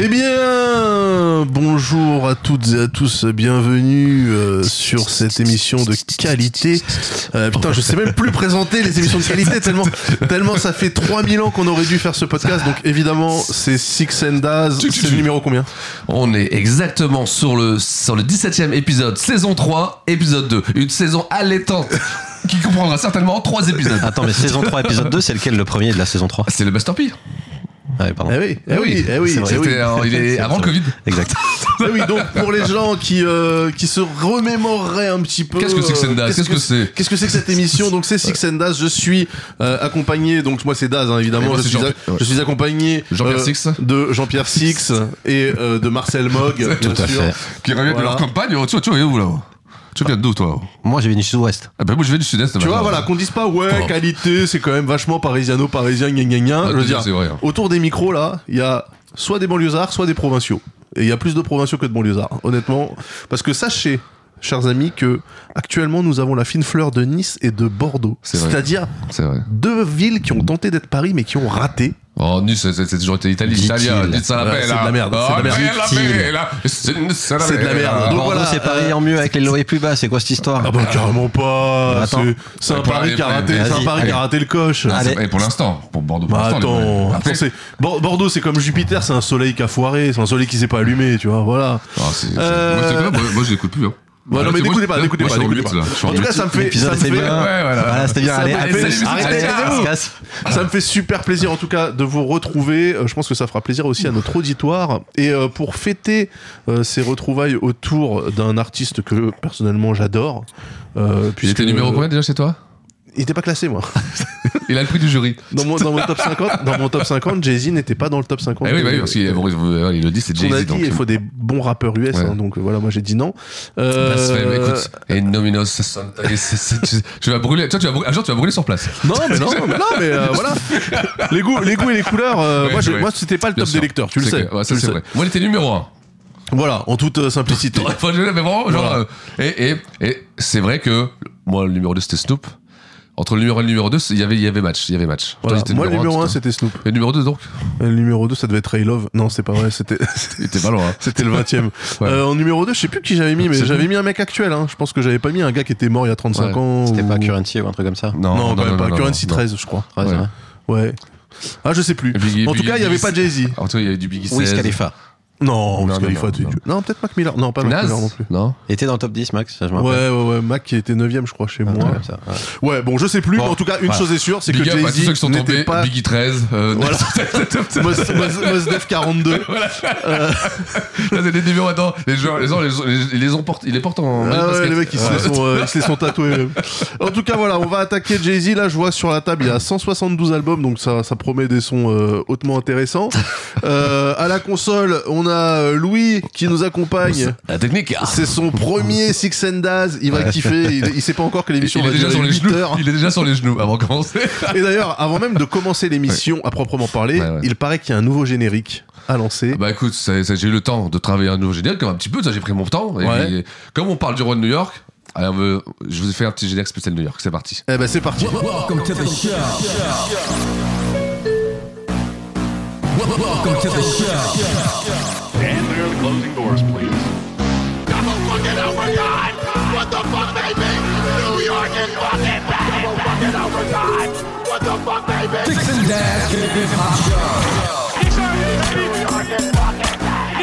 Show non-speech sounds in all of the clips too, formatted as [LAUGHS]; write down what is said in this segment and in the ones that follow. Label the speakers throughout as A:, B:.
A: Eh Bonjour à toutes et à tous, bienvenue euh, sur cette émission de qualité. Euh, putain, je sais même plus présenter les émissions de [LAUGHS] qualité tellement, tellement ça fait 3000 ans qu'on aurait dû faire ce podcast. Donc évidemment, c'est Six and Daz. C'est le numéro combien
B: On est exactement sur le, sur le 17ème épisode, saison 3, épisode 2. Une saison
A: [LAUGHS]
B: allaitante qui comprendra certainement 3 épisodes.
A: Ah.
C: Attends, mais saison 3, épisode 2, c'est lequel le premier de la saison 3
B: C'est le Master P.
C: Ah oui, pardon.
A: Eh oui, eh oui, eh oui, eh oui.
B: C'était en- il est avant le Covid.
C: Exact.
A: Eh oui, donc pour les gens qui, euh, qui se remémoreraient un petit peu.
B: Qu'est-ce que c'est que
A: euh,
B: Senda Qu'est-ce que c'est
A: Qu'est-ce que c'est que cette émission Donc c'est Six and Daz. Je suis euh, accompagné, donc moi c'est Daz hein,
B: Et
A: évidemment.
B: moi,
A: je,
B: c'est
A: suis
B: Jean-
A: a- je suis accompagné
B: Jean-Pierre
A: euh,
B: Six.
A: de Jean-Pierre Six et euh, de Marcel
B: [LAUGHS]
A: Mog. bien
C: Tout à
A: sûr.
C: fait.
B: Qui revient de
A: Voilà.
B: leur campagne. Oh, Tu vois, tu vois, où là Tu viens d'où toi oh.
C: Moi, j'ai venu sud-ouest.
B: Ah bah moi je vais du sud-est.
A: Tu vois, voilà, qu'on dise pas ouais
B: Pardon.
A: qualité, c'est quand même vachement parisiano, parisien, gna gna gna. Je veux dire,
B: C'est vrai. hein.
A: autour des micros là, il y a soit des banlieusards, soit des provinciaux. Et il y a plus de provinciaux que de banlieusards, honnêtement. Parce que sachez, chers amis, que actuellement nous avons la fine fleur de Nice et de Bordeaux.
B: C'est vrai.
A: C'est-à-dire
B: C'est vrai.
A: deux villes qui ont tenté d'être Paris mais qui ont raté.
B: Oh, Nice, c'est- c'est c'est toujours été l'Italie.
C: Dit-il.
B: L'Italie, dites ça la
A: Ouais,
B: paix,
A: c'est
B: là.
A: de la merde,
B: Oh,
A: c'est de la
B: rien
A: merde.
B: la
C: Dit-il.
B: paix, là. C'est
A: C'est de la merde.
B: là.
A: Donc
C: Bordeaux,
A: voilà,
C: c'est Paris
A: euh,
C: en mieux avec les loyers plus bas. C'est quoi cette histoire
A: Ah bah carrément pas.
C: Attends.
A: C'est- C'est un
B: Pour
A: Paris
B: aller-
A: qui a raté, c'est un Paris
C: Vas-y,
A: qui a
C: allez.
A: raté le coche.
B: Ah, c'est-
C: Allez.
B: Et pour l'instant, pour Bordeaux, pour
A: Bah
B: l'instant. les-
A: attends,
B: Après-
A: attends, c'est- Bor- Bordeaux c'est comme Jupiter, c'est un soleil qui a foiré, c'est un soleil qui s'est pas allumé, tu vois, voilà.
B: Ah, c'est- c'est-
A: Euh,
B: Moi, c'est quoi Moi, moi, je l'écoute plus. Hein.
A: Bah,
B: Là,
A: non mais
B: c'est- moi,
A: n'écoutez pas,
B: là,
A: n'écoutez
B: moi,
A: pas,
B: je suis en
A: n'écoutez
B: mute,
A: pas.
B: là. Je suis
A: En tout
B: mute.
A: cas ça me fait, ça
C: L'épisode
A: me
C: était
A: fait,
C: bien.
B: Ouais, voilà.
C: Voilà, c'était bien.
A: Ça
C: Allez,
A: m'a
C: allez,
A: fait-
C: salut,
A: arrêtez,
C: salut,
A: arrêtez-vous.
C: on se casse.
A: ça me fait super plaisir en tout cas de vous retrouver. Euh, Je pense que ça fera plaisir aussi à notre auditoire. Et euh, pour fêter euh, ces retrouvailles autour d'un artiste que personnellement j'adore, euh,
B: Il
A: puisque-
B: était numéro combien déjà chez toi
A: Il était pas classé
B: [LAUGHS]
A: moi.
B: Il a le prix
A: [LAUGHS]
B: du jury.
A: Dans mon, dans mon top 50, dans mon top 50, Jay-Z n'était pas dans le top 50.
B: Eh oui, bah oui, parce qu'il il le dit, c'est
A: On a
B: Jay-Z.
A: dit,
B: donc-
A: il faut des bons rappeurs US,
B: Ouais. Bah,
A: hein, donc euh, voilà, moi j'ai dit non. Euh,
B: Blasphème, écoute. Et Nominos, Santa- et c'est- c'est- tu- tu vas brûler. Toi, tu vas brûler. Un jour, tu vas brûler sur place.
A: Non, mais non, mais, [LAUGHS] non, mais, euh, voilà. Les goûts, les goûts et les couleurs, euh,
B: Ouais,
A: moi, j'ai-
B: ouais.
A: moi c'était pas le
B: Bien
A: top
B: sûr.
A: des lecteurs, tu le
B: C'est
A: sais.
B: clair. Ouais, ça,
A: tu le
B: c'est
A: sais.
B: vrai. Moi, il était numéro 1.
A: Voilà, en toute euh, simplicité.
B: [LAUGHS] Enfin, je l'avais vraiment, genre,
A: Voilà.
B: euh, et, et, et c'est vrai que moi, le numéro 2, c'était Snoop. Entre le numéro 1 et le numéro 2, il y avait, il y avait match. Il y avait match.
A: Voilà.
B: Toi, t'étais
A: Moi, le numéro
B: un,
A: 1,
B: c'était-
A: c'était Snoop.
B: Et le numéro 2, donc
A: Et Le numéro 2, ça devait être I Love. Non, c'est pas vrai,
B: [LAUGHS]
A: c'était.
B: Il était pas loin. hein.
A: C'était le 20 e
B: [LAUGHS] Ouais.
A: En numéro 2, je sais plus qui j'avais mis, mais
B: C'est
A: j'avais mis un mec actuel. Hein. Je pense que j'avais pas mis un gars qui était mort il y a 35
B: Ouais.
A: ans.
C: C'était
A: ou-
C: pas Currency ou un truc comme ça
A: Non, pas, pas Currency
B: non.
A: 13, je crois.
C: Ouais, c'est
B: Ouais.
C: vrai.
A: Ouais. Ah, je sais plus.
B: Et Biggie-
A: en tout
B: Biggie-
A: cas, il y avait
B: Biggie-
A: pas Jay-Z.
B: En tout cas, il y avait du Biggie 16.
C: Wiz Khalifa.
A: Non, parce
B: Non,
A: qu'il
B: non,
A: faut
B: non,
A: être-
B: non.
A: Non, peut-être Mac Miller. Non, pas Mac
B: Nas
A: Miller non plus.
B: Non
C: Il était dans le top 10, Max, ça, je me
A: Ouais,
C: rappelle.
A: ouais, ouais, Mac qui était 9ème, je crois, chez
B: Ah,
C: Un truc
A: moi.
C: comme ça, ouais.
A: Ouais, bon, je sais plus,
B: Bon,
A: mais en tout cas, une
B: voilà.
A: chose est sûre, c'est que
B: Big up à tous ceux qui
A: Jay-Z
B: sont tombés.
A: n'était pas.
B: Biggie 13. Euh,
A: Voilà. Mos Mos- Mosdef
B: [LAUGHS]
A: 42.
B: Là, c'est des numéros, attends, les gens, les gens, les, les, ils les ont portent, ils les portent en.
A: Ah ouais,
B: basket.
A: les mecs, ils se les sont, euh, ils se les sont tatoués. eux. En tout cas, voilà, on va attaquer Jay-Z. Là, je vois sur la table, il y a 172 albums, donc ça, ça promet des sons euh, hautement
B: [LAUGHS]
A: intéressants. Euh, à la console, on a euh, Louis qui nous accompagne.
B: La technique. ah.
A: C'est son premier Six and Daz. Il va kiffer.
B: [LAUGHS]
A: Il, il sait pas encore que
B: Il,
A: l'émission
B: il
A: va
B: est déjà
A: durer
B: sur les
A: 8
B: genoux.
A: heures.
B: Il est déjà sur les genoux avant de commencer. [LAUGHS]
A: Et d'ailleurs, avant même de commencer l'émission à proprement parler,
B: Ouais, ouais.
A: il paraît qu'il y a un nouveau générique à lancer.
B: Bah écoute, ça, ça, j'ai eu le temps de travailler un nouveau générique, comme un petit peu, ça j'ai pris mon temps. Et
A: Ouais.
B: puis, comme on parle du roi de New York, allez, on veut- je vous ai fait un petit générique spécial New York, c'est parti.
A: Eh ben, c'est parti.
D: Welcome to the show. Welcome to the show.
E: Stand clear of the closing doors, please.
F: I'm a fucking overtime! What the fuck, baby? New York is fucking back! I'm a fucking overtime! What the fuck, baby?
D: Six and dash, hip hop
F: New York is fucking back!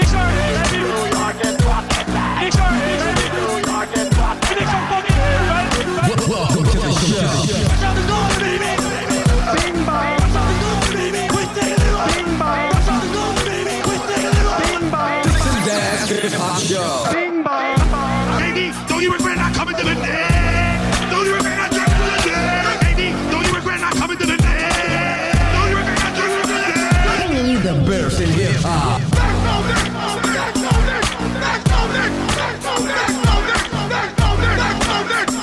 F: New York is fucking back! New York is fucking
D: show. Welcome to the show. Six and dash, hip hop show.
E: Baby, don't you regret not coming to the net? Don't you regret not jumping to the net? Baby, don't you regret not coming to the net? Don't you regret not jumping to the net?
D: Bringing you the best in hip hop.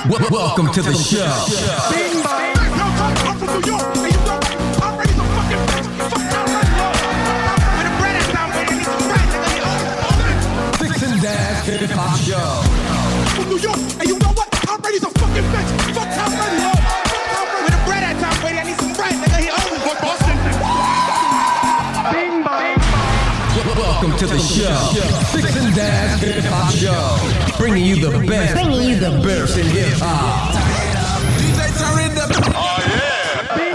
D: Wel- Welcome to the show.
E: I'm from New York, and you know that. I'm ready to fucking bitch. Fuck out that love. With a bread ass down there, and it's a bread, nigga, you owe it.
D: Six and dash, hip hop show.
E: I'm from New York, and you know what? I'm ready to fucking bitch. Fuck out that love. With a bread ass down there, I need some bread, nigga, he owes it. Fuck Boston.
D: Wel- Welcome
G: Welcome to the show. Six and Dash Hip Hop Show. Bringing you the best. Bringing you the best in hip hop.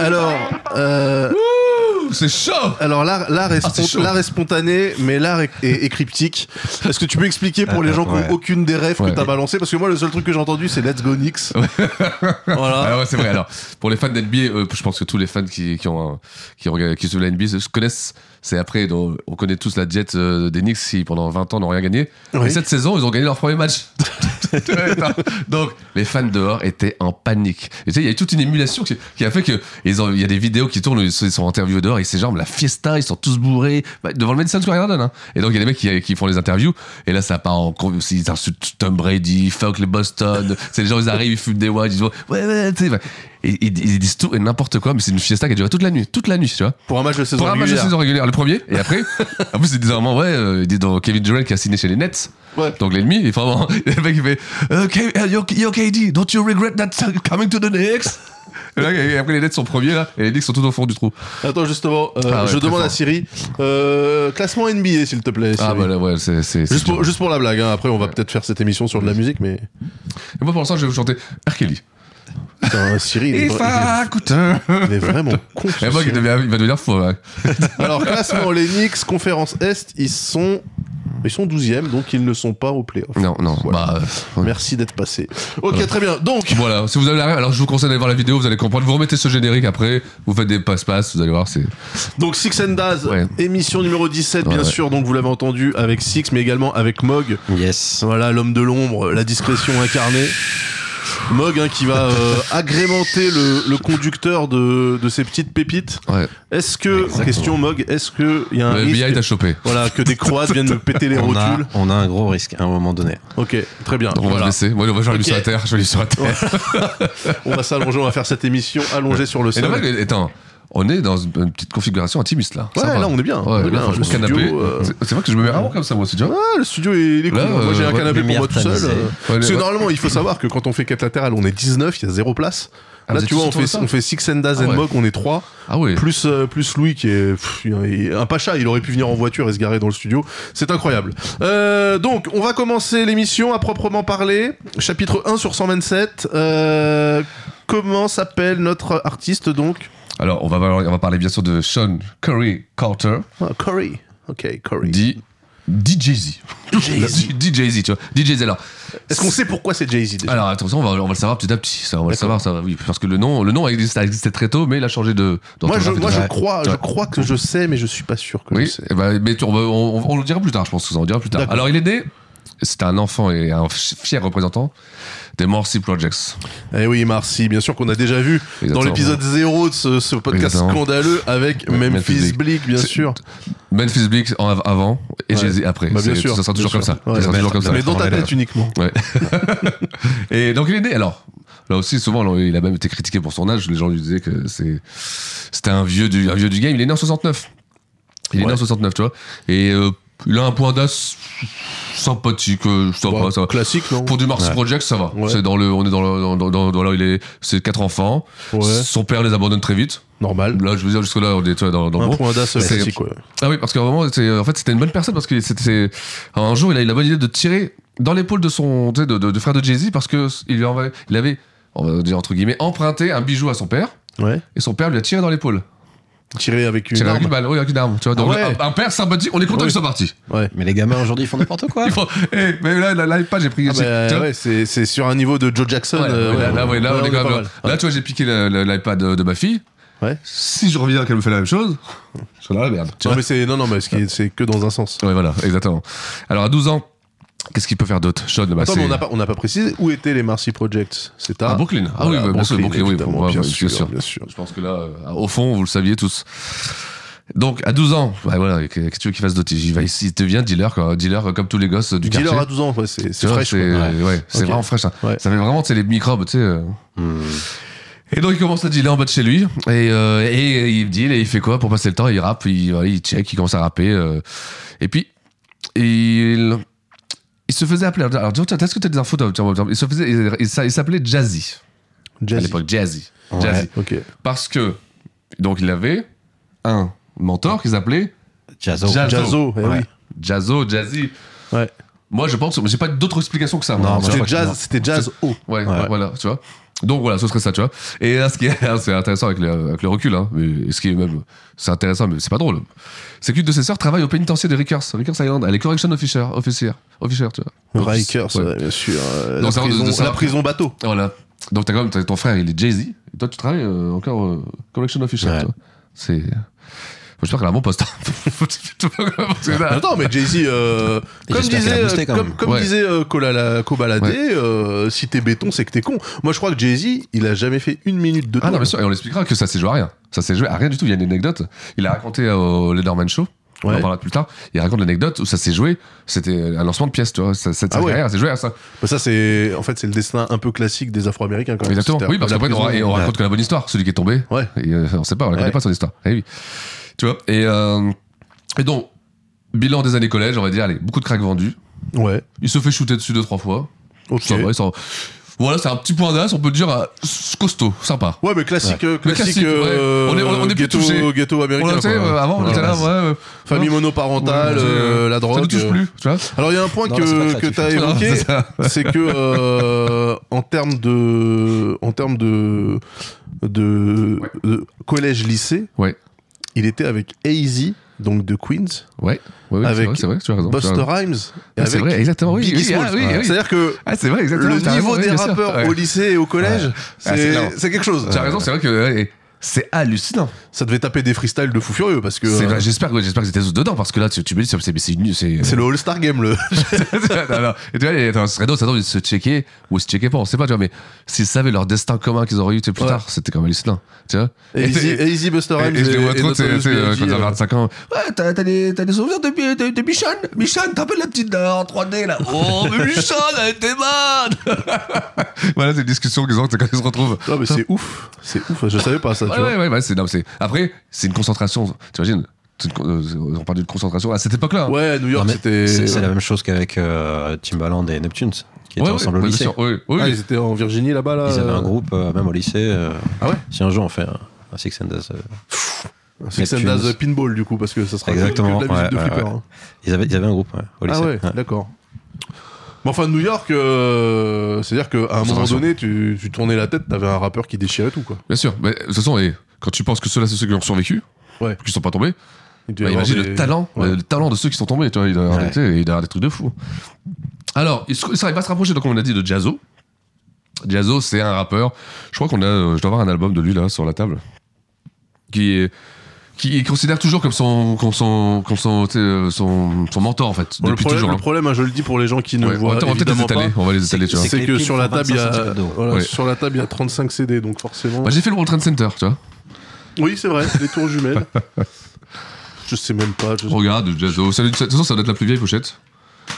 A: Alors, euh,
B: C'est chaud
A: alors l'art, l'art, est
B: Ah, c'est
A: spon-
B: chaud.
A: l'art est spontané, mais l'art est, est- est cryptique. Est-ce que tu peux expliquer pour les gens qui
C: ouais.
A: n'ont aucune des rêves
B: Euh, Ouais.
A: que t'as balancé Parce que moi, le seul truc que j'ai entendu, c'est Let's Go Knicks. voilà.
B: Ah ouais, c'est vrai. Alors, pour les fans d'NBA, euh, je pense que tous les fans qui, qui ont, un- qui, regardent- qui suivent la NBA se connaissent. C'est après, donc, on connaît tous la jet euh, des Knicks qui, pendant 20 ans, n'ont rien gagné.
A: Oui.
B: Et cette saison, ils ont gagné leur premier match. [LAUGHS] donc, les fans dehors étaient en panique. Et tu sais, il y a eu toute une émulation qui, qui a fait que ils ont- il y a des vidéos qui tournent, où ils sont, ils sont interviewés dehors, ils s'éjambent, la fiesta, ils sont tous bourrés, bah, devant le Madison Square Garden. hein. Et donc, il y a des mecs qui, qui font les interviews, et là, ça part en. con- Ils insultent Tom Brady, fuck les Boston. [LAUGHS] C'est les gens, ils arrivent, ils fument des watts, ils disent ouais, ouais, tu sais. bah, Et ils, ils disent tout et n'importe quoi, mais c'est une fiesta qui a duré toute la nuit, toute la nuit, tu vois.
A: Pour un match de saison
B: Pour un match de
A: régulière.
B: saison régulière, le premier, et après, [LAUGHS] en plus, ils disent vraiment, ouais, euh, ils disent dans Kevin Durant qui a signé chez les Nets.
A: Ouais.
B: Donc l'ennemi, il fait vraiment, [LAUGHS] le mec il fait, Euh, K- euh, you're, you're KD, don't you regret that coming to the Knicks? Et là, et après les Nets sont premiers là, et les Knicks sont tout au fond du trou.
A: Attends, justement, euh,
B: Ah ouais,
A: je
B: très
A: demande
B: fort.
A: à Siri. euh, classement NBA, s'il te plaît.
B: Ah
A: Siri.
B: bah là, ouais, c'est c'est. c'est
A: Juste
B: dur.
A: pour, juste pour la blague, hein. après on va peut-être faire cette émission sur de la musique, mais.
B: Et moi pour l'instant je vais vous chanter R. Kelly.
A: Putain, Siri, il est,
B: If
A: vra-
B: I could turn.
A: il est- il est
B: [LAUGHS]
A: vraiment con. ce
B: Et moi il,
A: Siri.
B: devient- il va devenir hein. fou. Ouais.
A: Alors, classement, les Knicks, conférence Est, ils sont. Ils sont 12e, donc ils ne sont pas au playoff.
B: Non non.
A: Voilà.
B: Bah euh,
A: Merci d'être passé. Ok, très bien. Donc,
B: voilà. Si vous avez la rêve, alors je vous conseille d'aller voir la vidéo, vous allez comprendre. Vous remettez ce générique après, vous faites des passe-passe, vous allez voir c'est.
A: donc Six and Daz,
B: Ouais.
A: émission numéro 17,
B: Ouais,
A: bien
B: ouais.
A: sûr. Donc, vous l'avez entendu avec Six, mais également avec Mog.
C: Yes.
A: Voilà, l'homme de l'ombre, la discrétion incarnée. Mog hein, qui va
B: [LAUGHS]
A: euh, agrémenter le, le conducteur de, de ces petites pépites.
B: Ouais.
A: Est-ce que,
B: Exactement.
A: question Mog, est-ce que il y a un
B: Le
A: risque
B: FBI t'a chopé.
A: voilà, que des Croates viennent me péter
B: [LAUGHS]
A: les
C: On a,
A: rotules
C: on a un gros risque à un moment donné.
A: Ok, très bien.
B: Donc on va le
A: Voilà.
B: laisser. Moi, je vais lui
A: Ok.
B: sur la terre. Je vais lui sur la terre.
A: On va s'allonger, on va faire cette émission allongée sur le
B: Et
A: sol.
B: normal, mais attends, on est dans une une petite configuration intimiste là.
A: Ouais, là, on est bien.
B: Ouais,
A: On est
B: là,
A: bien.
B: franchement,
A: Le studio,
B: canapé.
A: euh,
B: C'est- C'est vrai que je me mets vraiment comme ça, moi aussi, tu vois.
A: Ah, le studio est, il est cool.
B: Là,
A: moi, j'ai
B: euh,
A: un
B: ouais,
A: canapé pour
C: lumière
A: moi tout seul.
C: tamisée.
A: euh.
B: Ouais,
A: Parce que
B: ouais.
A: normalement, il faut savoir que quand on fait 4 latérales, on est 19, il y a 0 place.
B: Ah,
A: Là,
B: vous êtes
A: tu vois,
B: tous
A: on fait,
B: autour de
A: on fait Six and Daz
B: Ah
A: and
B: ouais.
A: Mock, on est 3.
B: Ah oui.
A: Plus, euh, plus Louis qui est pff, il est un pacha, il aurait pu venir en voiture et se garer dans le studio. C'est incroyable. Euh, donc, on va commencer l'émission à proprement parler. Chapitre 1 sur 127. Euh, comment s'appelle notre artiste donc
B: Alors, on va, parler- on va parler bien sûr de Sean Curry Carter,
A: Ah, Corey. Ok, Corey.
B: dit DJZ. DJZ, tu vois. DJZ, alors.
A: Est-ce qu'on sait pourquoi c'est Jay-Z déjà
B: Alors, attention, on va, on va le savoir petit à petit. Ça, on va le
A: D'accord.
B: savoir, ça, oui. Parce que le nom, le nom a existé, a existé très tôt, mais il a changé de.
A: Moi, je,
B: d'orthographe et
A: moi
B: tout.
A: je,
B: Ouais.
A: crois, je
B: Ouais.
A: crois que je sais, mais je suis pas sûr que je
B: Oui,
A: sais.
B: eh ben, mais tu- on, va- on- on le dira plus tard, je pense que ça, on le dira plus tard.
A: D'accord.
B: Alors, il est né, c'était un enfant et un f- fier représentant des Morsi Projects.
A: Eh oui, Marcy, bien sûr qu'on a déjà vu dans
B: Exactement.
A: l'épisode 0 de ce, ce podcast
B: Exactement.
A: scandaleux avec
B: Ouais,
A: Memphis
B: Memphis
A: Bleak, bien
B: C'est-
A: sûr.
B: Memphis Bleak en av- avant et
A: Ouais.
B: Jay-Z après.
A: Bah, bien
B: C'est-
A: sûr,
B: Ça sera
A: bien
B: toujours comme
A: sûr.
B: ça.
A: Ouais.
B: Ça sera toujours comme ça.
A: Mais dans ta tête uniquement.
B: Ouais. [LAUGHS] et donc il est né alors. Là aussi, souvent, là, il a même été critiqué pour son âge. Les gens lui disaient que c'est, c'était un vieux du, un vieux du game. Il est né en 69. Il est né
A: Ouais.
B: en 69, tu vois. Et euh, il a un point d'as sympathique, euh, sympa,
A: Bah,
B: ça va.
A: classique, non
B: Pour du Mars Project, ça va.
A: Ouais.
B: C'est dans le, on est dans le, dans, dans, dans- dans- là, il est, c'est quatre enfants.
A: Ouais.
B: Son père les abandonne très vite.
A: Normal.
B: Là, je veux dire, jusque là, on est tu vois, dans, dans le
A: Un
B: bon.
A: point d'as
B: c'est-
A: classique, ouais.
B: Ah oui, parce qu'à un moment, c'est- en fait, c'était une bonne personne parce que c'était un jour, il a eu la bonne idée de tirer dans l'épaule de son, tu sais, de, de, de frère de Jay-Z parce que il, lui avait, il avait, on va dire entre guillemets, emprunté un bijou à son père
A: Ouais.
B: et son père lui a tiré dans l'épaule.
A: Tiré avec une
B: Tiré avec une
A: arme.
B: balle, oui, avec une arme. Tu vois, donc
A: Ah ouais.
B: un, un père sympathique, on est content
A: Oui.
B: qu'ils soient partis.
A: Ouais.
C: Mais les gamins aujourd'hui font n'importe quoi.
B: Ils font, eh, mais là, là, là, pas, j'ai pris.
A: Ah,
B: j'ai-
A: bah,
B: tu vois.
A: ouais, c'est c'est sur un niveau de Joe Jackson.
B: Ouais,
A: euh,
B: ouais, là, là, ouais, là,
A: ouais,
B: on est quand
A: pas
B: même-
A: mal.
B: là, tu vois, j'ai piqué le- le- l'iPad de, de ma fille.
A: Ouais.
B: Si je reviens qu'elle me fait la même chose, je serai dans la merde. Tu
A: Non,
B: vois.
A: mais c'est non, non, mais ce qui est- c'est que dans un sens.
B: Ouais, voilà, exactement. Alors, à 12 ans, qu'est-ce qu'il peut faire d'autre Sean, bah,
A: Attends,
B: c'est-
A: mais on n'a pas, on n'a pas précisé où étaient les Marcy Projects. C'est à
B: À Brooklyn. Ah oui,
A: Voilà,
B: bah, bien sûr, Brooklyn, oui,
A: évidemment,
B: ouais,
A: bien,
B: ouais,
A: sûr,
B: bien sûr.
A: bien sûr.
B: Je pense que là, euh, au fond, vous le saviez tous. Donc, à 12 ans, bah, voilà, qu'est-ce que tu veux qu'il fasse d'autre il, va- il devient dealer, quoi, dealer euh, comme tous les gosses euh, du
A: Dealer
B: quartier.
A: à 12 ans, ouais, c'est
B: Tu
A: c'est
B: vois,
A: fraîche.
B: C'est
A: quoi.
B: ouais, c'est
A: Ok.
B: vraiment fraîche. hein.
A: Ouais. Hmm.
B: Ça fait vraiment, tu sais, les microbes, tu sais. euh. Et donc, il commence à dealer en bas de chez lui. Et, euh, et il deal et il fait quoi pour passer le temps Il rappe, il, voilà, il check, il commence à rapper. euh. Et puis, il. Il se faisait appeler. Alors, tiens, est-ce que tu as des infos toi tiens, tiens, Il se faisait. Il, il s'appelait Jazzy. À
A: Jazzy.
B: l'époque, Jazzy. Jazzy.
A: Ok.
B: Parce que, donc, il avait un mentor qu'ils appelaient
C: Jazzo.
B: Jazzo.
A: Jazzo, eh
C: Ouais.
A: oui.
B: Jazzo, Jazzy.
A: Ouais.
B: Moi, je pense, mais j'ai pas d'autre explication que ça. moi. Tu vois.
A: C'était jazz, c'était jazz haut.
B: Ouais, voilà, tu vois. Donc voilà, ce serait ça, tu vois. Et là, ce qui est, [LAUGHS] c'est intéressant avec le, avec le recul, hein, mais ce qui est même, c'est intéressant, mais c'est pas drôle. C'est qu'une de ses sœurs travaille au pénitencier de Rikers, Rikers Island. Elle est correction officer, officier, officer, tu vois.
A: Rikers,
B: Ouais.
A: ouais, bien sûr. euh,
B: Non,
A: la,
B: ça, de-
A: prison,
B: de ça-
A: la prison bateau.
B: Voilà. Donc t'as quand même t'as ton frère, il est Jay-Z. Et toi, tu travailles euh, encore euh, correction officer,
C: Ouais.
B: tu vois. C'est. Faut J'espère qu'elle a un bon poste. hein. [LAUGHS] Faut- faut- faut- parce que là-
A: Attends, mais Jay-Z, euh,
C: Et
A: comme
C: j'espère qu'il a
A: disait, euh,
C: boosté quand
A: comme,
C: même.
A: comme
B: Ouais.
A: disait euh, Colala- Cobaladé,
B: Ouais.
A: euh, si t'es béton, c'est que t'es con. Moi, je crois que Jay-Z, il a jamais fait une minute de
B: Ah non,
A: tour.
B: bien sûr, et on l'expliquera que ça s'est joué à rien. Ça s'est joué à rien du tout. Il y a une anecdote. Il a raconté au Lederman Show. On en
A: Ouais.
B: parlera plus tard. Il raconte l'anecdote où ça s'est joué. C'était un lancement de pièce, tu vois. Ça- Cette
A: Ah
B: sa
A: ouais.
B: carrière, c'est joué à ça.
A: Bah, ça, c'est, en fait, c'est le destin un peu classique des Afro-Américains, quand même.
B: Exactement.
A: C'était
B: Oui, parce
A: la
B: qu'après, on,
A: prison.
B: ra- et on
A: Ouais.
B: raconte que la bonne histoire, celui qui est tombé.
A: Ouais.
B: Et, euh, on sait pas, on la connaît
A: Ouais.
B: pas son histoire. Eh oui. Tu vois. Et, euh, et donc, bilan des années collège, on va dire, allez, beaucoup de cracks vendus.
A: Ouais.
B: Il se fait shooter dessus deux, trois fois.
A: Ok.
B: Ça va, il s'en- Voilà, c'est un petit point d'as, on peut dire euh, costaud, sympa.
A: Ouais, mais classique, euh,
B: Mais
A: classique,
B: classique,
A: euh,
B: ouais. On est- on est- on est plus
A: ghetto,
B: touché.
A: ghetto
B: On
A: américain.
B: l'a- tu sais,
A: quoi.
B: euh, avant, on
A: Voilà.
B: était là, ouais. ouais.
A: Famille monoparentale,
B: Ouais,
A: euh, la
B: Ça nous
A: drogue.
B: touche
A: euh.
B: plus, tu vois.
A: Alors, il y a un point
C: Non, c'est pas
A: que,
C: ça,
A: que
C: tu
A: t'as
B: fais. Non,
A: évoqué,
B: [LAUGHS] c'est ça.
A: c'est que, euh, en termes de, en termes de, de,
B: Ouais.
A: de collège-lycée,
B: Ouais.
A: il était avec AZ, donc de Queens,
B: Ouais, ouais, ouais, c'est
A: Avec
B: vrai, c'est vrai, tu as raison. tu as
A: Buster
B: raison.
A: Rhymes, et
B: Ah, c'est
A: avec
B: vrai, exactement, oui.
A: Biggie
B: oui,
A: Smalls.
B: ah, oui,
A: Ouais.
B: oui.
A: C'est-à-dire que
B: Ah, c'est vrai, exactement.
A: le
B: t'as raison,
A: niveau
B: oui,
A: des
B: bien sûr.
A: rappeurs
B: Ouais.
A: au lycée et au collège,
B: Ah, c'est énorme.
A: c'est c'est quelque chose.
B: Tu as raison, c'est vrai que ouais, c'est hallucinant.
A: Ça devait taper des freestyles de fou furieux parce que
B: C'est vrai,
A: euh,
B: J'espère que j'espère que c'était dedans parce que là, tu, tu me dis, c'est c'est c'est une- c'est.
A: c'est le All-Star Game, le.
B: [LAUGHS] non, non. Et tu vois, les- attends, ce serait d'autres, ça tombe, ils se checker ou ils se checker pas, on sait pas, tu vois, mais s'ils savaient leur destin commun qu'ils auraient eu tu sais, plus
A: Ouais.
B: tard, c'était quand même hallucinant, tu vois.
A: Et [LAUGHS] Easy,
B: et-
A: Easy Buster
B: et-
A: Rhymes.
B: et je les vois
A: et
B: trop, tu sais,
A: Notorious
B: tu sais, euh,
A: B.I.G.,
B: quand ils
A: euh,
B: ont 25 ans. Ouais, t'as t'as des, t'as des souvenirs de, Bi- de, de Michonne Michonne, t'appelles la petite là, en 3D [LAUGHS] là Oh, mais Michonne, elle était bonne [LAUGHS] Voilà, c'est une discussion qu'ils ont, c'est quand ils se retrouvent.
A: Non, mais c'est ouf. C'est ouf. Je savais pas ça, tu
B: Ouais,
A: vois.
B: ouais, ouais, ouais, c'est, non, c'est, après, c'est une concentration, t'imagines C'est une con- euh, On parle d'une concentration à cette époque-là. hein.
A: Ouais, à New
C: Non,
A: York,
C: mais
A: c'était.
C: C'est c'est la même chose qu'avec euh, Timbaland et Neptunes, qui étaient
B: Ouais, ouais,
C: ensemble au
B: ouais, bien
C: lycée.
B: sûr, ouais, ouais,
A: Ah,
B: oui.
A: ils étaient en Virginie là-bas, là.
C: Ils avaient
A: euh,
C: un groupe, euh, même au lycée. euh,
A: Ah ouais
C: Si un jour on fait un, un Six and Daz, euh,
A: Six and
C: Neptunes.
A: Daz Pinball, du coup, parce que ça sera que de la
C: Exactement,
A: musique
C: ouais,
A: de
C: ouais,
A: flipper.
C: ouais.
A: hein.
C: ils, avaient, ils avaient un groupe ouais, au lycée.
A: Ah ouais,
C: Ouais.
A: d'accord. Mais enfin, New York, euh, c'est-à-dire qu'à un moment
B: Concentration.
A: donné, tu, tu tournais la tête, t'avais un rappeur qui déchirait tout, quoi.
B: Bien sûr, mais de toute façon, et quand tu penses que ceux-là, c'est ceux qui ont survécu,
A: Ouais.
B: qui sont pas tombés,
A: Il devait
B: bah,
A: y avoir
B: imagine
A: des-
B: le talent,
A: Ouais.
B: le talent de ceux qui sont tombés, tu vois, il doit y avoir
C: Ouais.
B: des- tu sais, il doit y avoir des trucs de fou. Alors, il, se- ça, il va se rapprocher, donc on l'a dit, de Jazzo. Jazzo, c'est un rappeur. Je crois qu'on a, euh, je dois avoir un album de lui là sur la table, qui est qui il considère toujours comme son comme son comme son tu sais, euh, son, son mentor en fait
A: Bon, le
B: depuis
A: problème,
B: toujours.
A: le
B: hein.
A: problème, hein, je le dis pour les gens qui ne
B: Ouais,
A: voient
B: attends, on va peut-être les
A: évidemment pas,
B: étaler, on va les étaler, tu vois.
A: c'est
C: C'est
A: que
C: que
A: sur la table, il y a,
C: 25 cm d'eau.
A: voilà,
B: Ouais.
A: sur la table, il y a 35 CD, donc forcément.
B: Bah, j'ai fait le World Trade Center, tu vois.
A: Oui, c'est vrai, les tours [LAUGHS] jumelles. je sais même pas. Je...
B: Regarde, Jazzo. Ça- De toute façon, ça doit être la plus vieille pochette.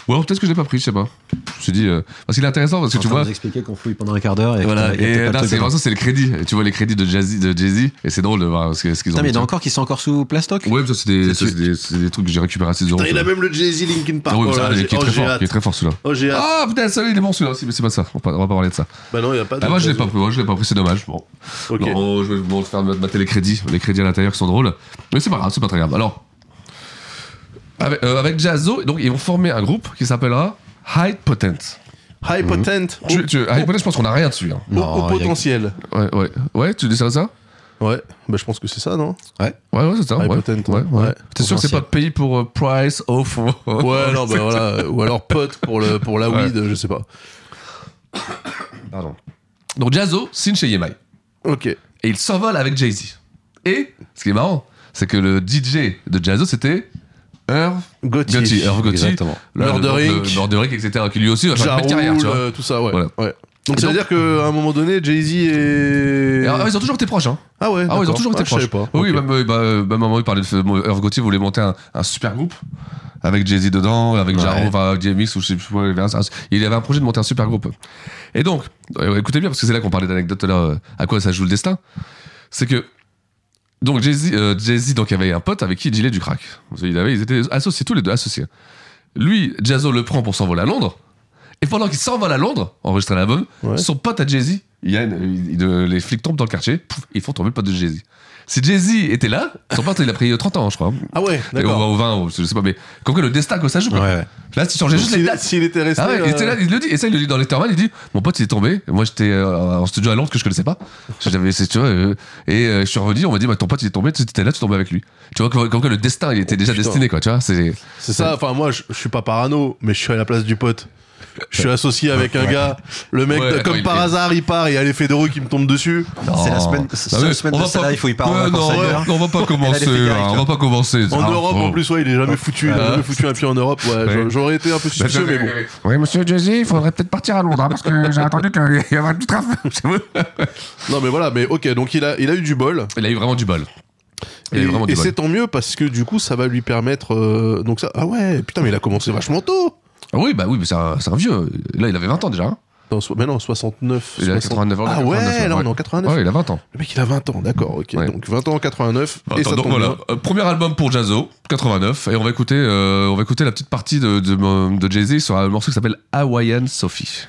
B: Ou alors peut-être que je l'ai pas pris, je sais pas. Je me suis dit. euh, Parce qu'il est intéressant parce que tu
C: Tu
B: vois.
C: nous expliquer qu'on fouille pendant un quart d'heure et que
B: Voilà,
C: t'as- y a
B: et
C: peut-être
B: là,
C: pas le
B: c'est
C: truc hein.
B: vraiment ça, c'est le crédit. Et tu vois les crédits de Jazzy, de Jay-Z, et c'est drôle de voir ce que- ce qu'ils ont
C: Putain, mais il y en a
B: mis.
C: encore qui sont encore sous plastoc
B: Ouais, mais ça, c'est
C: C'est
B: des, ça, c'est des, c'est des trucs que j'ai récupéré à 6 euros.
A: Putain, il a
B: ça.
A: même le Jay-Z Linkin Park.
B: Ah oui,
A: Oh
B: mais ça,
A: là,
B: qui est
A: j'ai- oh,
B: très
A: j'ai
B: fort,
A: hâte.
B: qui est très fort celui-là.
A: Oh, j'ai hâte.
B: Ah putain, ça, il est bon celui-là aussi, mais c'est pas ça. On va pas on va pas parler de ça.
A: Bah non, il n'y a pas de.
B: Ah, moi, je l'ai pas pris, moi, je l'ai pas pris, c'est dommage. Bon.
A: Ok.
B: Non, je vais vous faire mater les crédits, les crédits à l'intérieur qui sont drôles. Mais c'est pas grave, c'est pas très grave. Alors, avec, euh, avec Jazzo, donc, ils vont former un groupe qui s'appellera High Potent.
A: High Potent. au-
B: Tu, tu, High Potent, je pense qu'on a rien dessus. hein.
A: Au,
C: Non,
A: au
C: il y a-
A: potentiel.
B: Ouais, ouais. Ouais, tu dis ça, ça
A: Ouais, bah je pense que c'est ça, non
B: Ouais, ouais, c'est ça.
A: High
B: ouais.
A: Potent, hein.
B: ouais,
A: ouais.
B: ouais. T'es sûr que c'est pas payé pour euh, Price Off
A: Ouais, non, bah voilà. Ou alors pote pour, le, pour la
B: Ouais.
A: weed, je sais pas.
B: Pardon. Donc Jazzo signe chez Yemai.
A: Ok.
B: Et il s'envole avec Jay-Z. Et, ce qui est marrant, c'est que le DJ de Jazzo, c'était Irv
A: Gotti.
B: Gotti. Irv Gotti.
C: Exactement.
B: Le-
A: Murderick.
B: le- le Murderick, etc. Qui lui aussi a
A: Ja
B: changé de carrière,
A: Rule,
B: tu vois.
A: euh, tout ça, ouais.
B: Voilà.
A: ouais. Donc
B: Et
A: ça veut dire
B: donc-
A: qu'à un moment donné, Jay-Z
B: Et,
A: et.
B: ah, ils ont toujours été proches, hein.
A: Ah ouais,
B: Ah, ouais, ils ont
A: euh, d'accord.
B: toujours été
A: Ah,
B: proches.
A: Je savais pas.
B: Oui,
A: Ok.
B: même, euh, bah, euh, même à un moment, il parlait de. fait- bon, Irv Gotti voulait monter un, un super groupe. Avec Jay-Z dedans, avec
C: Ouais.
B: Jaro, enfin, avec DMX, ou je sais plus quoi. Il avait un- Il avait un projet de monter un super groupe. Et donc, euh, écoutez bien, parce que c'est là qu'on parlait d'anecdotes là, euh, à quoi ça joue le destin. C'est que. Donc, Jay-Z, euh, Jay-Z, donc, avait un pote avec qui il gilait du crack. Il avait, ils étaient associés, tous les deux associés. Lui, Jazzo le prend pour s'envoler à Londres. Et pendant qu'il s'envole à Londres, enregistrer l'album,
A: Ouais.
B: son pote à Jay-Z, il y a une- il- de- les flics tombent dans le quartier, pouf, ils font tomber le pote de Jay-Z. Si Jay-Z était là, son pote, il a pris 30 ans, je crois.
A: Ah ouais,
B: Et on va
A: d'accord.
B: au 20, ou je sais pas, mais comme quoi le destin que ça joue. quoi.
C: Ouais, ouais.
B: Là, si tu changeais
A: Donc,
B: juste les
A: s'il-
B: dates.
A: S'il était resté.
B: Ah ouais, il était là,
A: euh,
B: il le dit, et ça il le dit dans Letterman, il dit mon pote il est tombé, moi j'étais euh, en studio à Londres que je connaissais pas, j'avais, c'est- tu vois, euh, et euh, je suis revenu, on m'a dit bah ton pote il est tombé, tu étais là, tu tombais avec lui, tu vois comme, comme que le destin il était déjà
A: putain.
B: destiné quoi, tu vois, c'est
A: C'est ça, enfin moi je, je suis pas parano, mais je suis à la place du pote. Je suis associé avec un gars, le mec,
B: Ouais,
A: de-
B: attends,
A: comme
B: il
A: par
B: est-
A: hasard, il part, il y a l'effet d'euro qui me tombe dessus.
C: C'est la semaine-
B: Ah,
C: c'est
B: mais
C: la semaine
B: on
C: de
B: va
C: salaire,
B: pas-
C: il faut y part en
B: Ouais,
C: vacances
B: non,
C: ailleurs.
B: ouais, on va pas commencer,
C: les figurines,
B: hein, on
C: toi.
B: va pas commencer.
A: En
B: Ah,
A: Europe
B: oh.
A: en plus, ouais, il est jamais foutu, il
B: Ah. Bah,
A: a jamais foutu un pied en Europe. Ouais, j'a- J'aurais été un peu suspicieux, mais bon.
B: Oui, monsieur Jay-Z, il faudrait peut-être partir à Londres, hein, parce que j'ai entendu qu'il y avait du trafic.
A: Non mais voilà, mais ok, donc il a, il a eu du bol.
B: Il a eu vraiment du bol. Il a
A: Et,
B: eu vraiment
A: et
B: du bol.
A: c'est tant mieux parce que du coup, ça va lui permettre. euh, donc ça, ah ouais, putain, mais il a commencé vachement tôt.
B: Ah Oui, bah oui, mais c'est un, c'est un vieux. Là, il avait 20 ans déjà. hein.
A: Non, so- mais non, 69.
B: Il a
A: 60.
B: 89 ans.
A: Ah
B: 89,
A: ouais, là on
B: ouais.
A: est en 89.
B: Ouais, il a 20 ans.
A: Le mec il a 20 ans, d'accord, ok.
B: Ouais.
A: Donc 20 ans, 89. et
B: Attends,
A: ça
B: donc
A: tombe
B: voilà,
A: bien.
B: euh, premier album pour Jazzo, 89, et on va écouter, euh, on va écouter la petite partie de, de, de Jay-Z sur un morceau qui s'appelle Hawaiian Sophie.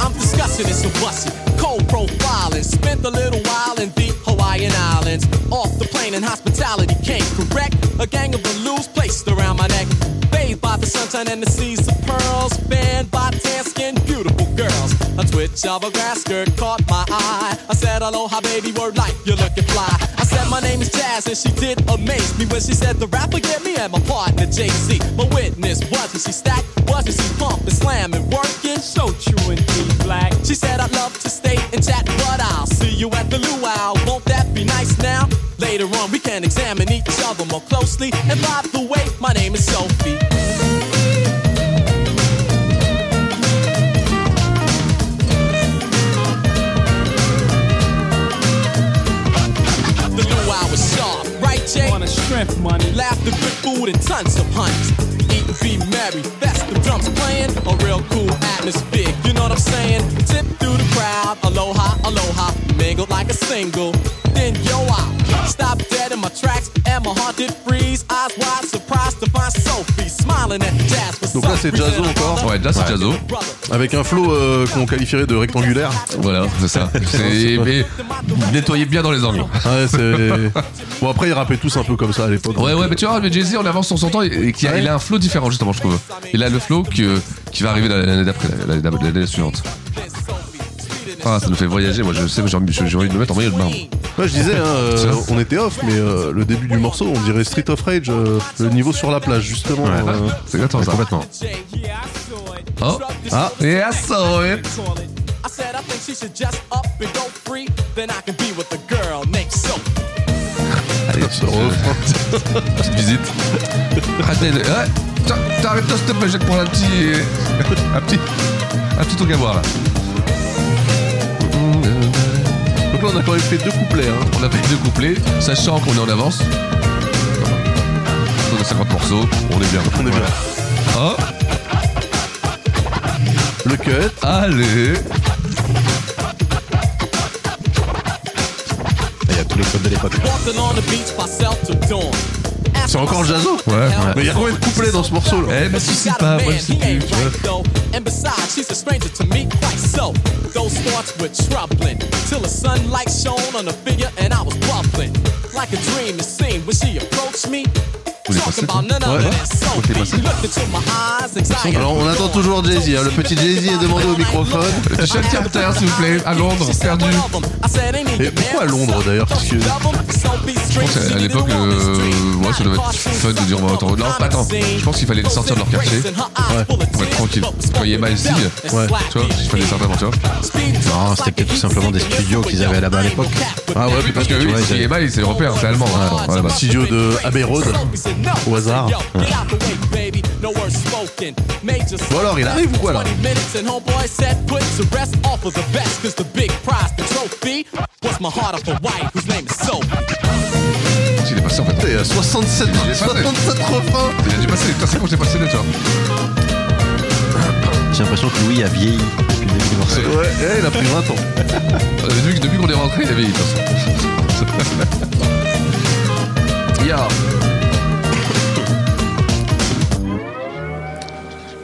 D: I'm discussionist and busted, cold profiling. Spent a little while in the Hawaiian Islands. Off the plane and hospitality came correct. A gang of balloons placed around my neck. Bathed by the sunshine and the seas of pearls. Fanned by tan skinned, beautiful girls. A twitch of a grass skirt caught my eye. I said, Aloha, baby, word like you're looking fly. I said, My name is Jazz, and she did amaze me when she said, The rapper, get me and my partner, Jay Z. My witness wasn't she stacked, wasn't she pumping, slamming, working, so true and deep black. She said, I'd love to stay and chat, but I'll see you at the luau. Won't that be nice now? Later on, we can examine each other more closely. And by the way, my name is Sophie. The luau was sharp, right, Jay?
H: On a shrimp money.
D: Laughter, good food, and tons of hunts. Eat, be merry, festive drums playing. A real cool atmosphere, you know what I'm saying? Tip through the crowd, aloha, aloha. Mingled like a single. Then yo, I stop dead in my tracks, and my heart did freeze. Eyes wide, surprised to find Sophie smiling at Jazz.
A: Donc là, c'est Jazzo encore.
B: Ouais, là c'est Jazzo.
A: Avec un flow euh, qu'on qualifierait de rectangulaire.
B: Voilà, c'est [LAUGHS] ça. C'est- mais nettoyez bien dans les angles.
A: Ouais, c'est. bon, après, ils rappaient tous un peu comme ça à l'époque.
B: Ouais, ouais, mais tu vois, mais Jay-Z, on avance sur son temps et, et qu'il a- il a un flow différent, justement, je trouve. Il a le flow que, qui va arriver l'année d'après, l'année d'ab- l'année suivante. Ah, ça nous fait voyager, moi je sais, mais j'ai envie j'ai envie de me mettre en maillot de bain.
A: Moi, je disais, hein, euh,
B: Tiens.
A: on était off, mais euh, le début du morceau, on dirait Street of Rage, euh, le niveau sur la plage, justement. euh,
B: C'est exactement ça. Complètement.
H: Yeah, I saw it.
B: Oh,
D: Ah.
B: yeah, I saw it.
H: Call it.
D: I said, I think she should just up and go free. Then I can be with the girl named Sophie.
A: ce refrain.
B: Petite visite. Attends, ouais, tiens, tiens, arrête-toi, s'il te plaît, je vais te prendre un petit. Un petit. Un petit truc à boire là.
A: Donc là, on a quand même fait deux couplets. Hein.
B: On a fait deux couplets, sachant qu'on est en avance. On a 50 morceaux, on est bien.
A: On est bien.
B: Oh,
A: Le cut,
B: allez
C: Il y a tous les codes de l'époque.
D: Walking on the beach myself till dawn.
A: c'est encore Jazzo.
B: Ouais.
A: Mais il y a combien de couplets dans ce morceau là
B: Eh, me soucie pas, moi je sais plus, tu vois.
D: And besides, she's a stranger to me, quite so. Those thoughts were troubling till the sunlight shone on her figure and I was bubbling. Like a dream it seemed when she approached me.
B: voulez
D: Talking
B: passer,
D: about none
A: Ouais.
D: other than
B: hein? Vous voulez
D: Sophie.
B: passer
D: Looked into my eyes, anxiety.
A: Alors, on attend toujours Jay-Z, hein. Le petit Jay-Z est demandé au microphone.
B: Le Sean Carter, s'il vous plaît, à Londres, perdu.
A: Et pourquoi Londres, d'ailleurs Parce que-
D: Je
B: pense qu'à- à l'époque, euh, ouais, ça devait être fun de dire, bon, attends, non, pas tant. Je pense qu'il fallait sortir de leur quartier. Pour être tranquille. Quand il y a mal ici,
D: ouais.
B: tu vois, il fallait sortir, tu vois.
D: Non, c'était peut-être tout simplement des studios qu'ils avaient là-bas à l'époque.
B: Ah ouais, puis parce que oui,
C: vois,
B: c'est
C: ils-
B: Yema, c'est européen, c'est allemand. hein. Ouais, là-bas.
A: Studio de Abbey Road, au hasard. Bon alors, il arrive ou quoi, là
B: Il est passé en fait.
A: Et euh, 67,
B: Il est pas fait.
A: 67 refrains.
B: Il a dû passer, putain, c'est bon, j'ai passé là, tu vois.
C: J'ai l'impression que Louis a vieilli depuis le début du morceau.
A: Ouais, ouais, Eh, il a pris 20 ans.
B: Euh, Depuis, depuis qu'on est rentré, il avait vieilli, de toute façon. [LAUGHS] Ya.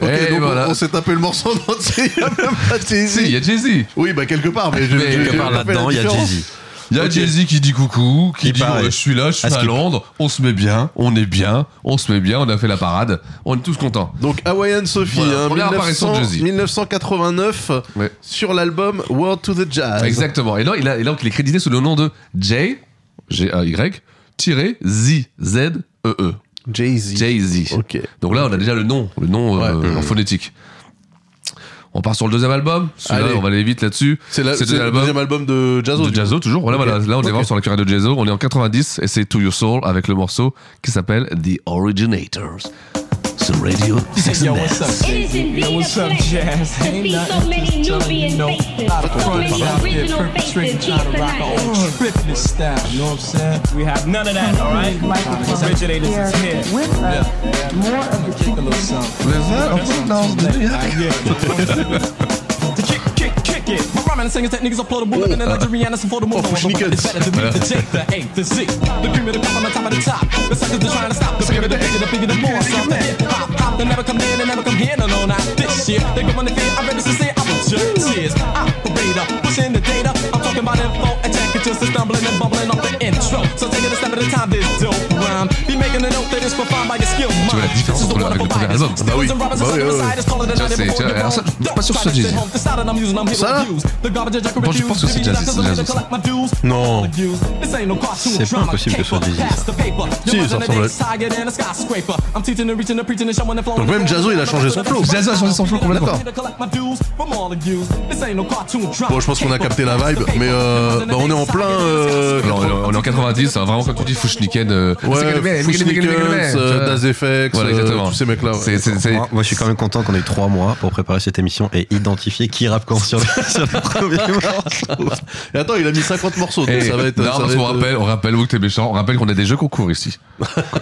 A: Ok,
B: Et
A: donc on-
B: Eh, voilà.
A: on, s'est tapé le morceau en entier. Il y a même pas Jay-Z.
B: [LAUGHS] Si, il y a Jay-Z.
A: Oui, bah quelque part, mais je,
B: Mais
A: je-
B: quelque
A: je-
C: Par
A: je fais la
C: là-dedans, il y a
A: différence.
C: Jay-Z.
B: Il y a
C: Ok.
B: Jay-Z qui dit coucou, qui
C: Il
B: dit
C: paraît.
B: ouais, je suis là, je suis
C: À
B: à
C: skip.
B: Londres, on se met bien, on est bien, on se met bien, on a fait la parade, on est tous contents.
A: Donc Hawaiian Sophie,
B: Voilà,
A: hein,
B: première apparition de
A: 1900
B: Jay-Z.
A: 1989,
B: Ouais.
A: sur l'album World to the Jazz.
B: Exactement. Et là, il a, et là, il est crédité sous le nom de J, G-A-Y, tiré Z, E, Z-E-E.
A: Jay-Z.
B: Jay-Z.
A: Ok.
B: Donc là, on a déjà le nom, le nom euh, en phonétique. On part sur le deuxième album. Celui-là,
A: Allez.
B: on va aller vite là-dessus.
A: C'est la-
B: C'était
A: c'est le
B: l'album
A: deuxième album de Jazzo.
B: de
A: du coup.
B: Jazzo, toujours. Voilà,
A: Ok.
B: voilà. Là, on est
A: Ok.
B: vraiment sur la carrière de Jazzo. On est en 90 et c'est To Your Soul avec le morceau qui s'appelle The Originators. Sur Radio Six
G: Yo,
B: and
G: what's
B: Dance.
G: up?
I: It is indeed
G: Yo, what's
I: a
G: up,
I: pleasure
G: Jazz?
I: to
G: Ain't
I: see so
G: nothing,
I: many
G: just telling you,
I: Nubian
G: no.
I: faces,
G: Lot of
I: so
G: fools
I: many
G: out there
I: original
G: perpetrating,
I: faces
G: trying
I: here
G: to rock our
I: tonight.
G: own trippin' style, you know what I'm saying?
D: We have none of that, all right? Because originators is here.
I: With us, more of the
G: Kick a little something.
D: To kick, kick, kick it. My rhyming and singers that niggas applaud the living in Nigerian and some for the moon.
A: push sneakers.
D: It's better to be the J, the A, the Z. The cream of the crop on the top of the top. The suckers are trying to stop. The bigger the bigger, the bigger the more. Stop the hip hop. Pop, they never come in and never come here. No, no, not this year. They go on the fear. I'm ready to say I'm a jerk. Cheers. Operator, pushing the data. I'm talking about info and tech. It's just a stumbling and bumbling off the intro. So take it a step at a time. This dope rhyme. Be making a note that is refined by your skill.
B: vois la différence entre le- avec le premier album.
D: Bah oui. Bah oui,
B: ouais, ouais. Ça, c'est- tu vois, alors ça, je suis pas sûr que ce soit Jay-Z.
A: Ça
B: Bon, je pense que c'est Jay-Z, c'est Jay-Z.
A: Non.
C: C'est pas impossible que ce soit Jay-Z,
A: Si, ça ressemble Donc même Jazzo, il a changé son flow.
B: Jazzo a changé son flow complètement.
A: D'accord. Bon, je pense qu'on a capté la vibe, mais euh, bah, on est en plein, euh,
B: Alors, on est en 90, hein, vraiment, comme tu dis, Fouchniken. Euh,
A: Ouais, Fushnikens, euh, Daz FX,
B: Voilà,
A: euh,
B: exactement.
A: tous ces mecs-là. ouais.
B: C'est- c'est- c'est-
C: Moi, moi, je suis quand même content qu'on ait eu trois mois pour préparer cette émission et identifier qui rappe quand sur le, [LAUGHS] sur le premier morceau.
A: Et attends, il a mis 50 morceaux, donc
B: Eh,
A: ça va être.
B: non,
A: ça va
B: parce
A: être-
B: qu'on
A: euh,
B: rappelle, on rappelle, vous que t'es méchant, on rappelle qu'on a des jeux concours ici.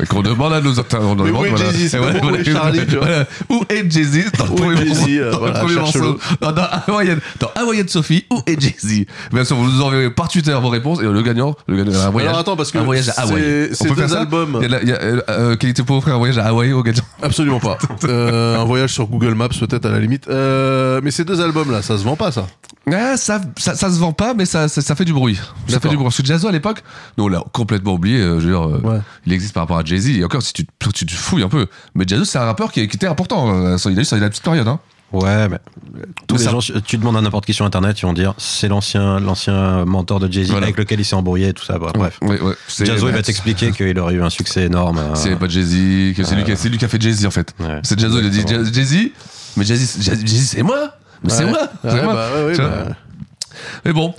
B: Et qu'on demande à nos internes,
A: Mais
B: on demande,
A: où est
B: voilà.
A: Jay-Z, c'est
B: Et
A: pas
B: voilà,
A: bon, où
B: voilà,
A: est Charlie, tu vois.
B: voilà. Où est Jay-Z dans le
A: Où
B: premier
A: est Jay-Z,
B: morceau-
A: euh,
B: dans le
A: voilà,
B: premier
A: cherche-le.
B: morceau. Dans- Dans Hawaiian, dans Hawaiian Sophie, où est Jay-Z Bien sûr, vous nous enverrez par Twitter vos réponses et le gagnant, le gagnant, un voyage.
A: attends, parce que
B: un voyage à
A: c'est-
B: Hawaï.
A: c'est deux albums.
B: Il y a, de la- il y a, euh, euh, qualité pour offrir un voyage à Hawaï au gagnant.
A: Absolument
B: [LAUGHS]
A: pas. Euh, un voyage sur Google Maps, peut-être à la limite. Euh, mais ces deux albums-là, ça se vend pas, ça.
B: Ah, ça, ça, ça se vend pas, mais ça, ça, ça fait du bruit. Ça fait
A: D'accord.
B: du bruit. Parce que Jazzo à l'époque, nous on l'a complètement oublié. euh, je veux dire, euh,
A: Ouais.
B: il existe par rapport à Jay-Z. Et encore, si tu, te- tu te fouilles un peu, mais Jazzo c'est un rappeur qui, qui était important. euh, Il a eu sa- il a une petite période. Hein.
C: Ouais, mais tous
B: Mais
C: les
B: ça-
C: gens, tu demandes à n'importe qui sur internet, ils vont dire c'est l'ancien l'ancien mentor de Jay-Z
B: Voilà.
C: avec lequel il s'est embrouillé et tout ça. Bref.
B: Ouais, ouais. C'est-
C: Jazzo, il
B: ouais,
C: va t'expliquer
B: [LAUGHS]
C: qu'il aurait eu un succès énorme. euh,
B: C'est pas Jay-Z, que c'est lui, qui a- c'est lui qui a fait Jay-Z en fait.
C: Ouais.
B: C'est Jazzo, il a dit
C: Exactement.
B: Jay- Jay-Z, mais Jay-Z, Jay-Z, Jay-Z, c'est moi Mais c'est
A: Ouais.
B: moi C'est
A: Ouais,
B: moi
A: bah, ouais, ouais,
B: Tu vois
A: bah.
B: Mais bon,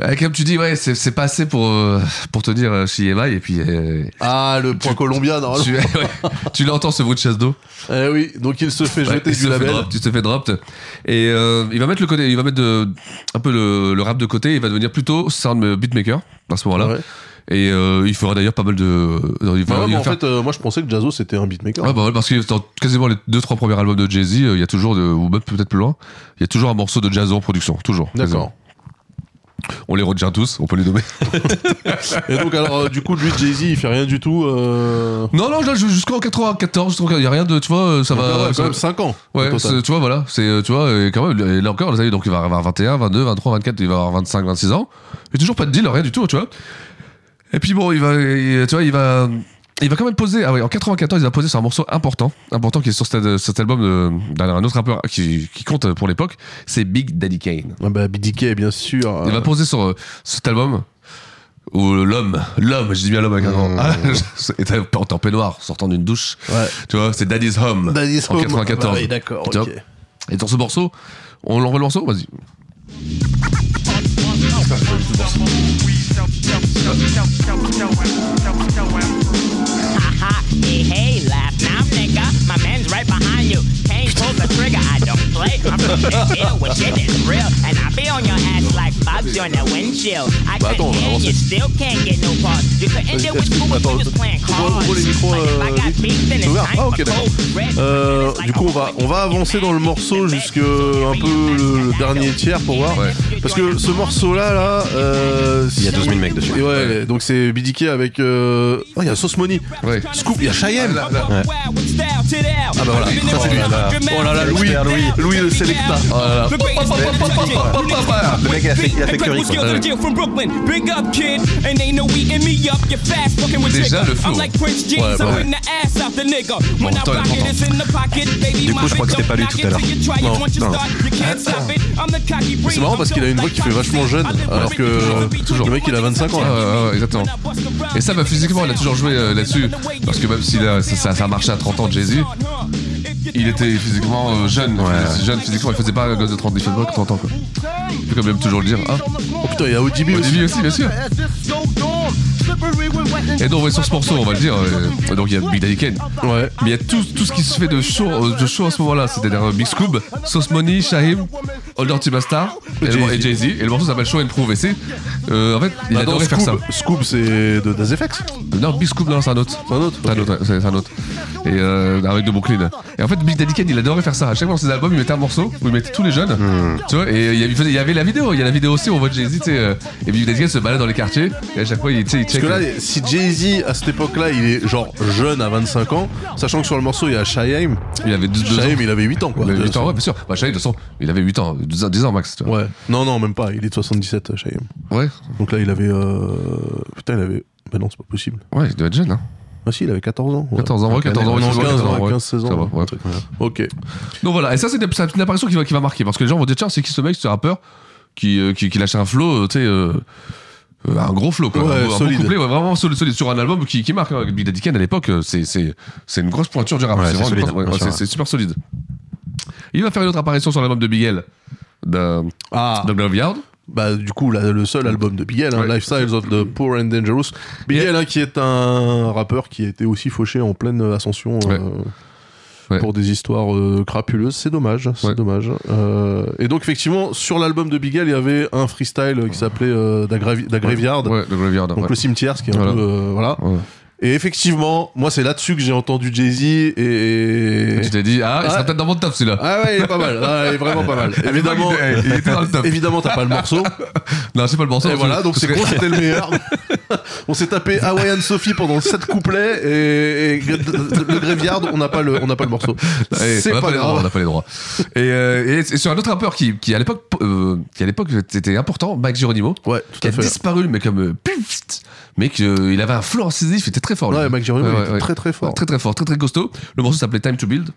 B: euh, comme tu dis, ouais, c'est c'est pas assez pour, euh, pour te dire euh, Shiema et puis. euh,
A: Ah, le point colombien, normalement.
B: tu, [LAUGHS] ouais, tu l'entends ce bruit de chasse d'eau
A: Eh oui, donc il se fait
B: Ouais,
A: jeter
B: il
A: du
B: se fait
A: label.
B: drop, il se fait drop. Et euh, il va mettre le côté, il va mettre de- un peu le, le rap de côté. Il va devenir plutôt sound beatmaker à ce moment-là.
A: Ouais.
B: Et euh, il fera d'ailleurs pas mal de. non, il
A: Bah
B: va-
A: ouais,
B: il
A: mais
B: va
A: en
B: faire-
A: fait, euh, moi je pensais que Jazzo c'était un beatmaker.
B: Ouais, bah ouais, parce que dans quasiment les deux trois premiers albums de Jay Z, il y a toujours, de- ou même peut-être plus loin, il y a toujours un morceau de jazz en production, toujours.
A: D'accord.
B: Quasiment. On les retient tous, on peut les nommer. [LAUGHS]
A: Et donc, alors, euh, du coup, lui, Jay-Z, il fait rien du tout. Euh...
B: non, non, là, jusqu'en 94, jusqu'en- il y a rien de, tu vois, euh, ça
A: donc là,
B: va.
A: Bah Ah ouais,
B: Bah, ça-
A: quand même 5 ans. au
B: Ouais,
A: total.
B: c'est- tu vois, voilà, c'est, euh, tu vois, et quand même, et là encore, les amis, donc il va avoir 21, 22, 23, 24, il va avoir 25, 26 ans, et toujours pas de deal, rien du tout, tu vois. Et puis bon, il va, il- tu vois, il va, il va quand même poser, ah oui, en 94, il va poser sur un morceau important, important qui est sur cet, cet album de- d'un autre rappeur qui, qui compte pour l'époque, c'est Big Daddy Kane.
A: Ah bah, BDK, bien sûr.
B: Il va poser sur euh, cet album où l'homme, l'homme, je dis bien l'homme avec un grand, [LAUGHS] ah, je- était en temps peignoir, sortant d'une douche,
A: Mmh. Ouais.
B: tu vois, c'est Daddy's Home.
A: Daddy's
B: en
A: Home.
B: 94.
A: Ah oui, d'accord,
B: Tu vois.
A: ok.
B: Et dans ce morceau, on l'envoie le morceau Vas-y.
F: Ha, hey, hey, laugh now, nigga. My man's right behind you. Can't pull the trigger. I don't play. I'm from the hill where shit is real. And I be on your ass like bugs on the windshield. I
A: Bah, attends,
F: couldn't
A: on va
F: hear you.
A: avancer.
F: Still can't get no parts. You couldn't
J: India with school when we was playing cards.
A: les micros,
J: Like, if I got beef, then it's
A: ouverts.
J: time
A: Ah,
J: for
A: ok, d'accord.
J: cold red.
A: Euh, du coup, on va, on va avancer dans le morceau jusque euh, un peu le, le dernier tiers pour voir. Parce que ce morceau-là, là, euh,
C: Il y a 12 000 mecs dessus.
A: Et ouais, donc c'est Bidiqué avec. euh, Oh, il y a Sauce Money. Scoop, il y a Cheyenne.
C: Ah, là, là.
A: Ah, bah voilà. Ça, c'est lui. Oh là là, Louis, Louis, Louis le Selecta. Oh là là. oh,
C: Le mec, il a fait, il a fait que le rythme.
B: Déjà, le flow. Ouais, bah ouais. En même temps, il est
C: Du coup, je crois que c'était pas lui tout à l'heure.
A: Non, non. C'est marrant parce qu'il a une voix qui fait vachement jeune, alors que
B: toujours.
A: le mec il a 25 ans. là.
B: Ouais, ouais, ouais, exactement. Et ça, bah, physiquement, il a toujours joué euh, là-dessus. Parce que même si ça, ça, ça a marché à 30 ans de Jésus, il était physiquement euh, jeune. Il était Jeune physiquement, il faisait pas un gosse de 30, il faisait pas 30 ans, quoi. Il faut quand même toujours le dire. Ah.
A: Oh putain, il y a ODB aussi.
B: ODB aussi, bien sûr. Et donc, ouais, sur ce morceau, on va le dire, euh, donc il y a Big Daddy Kane.
A: Ouais.
B: Mais il y a tout, tout ce qui se fait de show, euh, de show à ce moment-là. C'est-à-dire euh, Big Scoob, Sauce Money, Shahim, Older Tiba Star et, le- et Jay-Z. Et le morceau s'appelle Show and Prove. Et c'est. euh, en fait, il
A: Bah, dans
B: adorait faire ça.
A: Scoop, Scoop c'est de Das FX.
B: Non, Big Scoop, non, c'est un autre. C'est un autre C'est un autre, ouais, c'est c'est un autre. Et euh, avec de Brooklyn. Et en fait, Big Daddy Kane, il adorait faire ça. À chaque fois dans ses albums, il mettait un morceau où il mettait tous les jeunes. Tu vois, et il y avait- il faisait- il y avait la vidéo. Il y a la vidéo aussi où on voit Jay-Z, tu sais. euh, et Big Daddy Kane se balade dans les quartiers. Et à chaque fois, il, tu sais, il
A: Parce
B: check.
A: que là, si Jay-Z à cette époque-là, il est genre jeune à 25 ans, sachant que sur le morceau il y a Shaim.
B: euh, Il avait 12
A: Shaim, il avait 8 ans quoi.
B: Il avait 8 ans, ouais, bien sûr. Bah, Shahid, de toute façon, il avait 8 ans, 10 ans, 10 ans max. Tu vois.
A: Ouais. Non, non, même pas. Il est de 77, Shaim.
B: Ouais.
A: Donc là, il avait. euh, Putain, il avait. Bah non, c'est pas possible.
B: Ouais, il doit être jeune, hein.
A: Ah si, il avait 14 ans. ouais.
B: 14 ans, ouais, 14 ans, ouais,
A: Non,
B: c'est vrai,
A: 15
B: 14 ans, ouais.
A: 15, 16 ans.
B: Ça va, ouais.
A: un truc. Ok.
B: Donc voilà, et ça c'est une, c'est une apparition qui va, qui va marquer parce que les gens vont dire tiens c'est qui ce mec, ce rappeur qui, euh, qui, qui lâche un flow, euh, tu sais, euh, euh, un gros flow quoi,
A: Ouais,
B: un, beau- un beau
A: solide.
B: couplet, ouais, vraiment solide, solide sur un album qui, qui marque. hein. Big Daddy Kane à l'époque euh, c'est c'est c'est une grosse pointure du rap,
C: Ouais,
B: c'est
C: c'est
B: vraiment une
C: solide,
B: grosse- ouais,
C: bien
B: ouais,
C: sûr,
B: c'est-
C: ouais.
B: c'est super solide. Il va faire une autre apparition sur l'album de Bigel, de
A: Ah.
B: de Love Yard.
A: Bah, du coup, là, le seul album de Bigel, hein,
B: Ouais.
A: Lifestyles of the Poor and Dangerous. Bigel, hein, qui est un rappeur qui a été aussi fauché en pleine ascension euh,
B: Ouais. Ouais.
A: pour des histoires euh, crapuleuses. C'est dommage, c'est
B: Ouais.
A: dommage. Euh, et donc, effectivement, sur l'album de Bigel, il y avait un freestyle qui s'appelait euh, Da Gravi- Da Graveyard,
B: Ouais, de Graveyard.
A: donc
B: ouais.
A: le cimetière, ce qui est un
B: Voilà.
A: peu. euh, voilà.
B: Ouais.
A: Et effectivement, moi, c'est là-dessus que j'ai entendu Jay-Z et.
B: Tu t'es dit ah, il
A: Ah.
B: sera peut-être dans mon top celui-là.
A: Ah ouais, il est pas mal, Ah, il est vraiment pas
B: [LAUGHS]
A: mal. Évidemment,
B: Il était- il était dans le top.
A: évidemment, t'as pas le morceau.
B: Non c'est pas le morceau.
A: Et
B: parce
A: voilà,
B: que-
A: donc
B: parce
A: c'est
B: que-
A: gros, c'était le meilleur. [LAUGHS] on s'est tapé Hawaiian Sophie pendant 7 couplets et, et le gréviard, on n'a pas, le- on n'a pas le morceau.
B: Ouais,
A: C'est
B: on a
A: pas
B: les droits, on
A: grave.
B: n'a pas les droits. Et, euh, et- et sur un autre rappeur qui, qui à l'époque, euh, qui à l'époque était important, Mike Gironimo,
A: Ouais, tout
B: qui a
A: à fait.
B: disparu, mais comme euh, pfft, mais que, euh, il avait un flow incisif, il était très fort. lui.
A: Ouais, Mike Gironimo, il était
B: ouais.
A: très, très fort.
B: Ouais, très très fort, très très costaud. Le morceau s'appelait Time to Build.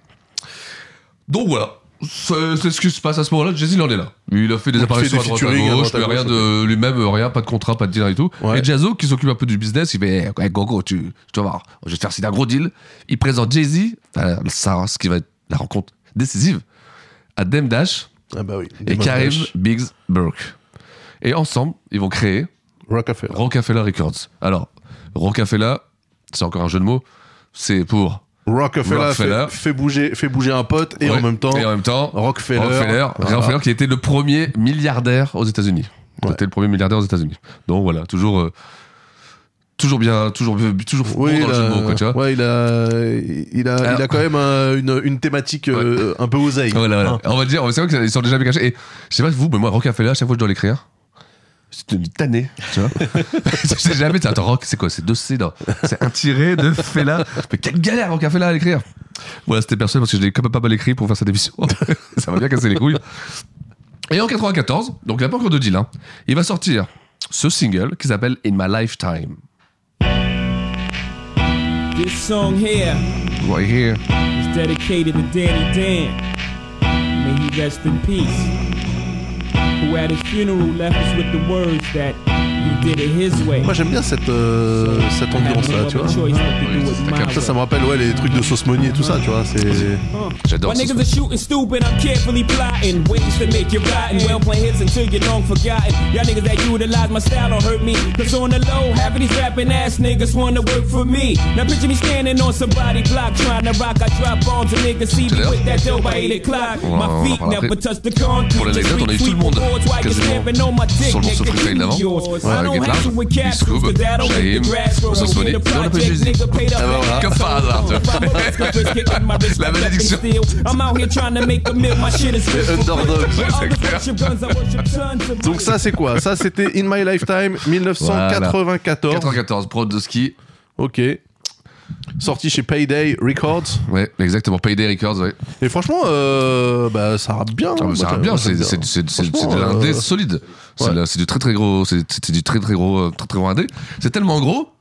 B: Donc voilà. C'est c'est ce qui se passe à ce moment-là. Jay-Z, il en est là. Il a fait des
A: Donc, il fait
B: apparitions
A: des
B: à droite
A: featuring,
B: à
A: à
B: gauche,
A: droite, à
B: mais rien
A: gauche,
B: de lui-même, euh, rien, pas de contrat, pas de deal et tout.
A: Ouais.
B: Et Jazzo, qui s'occupe un peu du business, il fait hey, Gogo, tu, tu vas voir, je vais te faire signer un gros deal. Il présente Jay-Z, à Sarah, ce qui va être la rencontre décisive, à Dem Dash
A: Ah bah oui.
B: et
A: Damon
B: Karim
A: Dash,
B: Biggs Burke. Et ensemble, ils vont créer
A: Rockefeller.
B: Rocafella Records. Alors, Rocafella, c'est encore un jeu de mots, c'est pour
A: Rockefeller
B: Rockefeller.
A: fait, fait bouger, fait bouger un pote et
B: Ouais.
A: en même temps.
B: Et en même temps,
A: Rockefeller. Ah.
B: Rockefeller,
A: Voilà.
B: Rockefeller qui était le premier milliardaire aux États-Unis.
A: Ouais.
B: C'était le premier milliardaire aux États-Unis. Donc voilà, toujours, euh, toujours bien, toujours, toujours bon
A: Oui,
B: dans
A: il
B: le jeu de mots, quoi, tu
A: a,
B: vois.
A: ouais, il a, il a, il a
B: Alors-
A: quand même euh, une, une thématique euh, un peu oseille.
B: Voilà, voilà. Oh, On va dire, c'est vrai qu'ils sont déjà bien cachés. Et je sais pas vous, mais moi, Rockefeller, à chaque fois que je dois l'écrire, c'est une tannée, [LAUGHS] tu vois. je sais jamais, t'es, attends, Rock, c'est quoi C'est deux C, non C'est un tiré de Fella. Mais quelle galère, Rockefeller, à l'écrire Voilà, c'était personnel parce que je l'ai quand même pas mal écrit pour faire cette émission. [LAUGHS] Ça m'a bien cassé les couilles. Et en 94, donc il n'a pas encore de deal, hein, il va sortir ce single qui s'appelle In My Lifetime.
D: This song here
B: Right here.
D: is dedicated to Danny Dan. May he rest in peace. Who at his funeral left us with the words that he did it his way.
A: Moi j'aime bien cette, euh, cette ambiance là, tu vois. Ça, ça me rappelle ouais, les trucs de sauce money et tout ça, tu vois. C'est.
B: J'adore
D: Why
B: ce
D: niggas are shooting stupid, I'm carefully plotting. Ways to make you rotten. Well, playing hits until you're long forgotten. Y'all niggas that utilize my style don't hurt me. Cause on the low, half of these rapping ass niggas wanna work for me. Now picture me standing on somebody block, trying to rock. I drop bombs and niggas see me with that dope by 8 o'clock.
B: On va- on va
D: My feet
B: parler après.
D: never touch the concrete.
B: Pour l'anecdote, on a eu tout le monde quasiment sur le morceau freestyle d'avant.
D: Ouais,
B: Ouais, avec Get Large, Big Scoob, Chaim, François Sony. Et on n'a pas Jésus. Ah bah voilà. Comme par hasard, tu vois. La malédiction.
D: I'm out here trying to make a meal. My shit is fit for
B: Underdog, ouais, c'est clair.
A: Donc ça c'est quoi Ça c'était In My Lifetime 1994.
B: 94, prod de ski.
A: Ok. Sorti chez Payday Records.
B: Ouais, exactement. Payday Records, ouais.
A: Et franchement, euh, bah, ça rappe bien.
B: Ça,
A: Moi,
B: Ah, ça
A: j'aime-
B: va bien,
A: moi, j'aime
B: c'est c'est- c'est- c'est- c'est de
A: Franchement,
B: l'indé
A: euh,
B: solide. C'est
A: ouais.
B: de la- c'est du très très gros, c'est c'est du très très gros, euh, très très gros indé. C'est tellement gros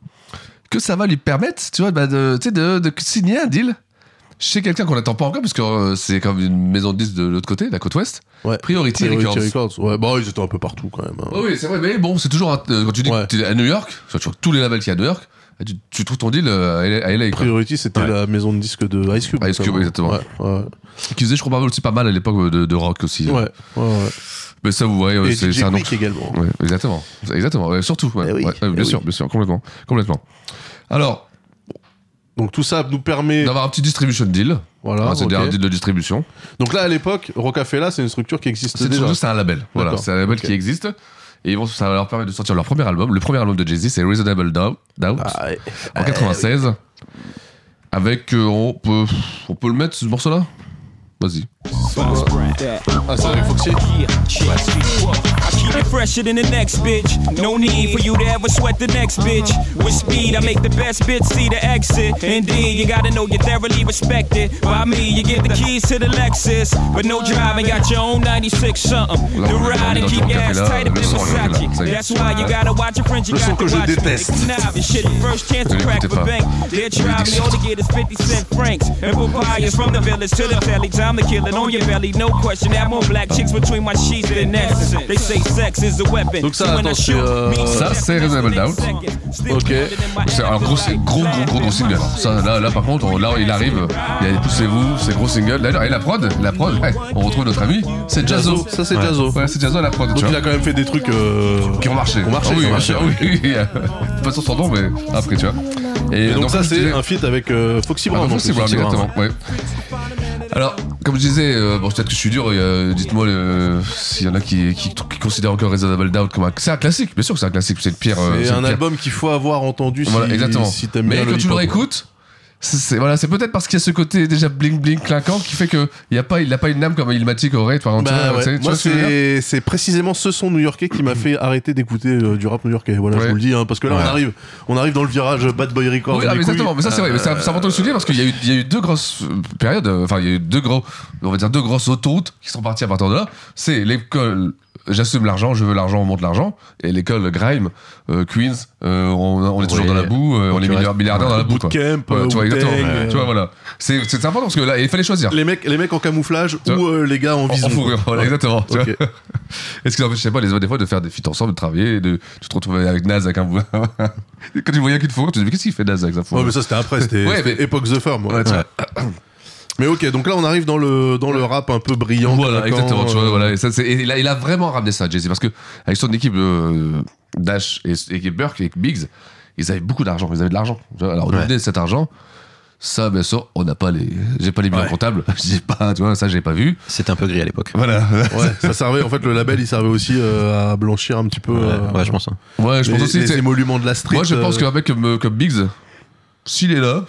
B: que ça va lui permettre, tu vois, bah, de, tu sais, de, de signer un deal chez quelqu'un qu'on n'attend pas encore, parce que euh, c'est comme une maison de disques de l'autre côté, de la côte ouest.
A: Ouais.
B: Priority,
A: Priority
B: Records.
A: Records. Ouais, bah ils étaient un peu partout quand même. hein.
B: Ouais, oui, c'est vrai, mais bon, c'est toujours. un- euh, quand tu dis
A: Ouais.
B: que t'es à New York, tu vois tous les labels qu'il y a à New York, eh, tu, tu trouves ton deal euh, à LA. à LA, quoi.
A: Priority, c'était
B: Ouais.
A: la maison de disque de Ice Cube.
B: Ice Cube, exactement.
A: Ouais, ouais.
B: Qui faisait, je crois, aussi pas mal à l'époque de, de rock aussi.
A: Ouais, ouais, ouais.
B: Mais ça, vous voyez,
A: Et
B: ouais, c'est
A: DJ
B: c'est un nom.
A: Quick également.
B: Ouais, exactement. Exactement. ouais, surtout. ouais,
A: Eh oui,
B: ouais, ouais, bien
A: eh
B: sûr,
A: oui.
B: bien sûr, complètement. Complètement. Alors,
A: Donc tout ça nous permet.
B: d'avoir un petit distribution deal.
A: Voilà.
B: Ah, c'est
A: ok.
B: un deal de distribution.
A: Donc là, à l'époque, Rocafella, c'est une structure qui existe
B: C'est
A: déjà.
B: surtout, c'est un label. Voilà,
A: D'accord.
B: c'est un label
A: Ok.
B: qui existe. Et ils vont, ça va leur permettre de sortir leur premier album. Le premier album de Jay-Z, c'est Reasonable Doubt,
A: Ah,
B: Doubt,
A: eh
B: en 96. Avec, euh, on, peut, on peut le mettre, ce morceau-là Vas-y.
A: Ah, c'est avec Foxy.
D: I keep it fresher than the next bitch. No need Uh-huh. for you to ever sweat the next bitch. With speed, I make the best bitch see the exit. Indeed, you gotta know you're thoroughly respected. By me, you get the keys to the Lexus. But no driving, got your own 96 something.
B: Là,
D: The
B: on est
D: ride and
B: dans
D: keep
B: le
D: your
B: café
D: ass
B: là,
D: tight up
B: le
D: in
B: son, on est là,
D: Versace.
B: ça y est.
D: That's why you gotta watch your friends, you
A: Le son
D: got to
A: que je
D: watch.
A: déteste.
D: Nah, this shit, first chance to
B: Ne
D: crack the
B: l'écoutez pas.
D: bank. They'll try me, all they get is 50 cent francs. And papayas from the village to the telly. Time to kill it on your belly, no question. I want black chicks between my sheets and necks. They say sex is a weapon.
A: Donc ça,
D: So when I
A: attends, c'est,
D: shoot,
A: euh,
D: means
B: Ça,
D: death
B: c'est
D: in
B: Reasonable
D: less
B: Doubt.
D: than seconds. Still
A: Ok.
D: harder than my
B: C'est un gros, si- gros, gros, gros, gros single. Ça, là, là, par contre, on- là, il arrive. Il y a Poussez-vous, c'est gros single. D'ailleurs, Et la prod, la prod, [LAUGHS] ouais, on retrouve notre ami, c'est Jazzo.
A: Ça, c'est
B: ouais.
A: Jazzo.
B: Ouais, c'est Jazzo à la prod.
A: Donc
B: tu
A: il
B: vois.
A: a quand même fait des trucs euh,
B: Qui ont marché.
A: Qui ont marché,
B: Ah oui,
A: qui ont
B: bien
A: marché,
B: sûr, [LAUGHS] oui, oui. Pas sur son nom, mais après, tu vois.
A: Et donc, ça,
B: comme je disais-
A: c'est un feat avec euh, Foxy
B: Ah,
A: Brown.
B: donc,
A: donc,
B: c'est Brown,
A: Foxy Brown.
B: exactement. ouais. Alors, comme je disais, euh, bon, peut-être que je suis dur, euh, dites-moi euh, s'il y en a qui, qui, qui considèrent encore Reasonable Doubt comme un. C'est un classique, bien sûr que c'est un classique, c'est le pire. euh,
A: C'est
B: le
A: un
B: pire.
A: album qu'il faut avoir entendu si,
B: Voilà, exactement.
A: si t'aimes
B: Mais
A: bien
B: quand
A: le
B: tu le
A: hip-hop.
B: réécoutes, c'est c'est- voilà, c'est peut-être parce qu'il y a ce côté déjà bling bling clinquant qui fait que il y a pas, il n'a pas une âme comme Ilmatic aurait. Par exemple,
A: Bah
B: tu vois, tu sais,
A: ouais.
B: tu
A: Moi,
B: vois ce que je veux dire
A: c'est c'est précisément ce son new-yorkais qui m'a fait arrêter d'écouter euh, du rap new-yorkais. Voilà,
B: Ouais.
A: je vous le dis, hein, parce que là,
B: Ouais.
A: on arrive, on arrive dans le virage Bad Boy Records.
B: Oui,
A: des
B: ah, mais
A: couilles.
B: exactement, mais ça c'est vrai, mais c'est important de le souligner parce qu'il y, a eu- il y a eu deux grosses euh, périodes, euh, enfin il y a eu deux gros, on va dire deux grosses autoroutes qui sont parties à partir de là. C'est l'école, j'assume l'argent, je veux l'argent, on monte l'argent, et l'école Grime, euh, Queens, euh, on, on est toujours
C: Oui.
B: dans la boue, euh, on est
C: tu
B: milliard-
C: restes-
B: milliardaires dans la boue. quoi.
A: Bootcamp,
B: Voilà, tu vois,
A: Wu-Tang,
B: exactement.
A: euh,
B: Tu vois, voilà. C'est c'est important parce que là, il fallait choisir.
A: Les mecs, les mecs en camouflage
B: Tu
A: ou euh, les gars en
B: En
A: vison.
B: fourrure, voilà, exactement. tu
A: Ok.
B: vois. Est-ce qu'ils empêchaient pas les autres des fois de faire des feats ensemble, de travailler, de tu te retrouves avec Naz avec un bou- [LAUGHS] Quand tu voyais qu'une fourrure, tu te dis mais qu'est-ce qu'il fait Naz avec sa
A: Ouais,
B: fourrure
A: mais ça c'était après, c'était
B: Ouais,
A: c'était
B: mais-
A: époque The Firm. ouais.
B: Ouais, tu vois.
A: [COUGHS] Mais ok, donc là on arrive dans le dans le rap un peu brillant.
B: Voilà,
A: craquant,
B: exactement. Tu vois,
A: euh,
B: voilà, et ça, c'est- et il, a, il a vraiment ramené ça, Jay-Z, parce que avec son équipe euh, Dash et, et Burke et Biggs, ils avaient beaucoup d'argent. Ils avaient de l'argent. tu vois. Alors,
C: Ouais.
B: donner cet argent, ça, bien sûr, on n'a pas les, j'ai pas les bilans comptables, [LAUGHS] j'ai pas, tu vois, ça, j'ai pas vu.
C: C'était un peu gris à l'époque.
B: Voilà.
A: euh, Ouais, ça
B: [LAUGHS]
A: servait en fait le label, il servait aussi euh, à blanchir un petit peu. euh,
C: Ouais, je pense. hein.
B: Ouais, je
A: les,
B: pense aussi.
A: les
B: tu sais,
A: émoluments de la street.
B: moi, je pense qu'un mec comme, euh, comme Biggs. S'il est là,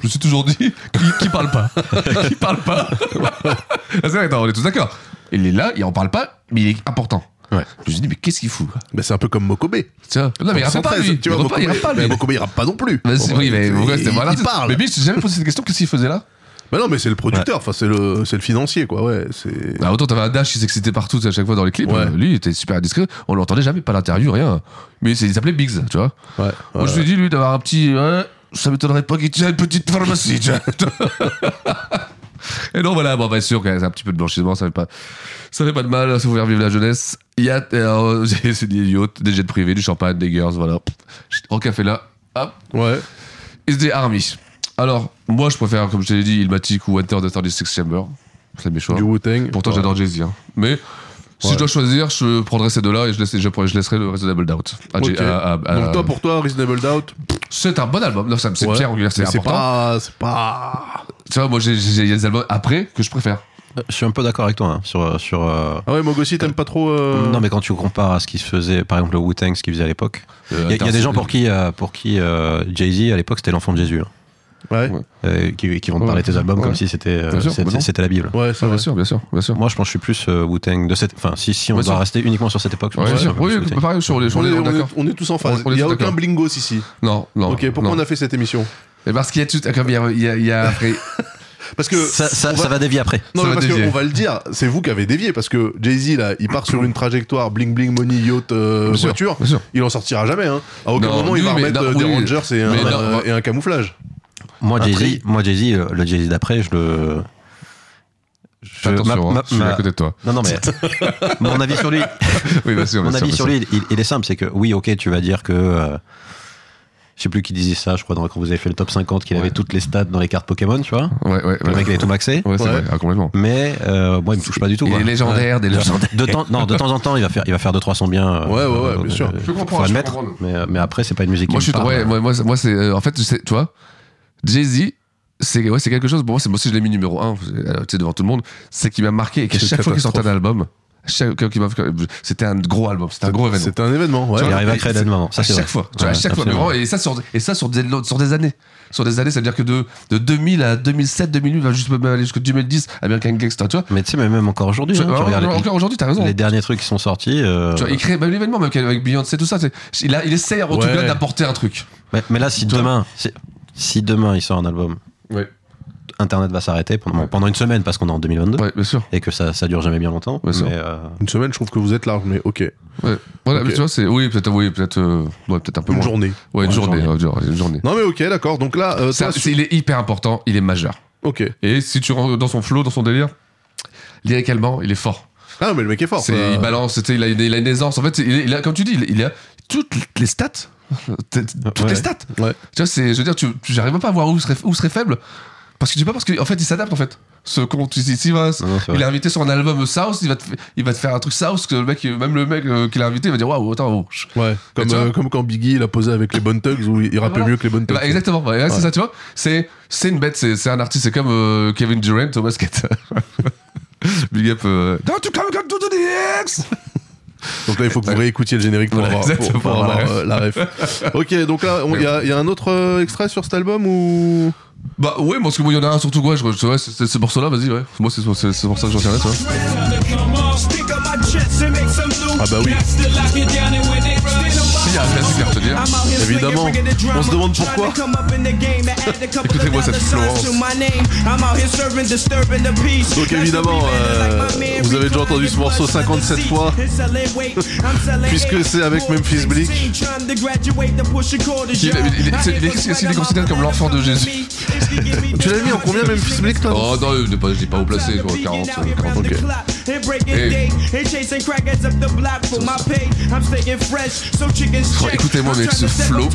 B: je me suis toujours dit [LAUGHS] qui, qui parle pas, [LAUGHS] qui parle [LAUGHS] pas. Ah, c'est vrai, attends, on est tous d'accord. Il est là, il en parle pas, mais il est important.
A: Ouais.
B: Je me suis dit mais qu'est-ce qu'il fout quoi
A: Bah, c'est un peu comme Mokobé.
B: Tiens, non mais il rappe pas
A: 113,
B: lui.
A: Tu vois,
B: il rappe pas,
A: Mokobé,
B: il rappe pas
A: mais
B: lui.
A: Mokobé, il rappe pas non plus.
B: Bah,
A: En
B: c'est-
A: vrai,
B: oui, mais
A: il-
B: pourquoi c'était
A: il-
B: moi
A: Il parle.
B: Mais Bill, je t'ai jamais posé cette question. Qu'est-ce qu'il faisait là
A: Bah non, mais c'est le producteur, enfin c'est le c'est le financier quoi. Ouais, c'est.
B: Bah, Autant t'avais un Dash qui s'excitait partout tu sais, à chaque fois dans les clips.
A: Ouais.
B: Euh, Lui, il était super discret. On l'entendait jamais, pas l'interview, rien. Mais c'est- il s'appelait Biggs, tu vois.
A: Ouais.
B: Moi, je lui ai dit, lui, d'avoir un petit. ouais, ça m'étonnerait pas qu'il tienne une petite pharmacie, tu vois. [LAUGHS] Et non, voilà, bon, bien sûr, qu'il y a un petit peu de blanchiment, ça fait pas, ça fait pas de mal, ça vous faire vivre la jeunesse. Il y a euh, [LAUGHS] c'est des yachts, des jets privés, du champagne, des girls, voilà. En café là, hop,
A: Ouais.
B: SD Army. Alors, moi, je préfère, comme je te l'ai dit, Ilmatic ou Enter the 36 Chamber. C'est mes choix.
A: Du Wu-Tang.
B: Pourtant,
A: Ouais.
B: j'adore Jay-Z. hein. Mais si
A: Ouais.
B: je dois choisir, je prendrais ces deux-là et je, laisse- je, je laisserai le Reasonable Doubt. à Jay-
A: Ok.
B: à- à- à-
A: Donc toi pour toi Reasonable Doubt,
B: C'est un bon album. Non, ça me- c'est
A: Ouais.
B: Pierre Angulaire, c'est
A: mais c'est
B: important.
A: pas c'est pas
B: Tu vois, moi, j'ai- j'ai- il y a des albums après que je préfère.
C: Euh, Je suis un peu d'accord avec toi hein, sur sur. euh,
A: Ah ouais, Mogossi, t'aimes pas trop. euh,
C: Non, mais quand tu compares à ce qui se faisait, par exemple le Wu Tang, ce qu'ils faisait à l'époque, il
B: Euh,
C: y, a- y a
B: Tarzan-
C: des gens pour qui euh, pour qui euh, Jay Z à l'époque c'était l'enfant de Jésus. hein.
A: Ouais.
C: Euh, qui, qui vont te parler de tes albums
B: Ouais.
C: comme si c'était euh,
B: Bien sûr,
C: c'était-
B: bah non.
C: c'était la Bible.
A: Ouais, c'est
B: Ah,
A: vrai.
B: bien sûr, bien sûr, bien sûr.
C: Moi, je pense que je suis plus euh, Wu-Tang de cette. Enfin, si, si on
B: Bien
C: doit
B: sûr.
C: rester uniquement sur cette époque, je
B: Ouais,
C: pense que
B: bien
C: je
B: sûr.
C: suis un peu
B: Oui,
C: plus Wu-Tang.
B: pareil, sur les, sur
A: on,
B: les-
A: est, on est-
B: d'accord.
A: on est tous en phase.
B: On- on est
A: Il n'y a
B: tous
A: aucun
B: d'accord.
A: blingos ici.
B: Non, non.
A: ok, pourquoi
B: non.
A: on a fait cette émission
B: Eh, Parce qu'il y a tout. ah, Comme il y a, il y a, il
A: [LAUGHS]
B: y a après.
A: Parce que.
C: Ça, ça-
A: on
C: ça va dévier après.
A: Non,
B: Ça
A: mais
B: va
A: parce
B: dévier.
A: qu'on va le dire, c'est vous qui avez dévié. Parce que Jay-Z, là, il part sur une trajectoire bling bling, money, yacht, euh,
B: Bien sûr,
A: voiture.
B: bien sûr.
A: Il en sortira jamais. Hein. À aucun
B: Non,
A: moment, il
B: oui,
A: va
B: mais
A: remettre
B: non,
A: euh, des
B: oui,
A: Rangers et un,
B: mais non,
A: euh,
B: on-
A: et un camouflage.
C: Moi,
B: Après-
C: Jay-Z, moi, Jay-Z, euh, le- le Jay-Z d'après, je le. Je, ma-
B: Attention, hein,
C: ma-
B: je suis
C: ma-
B: à côté de toi.
C: Non, non, mais
B: [LAUGHS]
C: mon avis sur lui,
B: Oui, bien sûr, bien
C: mon avis
B: sûr,
C: sur
B: bien sûr.
C: lui, il, il est simple, c'est que oui, ok, tu vas dire que. euh, je sais plus qui disait ça, je crois, dans, quand vous avez fait le top 50, qu'il avait toutes les stats dans les cartes Pokémon, tu vois.
B: Ouais, ouais, ouais.
C: Le mec, il est tout maxé.
B: Ouais, c'est
A: Ouais.
B: vrai, ah, complètement.
C: Mais euh, moi, il me touche pas du tout.
B: Il
C: quoi.
B: est légendaire, des
C: De-
B: légendaires.
C: De temps, non, de temps en temps, il va faire, il va faire deux trois sons bien. euh,
A: Ouais, ouais, ouais, bien
C: euh,
A: sûr.
B: Je comprends,
C: faut
B: je
C: admettre,
B: comprends.
C: Mais, euh, mais après, c'est pas une musique.
B: Moi, je
C: qui
B: suis.
C: me parle.
B: Ouais, moi, moi, c'est- moi, c'est. euh, en fait, tu sais, tu vois, Jay-Z. C'est ouais, c'est quelque chose, pour moi, c'est moi aussi je l'ai mis numéro 1, tu sais, devant tout le monde, c'est qui m'a marqué et qu'à
C: C'est une
B: chaque fois qu'il sortait un album, chaque, qu'il m'a- euh, c'était un gros album, c'était un gros événement.
A: C'est un événement. Ouais.
C: Il arrive à
B: Et
C: créer des
B: c'est-
C: moments. Ça,
B: à
C: c'est
B: chaque
C: vrai.
B: fois, tu vois, à
C: Ouais,
B: chaque fois, mais
C: absolument.
B: vraiment, et ça sur, et ça sur des, sur des années, sur des années, ça veut dire que de, de 2000 à 2007, 2008, va juste même aller jusqu'en 2010, American Gangster, tu vois.
C: Mais tu sais, mais même encore aujourd'hui,
B: Tu-
C: hein, tu
B: alors,
C: regardes les-
B: encore aujourd'hui, t'as raison.
C: les derniers trucs qui sont sortis. euh,
B: Tu vois, il crée même l'événement, même avec Beyoncé, tout ça. c'est- Il, a, il essaie en tout
A: Ouais.
B: cas d'apporter un truc.
C: mais, mais là, si
B: Tu vois.
C: demain, si- si demain il sort un album,
B: Ouais.
C: Internet va s'arrêter pendant, pendant une semaine parce qu'on est en 2022
B: bien sûr.
C: et que ça, ça dure jamais bien longtemps.
B: Bien sûr.
C: mais, euh,
A: Une semaine, je trouve que vous êtes large, mais ok.
B: Ouais. Voilà,
A: Ok.
B: mais tu vois, c'est. Oui, peut-être oui, peut peut un peu
A: Une
B: moins.
A: journée.
B: Ouais, une
C: Ouais,
B: journée. ouais, genre, une journée.
A: Non, mais ok, d'accord. Donc là, euh,
B: C'est
A: toi,
B: un- c'est- il est hyper important, il est majeur.
A: ok.
B: Et si tu rentres dans son flow, dans son délire, lyriquement, il est fort.
A: Ah, mais le mec est fort.
B: C'est-
A: ça.
B: Il balance, tu sais, il a, une- il a une aisance. En fait, il, il a, comme tu dis, il, il a toutes les stats. [LAUGHS] T- Toutes
C: Ouais.
B: les stats.
A: Ouais.
B: Tu vois, c'est, je veux dire, tu, tu- j'arrive même pas à voir où serait, où serait faible. Parce que tu sais pas, parce qu'en fait, il s'adapte en fait. Ce con, tu sais, s'il va-
C: non, c'est
B: il
C: vrai.
B: est invité sur un album South, il va te, f- il va te faire un truc South que le mec, même le mec euh, qui l'a invité, il va dire waouh, attends, oh, je-
A: Ouais, comme,
B: tu vois-
A: euh, comme quand Biggie il a posé avec les Bonne Tugs où il
C: Ah,
A: rappelle
B: Voilà.
A: mieux que les Bonne
B: Eh
A: Tugs.
B: ben, exactement, ouais, ouais, c'est ça, tu vois. C'est, c'est une bête, c'est, c'est un artiste, c'est comme euh, Kevin Durant au basket. [LAUGHS] Big up. euh, Don't you come, come to the DX!
A: Donc là, il faut que vous réécoutiez le générique pour
B: Voilà,
A: avoir, pour-
B: exactement,
A: pour
B: la
A: avoir, euh, la ref. ok, donc là, on- il y, a- il y a un autre euh, extrait sur cet album ou.
B: Bah ouais, moi parce que moi il y en a un surtout quoi, je, je- ouais, c'est- c'est ce morceau là, vas-y ouais. Moi c'est c'est- c'est pour ça que j'en tiendrai, tu vois.
A: Ah bah oui,
B: Si, il y a un classique à retenir.
A: évidemment. On se demande pourquoi.
B: Écoutez-moi cette Florence.
A: Donc évidemment, euh, vous avez déjà entendu ce morceau 57 fois. Puisque c'est avec Memphis Bleak.
B: Il, il- il- c'est- il est- qu'est-ce qu'il est considéré comme l'enfant de Jésus
A: Tu l'as mis en combien, Memphis Bleak, toi
B: Oh non, il n'est pas, il est pas haut placé, quoi, 40, euh, 40
A: Ok.
B: Hey. Oh, Écoutez-moi avec ce flow,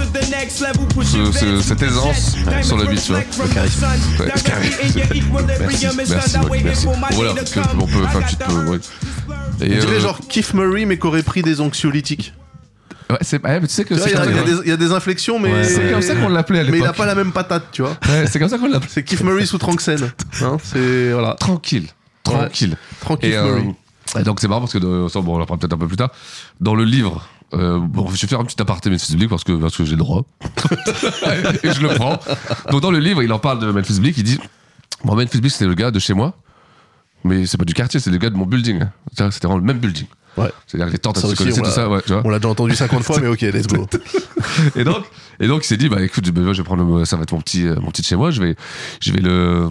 B: ce- ce- cette aisance sur la beat, tu vois.
C: Le charisme.
B: Ouais, le charisme. merci, merci, Mac, merci. Voilà, parce que on peut faire un petit peu. Ouais. Et,
A: On dirait
B: euh,
A: genre Keith Murray, mais qui aurait pris des anxiolytiques.
B: Ouais, c'est, ouais, mais tu sais que
A: Tu vois,
B: c'est
A: Il y a-
B: comme,
A: il y a des- il y, a des inflexions, mais.
C: Ouais.
B: c'est comme ça qu'on l'appelait à
A: Mais
B: l'époque.
A: il a pas la même patate, tu vois.
B: Ouais, c'est comme ça qu'on l'appelait.
A: C'est Keith Murray sous Tranxen. Hein, c'est. Voilà.
B: Tranquille, tranquille.
A: Tranquille
B: Et,
A: Keith
B: euh,
A: Murray.
B: et donc c'est marrant parce que dans- ça, bon, on en parlera peut-être un peu plus tard. Dans le livre, euh, bon, je vais faire un petit aparté Memphis Bleak parce que parce que j'ai le droit [LAUGHS] et je le prends. Donc dans le livre, il en parle de Memphis Bleak. Il dit, moi Memphis Bleak c'était le gars de chez moi, mais c'est pas du quartier, c'est le gars de mon building. C'est-à-dire que C'était vraiment le même building.
A: Ouais.
B: C'est-à-dire que les tentes,
A: Ça
B: elles se
A: aussi,
B: connaissaient,
A: on
B: tout
A: l'a-
B: ça. Ouais, tu vois.
A: On l'a déjà entendu 50 fois, mais ok, let's go.
B: Et donc, et donc il s'est dit, bah écoute, bah, je vais prendre le- ça va être mon petit, euh, mon petit de chez moi, je vais, je vais le,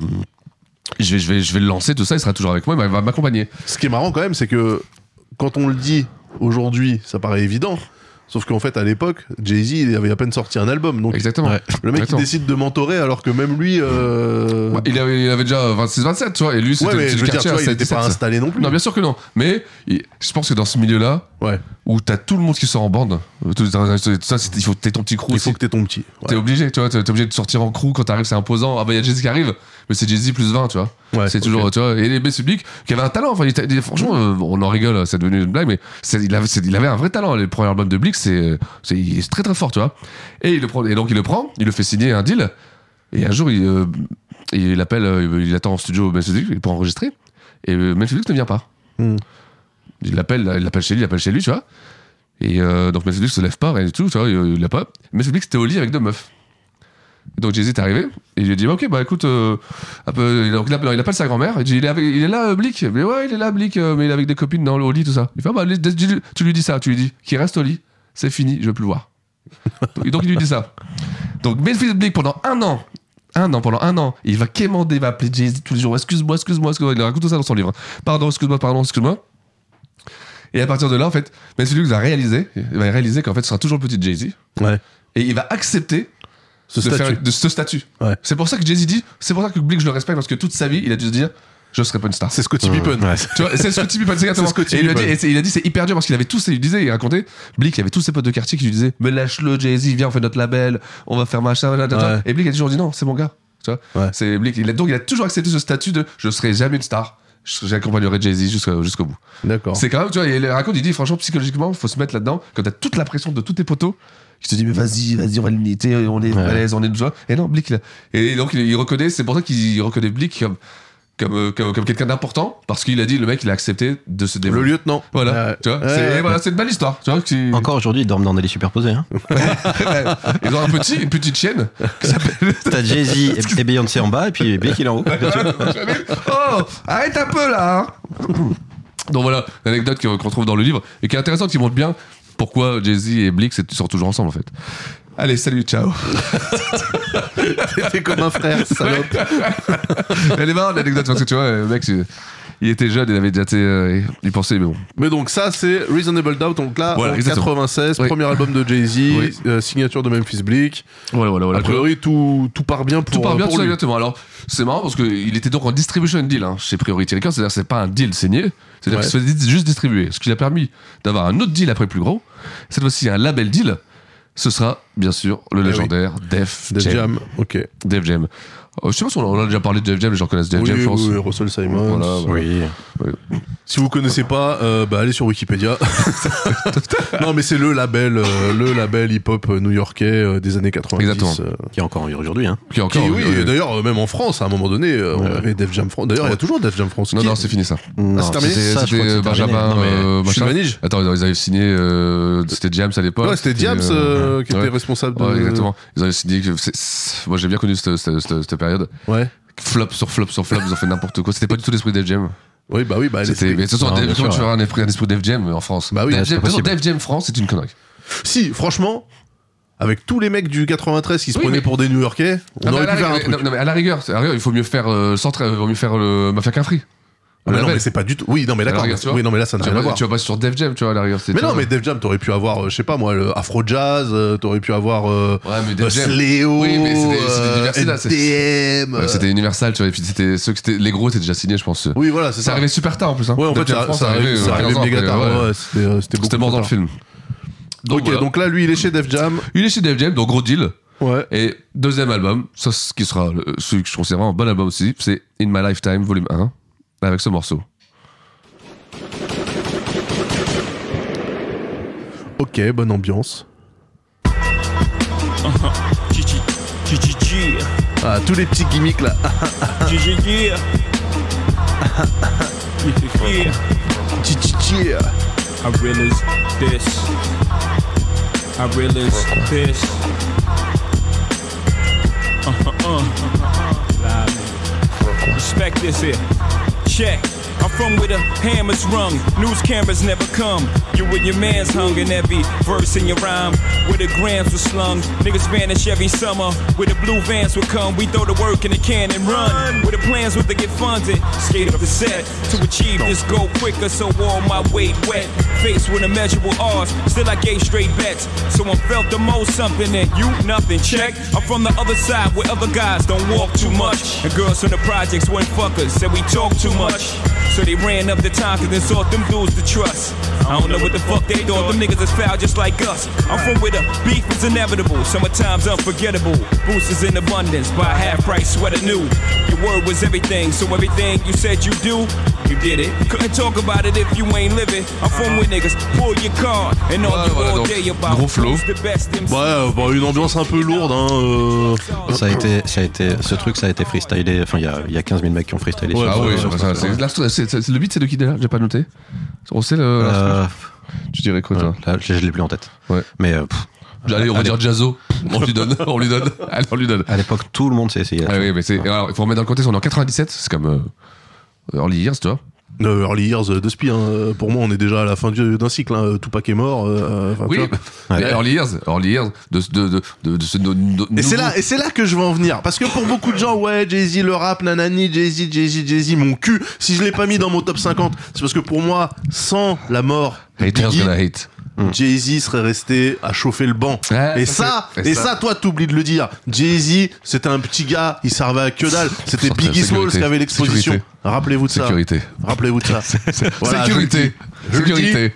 B: je vais, je vais, je vais le lancer, tout ça, il sera toujours avec moi, il va m'accompagner.
A: Ce qui est marrant quand même, c'est que quand on le dit aujourd'hui, ça paraît évident. Sauf qu'en fait, à l'époque, Jay-Z il avait à peine sorti un album. Donc
B: Exactement.
A: le mec il
B: Exactement.
A: décide de mentorer alors que même lui. euh,
B: Bah, il, avait, il avait déjà 26-27, tu vois, et lui, c'était
A: ouais,
B: le
A: mais
B: petit
A: je veux dire, tu
B: quartier à
A: vois, il n'était
B: 17,
A: pas
B: ça.
A: installé non plus.
B: Non, bien sûr que non. Mais il- je pense que dans ce milieu-là,
A: Ouais,
B: où t'as tout le monde qui sort en bande, euh, tout, tout ça, c'est- il faut t'es ton petit crew
A: il
B: aussi.
A: faut que t'aies ton petit. Ouais.
B: T'es obligé, tu vois, t'es t'es obligé de sortir en crew quand t'arrives, c'est imposant. Ah bah, il y a Jay-Z qui arrive, mais c'est Jay-Z plus 20, tu vois.
A: Ouais,
B: c'est
A: ok.
B: toujours, tu vois. Et les Bess Public, qui avait un talent, enfin, il était- franchement, euh, on en rigole, c'est devenu une blague, mais c'est- il avait, c'est- il avait un vrai talent. Le premier album de Blick, c'est euh, c'est- il est très très fort, tu vois. Et, il le prend, et donc il le prend, il le fait signer un deal, et un jour, il, euh, il appelle, euh, il attend en studio Bess Public pour enregistrer. Et euh, Mel Phillips ne vient pas.
A: Hmm.
B: Il l'appelle, il l'appelle chez lui, il l'appelle chez lui, tu vois. Et euh, donc Mel Phillips se lève pas, rien du tout, tu vois, il il l'a pas. Mel Phillips était au lit avec deux meufs. Donc Jay-Z est arrivé et il lui dit bah, Ok, bah écoute, euh, un peu- donc, il, appelle, non, il appelle sa grand-mère. Il dit Il est, avec- il est là, euh, Blick Mais ouais, il est là, Blick, euh, mais il est avec des copines dans le au lit, tout ça. Il fait Ah, bah, laisse- dis-lui- Tu lui dis ça, tu lui dis qu'il reste au lit, c'est fini, je veux plus le voir. donc, donc, il lui dit ça. Donc Memphis Bleak pendant un an, un an, pendant un an, il va quémander, il va appeler Jay-Z tous les jours Excuse-moi, excuse-moi, excuse-moi. Il raconte tout ça dans son livre. hein. Pardon, excuse-moi, pardon, excuse-moi. Et à partir de là, en fait, Memphis Bleak va réaliser, il va réaliser qu'en fait, ce sera toujours le petit Jay-Z. Et il va accepter
A: Ce
B: de
A: statut.
B: de ce statut. C'est pour ça que Jay-Z dit, c'est pour ça que Blake, je le respecte parce que toute sa vie, il a dû se dire, je serai pas une star. C'est
A: Scottie Pippen.
B: Tu vois, c'est Scottie Pippen, c'est exactement.
A: C'est Scottie
B: et il, a dit,
A: Pippen.
B: et c'est- il a dit, c'est hyper dur parce qu'il avait tous, ses- il disait, il racontait, Blake, il avait tous ses potes de quartier qui lui disaient, mais lâche-le, Jay-Z, viens, on fait notre label, on va faire machin, machin, machin.
A: Ouais.
B: Et Blake a toujours dit, non, c'est mon gars. Tu vois, c'est Blake. Il a, donc, il a toujours accepté ce statut de, je serai jamais une star. Je- J'accompagnerai Jay-Z jusqu'au jusqu'au bout.
A: D'accord.
B: C'est quand même, tu vois, il raconte, il dit, franchement, psychologiquement, faut se mettre là-dedans. Quand t'as toute la pression de tous tes poteaux, qui te dit, mais vas-y, vas-y, on va l'imiter, on est balèze, on est joie. Et non, Blick, il a- Et donc, il, il reconnaît, c'est pour ça qu'il reconnaît Blick comme, comme, euh, comme, comme quelqu'un d'important, parce qu'il a dit, le mec, il a accepté de se développer.
A: Le Euh, lieutenant.
B: Voilà. tu vois, c'est voilà, c'est une belle histoire. Tu vois, qui-
C: Encore aujourd'hui, ils dorment dans des lits superposés. Hein.
B: [LAUGHS] Ils ont un petit, une petite chaîne qui s'appelle.
C: T'as Jay-Z et- et Beyoncé en bas, et puis Blake, il est en haut.
B: [LAUGHS] Oh, arrête un peu là. hein. Donc voilà, l'anecdote que- qu'on trouve dans le livre et qui est intéressante, qui montre bien pourquoi Jay-Z et Blake c'est- sont toujours ensemble en fait. Allez, salut, [LAUGHS] ciao.
A: T'es comme un
B: [LAUGHS]
A: frère, salope.
B: Elle est marrante l'anecdote parce que tu vois, le mec, c'est- il était jeune, il avait déjà, tu sais, euh, il pensait, mais bon.
A: Mais donc ça c'est Reasonable Doubt, donc là
B: Voilà,
A: en
B: exactement.
A: 96,
B: Oui.
A: premier album de Jay-Z,
B: Oui.
A: euh, signature de Memphis Bleak.
B: Voilà, voilà, voilà.
A: A priori tout, tout part bien pour
B: Tout part bien,
A: pour
B: tout ça,
A: lui.
B: exactement. Alors, c'est marrant parce qu'il était donc en distribution deal hein, chez Priority Records, c'est-à-dire que c'est pas un deal saigné, c'est-à-dire
A: Ouais.
B: qu'il se faisait juste distribuer. Ce qui lui a permis d'avoir un autre deal après plus gros. Cette fois-ci, un label deal. Ce sera, bien sûr, le
A: Eh
B: légendaire Def,
A: Def
B: Jam.
A: Jam, ok.
B: Def Jam. Euh, je sais pas si on en a déjà parlé de Def Jam, les gens connaissent Def
A: Oui,
B: Jam, je pense.
A: oui, Russell Simons.
B: Voilà, voilà. Ouais.
A: Si vous connaissez pas, euh, bah, allez sur
B: [LAUGHS]
A: Wikipédia. non mais c'est le label, euh, le label hip-hop new-yorkais euh, des années 90.
B: Exactement.
C: Qui est encore en vie aujourd'hui. Hein.
B: Qui est
A: Qui,
B: encore.
A: oui,
B: euh,
A: et d'ailleurs, euh, même en France, à un moment donné, euh, on avait Def Jam France. D'ailleurs, il y a toujours Def Jam France.
B: Non,
A: Qui-
B: non, c'est fini ça.
A: Ah, c'est terminé
B: C'était-
A: Ça, je crois
B: C'était
A: que c'est
B: euh,
A: terminé.
B: Benjamin.
A: Non, mais
B: euh,
A: je suis
B: machin.
A: le manige.
B: Attends, ils avaient signé. euh, C'était James à l'époque.
A: Ouais, c'était James, euh, qui était responsable de-
B: Ouais, exactement. Ils avaient signé. que c'est- c'est- Moi, j'ai bien connu cette- cette cette- cette période.
A: Ouais.
B: Flop sur flop sur flop, ils ont fait n'importe quoi. C'était pas du tout l'esprit Def Jam.
A: Oui, bah oui, bah.
B: C'était.
A: l'esprit-
B: Mais de toute façon,
A: Non,
B: Def-
A: bien
B: comment
A: sûr,
B: tu
A: ouais.
B: verras un esprit, un esprit Def Jam en France
A: Bah oui,
B: Def
A: c'est
B: Jam,
A: pas
B: de toute façon,
A: possible.
B: Def Jam France, c'est une connerie.
A: Si, franchement, avec tous les mecs du 93 qui se
B: Oui,
A: prenaient
B: mais-
A: pour des New-Yorkais, on
B: Ah, mais
A: aurait
B: à la
A: pu faire un
B: rigueur-
A: truc.
B: non, mais à la rigueur, à la rigueur, il faut mieux faire euh, centre, il vaut mieux faire euh, le Mafia Cafri.
A: Ah, mais non, mais c'est pas du tout. Oui, non, mais d'accord. Oui, non, mais là, ça n'a rien à voir.
B: Tu vas pas sur Def Jam, tu vois, à la rigueur. c'est-
A: Mais
B: tu
A: non,
B: vois.
A: mais Def Jam, t'aurais pu avoir, euh, je sais pas moi, le Afro Jazz, euh, t'aurais pu avoir euh,
B: Ouais, mais Def
A: euh,
B: Jam.
A: Sléo,
B: Oui, mais c'était- c'était
A: euh,
B: Universal, là, c'est-
A: NTM.
B: Ouais,
A: euh,
B: c'était Universal, tu vois, et puis c'était ceux qui étaient- les gros étaient déjà signés, je pense.
A: Oui, voilà, c'est
B: ça
A: ça.
B: arrivait super tard en plus. Hein.
A: Ouais, en
B: Def
A: fait,
B: Jam
A: ça-
B: France,
A: ça arrivait
B: euh,
A: ça
B: 15
A: arrivait
B: ans
A: méga
B: après,
A: tard.
B: ouais.
A: ouais, C'était euh, c'était beaucoup
B: C'était mort
A: trop
B: dans le
A: tard.
B: film. euh,
A: Ok, donc là, lui, il est chez Def Jam.
B: Il est chez Def Jam, donc gros deal.
A: Ouais.
B: Et deuxième album, ça, ce qui sera le- celui que je considère un bon album aussi, c'est In My Lifetime, volume 1, avec ce morceau.
A: Ok, bonne ambiance. Ah, tous les petits gimmicks là. Ah,
D: I realize this. I realize this. Uh uh uh. Nah, man. Respect this here. Check. I'm from where the hammers rung. News cameras never come. You and your man's hung in every verse in your rhyme. Where the grams were slung. Niggas vanish every summer. Where the blue vans would come. We throw the work in the can and run. Where the plans were to get funded. Skate up the set to achieve this goal quicker. So all my weight wet. Faced with immeasurable odds. Still I gave straight bets. So I felt the most something and you nothing. Check. I'm from the other side where other guys don't walk too much. And girls from the projects weren't fuckers. Said we talk too much. So they ran up the time and sought them dudes to trust. I don't know what the fuck they thought. Them niggas is foul just like us. I'm from where the beef is inevitable. Summertime's unforgettable. Boosters in abundance. Buy half price sweater new. Your word was everything. So everything you said you do, you did it. Couldn't talk about it if you ain't living. I'm from where niggas pull your car and all you all day about.
A: gros flow.
D: who's the best MC.
A: Ouais, euh, bah, une ambiance un peu lourde. Hein, euh.
C: Ça a été, ça a été, ce truc, ça a été freestylé. Enfin, il y a, il y a 15 000 mecs qui ont freestylé
A: Ouais, bah
C: sur ça.
A: oui,
B: Ah
C: Ouais,
A: ça,
C: ouais,
A: ça,
C: ouais.
B: C'est la- c'est- c'est- le beat, c'est de qui déjà J'ai pas noté. On sait le.
C: Euh,
B: Tu dirais quoi, toi
C: Là, Euh, je, je l'ai plus en tête. Mais. euh, pff.
B: Allez, on va
C: Allez.
B: dire Jazzo. On lui donne. On
A: [LAUGHS]
B: lui donne. Allez, on lui donne.
C: À l'époque, tout le monde s'est essayé.
B: Ah oui, mais c'est. Alors, il faut remettre dans le contexte, on est en 97, c'est comme. euh, Early Years, tu vois.
A: Euh, Early Years euh, de Spi, hein. Euh, pour moi on est déjà à la fin du- d'un cycle, hein. Tupac est mort. euh, enfin, tu
B: Oui,
A: vois.
B: mais Early Years, Early Years, de, de, de, de, de ce. no- no-
A: Et c'est
B: nouveau-
A: là, et c'est là que je veux en venir, parce que pour beaucoup de gens, ouais, Jay-Z, le rap, nanani, Jay-Z, Jay-Z, Jay-Z, mon cul. Si je l'ai pas mis dans mon top 50, c'est parce que pour moi, sans la mort, de
B: Haters
A: Biggie,
B: gonna hate.
A: Jay-Z serait resté à chauffer le banc.
B: Ouais,
A: et
B: ça,
A: ça,
B: c'est- et
A: et
B: ça.
A: ça, toi, t'oublies de le dire. Jay-Z, c'était un petit gars, il servait à que dalle. C'était
B: Sortir la
A: Biggie Smalls
B: sécurité.
A: qui avait l'exposition.
B: Sécurité.
A: Rappelez-vous de ça.
B: Sécurité.
A: Rappelez-vous
B: [LAUGHS]
A: de ça. Voilà, je le
B: Sécurité.
A: dis. Je le dis.
B: Sécurité.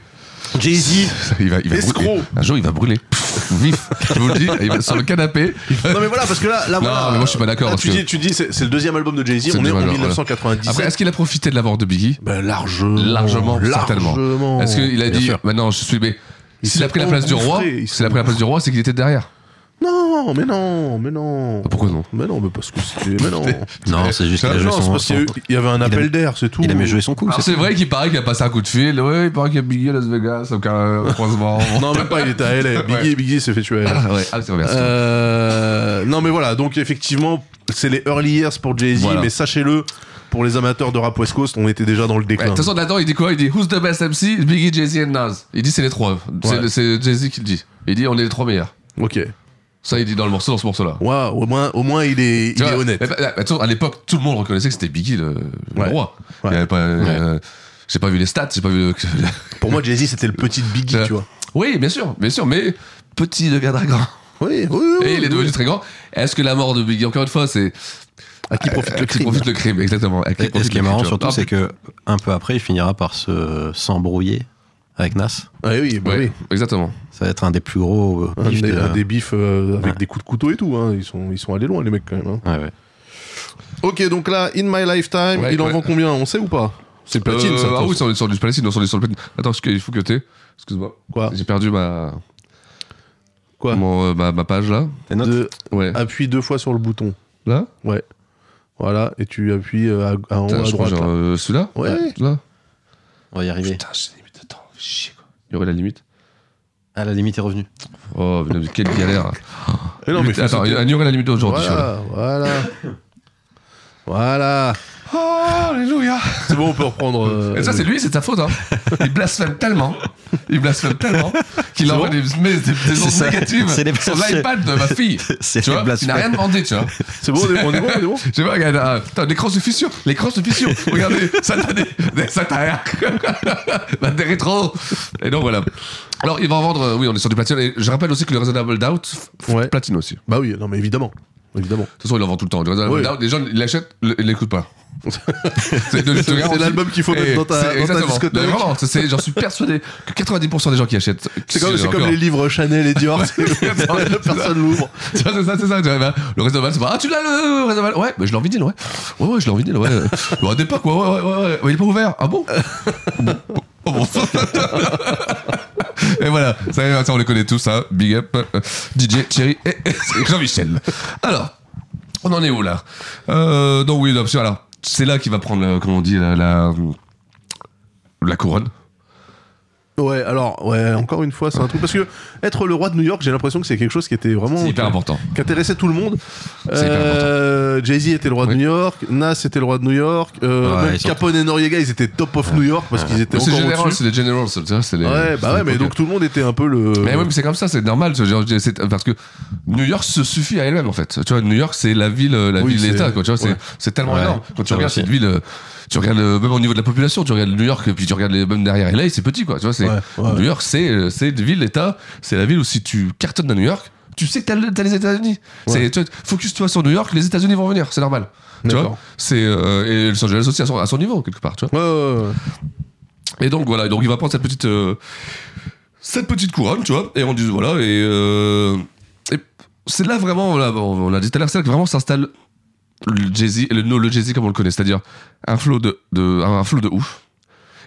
A: Jay-Z,
B: [LAUGHS] Il va, il va
A: Escroc.
B: brûler. Un jour, il va brûler. Pff, Vif. Je vous le dis, il va sur le canapé. il va-
A: Non mais voilà parce que là, là
B: Non,
A: voilà,
B: mais moi, je suis pas d'accord,
A: Là,
B: parce
A: Tu
B: que-
A: dis, tu dis, c'est c'est le deuxième album de Jay-Z.
B: C'est
A: On
B: du
A: est en
B: majeur, voilà.
A: 1997.
B: Après, est-ce qu'il a profité de la mort de Biggie
A: Ben, largement.
B: Largement, certainement.
A: Largement.
B: Est-ce qu'il a
A: Bien
B: dit,
A: sûr.
B: maintenant, je suis bébé
A: Il
B: S'il
A: s'est
B: a pris la place du roi,
A: engouffré, il s'est
B: s'il a pris la place du roi, c'est qu'il était derrière.
A: Non, mais non, mais non.
B: Ah, Pourquoi non
A: Mais non, mais parce que c'était.
B: [LAUGHS]
A: Mais non.
C: Non, c'est juste qu'il a joué
A: Non, c'est
C: son-
A: parce qu'il y a eu-
C: son-
A: il y avait un
C: Il a-
A: appel d'air, c'est tout.
C: Il a mieux joué son coup.
B: Alors,
C: c'est
B: Ah, C'est vrai qu'il paraît qu'il a passé un coup de fil. Ouais, il paraît qu'il y a Biggie à Las Vegas, au car-
A: [LAUGHS]
B: au croisement.
A: Non, même pas, il était à
B: [LAUGHS]
A: LA. Biggie, Biggie s'est fait tuer. à LA.
B: Ah, ouais, ah, c'est vrai, merci.
A: Euh, non, mais voilà, donc effectivement, c'est les early years pour Jay-Z,
B: Voilà.
A: mais sachez-le, pour les amateurs de rap West Coast, on était déjà dans le
B: Ouais, De
A: déclin.
B: toute façon, là-dedans, il dit quoi Il dit Who's the best MC Biggie, Jay-Z and Nas. Il dit c'est les trois. C'est-
A: Ouais.
B: C'est Jay-Z qui le dit. Il dit on est les trois meilleurs.
A: ok.
B: Ça, il dit dans le morceau, dans ce morceau-là.
A: Ouais, au moins, au moins il est, il
B: Tu
A: est
B: vois,
A: honnête.
B: mais bah, bah, attends, à l'époque, tout le monde reconnaissait que c'était Biggie le, le
A: Ouais.
B: roi. Il y avait pas. euh, j'ai pas vu les stats, j'ai pas vu. le-
A: Pour moi, Jay-Z, c'était le petit de Biggie, tu vois.
B: oui, bien sûr, bien sûr, mais petit de gars grand.
A: Oui, oui, oui.
B: Et il est
A: oui.
B: devenu très grand. Est-ce que la mort de Biggie, encore une fois, c'est. Euh,
A: À qui profite
B: à
A: le
B: qui
A: crime.
B: profite le crime, exactement. À qui
C: Et, et ce
B: profite
C: qui est
B: le crime,
C: marrant
B: tu vois.
C: surtout,
B: Ah,
C: c'est que un peu après, il finira par se s'embrouiller avec Nas.
A: Ah oui, bah
B: ouais,
A: oui.
B: Exactement.
C: Ça va être un des plus gros. euh,
A: Un
C: bifs
A: des,
C: de-
A: Hein, un des bifs euh, avec
C: Ouais.
A: des coups de couteau et tout, hein. ils, sont, ils sont allés loin les mecs quand même. hein.
C: Ouais, ouais.
A: Ok, donc là, In My Lifetime,
B: Ouais,
A: il en
B: ouais.
A: vend combien On sait ou pas C'est le platine
B: Euh,
A: ça
B: Ah
A: attention.
B: oui, sur, sur du platine, non, sur, du- sur le platine. Attends, parce que- il faut que t'aies. Excuse-moi.
A: Quoi
B: J'ai perdu ma.
A: Quoi Ah,
B: mon, euh, ma, ma page là.
C: Tes notes
A: De-
B: Ouais.
A: Appuie deux fois sur le bouton.
B: Là
A: Ouais. Voilà, et tu appuies euh, à, à en haut
B: Putain,
A: à
B: je
A: droite.
B: crois que j'ai
A: là.
B: un- euh, Celui-là
A: Ouais.
B: Là
C: On va y arriver.
B: Putain, j'ai limite. Attends, fais chier quoi. Il y aurait la limite.
C: À Ah, la limite est revenu.
B: Oh, putain, mais quelle [LAUGHS] galère.
A: Mais non, mais
B: Limite-
A: fais
B: attends, il
A: sauter.
B: y aurait la limite d'aujourd'hui. celui-là.
A: Voilà, voilà. voilà.
B: Oh, alléluia.
A: C'est bon, on peut reprendre. euh,
B: Et ça, c'est lui, c'est de sa faute. Hein. Il blasphème tellement. Il blasphème tellement qu'il envoie des, mais des, des ondes
C: ça.
B: négatives
C: C'est les
B: sur
C: blasphèmes.
B: l'iPad de ma fille.
C: [LAUGHS] C'est
B: tu
C: les
B: vois, il n'a
C: blasphèmes.
B: rien demandé, tu vois.
A: C'est bon, on est bon, on est bon, on est bon.
B: Je sais pas, regarde, euh, putain, l'écran se fissure, l'écran se fissure.
C: [LAUGHS]
B: Regardez, ça t'a des, des- ça t'a rien. [LAUGHS] Bah, des rétros. Et donc voilà. Alors, il va en vendre, euh, oui, on est sur du platine. Et je rappelle aussi que le Reasonable Doubt, f-
A: Ouais.
B: platine aussi. De
A: Bah oui, non, mais évidemment. Évidemment.
B: toute façon, il en vend tout le temps. Le Reasonable
A: Oui.
B: Doubt, les gens, ils l'achètent, le- ils
A: [LAUGHS]
B: l'écoutent pas. C'est de- je te
A: C'est
B: garantis.
A: l'album qu'il faut
B: Et
A: mettre dans ta-
B: c'est
A: dans ta
B: exactement.
A: discothèque.
B: Mais vraiment, ça, c'est- j'en suis persuadé que 90% des gens qui achètent.
A: C'est comme, c'est
B: encore-
A: comme les livres Chanel et Dior.
B: [LAUGHS]
A: c'est- Personne l'ouvre.
B: Tu vois, c'est ça, c'est ça. tu vois, bah, le reste de la balle, c'est pas. Ah, tu l'as le, le reste de la balle Ouais, mais je l'ai en vinyle, ouais. Ouais, ouais, je l'ai en vinyle, ouais. Ouais, des packs, ouais, ouais, ouais, ouais, ouais. Ouais, Il est pas ouvert.
A: [LAUGHS]
B: Ah bon Bon, bon, oh, bon. Et voilà, ça, y est, ça, on les connaît tous, hein. Big up, euh, DJ, Thierry et [LAUGHS] et Jean-Michel. Alors, on en est où là euh, Donc, oui, donc, alors, c'est là qu'il va prendre, euh, comment on dit, la, la, la couronne.
A: Ouais, alors, ouais, encore une fois, c'est un truc. Parce que être le roi de New York, j'ai l'impression que c'est quelque chose qui était vraiment.
B: C'est hyper
A: qui-
B: important.
A: Qui intéressait tout le monde.
B: C'est hyper
A: Euh, Jay-Z était le roi de
B: Oui.
A: New York, Nas était le roi de New York, euh,
C: Ouais,
A: même
C: ils sont-
A: Capone et Noriega, ils étaient top of New York parce qu'ils étaient
B: Mais C'est
A: encore
B: général, c'est
A: au-dessus.
B: les generals, tu vois, c'est les.
A: Ouais,
B: c'est
A: bah
B: les
A: ouais, mais
B: pokers.
A: donc tout le monde était un peu le.
B: Mais oui, mais c'est comme ça, c'est normal. ce genre de- c'est- parce que New York se suffit à elle-même, en fait. Tu vois, New York, c'est la ville, euh, la
A: Oui, c'est-
B: ville-État, quoi. Tu vois, c'est-
A: ouais.
B: c'est tellement
C: Ouais,
B: énorme. Quand tu
C: ça
B: regardes
C: aussi.
B: cette ville, euh, tu regardes, euh, même au niveau de la population, tu regardes New York, et puis tu regardes les, même derrière LA, c'est petit, quoi. Tu vois, c'est,
A: Ouais, ouais.
B: New York, c'est, euh, c'est une ville-État. C'est la ville où si tu cartonnes à New York, tu sais que t'as, le- t'as les États-Unis. C'est, tu vois, focus-toi sur New York, les États-Unis vont venir, c'est normal. Tu
A: D'accord.
B: vois, c'est, euh, et Los Angeles aussi à son, à son niveau, quelque part, tu vois.
A: Ouais, ouais, ouais.
B: Et donc voilà, donc il va prendre cette petite euh, cette petite couronne, tu vois, et on dit voilà et, euh, et c'est là vraiment voilà, on on l'a dit tout à l'heure, c'est là que vraiment s'installe le Jay-Z le, no, le Jay-Z comme on le connaît, c'est-à-dire un flow de, de un, flow de ouf.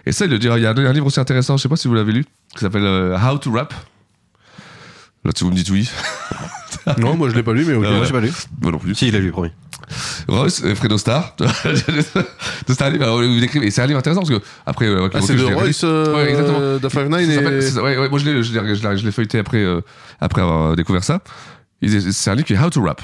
B: Et ça il le dira, il y a un, un livre aussi intéressant, je sais pas si vous l'avez lu, qui s'appelle euh, How to Rap. Là tu vous me dites oui.
A: [LAUGHS]
B: [LAUGHS]
A: Non, moi je l'ai pas lu, mais ok.
B: Ah ouais.
A: Moi, j'ai pas lu. Ah,
B: Moi non plus.
C: Si, il a lu, promis.
B: Ross, euh, Fredo Star. [LAUGHS] c'est un livre, alors, vous l'écrivez, et c'est un livre intéressant parce que après. euh, avec le
A: Ah, c'est
B: recul,
A: de
B: je l'ai
A: Royce,
B: réécrit.
A: euh,
B: ouais, exactement.
A: Da Five Nine
B: Ça
A: et-
B: s'appelle- c'est- ouais, ouais, moi je l'ai, je l'ai- je l'ai- je l'ai feuilleté après, euh, après avoir découvert ça. Ils- C'est un livre qui est How to Rap.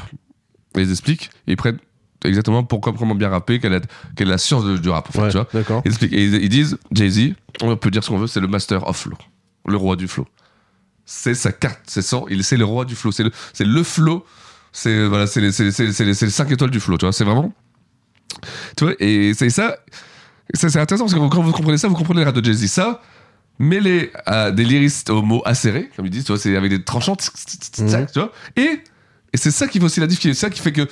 B: Et Ils expliquent, ils prennent exactement pourquoi, comment bien rapper, quelle est, quelle est la science de- du rap. en fait,
A: Ouais,
B: tu vois.
A: d'accord.
B: Ils, expliquent- et ils- ils disent Jay-Z, on peut dire ce qu'on veut, c'est le master of flow, le roi du flow. C'est sa carte, c'est son, il c'est le roi du flow, c'est le, c'est le flow, c'est voilà, c'est les, c'est les- c'est les- c'est les- c'est les cinq étoiles du flow, tu vois, c'est vraiment tu vois, et c'est ça. Ça, c'est intéressant parce que quand vous comprenez ça, vous comprenez les rap de Jay-Z. Ça, mêlé à des lyristes aux mots acérés, comme ils disent, tu vois, c'est avec des tranchantes, tsk, tsk, tsk, tsk, tu vois. Et, et c'est ça qui fait aussi la diff, qui- c'est ça qui fait que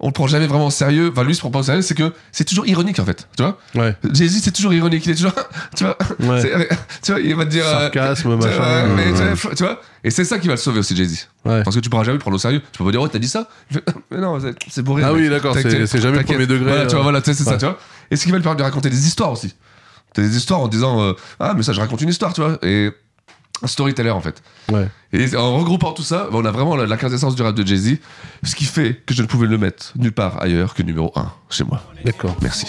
B: on le prend jamais vraiment au sérieux. Enfin, lui, il se prend pas au sérieux, c'est que c'est toujours ironique en fait, tu vois. Jay-Z, c'est toujours ironique, il est toujours, [LAUGHS] tu vois, c'est- tu vois, il va te dire. euh,
A: Sarcasme,
B: tu vois,
A: machin,
B: ouais, mais tu
A: ouais.
B: vois, tu vois, et c'est ça qui va le sauver aussi, Jay-Z. Parce que tu pourras jamais le prendre au sérieux. Tu peux pas dire, oh, t'as dit ça Il fait, [LAUGHS] Mais non, c'est- c'est pour rire.
A: Ah oui,
B: mec.
A: d'accord,
B: T'inquiète,
A: c'est- c'est jamais le
B: t'inquiète.
A: premier degré,
B: Voilà, tu vois,
A: euh,
B: voilà, tu sais, c'est ça,
A: ouais.
B: tu vois. Et ce qui va lui permettre de raconter des histoires aussi. T'as des histoires en disant, euh, ah, mais ça, je raconte une histoire, tu vois. Et un storyteller, en fait.
A: Ouais.
B: Et en regroupant tout ça, on a vraiment la, la quintessence du rap de Jay-Z, ce qui fait que je ne pouvais le mettre nulle part ailleurs que numéro 1 chez moi.
A: D'accord.
B: Merci.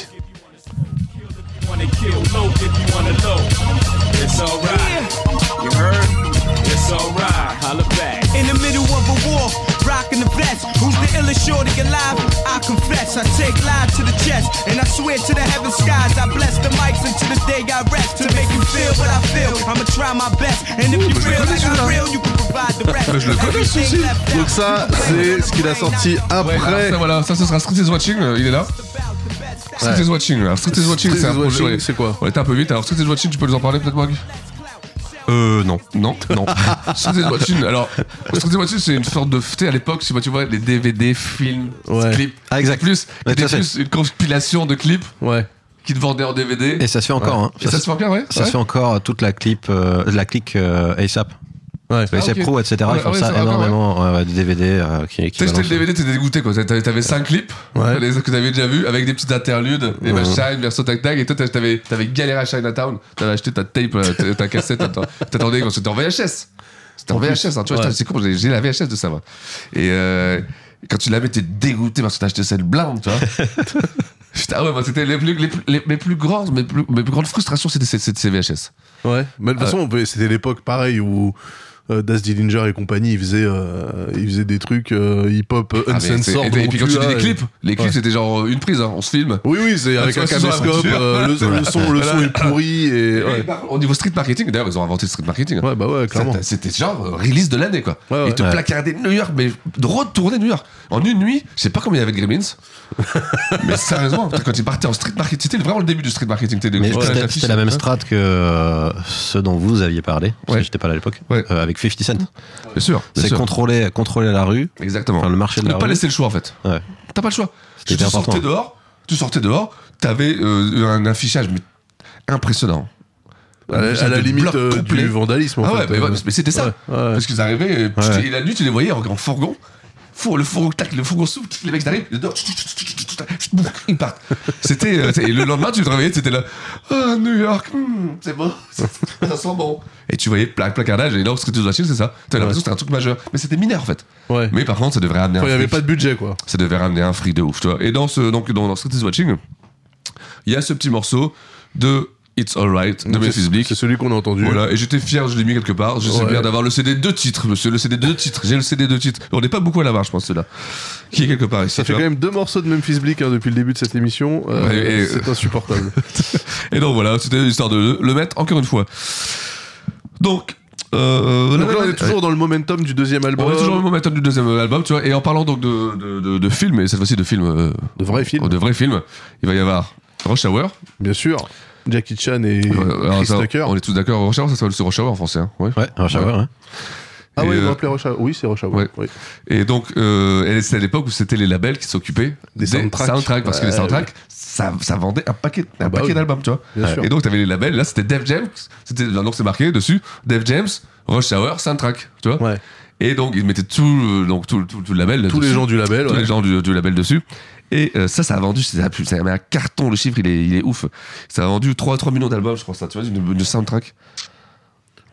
F: wanna kill low if you wanna low. It's alright. You heard? It's alright. Holla back.
K: In the middle of a war, rocking the vest. Who's the illest shorty alive? I confess, I take live to the chest. And I swear to the heaven skies, I bless the mics until the day I rest. To make you feel what I feel, I'ma try my best. And if you real like I'm real, you can provide the rest.
B: Je le connais, ce
K: Everything left
A: Donc ça, c'est ce qu'il a sorti après.
B: Ça, voilà, ça, ce sera Street is Watching, euh, il est là. Street
A: Ouais.
B: is Watching, alors Street is Watching,
A: Street
B: c'est
A: is
B: un projet.
A: Watching,
B: ouais.
A: c'est quoi
B: On était un peu vite, alors Street is Watching, tu peux nous en parler peut-être, Mag Euh, non, non, non. [LAUGHS] Street is Watching, alors, Street is Watching, c'est une sorte de. Tu sais, à l'époque, si tu vois, les DVD, films, clips. Ah, exact. Plus,
C: Ouais, tout
B: c'était
C: à fait.
B: plus une compilation de clips.
A: Ouais.
B: Qui te vendaient en DVD.
C: Et ça se fait encore.
B: Ouais.
C: Hein.
B: Et ça, se fait encore, ouais.
C: Ça se
B: ouais.
C: fait encore toute la clip, euh, la clique euh, ASAP.
B: Ah,
C: ASAP
B: ok.
C: Pro, etc.
B: Ah,
C: ils font
B: ouais,
C: ça
B: ça va,
C: énormément euh, ouais, du DVD euh, qui, qui
B: T'as acheté
C: balance.
B: le DVD, t'es dégoûté quoi. T'avais, t'avais 5 clips les, que t'avais déjà vu avec des petites interludes, des
C: Ouais.
B: matchs Shine, verso tac tac, et toi t'as- t'avais, t'avais galéré à Chinatown, t'avais acheté ta tape, euh, ta, ta cassette, t'attends- t'attendais quand c'était en VHS. C'était en,
C: En plus.
B: VHS, hein, tu vois,
C: Ouais.
B: putain, c'est con, j'ai, j'ai la VHS de ça moi. Et euh, quand tu l'avais, t'es dégoûté parce que t'as acheté cette blinde, tu vois.
C: [LAUGHS]
B: Putain, ouais, moi c'était les plus, les, plus- les- mes plus grandes, mes plus, mes plus grandes frustrations, c'était ces, ces- ces VHS.
A: Ouais. Mais de toute
B: Ah.
A: façon, on peut- c'était l'époque pareil où euh, Das Dillinger et compagnie, ils faisaient, euh, ils faisaient des trucs euh, hip-hop euh,
B: Ah, mais c'est-
A: uncensored.
B: et, et puis quand tu dis
A: rocula,
B: les clips, Ah,
A: et-
B: les clips
A: Ouais.
B: c'était genre une prise, hein, on se filme.
A: Oui, oui, c'est avec un caméscope, euh, le, le son, le son est pourri et. ouais.
B: Au niveau street marketing, d'ailleurs, ils ont inventé le street marketing.
A: Ouais, bah ouais, clairement.
B: C'était- C'était genre euh, release de l'année, quoi.
A: Ouais, ouais.
B: Ils te
A: Ouais.
B: placardaient New York, mais de retourner New York. En une nuit, je sais pas combien il y avait
A: [LAUGHS]
B: de Gremlins, mais sérieusement, putain, quand ils partaient en street marketing, c'était vraiment le début du street marketing. T'es-
C: Mais
B: t'as
C: c'était
B: l'affiche,
C: c'était la même
B: hein.
C: strate que euh, ceux dont vous aviez parlé, parce que j'étais pas là à l'époque, euh, avec 50 Cent.
B: Bien sûr. bien
C: C'est
B: sûr.
C: contrôler, contrôler la rue.
B: Exactement.
C: Enfin, le marché de
B: Ne
C: la
B: pas
C: rue.
B: laisser le choix, en fait.
C: Ouais.
B: T'as pas le choix. Tu
C: C'était
B: tu
C: important.
B: sortais dehors, tu sortais dehors, t'avais euh, un affichage mais impressionnant.
A: À la-
B: Un affichage
A: à la
B: de
A: limite,
B: bloc
A: euh,
B: complet.
A: du vandalisme, en
B: Ah
A: fait,
B: ouais, mais,
A: euh,
B: ouais, mais c'était ça.
A: ouais,
B: Parce qu'ils arrivaient, et,
A: Ouais.
B: et la nuit, tu les voyais en, en fourgon. Four- le fourgon, tac, le fourgon s'ouvre, les mecs arrivent, dehors, tch, tch, tch, tch, tch, tch, tch, boum, ils
A: [LAUGHS]
B: partent. C'était, euh, c'est- et le lendemain, tu te réveillais, c'était là, ah, New York, hmm, c'est bon, [LAUGHS] ça sent bon. Et tu voyais pla- placardage, et là, ce que tu dois acheter, c'est ça. T'avais l'impression que c'était un truc majeur. Mais c'était mineur, en fait. Mais par contre, ça devrait amener
A: Enfin, il y
B: un
A: avait
B: fric.
A: pas de budget, quoi.
B: Ça devait ramener un fric de ouf, tu vois. Et dans ce, donc, dans, dans Street is Watching, il y a ce petit morceau de It's Alright de
A: Donc,
B: Memphis
A: c'est-
B: Bleak.
A: C'est celui qu'on a entendu.
B: Voilà, et j'étais fier, je l'ai mis quelque part. Je sais
A: Ouais.
B: bien d'avoir le CD de titres, monsieur. Le CD de titres, j'ai le CD de titres. On n'est pas beaucoup à l'avoir, je pense, celui-là. Qui est quelque part ici.
A: Ça
B: tu
A: fait quand
B: vois.
A: même deux morceaux de Memphis Bleak hein, depuis le début de cette émission. Euh,
B: Ouais, et-
A: c'est
B: [LAUGHS]
A: insupportable.
B: Et donc voilà, c'était histoire de le mettre encore une fois. Donc. Euh,
A: Donc là, on est
B: ouais.
A: toujours dans le momentum du deuxième album.
B: On est toujours au momentum du deuxième album, tu vois. Et en parlant donc de, de, de, de films, et cette fois-ci de films. euh,
A: de vrais films.
B: De vrais films, il va y avoir Rush Hour. Euh,
A: Bien sûr. Jackie Chan et Chris
B: ça,
A: Tucker.
B: On est tous d'accord, Rush Hour, ça s'appelle c'est Rush Hour en français. Hein. Ouais.
C: Rush Hour, ouais.
A: Ah
B: Et,
A: oui,
B: euh,
A: on appelait Rush Hour. Oui, c'est Rush Hour.
B: Ouais. Et donc, euh, et c'est à l'époque où c'était les labels qui s'occupaient des,
A: soundtracks.
B: parce que les
A: Ouais,
B: soundtracks, ça, ça vendait un paquet, un
A: bah
B: paquet
A: oui.
B: d'albums, tu vois.
A: Bien sûr.
B: Et donc, t'avais les labels, là, c'était Def Jam, c'était, donc c'est marqué dessus, Def James, Rush Hour, soundtrack, tu vois. Et donc, ils mettaient tout, euh, donc, tout, tout, tout le label.
A: Tous les
B: dessus.
A: gens du label,
B: Tous
A: ouais.
B: les gens du, du label dessus. Et euh, ça, ça a vendu, ça a, pu- ça a mis un carton, le chiffre, il est, il est ouf. Ça a vendu 3, 3 millions d'albums, je crois, ça, tu vois, de, de soundtrack.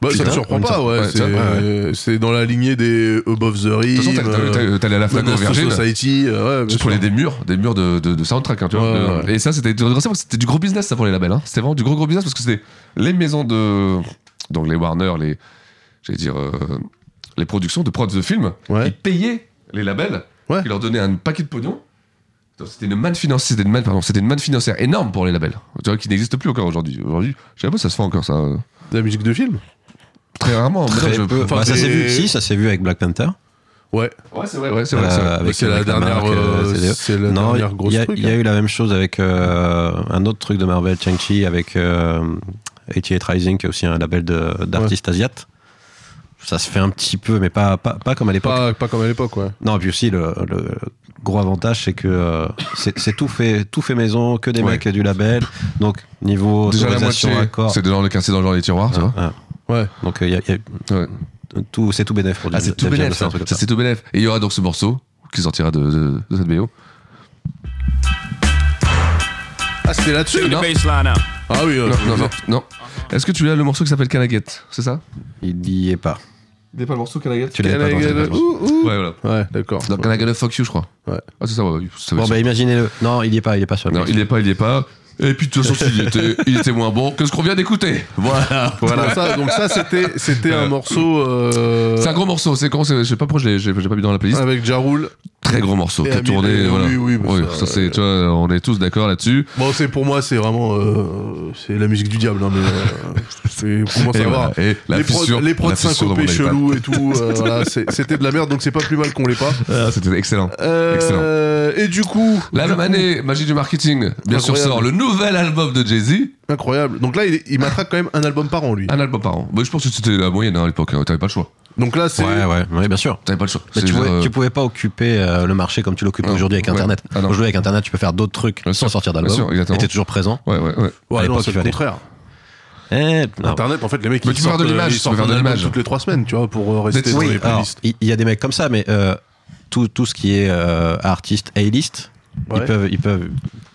A: Bah, ça ne surprend pas, ouais. c'est, euh, c'est dans la lignée des Above the Rim.
B: De toute façon, t'allais- t'allais- t'allais à la Fnac
A: Manhattan
B: au Virgin.
A: Society, euh, ouais, bien
B: Tu prenais
A: sûr.
B: des murs, des murs de, de, de soundtrack, hein, tu vois.
A: Ouais,
B: De- Et ça, c'était c'était du gros business, ça, pour les labels. Hein. C'était vraiment du gros, gros business parce que c'était les maisons de. Donc les Warner, les. J'allais dire. euh, les productions de prod de films qui payaient les labels, qui leur donnaient un paquet de pognon. Donc, C'était une manne financière, c'était une manne, pardon, c'était une manne financière énorme pour les labels, tu vois, qui n'existe plus encore aujourd'hui. Aujourd'hui, je sais pas si ça se fait encore ça. euh.
A: De la musique de film
B: Très rarement. mais
C: Très
B: non, je-
C: peu.
B: enfin,
C: Bah, ça
B: c'est-
C: s'est vu, si, ça s'est vu avec Black Panther.
A: Ouais.
B: Ouais, c'est vrai, ouais, c'est vrai. c'est vrai.
C: Euh, avec-
A: C'est la
C: avec
A: dernière,
C: marque,
A: euh,
C: euh, CD.
A: c'est la
C: Non,
A: dernière grosse
C: il y a-
A: truc,
C: Il y a
A: hein.
C: eu la même chose avec euh, un autre truc de Marvel, Chang-Chi, avec euh, 88 Rising, qui est aussi un label de- d'artistes asiates. Ça se fait un petit peu, mais pas, pas, pas comme à l'époque.
A: Pas, pas comme à l'époque, ouais.
C: Non, et puis aussi, le, le gros avantage, c'est que euh, c'est c'est tout fait, tout fait maison, que des
B: Ouais.
C: mecs du label. Donc, niveau
B: Déjà la
C: autorisation,
B: moitié,
C: accord.
B: c'est dans le c'est dans le genre les tiroirs, tu vois.
A: Ouais.
C: Donc, euh, il y a. il
B: y a-
C: tout- C'est tout bénéf pour
B: Ah,
C: James-
B: c'est tout
C: James
B: bénef,
C: James, un
B: ça.
C: truc comme
B: Ça,
C: ça.
B: c'est tout bénef. Et il y aura donc ce morceau qui sortira de, de- de cette BO.
A: Ah, c'était là-dessus
B: Non.
A: Ah oui, euh,
B: non,
A: je-
B: non, non, non. Est-ce que tu as le morceau qui s'appelle Canaguette C'est ça
C: Il y est pas.
B: Il n'est pas le morceau Canaguette
C: Tu l'as pas dans tes
B: Ouais,
C: pages.
B: voilà.
A: Ouais, d'accord.
B: Dans Canaguette Fuck You, je crois.
A: Ah, Ouais. bah,
B: Ah, c'est ça, ouais. ouais, ça va
C: Bon,
B: être-
C: bah, imaginez-le. Non, il y est pas, il y est pas sur la
B: Non,
C: playlist.
B: il est pas, il y est pas. Et puis de toute façon, s'il y était, il était moins bon que ce qu'on vient d'écouter. Voilà,
A: Donc
B: voilà.
A: ça, donc ça, c'était, c'était un
B: Euh,
A: morceau. euh,
B: C'est un gros morceau, c'est quand c'est- Je sais pas pourquoi je l'ai j'ai- j'ai pas mis dans la playlist.
A: Avec Jarul.
B: Très gros morceau,
A: Et
B: qui a
A: Amine,
B: tourné.
A: euh,
B: voilà.
A: oui, oui, bah, ça,
B: ça, c'est, tu vois, on est tous d'accord là-dessus.
A: Bon, c'est pour moi, c'est vraiment euh, c'est la musique du diable, hein, mais euh, c'est- pour moi
B: Et
A: ça va.
B: voilà, et la
A: les prods,
B: fissure-
A: les prods
B: la fissure dans
A: syncopés
B: mon iPad.
A: chelous et tout, euh, [LAUGHS] voilà, c'est- c'était de la merde, donc c'est pas plus mal qu'on l'ait pas.
B: Ah, C'était excellent. excellent.
A: Euh, et du coup,
B: La
A: du
B: même
A: coup-
B: année, Magie du Marketing, bien sûr,
A: Incroyable.
B: sort le nouvel album de Jay-Z.
A: incroyable. Donc là, il, il m'attrape quand même un album par an, lui.
B: Un album par an. Bah, je pense que c'était la moyenne hein, à l'époque, hein, t'avais pas le choix.
A: Donc là, c'est
C: Ouais, ouais, ouais, bien sûr.
B: T'avais pas le choix.
C: Mais Bah,
B: C'est
C: tu, pouvais,
B: genre, euh,
C: tu pouvais pas occuper euh, le marché comme tu l'occupes
B: Non,
C: aujourd'hui avec
B: ouais.
C: Internet.
B: Ah non.
C: aujourd'hui, avec Internet, tu peux faire d'autres trucs sans sortir
B: bien sûr,
C: d'album.
B: exactement.
C: Et t'es toujours présent.
B: euh, Ouais, ouais, ouais.
C: à
A: Ouais, Ah non,
C: l'époque,
A: c'est
C: il
A: le
C: fallait.
A: contraire.
C: Eh, non.
A: Internet, en fait, les mecs,
C: Mais
A: ils
C: tu peux faire
A: sortent,
C: de l'image,
A: euh,
C: tu
A: ils sortent
C: peux faire de
A: un album
C: l'image.
A: toutes les trois semaines, tu vois, pour euh, rester dans
C: Oui,
A: les
C: alors,
A: playlists.
C: il il y, a des mecs comme ça, mais euh, tout, tout ce qui est euh, artiste A-list,
A: Ouais.
C: ils peuvent, ils peuvent,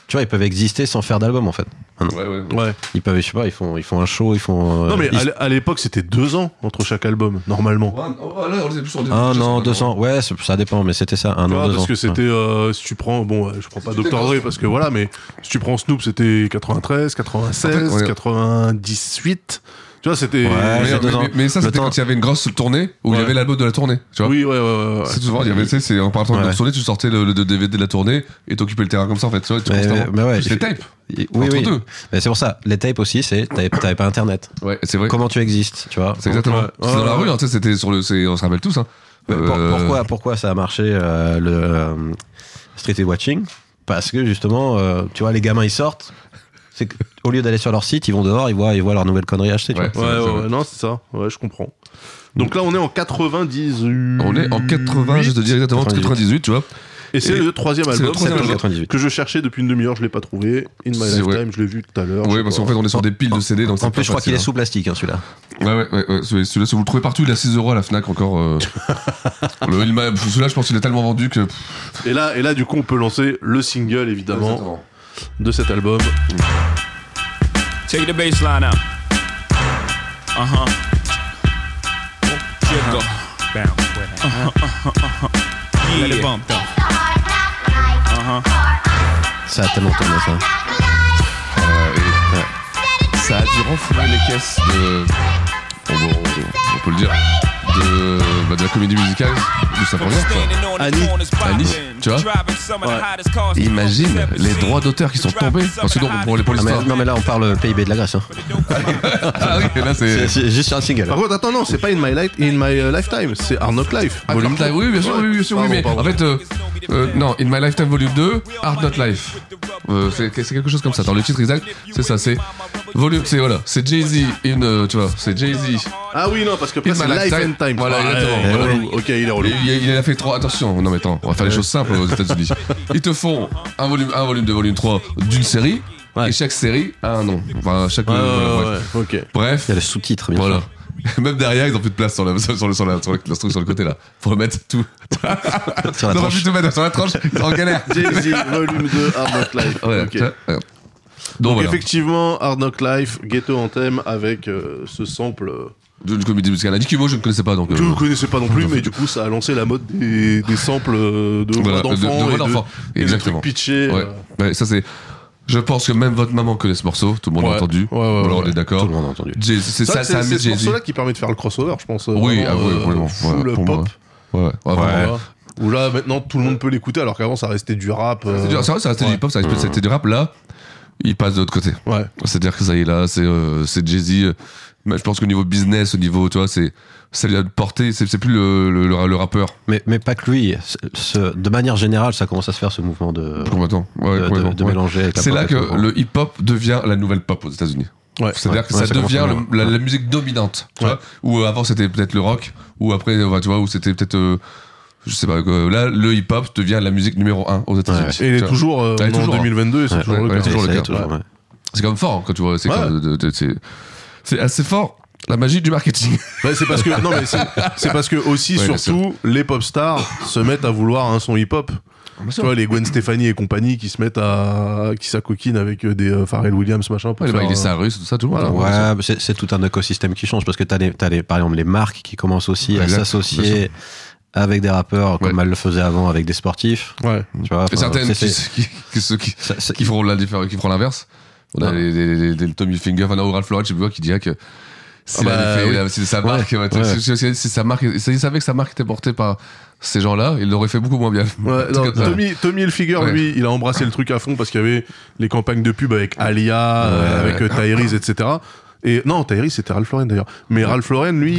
C: tu vois, ils peuvent exister sans faire d'album en fait. Maintenant.
B: Ouais, ouais.
A: Ouais.
C: Ils peuvent, je sais pas, ils font, ils font un show, ils font. euh,
A: Non, mais
C: ils-
A: à l- à l'époque, c'était deux ans entre chaque album, normalement.
B: Oh, là, on est plus sur des-
C: un an, Ah, deux ans, ouais, ça ça dépend, mais c'était ça, un
A: Tu
C: an,
A: vois,
C: deux
A: parce
C: ans.
A: que c'était,
C: Ouais.
A: euh, si tu prends, bon, euh, je prends pas Dr. Dre parce que voilà, mais si tu prends Snoop, c'était 93, 96,
B: En fait, ouais.
A: 98. Tu vois, c'était.
C: Ouais,
B: Mais,
C: j'ai deux
B: mais-
C: ans.
B: mais ça,
C: Le
B: c'était
C: temps-
B: quand il y avait une grosse tournée où il y
A: Ouais.
B: avait l'album de la tournée. Tu vois
A: Oui, ouais, ouais, ouais. ouais.
B: C'est souvent, il y avait, tu sais, c'est en partant de la
C: Ouais.
B: tournée, tu sortais le, le DVD de la tournée et t'occupais le terrain comme ça en fait. Tu vois, tu
C: Mais-
B: constamment-
C: mais ouais,
B: Plus les
C: j'ai-
B: tapes.
C: Oui, oui.
B: deux.
C: Mais c'est pour ça, les tapes aussi, c'est t'avais t'avais pas internet.
B: Ouais, c'est vrai.
C: Comment tu existes, tu vois
B: C'est exactement.
A: Ouais.
B: C'est dans
A: Ouais,
B: la
A: ouais.
B: rue, hein, tu sais, c'était sur le. c'est- On se rappelle tous. Hein.
C: Mais pour-
B: Euh,
C: pourquoi, pourquoi ça a marché euh, le euh, street and watching Parce que justement, euh, tu vois, les gamins ils sortent. C'est que, au lieu d'aller sur leur site, ils vont dehors, ils voient, ils voient leur nouvelle connerie achetée. tu
B: Ouais,
C: vois.
B: c'est vrai,
A: Ouais,
B: c'est
A: ouais,
B: vrai.
A: ouais, non, c'est ça. Ouais, je comprends. Donc là, on est en 98.
B: On est en 80, je te dis exactement 98, 98 tu vois.
A: Et c'est
B: et-
A: le troisième
B: c'est le
A: album
B: troisième
A: que,
B: album.
A: Je, que je cherchais depuis une demi-heure, je l'ai pas trouvé. In My
B: C'est
A: Lifetime,
B: vrai.
A: je l'ai vu tout à l'heure.
B: Ouais,
A: je
B: parce
A: sais
B: qu'en fait, on est sur des piles de CD. Donc c'est
C: en
B: pas
C: plus, je crois
B: facile,
C: qu'il est
B: hein.
C: sous plastique, hein, celui-là.
B: Ouais, ouais, ouais. ouais. Celui- Celui-là, si vous le trouvez partout, il est à 6 euros à la Fnac encore. [LAUGHS] euh. Le- il m'a- Celui-là, je pense qu'il est tellement vendu que. pff,
A: pas. Et là, et là, du coup, on peut lancer le single, évidemment,
B: Exactement.
A: de cet album.
L: Take the bass line out. Uh
K: Uh-huh.
L: huh. Oh, Jiggle. Bounce. [LAUGHS] Yeah. Let it bump though. Uh huh.
C: Ça a tellement tourné ça.
B: euh, et- Ça a dû renflouer les caisses de. bon, bon, on, peut le dire. De, bah, de la comédie musicale du saint
L: Annie.
B: Annie, tu vois Imagine les droits d'auteur qui sont tombés. Parce que donc, pour les pour
C: Ah, mais-
B: l'histoire.
C: non, mais là, on parle PIB de la Grèce. hein.
B: Ah oui, là
C: C'est
B: c'est.
C: c'est juste sur un single.
A: Par contre, attends, non, c'est pas In My, Life, in my euh, Lifetime, c'est Hard Knock Life.
B: Ah,
A: volume
B: Art Life,
A: 2.
B: oui, bien sûr,
A: Ouais.
B: oui, bien sûr, oui,
A: Pardon,
B: mais
A: pardon.
B: en fait, euh, euh, non, In My Lifetime Volume 2, Hard Not Life. Euh, c'est c'est quelque chose comme ça. Dans le titre exact, c'est ça, c'est volume, c'est voilà, c'est Jay Z, une, euh, tu vois, c'est Jay Z.
A: Ah oui, non, parce que après,
B: In
A: c'est
B: My
A: Life
B: Lifetime.
A: and Time.
B: Voilà,
A: Ah,
B: exactement,
A: ouais,
B: voilà.
A: relou. Ok, il est relou.
B: Il, il- il a fait trois. Attention, non mais attends, on va faire les choses simples aux États-Unis. Ils te font un volume 1, volume 2, volume 3 d'une série, et chaque série a un nom. Enfin, chaque.
A: Ouais,
B: euh, voilà,
A: ouais,
B: bref.
A: ouais, ok.
B: Bref.
C: Il y a le sous-titre, bien
B: Voilà. [LAUGHS]
C: sûr.
B: Même derrière, ils ont plus de place sur la- sur le, sur la- sur le- sur le truc sur le côté là. Faut mettre tout.
C: Sur la
B: ils auraient
C: tranche.
B: pu tout mettre sur la tranche, ils sont en galère. [LAUGHS]
A: Jay-Z, volume 2, Hard Knock Life.
B: Ouais,
A: Ok.
B: tu vois, ouais. Donc,
A: Donc
B: voilà.
A: effectivement, Hard Knock Life, Ghetto Anthem avec euh, ce sample euh,
B: d'une comédie musicale. Annie Kibo, je ne connaissais pas donc. euh,
A: Que vous connaissez pas non plus, mais du coup, ça a lancé la mode des, des samples euh, de voix
B: Voilà, de- de-
A: d'enfants.
B: de voix
A: et de-
B: d'enfant.
A: et de
B: Exactement.
A: trucs pitchés.
B: Ouais.
A: euh,
B: Ouais, ça c'est. Je pense que même votre maman connaît ce morceau. Tout le monde
A: Ouais.
B: l'a entendu.
A: Ouais, ouais, ouais,
B: Alors, on
A: ouais.
B: est d'accord.
C: Tout le monde a entendu.
B: Jay- C'est ça, ça a mis
A: c'est ce
B: Jay-Z.
A: morceau-là qui permet de faire le crossover, je pense. euh,
B: Oui,
A: vraiment,
B: ah ouais,
A: euh,
B: vraiment, ouais,
A: full
B: pour
A: pop.
B: moi. Ouais, ouais, vraiment.
A: Où là, maintenant, tout le monde peut l'écouter, alors qu'avant, ça restait du rap. euh,
B: C'est dur, c'est vrai, ça restait
A: ouais.
B: du hip-hop, ça restait c'était du rap. Là, il passe de l'autre côté.
A: Ouais.
B: C'est-à-dire que ça y est, là, c'est euh, c'est Jay-Z. euh, mais je pense qu'au niveau business, au niveau, tu vois, c'est. Ça lui a porté, c'est c'est plus le, le, le- le rappeur.
C: Mais, mais pas que lui. Ce- ce- de manière générale, ça commence à se faire ce mouvement de,
B: Complètement. Ouais,
C: de, de-
B: complètement,
C: de
B: ouais.
C: mélanger. avec la
B: C'est là
C: pop,
B: que
C: etc.
B: le hip-hop devient la nouvelle pop aux États-Unis.
A: Ouais.
B: C'est-à-dire
C: Ouais,
B: que
C: ouais,
B: ça,
C: ça
B: devient
C: commence
B: le- la, la musique dominante. tu vois. où avant c'était peut-être le rock, ou après, euh, tu vois, où c'était peut-être. euh, je sais pas, quoi. là, le hip-hop devient la musique numéro 1 aux États-Unis.
A: Et il est toujours, euh,
B: Elle
A: on
B: est
A: est en
B: toujours, hein.
A: 2022, et c'est
B: Ouais,
A: toujours
B: ouais,
A: le
B: ouais,
A: cas.
B: toujours
A: Et
B: le
A: ça
B: cas.
A: est toujours, ouais.
B: C'est quand même fort hein, quand tu vois. C'est
A: Ouais.
B: quand- de- de- c'est- c'est assez fort. La magie du marketing.
A: Bah, c'est parce que non mais c'est
B: [LAUGHS]
A: c'est parce que aussi
B: Ouais, bien
A: surtout les pop stars se mettent à vouloir un son hip hop. Tu
B: [LAUGHS] sûr.
A: vois les Gwen Stefani et compagnie qui se mettent à qui s'acoquinent avec euh, des euh, Pharrell Williams machin pour
B: Ouais, les
A: faire,
B: Miley
A: euh,
B: Cyrus, tout ça, tout le monde. hein.
A: voilà.
B: Ouais,
C: Ouais, mais c'est c'est tout un écosystème qui change parce que tu as, par exemple les marques qui commencent aussi à
B: Exact, bien sûr.
C: s'associer avec des rappeurs comme elles le faisaient avant avec des sportifs.
A: Ouais.
C: Tu vois,
B: Et
C: enfin,
B: certaines
C: c'est-
B: qui,
C: c'est-
B: qui, qui- ceux qui,
C: Ça- ça-
B: qui feront la différence- qui feront l'inverse. On a
C: Ah.
B: les, les- les- les Tommy Finger, enfin, non, Ralph Lauren, je sais plus quoi, qui dirait que c'est
A: Ah bah,
B: la-
A: oui.
B: la- c'est sa marque,
A: Ouais,
B: ouais, tu-
A: ouais.
B: c'est- c'est- c'est- c'est sa marque, et s'il savait que sa marque était portée par ces gens-là, il l'aurait fait beaucoup moins bien.
A: Ouais,
B: [LAUGHS] En tout
A: non,
B: cas,
A: Tommy, Tommy Hilfiger,
B: Ouais.
A: lui, il a embrassé le truc à fond parce qu'il y avait les campagnes de pub avec Alia, euh,
B: Ouais.
A: avec euh, Tyrese, etc. Et non, Tyrese, c'était Ralph Lauren d'ailleurs. Mais Ralph Lauren, lui,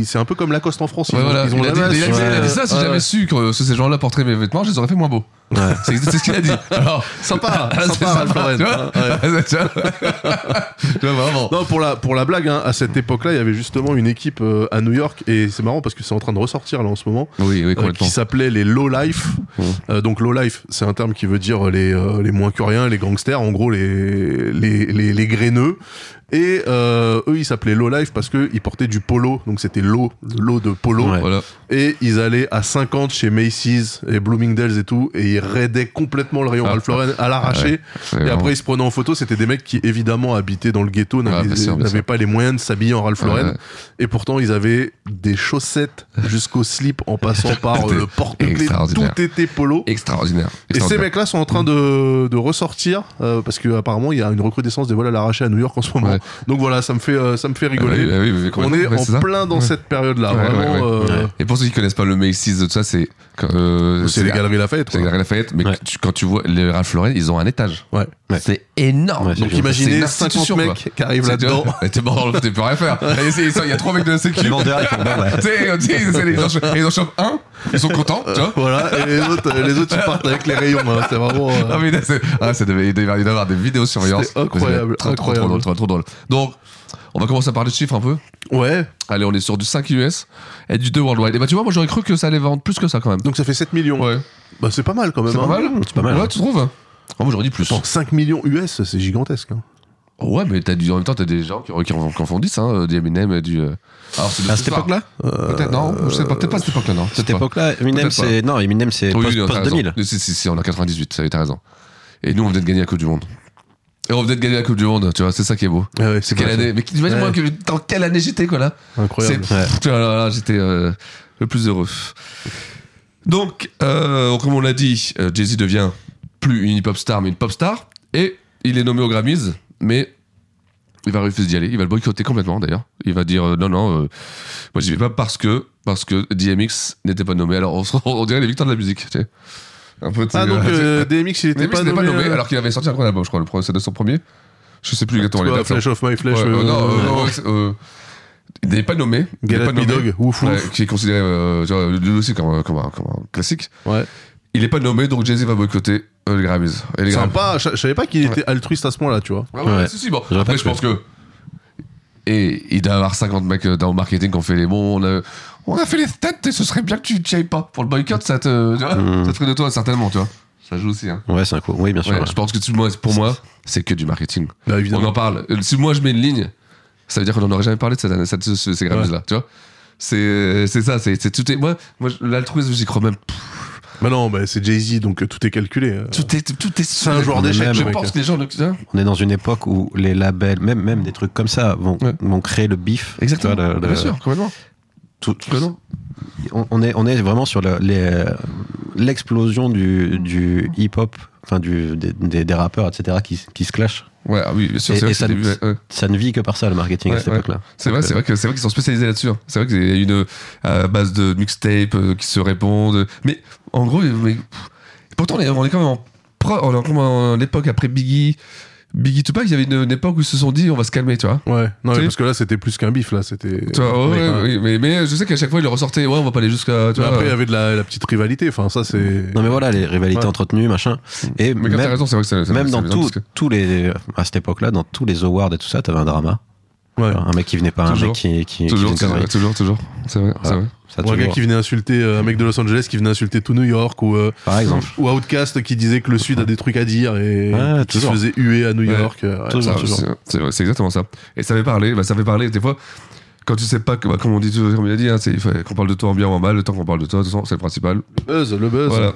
A: il- c'est un peu comme Lacoste en France.
B: Ouais,
A: ils ont-
B: voilà.
A: ils ont
B: il, a
A: la
B: dit,
A: masse,
B: il a dit- il a
A: ouais.
B: dit ça, si
A: Ouais.
B: j'avais su que euh, ces gens-là porteraient mes vêtements, je les aurais fait moins beaux. [LAUGHS] C'est c'est ce qu'il
A: [LAUGHS]
B: a dit. Alors,
A: Sympa,
B: [LAUGHS] c'est
A: sympa, hein, Ralph Lauren.
B: tu vois [LAUGHS] Tu vois Tu vois, vraiment.
A: Non, pour la, pour la blague, hein, à cette époque-là, il y avait justement une équipe euh, à New York, et c'est marrant parce que c'est en train de ressortir là en ce moment,
B: Oui, oui,
A: euh,
B: complètement. Mmh.
A: qui s'appelait les Low Life. Euh, donc Low Life, c'est un terme qui veut dire les, euh, les moins que rien, les gangsters, en gros les, les, les, les graineux. Et euh, eux, ils s'appelaient Low Life parce qu'ils portaient du polo, donc c'était l'eau, l'eau de polo.
C: Ouais.
B: Voilà.
A: Et ils allaient à 50 chez Macy's et Bloomingdale's et tout, et ils raidaient complètement le rayon Ralph Lauren à l'arraché.
B: Ah. Ouais,
A: et
B: vraiment.
A: après, ils se prenaient en photo. C'était des mecs qui, évidemment, habitaient dans le ghetto, n'avaient
B: bien sûr, bien
A: n'avaient
B: sûr.
A: pas les moyens de s'habiller en Ralph Lauren.
B: Ouais, ouais.
A: Et pourtant, ils avaient des chaussettes jusqu'au slip en
B: [LAUGHS]
A: passant par euh,
B: C'était
A: le porte-clés.
B: extraordinaire.
A: Tout était polo.
B: Extraordinaire.
A: Et ces
B: Extraordinaire.
A: mecs-là sont en train de, de ressortir euh, parce que apparemment il y a une recrudescence des vols à l'arraché à New York en ce moment.
B: Ouais.
A: Donc voilà, ça me fait euh, ça me fait rigoler.
B: Ah oui, ah oui, mais
A: On
B: complètement,
A: est
B: ouais,
A: en
B: c'est ça.
A: plein dans
B: Ouais.
A: cette période-là.
B: Ouais,
A: vraiment,
B: ouais, ouais.
A: euh,
B: Et pour ceux qui connaissent pas le Macy's, tout ça, c'est. euh,
A: c'est les galeries Lafayette.
B: C'est
A: quoi.
B: les galeries Lafayette, mais
C: Ouais.
B: tu- quand tu vois les Ralph Lauren, ils ont un étage. [LAUGHS]
A: Ouais.
C: Ouais.
B: C'est énorme.
C: Ouais, c'est
A: Donc
C: bien.
B: C'est une
A: imaginez 50
B: institution,
A: mecs
B: quoi.
A: qui arrivent
B: C'est- tu [LAUGHS]
A: là-dedans.
B: vois, T'es mort dans le- t'es plus
A: [LAUGHS]
B: rien faire. Et c'est- Il y a trois mecs de la sécu.
C: Les vendeurs, ils font, bon, bah,
B: [LAUGHS] Tu sais, tu sais, c'est les- ils en cho- ils en chopent un, ils sont contents, tu vois.
A: voilà, et les autres, les autres ils partent avec les rayons. hein. C'est vraiment. euh,
B: Ah, mais là, c'est- ah, ça devait, il devait y avoir des vidéos surveillance.
A: C'était incroyable,
B: Trop, trop,
A: incroyable.
B: drôle, trop, trop drôle. Donc, on va commencer à parler de chiffres un peu.
A: Ouais.
B: Allez, on est sur du 5 US et du 2 worldwide. Et bah, tu vois, moi j'aurais cru que ça allait vendre plus que ça quand même.
A: Donc ça fait 7 millions.
B: Ouais.
A: Bah c'est pas mal quand même.
B: C'est pas
A: hein.
B: mal
C: C'est pas mal.
B: Ouais, tu trouves Oh, moi j'aurais dit plus.
A: Attends, 5 millions US, c'est gigantesque. hein.
B: Ouais, mais t'as du, en même temps, t'as des gens qui, qui, en- qui en font 10, hein, du Eminem, du. euh, Alors, c'est de
C: À
B: ce
C: cette
B: soir.
C: époque-là
B: Peut-être, non, je sais pas, peut-être pas à euh, cette époque-là, non.
C: Cette époque-là, Eminem,
B: Peut-être pas.
C: c'est non, Eminem, c'est post- post-2000.
B: Si, si, si, on a 98, ça, t'as raison. Et nous, on venait de gagner la Coupe du Monde. Et on venait de gagner la Coupe du Monde, tu vois, c'est ça qui est beau.
A: Ah ouais, c'est
B: c'est
A: vrai.
B: quelle année Mais imagine-moi que dans quelle année j'étais, quoi, là
A: Incroyable.
B: C'est- Pff, là, là, là, j'étais euh, le plus heureux. Donc, euh, comme on l'a dit, euh, Jay-Z devient plus une hip-hop star, mais une pop star. Et il est nommé aux Grammys, mais il va refuser d'y aller. Il va le boycotter complètement, d'ailleurs. Il va dire euh, non, non, euh, moi j'y vais pas parce que, parce que DMX n'était pas nommé. Alors, on, se- on dirait les victoires de la musique, tu sais. Un peu, tu-
A: Ah donc euh, DMX il était
B: DMX
A: pas
B: n'était
A: nommé.
B: pas nommé,
A: euh,
B: alors qu'il avait sorti un grand album, je crois. le premier- C'était son premier. Je sais plus
A: tu
B: exactement les
A: vois,
B: dates. hein.
A: Flash of my flesh.
B: Ouais,
A: euh,
B: euh, non, euh, non, ouais, c'est, euh, il n'est pas nommé. il
A: Get
B: n'est
A: at
B: pas
A: me
B: nommé,
A: dog, ouf,
B: ouais,
A: ouf.
B: qui est considéré euh, tu vois, lui aussi comme, un- comme, un, comme un classique.
A: Ouais.
B: Il n'est pas nommé, donc Jay-Z va boycotter euh, les Grammys. Et les Grammys-
A: Sympa, je je savais pas qu'il était altruiste à ce point-là, tu vois.
B: Ah ouais,
C: Ouais.
B: si, si, bon.
C: J'aurais
B: Après,
C: pas
B: je pense que. Et il doit y avoir 50 mecs euh, dans le marketing qui ont fait les bons. On a, on a fait les stats et ce serait bien que tu ne ailles pas. Pour le boycott, ça te. Tu vois, Ça te ferait de toi, certainement, tu vois. Ça joue aussi, hein.
C: Ouais, c'est un coup. Oui, bien sûr.
B: Ouais,
C: ouais.
B: Je pense que tu- moi, pour moi, c'est que du marketing.
A: Bah, évidemment.
B: On en parle. Euh, Si moi je mets une ligne, ça veut dire qu'on n'en aurait jamais parlé de cette année- cette- ce- ce- ces Grammys là, tu vois. C'est c'est ça, c'est c'est tout est moi moi je- l'altruisme j'y crois même pff,
A: Mais non, bah, c'est Jay-Z, donc euh, tout est calculé.
B: Tout est, tout est
A: C'est un joueur d'échecs,
B: Je
A: mec.
B: pense que les gens le. hein.
C: On est dans une époque où les labels, même, même des trucs comme ça, vont, vont créer le bif.
B: Exactement.
C: Tu vois, le- le-
B: Bien sûr, complètement.
C: tout- on, on est, on est vraiment sur le- les- l'explosion du, du hip-hop, enfin du, des, des- des rappeurs, etc., qui, qui se clashent.
B: Ouais, ah oui, bien sûr,
C: Et,
B: c'est vrai
C: et
B: que
C: ça,
B: c'est le début, ouais, ouais.
C: ça ne vit que par ça, le marketing à cette
B: Ouais, ouais.
C: époque-là.
B: C'est vrai,
C: Donc,
B: c'est vrai que c'est vrai qu'ils sont spécialisés là-dessus. hein. C'est vrai qu'il y a une euh, base de mixtapes euh, qui se répondent. Mais en gros, mais, pff, pourtant on est, on est quand même en, pro- on est encore en, en époque après Biggie. Biggie Tupac, il y avait une, une époque où ils se sont dit on va se calmer, tu vois.
A: Ouais, non,
B: Tu
A: mais
B: sais,
A: parce que là, c'était plus qu'un bif, là, c'était.
B: tu vois, ouais,
A: Mais,
C: bah.
B: ouais, oui, mais, mais je sais qu'à chaque fois il le ressortait, ouais, on va pas aller jusqu'à. tu
A: Mais
B: vois,
A: après, il y avait de la, la petite rivalité. Enfin, ça, c'est.
C: Non mais voilà, les rivalités
A: Ouais. Mm.
C: entretenues, machin. Et
A: Mais quand
C: même,
A: t'as raison, c'est vrai que ça- ça-
C: même
A: ça
C: dans
A: vient parce
C: tout-
A: que-
C: tous les, à cette époque-là, dans tous les awards et tout ça, t'avais un drama. Alors, Un mec qui venait pas, un mec
A: Toujours.
C: qui, qui,
B: Toujours,
C: qui faisait
B: c'est
C: une connerie.
B: vrai, toujours, toujours. C'est vrai, c'est vrai.
C: Ça,
A: Ou un
C: toujours.
A: gars qui venait insulter, euh, un mec de Los Angeles qui venait insulter tout New York, ou, euh,
C: Par exemple.
A: ou Outcast qui disait que le Sud a des trucs à dire et
B: Ouais,
A: qui se
B: toujours.
A: faisait huer à New
B: Ouais.
A: York. euh, ouais,
B: Ça,
A: ça,
B: c'est- C'est vrai, c'est exactement ça. Et ça fait parler, bah, ça fait parler des fois. Quand tu sais pas, que, bah, comme on dit, toujours, comme il a dit, hein, c'est- il faut qu'on parle de toi en bien ou en mal, le temps qu'on parle de toi, de toute façon, c'est le principal.
A: Le buzz, le buzz.
B: Voilà.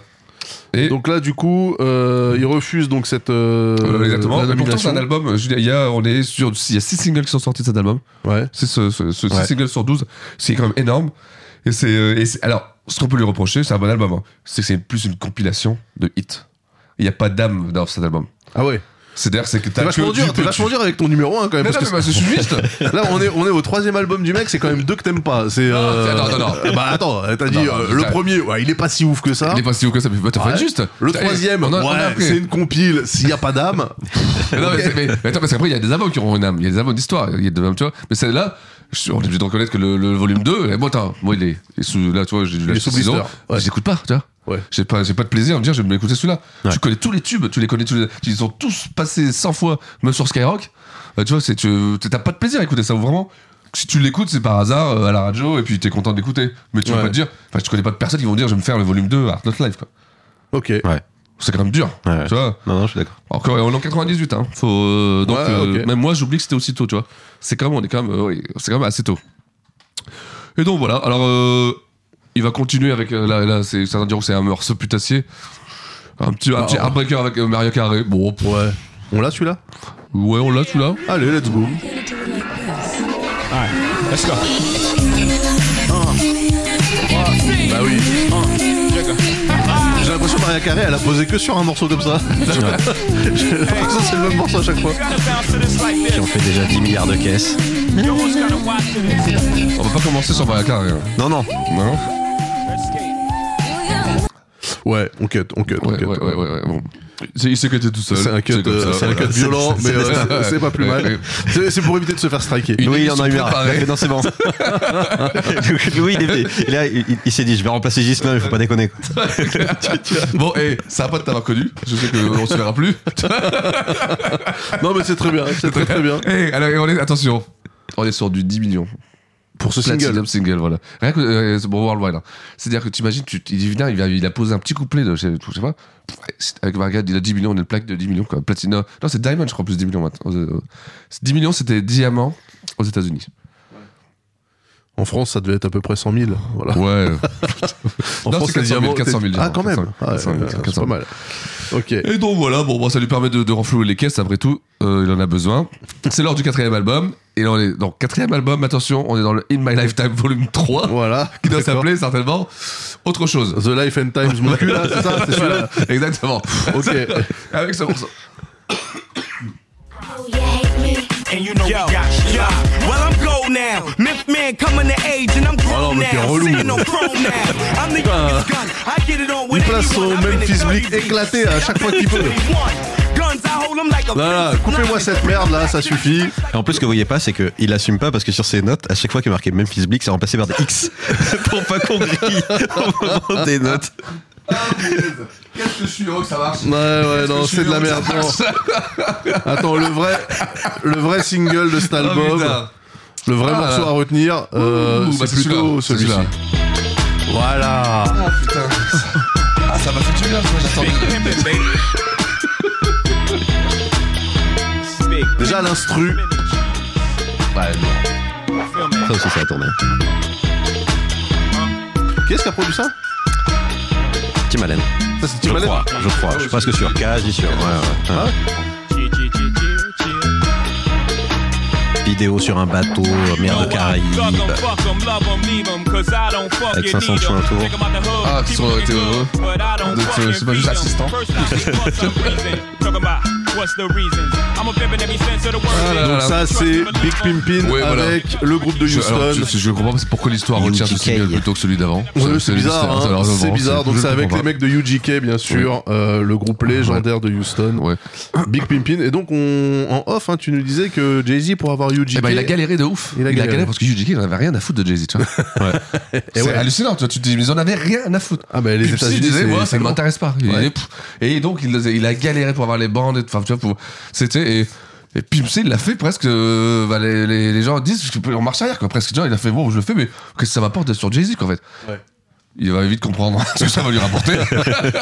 B: Et
A: donc là, du coup, euh, il refuse donc cette. euh,
B: Voilà, exactement.
A: la
B: Et pourtant, c'est
A: nomination.
B: un album. euh, je veux dire, Il y a, on est sur, il y a 6 singles qui sont sortis de cet album.
A: Ouais.
B: C'est ce, ce- ce- six
A: Ouais.
B: singles sur 12, c'est quand même énorme. Et c'est, euh, et c'est- alors, ce qu'on peut lui reprocher, c'est un bon album. hein, C'est que c'est plus une compilation de hits. Il n'y a pas d'âme dans cet album.
A: Ah ouais.
B: C'est-à-dire, c'est que
A: T'es
B: t'as
A: vachement
B: que du
A: dur, t'es
B: peu-
A: vachement dur avec ton numéro 1 quand même.
B: Mais
A: parce
B: non,
A: que Hein
B: mais bah, je suis
A: [LAUGHS]
B: juste.
A: Là, on est, on est au troisième album du mec, c'est quand même deux que t'aimes pas. C'est. euh,
B: Non, non, non, non.
A: Bah attends, t'as dit
B: Non, non,
A: euh, le
B: ça-
A: premier, ouais, il est pas si ouf que ça.
B: Il est pas si ouf que ça, mais bah, t'as
A: Ouais.
B: fait juste.
A: Le
B: T'as-
A: troisième,
B: on a- on a
A: ouais,
B: appris.
A: c'est une compile. S'il y a pas d'âme,
B: Mais non, mais, c'est- mais- mais attends, parce qu'après, il y a des albums qui auront une âme, il y a des albums d'histoire, il y a des albums, tu vois. Mais celle-là, je suis- on est obligé de reconnaître que le, le volume 2, eh, bon, attends, moi, il est, il est sous, là, tu vois, j'ai
A: Il
B: dû
A: est
B: l'acheter
A: sous
B: six ans,
A: blister, ouais.
B: je l'écoute pas, tu vois. J'ai pas, j'ai pas de plaisir à me dire, je vais m'écouter celui-là. Tu connais tous les tubes, tu les connais tous les, ils ont tous passé 100 fois, même sur Skyrock. Euh, tu vois, c'est, tu, t'as pas de plaisir à écouter ça, vraiment. Si tu l'écoutes, c'est par hasard euh, à la radio et puis t'es content d'écouter. Mais tu
A: Ouais.
B: vas pas te dire, enfin, tu connais pas de personnes qui vont dire, je vais me faire le volume 2 Art Not Live, quoi.
A: Ok.
B: C'est quand même dur. Tu vois
C: Non, non, je suis d'accord.
B: Encore, on est en 98, hein. Faut, euh, donc,
A: Ouais,
B: euh,
A: ok.
B: même moi, j'oublie que c'était aussi tôt, tu vois. C'est quand même, on est quand même, euh, oui, c'est quand même assez tôt. Et donc, voilà. Alors, euh, il va continuer avec, euh, là, là, c'est, certains diront que c'est un morceau putassier. Un petit, un
A: Ah,
B: petit
A: ouais.
B: Heartbreaker avec euh, Mario Carré. Bon, pff.
A: ouais. On l'a celui-là
B: Ouais, on l'a celui-là.
A: Allez, let's go.
M: Alright, let's go.
A: Ah. Bah oui. J'ai l'impression que Maria Carré, elle a posé que sur un morceau comme ça. [LAUGHS] J'ai l'impression que c'est le même morceau à chaque fois.
C: Qui ont fait déjà 10 milliards de caisses.
B: On va pas commencer sur Mario Carré. hein.
C: Non, non.
B: Non.
A: Ouais, on cut, on cut, on
B: Ouais,
A: cut.
B: ouais, ouais, ouais, ouais, bon. C'est- Il s'est cuté tout seul.
A: C'est un cut,
B: comme
A: euh,
B: ça,
A: c'est un
B: voilà.
A: cut violent, mais
B: c'est-
A: euh,
B: c'est-
A: c'est pas plus
B: ouais,
A: mal.
B: ouais.
A: C'est c'est pour éviter de se faire striker.
B: Une
C: Louis, il en
B: émission
C: a eu marre.
B: préparée.
C: Il
A: [LAUGHS]
C: a fait, Non, c'est bon. [LAUGHS] Louis, il, est- il a- il- il s'est dit, je vais remplacer Gislain, il faut pas déconner. quoi.
B: bon, et ça va pas de t'avoir connu. Je sais qu'on se
A: [LAUGHS]
B: verra plus.
A: Non, mais c'est très bien, c'est très très bien.
B: Eh, alors, et on est, attention, on est sur du 10 millions.
A: Pour ce
B: Platinum
A: single.
B: single, voilà. Rien que euh, c'est pour Worldwide. hein. C'est-à-dire que t'imagines, tu imagines, il, vient, il, vient- il a posé un petit couplet de, je sais, je sais pas, pff, c'est- avec Margaret, il a 10 millions, on a une plaque de 10 millions, quoi. Platinum. Non, c'est Diamond, je crois, plus 10 millions maintenant. Euh, euh, c'est 10 millions, c'était diamant aux États-Unis.
A: En France, ça devait être à peu près 100 000. Voilà.
B: [LAUGHS] Ouais.
A: En
B: Non,
A: France,
B: c'est
A: les
B: 400 000,
A: diamants.
B: 400 000,
A: Ah, quand même.
B: 400
A: Ah, ouais,
B: 400 000,
A: euh, C'est pas mal. Ok.
B: Et donc voilà, bon, bah, ça lui permet de, de renflouer les caisses, après tout, euh, il en a besoin. C'est lors du quatrième album, et là, on est dans le quatrième album, attention, on est dans le In My Lifetime volume 3,
A: Voilà.
B: qui doit
A: D'accord.
B: s'appeler certainement autre chose.
A: The Life and Times, mon cul, là, c'est ça C'est celui-là
B: Voilà, [LAUGHS] exactement.
A: Ok.
B: [LAUGHS] Avec ce morceau.
K: And you know yo, we got yo. Well, I'm gold now. Myth man coming to age and I'm
A: Oh,
K: grown
A: mais t'es
K: now.
A: relou.
K: Sitting on chrome now. I'm the youngest gun. I get it on
A: Il
K: with
A: place son
K: anyone. I've been
A: Memphis
K: in
A: Bleak
K: 30
A: éclaté à chaque fois qu'il peut.
K: Guns, I hold 'em like a
A: Là, là, coupez-moi cette merde, là, ça suffit.
C: Et en plus, ce que vous voyez pas, c'est qu'il assume pas parce que sur ses notes, à chaque fois qu'il marquait Memphis Bleak, c'est remplacé par des X [LAUGHS] pour pas qu'on grille au moment des notes.
B: Qu'est-ce que je suis heureux que ça marche
A: Ouais, ouais, non, c'est de la merde.
B: [LAUGHS]
A: non. Attends, le vrai, le vrai single de cet album,
B: putain.
A: le vrai
B: Ah,
A: morceau
B: là.
A: à retenir, euh,
B: Ouh, bah,
A: c'est
B: c'est
A: plutôt
B: celui-là,
A: celui-ci.
B: c'est
A: Voilà.
B: Ah putain. Ah, ça m'a
A: hein,
B: foutu bien, moi [LAUGHS] j'attendais.
A: Déjà l'instru.
C: Ça aussi, ça a tourné.
A: Qui est-ce qui a produit ça
C: Tim Allen.
A: Ça, c'est Tim
C: je
A: Allen
C: crois, je crois, je suis presque sûr. Hein Quasi sûr, ouais, ouais. ouais. Vidéo sur un bateau, euh, mer de Caraïbes.
B: Avec 500 cheveux autour. Ah, qui sont t'es heureux. [LAUGHS]
A: euh,
B: De- C'est pas juste assistant.
F: Ah,
A: Donc ça, c'est Big Pimpin
B: Ouais, voilà.
A: avec le groupe de
B: Je-
A: Houston.
B: alors, je, je- je comprends pas pourquoi l'histoire retient ce single plutôt que celui d'avant.
A: Ouais,
B: Ça-
A: c'est bizarre, hein.
B: ça leur-
A: c'est
B: vraiment,
A: bizarre. Donc
B: je
A: c'est
B: le
A: avec
B: comprends
A: les mecs de UGK bien sûr, euh, le groupe légendaire de Houston, Big Pimpin. Et donc on en off, hein, tu nous disais que Jay Z pour avoir UGK,
B: Eh ben, il a galéré de ouf.
A: Il a galéré.
B: parce que UGK il en avait rien à foutre de Jay-Z, tu vois. C'est
A: ouais.
B: hallucinant, tu vois, tu te dis, mais ils en avaient rien à foutre.
A: Ah, ben, les
B: Puis Psy
A: États-Unis,
B: disait,
A: c'est-
B: moi,
A: c'est
B: ça ne
A: lourd.
B: m'intéresse pas. Il
A: Ouais.
B: est- pff. Et donc, il, il a galéré pour avoir les bandes, et- enfin, tu vois, pour- c'était, et, et puis Psy, il l'a fait presque, euh, bah, les, les- les gens disent, je peux- en marche arrière, quoi, presque, tu vois, il a fait, bon, je le fais, mais qu'est-ce que ça m'apporte sur Jay-Z, quoi, en fait?
A: Ouais.
B: Il va vite comprendre [LAUGHS] ce que ça va lui rapporter.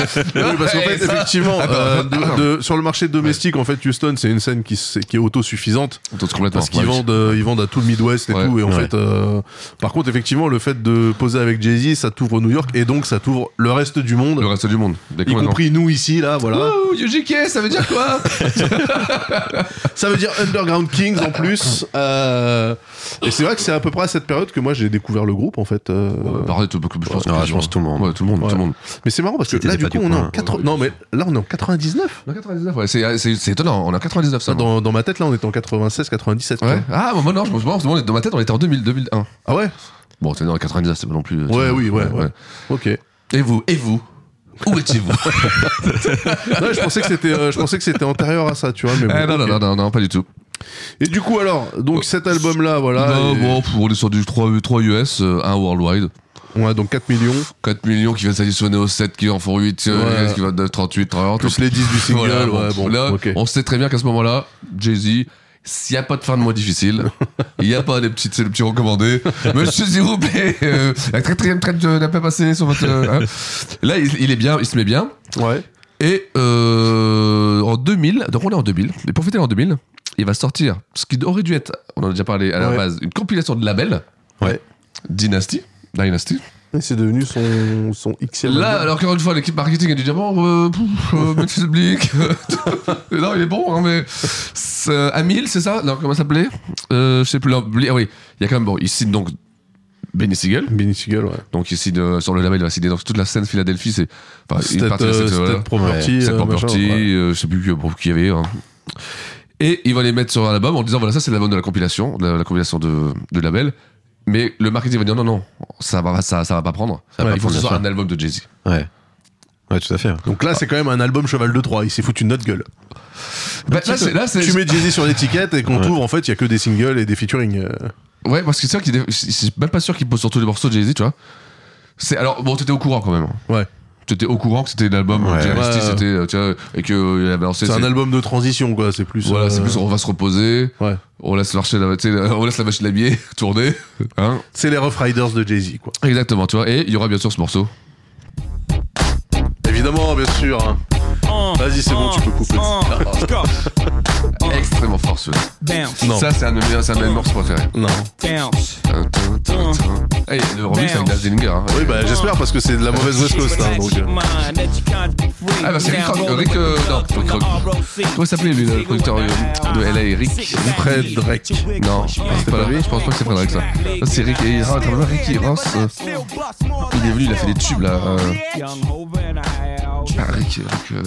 A: [LAUGHS] Oui, parce qu'en fait,
B: Et ça-
A: effectivement,
B: [LAUGHS] Attends,
A: euh,
B: attends.
A: de- de- sur le marché domestique, en fait, Houston, c'est une scène qui, s- qui est autosuffisante.
B: complètement,
A: Parce qu'ils
B: ouais.
A: vendent, euh, ils vendent à tout le Midwest et tout. Et en
B: Ouais.
A: fait, euh, par contre, effectivement, le fait de poser avec Jay-Z, ça t'ouvre New York et donc ça t'ouvre le reste du monde. Le
B: reste du monde. Oh,
A: Y compris nous ici, là, voilà.
B: Ouh, UGK, ça veut
A: [LAUGHS]
B: dire quoi?
A: Ça veut dire Underground Kings en
B: [LAUGHS]
A: plus. euh, et c'est vrai que c'est à peu près à cette période que moi j'ai découvert le groupe en fait. euh,
B: Pareil, tout- je pense,
C: Ouais, je pense tout le monde.
B: Ouais, tout le monde, tout le monde.
A: Mais c'est marrant parce que
B: C'était
A: là
B: des
A: du
B: pas
A: coup
B: du
A: on est en
B: coin. hein.
A: 80 Non mais là on est en 99.
B: 99, ouais, c'est- c'est c'est étonnant, on est en 99 ça.
A: Dans, dans ma tête là on est en 96 97.
B: Ah Ouais. Ah, moi non, je me demande, dans ma tête, on était en 2000, 2001.
A: Ah ouais
B: Bon, t'es né en 99, c'est pas non plus. euh, tu
A: Ouais,
B: vois.
A: oui, ouais, ouais. Ok.
B: Et vous, et vous
A: [LAUGHS]
B: Où étiez-vous
A: Eh Non, je pensais que c'était euh, je pensais que c'était antérieur à ça, tu vois mais bon,
B: Eh, non, non,
A: ok.
B: non, non, non, pas du tout.
A: Et du coup alors, donc cet album là voilà
B: Non,
A: Ah, et-
B: bon, pff, on est sur du 3, 3 US, 1 worldwide.
A: Ouais, donc 4 millions.
B: 4 millions qui viennent s'additionner aux 7 qui en font 8,
A: Ouais.
B: qui vont de 38, 30.
A: Plus les
B: [LAUGHS]
A: 10 du single, ouais, bon,
B: Là,
A: ok.
B: on sait très bien qu'à ce moment-là, Jay-Z, s'il n'y a pas de fin de
A: [LAUGHS]
B: mois difficile, il n'y a pas des petites, c'est le petit recommandé. Monsieur, s'il vous plaît, euh, la 33 e traite de- n'a pas passé sur votre. euh, hein. Là, il, il est bien, il se met bien.
A: Ouais.
B: Et euh, en 2000, donc on est en 2000, et pour fêter en 2000, il va sortir ce qui aurait dû être, on en a déjà parlé à la
A: Ouais.
B: base, une compilation de labels.
A: Ouais.
B: Dynasty. Dynasty.
A: Et c'est devenu son son XL.
B: Là, alors qu'encore une fois, l'équipe marketing a dû dire bon, euh, pouf, euh, Memphis [LAUGHS] Bleak. euh, non, il est bon, hein, mais. c'est, euh, Amil, c'est ça Non, comment ça s'appelait euh, Je sais plus. non, Bleak, ah oui, il y a quand même. Bon, il signe donc Benny Siegel.
A: Benny Siegel, ouais.
B: Donc il signe euh, sur le label, il va signer donc toute la scène Philadelphie. C'est. Enfin,
A: State, euh,
B: voilà.
A: State Property,
B: State
A: euh,
B: Property,
A: machin, ouais.
B: euh, je sais plus que- pour qui il y avait. hein. Et il va les mettre sur un album en disant voilà, ça c'est l'album de la compilation, de la, la compilation de, de label. Mais le marketing va dire non, non, ça va, ça, ça va pas prendre.
C: va pas
B: il faut que ce
C: prendre,
B: soit
C: ça.
B: un album de Jay-Z.
C: Ouais. Ouais, tout à fait.
A: Donc là, c'est quand même un album Cheval de Troie. Il s'est foutu une autre gueule.
B: Bah,
A: Un petit
B: là,
A: peu.
B: c'est- là, c'est-
A: tu mets Jay-Z sur l'étiquette et qu'on
B: Ouais.
A: t'ouvre, en fait, il y a que des singles et des featuring. euh.
B: Ouais, parce que c'est vrai qu'il dé- c'est- c'est même pas sûr qu'il pose sur tous les morceaux de Jay-Z, tu vois. C'est alors bon, t'étais au courant quand même.
A: Ouais.
B: T'étais au courant que c'était l'album
A: Ouais.
B: ouais.
A: Ouais.
B: c'était euh, tu vois et que euh, il a balancé.
A: C'est un
B: c'est-
A: album de transition, quoi. C'est plus.
B: Voilà,
A: euh,
B: c'est plus on va se reposer.
A: Ouais.
B: On laisse marcher la, tu sais, [LAUGHS] la- on laisse la machine à billets tourner. Hein
A: C'est les Rough Riders de Jay-Z, quoi.
B: Exactement, tu vois. Et il y aura bien sûr ce morceau.
A: Évidemment, bien sûr. hein. Vas-y, c'est bon, tu peux couper.
B: Extrêmement fort celui-là.
A: Bounce.
B: Non. Ça c'est un de mes c'est un de mes morceaux préférés.
A: Non.
B: Bounce. Hey, le remix avec Daz Dillinger, hein.
A: Oui, bah j'espère parce que c'est de la mauvaise West Coast. hein, donc, euh.
B: Ah bah c'est Rick, Rock- Rick euh, non, Rick Rock. Comment il s'appelait lui, le producteur euh, de LA, Rick Fred Drake. Non, c'est pas lui, je pense pas que c'est Fred Drake ça. Ça, C'est Rick, et, ah, t'as vu, Ricky Ross. euh, il est venu, il a fait des tubes là. euh. Ah, Rick, Rick, euh,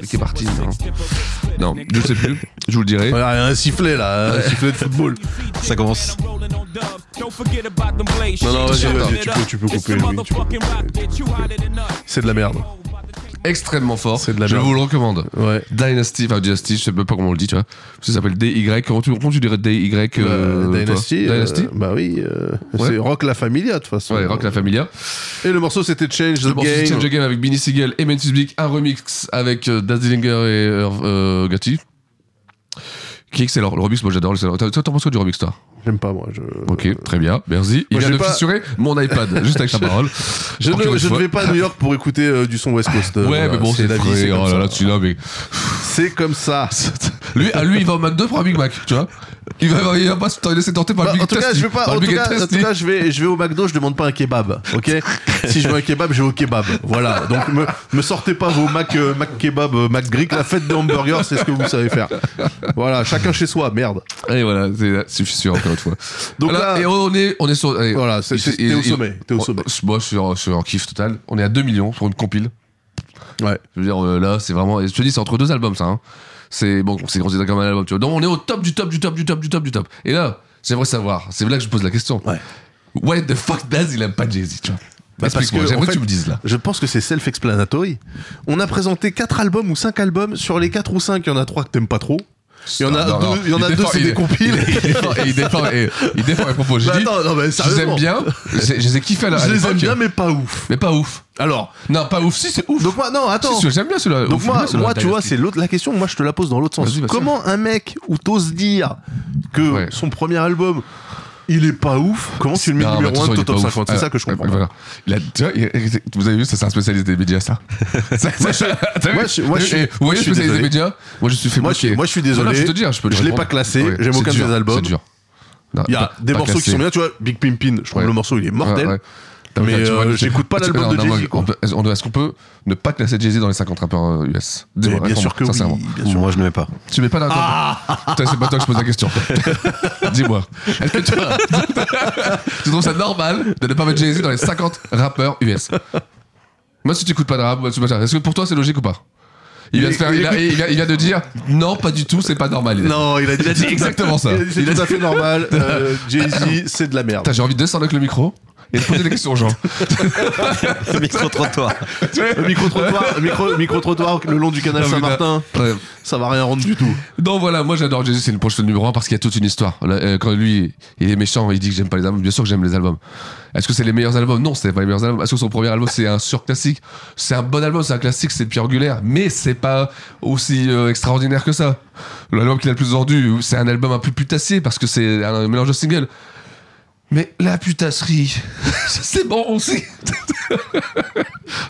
B: Rick est parti. Non. non, je sais plus, je vous le dirai.
A: Voilà, un sifflet là, un
B: Ouais.
A: sifflet de football.
B: Ça commence.
A: Non, non, vas-y, vas-y, tu peux, tu peux couper. oui, tu peux couper. C'est de la merde.
B: Extrêmement fort.
A: C'est de la
B: Je
A: merde.
B: vous le recommande.
A: Ouais.
B: Dynasty, enfin Dynasty, je sais même pas comment on le dit, tu vois. Ça s'appelle DY. Comment tu, comment tu dirais DY euh,
A: Euh,
B: toi
A: Dynasty. euh,
B: Dynasty
A: bah oui, euh,
B: Ouais.
A: c'est Rock La Familia de toute façon.
B: Ouais, Rock La Familia.
A: Et le morceau c'était Change the
B: Le morceau
A: Game.
B: Change the Game avec Benny Siegel et Memphis Bleak, un remix avec euh, Daz Dillinger et euh, euh, Gatti. Qui est excellent. Le remix, moi j'adore. l'excellent. Toi, toi, t'en penses quoi du remix, toi
A: J'aime pas moi. Je...
B: Ok, très bien, merci. Il
A: Euh, Moi,
B: vient
A: j'ai
B: de
A: pas-
B: fissurer
A: [LAUGHS]
B: mon iPad, juste avec sa parole.
A: Je,
B: Encore
A: ne,
B: une
A: je ne
B: fois.
A: vais pas à New York pour écouter euh, du son West Coast. euh,
B: Ouais,
A: voilà,
B: mais bon, c'est oh
A: la vie,
B: frais,
A: c'est
B: oh
A: comme
B: là
A: ça.
B: [LAUGHS] là, celui-là, mais.
A: C'est comme ça.
B: Lui, à lui, il va au McDo, il prend un Big Mac, tu vois. Il va, il va pas se laisser tenter par
A: Bah,
B: le Big
A: en tout cas,
B: Tasty,
A: je vais pas.
B: par le
A: En tout
B: Big
A: cas, en
B: Tasty.
A: tout cas, je vais, je vais au McDo. Je demande pas un kebab,
B: [LAUGHS]
A: ok Si je veux un kebab, je vais au kebab. Voilà. Donc me, me sortez pas vos Mac, euh, Mac kebab, euh, Mac Greek. La fête des hamburgers, c'est ce que vous savez faire. Voilà. Chacun chez soi. Merde.
B: Et voilà, c'est- c'est sûr, encore une fois.
A: [LAUGHS] Donc
B: Voilà,
A: là-
B: et on est, on est sur. allez,
A: Voilà, c'est-
B: il-
A: c'est-
B: il-
A: t'es au
B: il-
A: sommet, t'es au
B: on-
A: sommet.
B: Moi, je suis, en, je suis en kiff total. On est à 2 millions pour une compile.
A: Ouais.
B: Je veux dire, euh, là, c'est vraiment. et Je te dis, c'est entre deux albums, ça. hein. C'est bon, c'est considéré comme un album, tu vois. Donc, on est au top du top du top du top du top du top. Et là, j'aimerais savoir, c'est là que je pose la question. Why the fuck Daz, il aime pas Jay-Z, tu vois
A: Bah, parce
B: Explique-moi, j'aimerais
A: en
B: que
A: fait,
B: tu me dises là.
A: Je pense que c'est self-explanatory. On a présenté 4 albums ou 5 albums. Sur les 4 ou 5, il y en a 3 que t'aimes pas trop. Il y en a
B: Non,
A: deux,
B: non,
A: il y en a deux,
B: défend-
A: c'est
B: il-
A: des compiles.
B: [LAUGHS] Il, défend, et il défend, et il défend mes propos. Je
A: Bah
B: dis,
A: attends, non, mais
B: je les aime
A: sérieusement.
B: bien, je, les- je les ai kiffés là. à
A: Je les aime
B: l'époque.
A: bien, mais pas ouf.
B: Mais pas ouf.
A: Alors.
B: Non, pas ouf, si c'est ouf.
A: Donc moi, non, attends.
B: Si, j'aime bien celui-là.
A: Donc
B: Ouf,
A: moi,
B: j'aime bien celui-là,
A: moi tu vois,
B: Dynasty.
A: c'est l'autre la question. Moi, je te la pose dans l'autre sens.
B: Vas-y, vas-y.
A: Comment un mec où t'oses dire que son premier album, il est pas ouf, comment tu le mets
B: Non, mais
A: numéro 1
B: attention,
A: de
B: il est
A: ton top
B: pas ouf.
A: 50 C'est
B: Ah,
A: ça que je
B: ah,
A: comprends.
B: voilà. Il a- tu vois, il- vous avez vu, ça c'est un spécialiste des
A: [LAUGHS]
B: médias, ça. moi,
A: moi, je- moi, je suis-
B: vous
A: moi, je
B: voyez,
A: suis
B: spécialiste des
A: désolé.
B: médias. Moi, je suis fait
A: Moi, je suis-
B: bloquer.
A: moi, je suis
B: Non, non,
A: désolé.
B: je vais te dire, je peux te
A: Je l'ai
B: répondre.
A: pas classé,
B: Ouais,
A: j'aime
B: c'est
A: aucun de
B: dur,
A: ses albums.
B: C'est dur. Non,
A: Il y a
B: pas-
A: des
B: pas
A: morceaux qui
B: classé.
A: sont bien, tu vois. Big Pimpin, je trouve
B: Ouais.
A: le morceau il est
B: Ouais,
A: mortel.
B: ouais. T'as
A: Mais
B: vu, tu vois,
A: euh,
B: tu-
A: j'écoute pas
B: tu-
A: l'album
B: non,
A: de
B: non,
A: Jay-Z.
B: mais on peut- on doit- Est-ce qu'on peut ne pas classer Jay-Z dans les 50 rappeurs euh, US Dis-moi,
A: Mais bien
B: réponds-moi,
A: sûr que oui,
B: sincèrement.
A: bien sûr.
C: Moi, je ne mets [LAUGHS] pas.
B: Tu mets pas dans Putain, C'est pas toi que je pose la question. Dis-moi. Est-ce que tu, [LAUGHS] tu trouves ça normal de ne pas mettre Jay-Z dans les 50 rappeurs US Moi, si tu écoutes pas de rap, moi, tu m'as- est-ce que pour toi c'est logique ou pas il vient, de faire- il, a- il vient- il vient de dire non, pas du tout, c'est pas normal. a dit.
A: Non, il a dit,
B: exactement ça.
A: [LAUGHS] Il a dit, C'est
B: Il a
A: tout à
B: dit-
A: fait
B: [LAUGHS]
A: normal. euh, Jay-Z, c'est de la merde.
B: Putain, j'ai envie de descendre avec le micro et de poser des questions aux gens.
C: Le [LAUGHS] micro-trottoir.
A: Le Euh, micro-trottoir, micro, micro-trottoir le long du canal
B: Non, mais
A: Saint-Martin,
B: Ouais.
A: ça va rien rendre du tout.
B: Non, voilà, moi j'adore Jésus, c'est le prochain numéro 1 parce qu'il y a toute une histoire. Là, euh, quand lui, il est méchant, il dit que j'aime pas les albums, bien sûr que j'aime les albums. Est-ce que c'est les meilleurs albums Non, c'est pas les meilleurs albums. Est-ce que son premier album c'est un surclassique C'est un bon album, c'est un classique, c'est Pierre Gulaire, mais c'est pas aussi euh, extraordinaire que ça. L'album qu'il a le plus vendu, c'est un album un peu putassier parce que c'est un mélange de singles. Mais la putasserie, [LAUGHS] c'est bon aussi. [LAUGHS]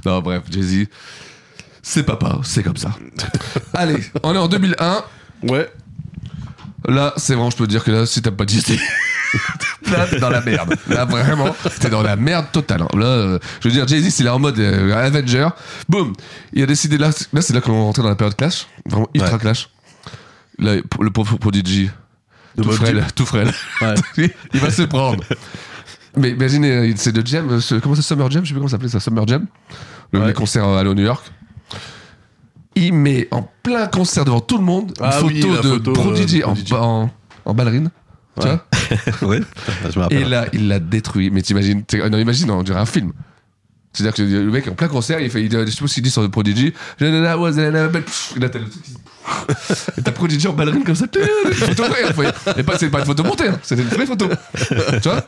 B: non, bref, Jay-Z, c'est papa, c'est comme ça. Allez, on est en 2001.
A: Ouais.
B: Là, c'est vraiment, je peux te dire que là, si t'as pas Jay-Z, [LAUGHS] là, t'es dans la merde. Là, vraiment, t'es dans la merde totale. hein. Là, euh, je veux dire, Jay-Z, s'il est en mode euh, Avenger, boum, il a décidé, là, c'est- là c'est là qu'on est rentré dans la période Clash, vraiment ultra Clash. Là, le pauvre Prodigy,
A: De
B: tout
A: Mobb
B: frêle,
A: Deep.
B: tout frêle. [LAUGHS] il va se prendre. Mais imaginez, euh, c'est de Jam, euh, ce- comment c'est Summer Jam, je sais plus comment ça s'appelait ça, Summer Jam, le, les concerts euh, à l'eau New York. Il met en plein concert devant tout le monde une
A: Ah
B: photo
A: oui, la
B: de
A: photo, euh,
B: Prodigy,
A: de
B: en-
A: Prodigy.
B: En, en ballerine. Tu vois
C: oui, je me
B: et
C: rappelle.
B: là, il l'a détruit. Mais t'imagines, t'es- non, imagine, on dirait un film. C'est-à-dire que le mec en plein concert, il fait, il, je sais pas s'il dit sur le Prodigy, je ne la was- la- la- la- pff, il a tel- et t'as Prodigy en ballerine comme ça, une photo vraie, hein, faut- et pas, c'est pas une photo montée, hein, c'était une vraie photo. tu vois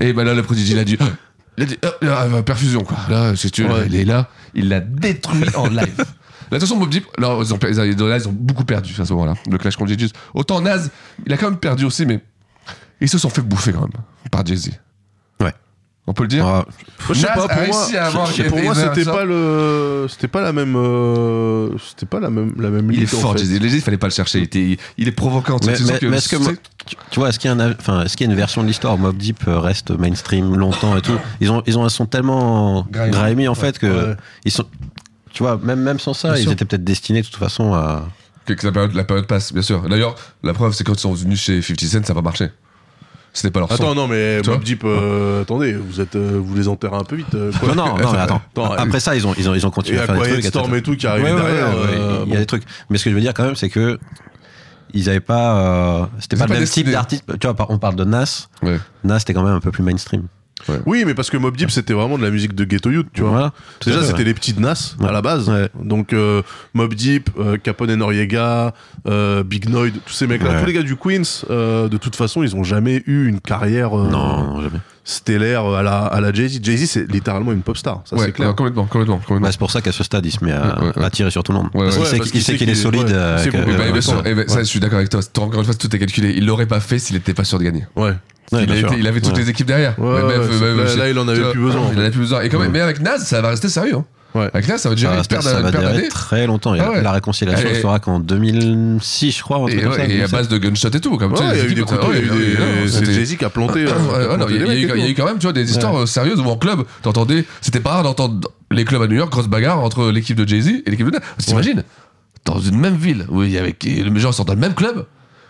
B: Et ben là, le Prodigy, il a dit, [GASPS] il a dit, ah, ah, bah, perfusion quoi. Là, si tu veux, il est là, il l'a détruit en live. [LAUGHS] Là, attention, Mob Deep, là, ils ont, per- ils ont- ils ont- là, ils ont beaucoup perdu à ce moment-là, le Clash contre Jay-Z. Autant Naz, il a quand même perdu aussi, mais ils se sont fait bouffer quand même par Jay-Z.
C: Ouais.
B: On peut le dire
A: Moi, je sais
B: Nas
A: pas,
B: a
A: pour moi,
B: réussi à avoir
A: je- pour
B: des-
A: moi,
B: des-
A: c'était
B: ça.
A: pas le, c'était pas la même, euh, c'était pas la même, la même.
B: Il est
A: lutte, en
B: fort,
A: fait.
B: Jay-Z. Jay-Z, il fallait pas le chercher. Il, était- il est provocant.
C: Mais,
B: C'est sûr
C: mais- mais est-ce que,
B: c'est-
C: tu- tu vois, est-ce qu'il y a, un av- enfin, est-ce qu'il y a une version de l'histoire où Mob Deep euh, reste mainstream longtemps et tout Ils ont, ils ont un son tellement
B: Grimy.
C: grimy en fait que
B: Ouais.
C: ils sont, tu vois, même même sans ça,
B: Bien
C: ils
B: sûr.
C: étaient peut-être destinés de toute façon à.
B: que, que la, période, la période passe, bien sûr. D'ailleurs, la preuve, c'est quand ils sont venus chez 50 Cent, ça n'a pas marché. C'était pas leur son.
A: Attends, non, mais
B: Tu vois
A: Mob Deep, euh, attendez, vous êtes, euh, vous les enterrez un peu vite. euh, quoi.
C: Non, non, non, mais attends. Après ça, ils ont, ils ont, ils ont
A: Il y
C: continué à
A: a
C: faire des
A: Quiet
C: trucs.
A: Storm
C: etc.
A: et tout qui arrive
C: Ouais, ouais,
A: derrière.
C: ouais, ouais,
A: euh,
C: Il y a
A: bon.
C: des trucs. Mais ce que je veux dire quand même, c'est que ils avaient pas, euh, c'était pas
B: pas
C: le même
B: destiné.
C: type d'artiste. Tu vois, par- on parle de Nas.
B: Ouais.
C: Nas, c'était quand même un peu plus mainstream.
A: Oui, mais parce que Mob Deep, c'était vraiment de la musique de Ghetto Youth, tu vois.
C: Voilà. Tout à
A: Déjà,
C: fait,
A: c'était
C: ouais.
A: les petites Nas à la base. Donc, euh, Mob Deep, euh, Capone et Noriega, euh, Big Noid, tous ces mecs-là,
C: Ouais.
A: tous les gars du Queens, euh, de toute façon, ils ont jamais eu une carrière euh,
C: Non, non, jamais.
A: stellaire à la, à la Jay-Z. Jay-Z, c'est littéralement une pop star, ça
B: Ouais,
A: c'est clair.
B: ouais, complètement, complètement. complètement.
C: Bah, c'est pour ça qu'à ce stade, il se met à,
B: Ouais, ouais, ouais.
C: à tirer sur tout le monde.
B: Ouais,
C: Parce qu'il
A: ouais,
C: sait-
A: parce
C: il sait qu'il est solide.
A: ouais.
C: euh,
A: C'est
C: que-
A: pour-
B: Eh ben, eh ben,
C: ouais,
B: son- eh ben, ça,
A: Ouais.
B: je suis d'accord avec toi. Ton- Encore une fois, tout est calculé. Il l'aurait pas fait s'il n'était pas sûr de gagner.
A: Ouais.
B: Il,
C: Ouais, bien
B: a
C: sûr.
B: été- il avait toutes
C: Ouais.
B: les équipes derrière.
A: Ouais, ouais,
B: Même,
A: ouais,
B: euh,
A: c'est
B: même,
A: clair.
B: je sais-
A: Là, il en avait
B: tu vois,
A: plus besoin, en
B: Il en avait plus besoin. Et quand même, mais avec Nas, ça va rester sérieux. hein. Avec là, ça va durer
C: Ça va,
B: une
C: se
B: paire
C: faire- ça
B: d'a-
C: va
B: une paire
C: durer
B: d'années.
C: très longtemps. Et
B: Ah
C: la-
B: ouais.
C: La réconciliation
B: Et-
C: sera qu'en 2006, je crois. un truc
B: Et,
C: comme
B: ouais,
C: ça,
B: et à
C: 2007.
B: base de gunshots et tout, comme
C: Ouais,
B: tu sais,
C: il y a
B: les
C: eu
B: types,
C: des couteaux, il y
B: ouais,
C: a eu
B: ouais,
C: des-
B: ouais,
C: euh,
B: ouais,
C: c'est
B: c'était-
C: Jay-Z qui a planté,
B: Ouais,
C: euh,
B: ouais, ouais, non, Il y a- il y a eu- il y a eu quand même, tu vois, des histoires euh, sérieuses où en club, t'entendais, c'était pas rare d'entendre les clubs à New York, grosse bagarre entre l'équipe de Jay-Z et l'équipe de Nas. T'imagines Dans une même ville, où il y avait, et les gens sont dans le même club,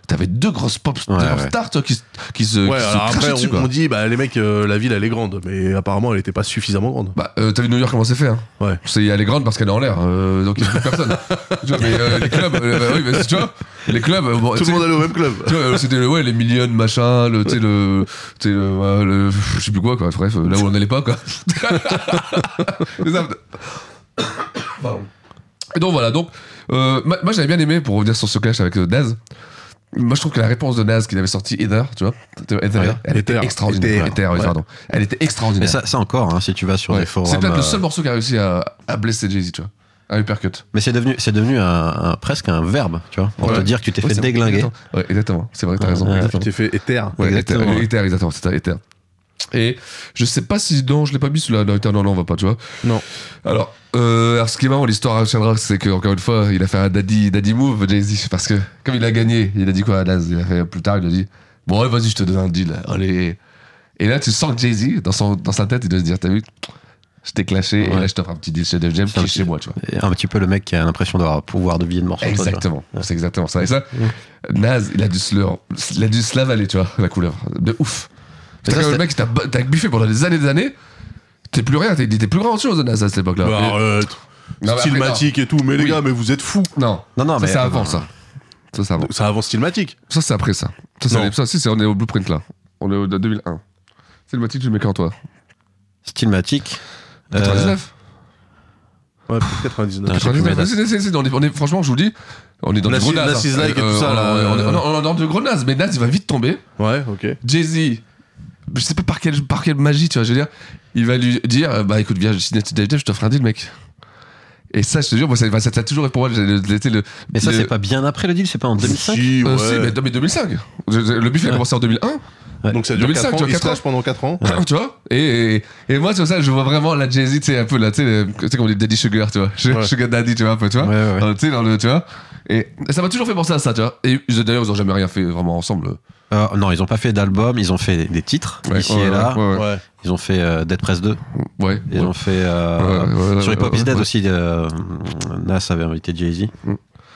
B: t'avais deux grosses pop deux grosses
A: ouais.
B: stars, toi, qui, se- qui se,
A: Ouais,
B: qui se
A: alors
B: crachaient
A: après,
B: dessus,
A: on,
B: quoi.
A: on dit, bah, les mecs, euh, la ville, elle est grande, mais apparemment, elle était pas suffisamment grande.
B: Bah, euh, t'as vu New York comment c'est fait, hein
A: Ouais.
B: C'est, elle est grande parce qu'elle est en l'air, euh, donc il y a
C: [LAUGHS]
B: plus personne. Tu vois, mais euh, les clubs, euh, bah oui, bah, tu vois, les clubs. euh, bon,
A: Tout
B: tu sais-
A: le monde allait au même club.
B: Tu vois, euh, c'était le- ouais, les millions, machin, le, tu sais, le, tu sais, le, ouais, le- je sais plus quoi, quoi, bref, euh, là où on n'allait pas, quoi. [LAUGHS] C'est ça. Pardon. Et donc voilà, donc, euh, ma- moi j'avais bien aimé, pour revenir sur ce clash avec euh, Daz, moi je trouve que la réponse de Daz qu'il avait sorti, Ether, tu vois, Ether,
C: Ouais.
B: elle était
C: Ether.
B: extraordinaire.
C: Ether.
B: Ether, oui,
C: Ouais.
B: pardon. Elle était extraordinaire.
C: Et ça, ça encore, hein, si tu vas sur
B: Ouais.
C: des forums.
B: C'est peut-être le seul
C: euh,
B: morceau qui a réussi à, à blesser Jay-Z, tu vois, à uppercut.
C: Mais c'est devenu, c'est devenu un, un- presque un verbe, tu vois, pour
B: Ouais.
C: te dire que tu t'es
B: Oui,
C: fait
B: c'est vrai.
C: déglinguer.
B: Exactement. Ouais, exactement. C'est vrai, t'as
C: Ouais,
B: raison.
C: ouais.
B: exactement.
A: Tu t'es fait éther.
B: Ouais,
C: Exactement,
B: exactement.
C: ouais.
B: Ether, exactement, c'était Ether. Et je sais pas si. Non, je l'ai pas mis sous la. Non, non, non, on va pas, tu vois.
A: Non.
B: Alors, euh, alors ce qui est marrant, l'histoire retiendra, c'est que, encore une fois, il a fait un daddy, daddy move, Jay-Z, parce que, comme il a gagné, il a dit quoi à Daz Il a fait plus tard, il a dit Bon, ouais, vas-y, je te donne un deal. Allez. Et là, tu sens que Jay-Z, dans, son, dans sa tête, il doit se dire T'as vu Je t'ai clashé, et
C: Ouais.
B: là, je t'offre un petit deal chez Def Jam, qui est chez moi, tu vois.
C: Et Un petit peu le mec qui a l'impression d'avoir un pouvoir de vie et de morceau.
B: Exactement, c'est exactement ça. Et ça, Naz, il a dû se le, il a dû se l'avaler, tu vois, la couleur. De ouf.
C: Mais
B: C'est
C: ça,
B: comme le
C: c'est-
B: mec qui t'a ba- t'a buffé pendant des années et des années. T'es plus rien, t'es- t'es plus grand chose, Naz, à cette époque-là.
A: Bah,
B: Et-
A: arrête.
B: Non, mais après,
A: Stylmatique et tout, mais les
B: Oui.
A: gars, mais vous êtes fous.
B: Non,
C: Non, non,
B: ça
C: mais
B: c'est avant ça. Ça c'est avant.
A: Ça avance Stylmatic.
B: Ça c'est après ça. Ça, c'est
A: Non.
B: les- ça, si, c'est- on est au blueprint là. On est au 2001. C'est le motif que tu le mets quand toi
C: Stylmatique. euh,
B: 99
A: Ouais, 99.
C: Ah, je sais plus
B: 99.
C: les dates.
B: C'est- c'est- c'est- on est- on est- Franchement, je vous dis, on est dans des
A: Nasty-
B: gros nazes,
A: Nasty
B: hein.
A: Like et
B: Euh,
A: tout ça,
B: on-
A: là,
B: on-
A: euh,
B: on- On est dans de gros nazes, mais Naz il va vite tomber.
A: Ouais, ok.
B: Jay-Z, je sais pas par quelle, par quelle magie, tu vois, je veux dire, il va lui dire euh, Bah écoute, viens, je signe Def Jam, je t'offre un deal, mec. Et ça, je te jure, moi, ça, ça, ça a toujours été pour moi. le- le- le-
C: Mais ça,
B: le-
C: c'est pas bien après le deal, c'est pas en 2005
A: Si,
B: Euh,
A: ouais.
B: si, mais, non, mais 2005. Je- je- Le buffet a
C: Ouais.
B: commencé en 2001.
A: Donc ça dure
B: 2005,
A: 4
B: tu
A: ans.
B: vois,
A: Il se
B: quatre ans.
A: lâche pendant 4 ans.
B: tu vois et, et, et moi, sur ça, je vois vraiment la Jay-Z, tu sais, un peu là, tu sais, le- tu sais, comme on dit Daddy Sugar, tu vois. [LAUGHS] Su-
A: Ouais.
B: Sugar Daddy, tu vois, un peu, tu vois.
C: Ouais, ouais, ouais.
B: Euh, tu sais, dans le, tu vois. Et ça m'a toujours fait penser à ça, tu vois. Et ils- d'ailleurs, ils ont jamais rien fait vraiment ensemble.
C: Euh, non, ils ont pas fait d'album, ils ont fait des titres
B: Ouais,
C: ici
B: ouais,
C: et là.
B: ouais, ouais,
A: Ouais.
C: Ils ont fait euh, Dead Press 2.
B: Ouais.
C: Ils ont fait euh,
B: Ouais, ouais, ouais,
C: sur Hip Hop
B: ouais,
C: Is Dead
B: ouais.
C: aussi. euh, Nas avait invité Jay Z.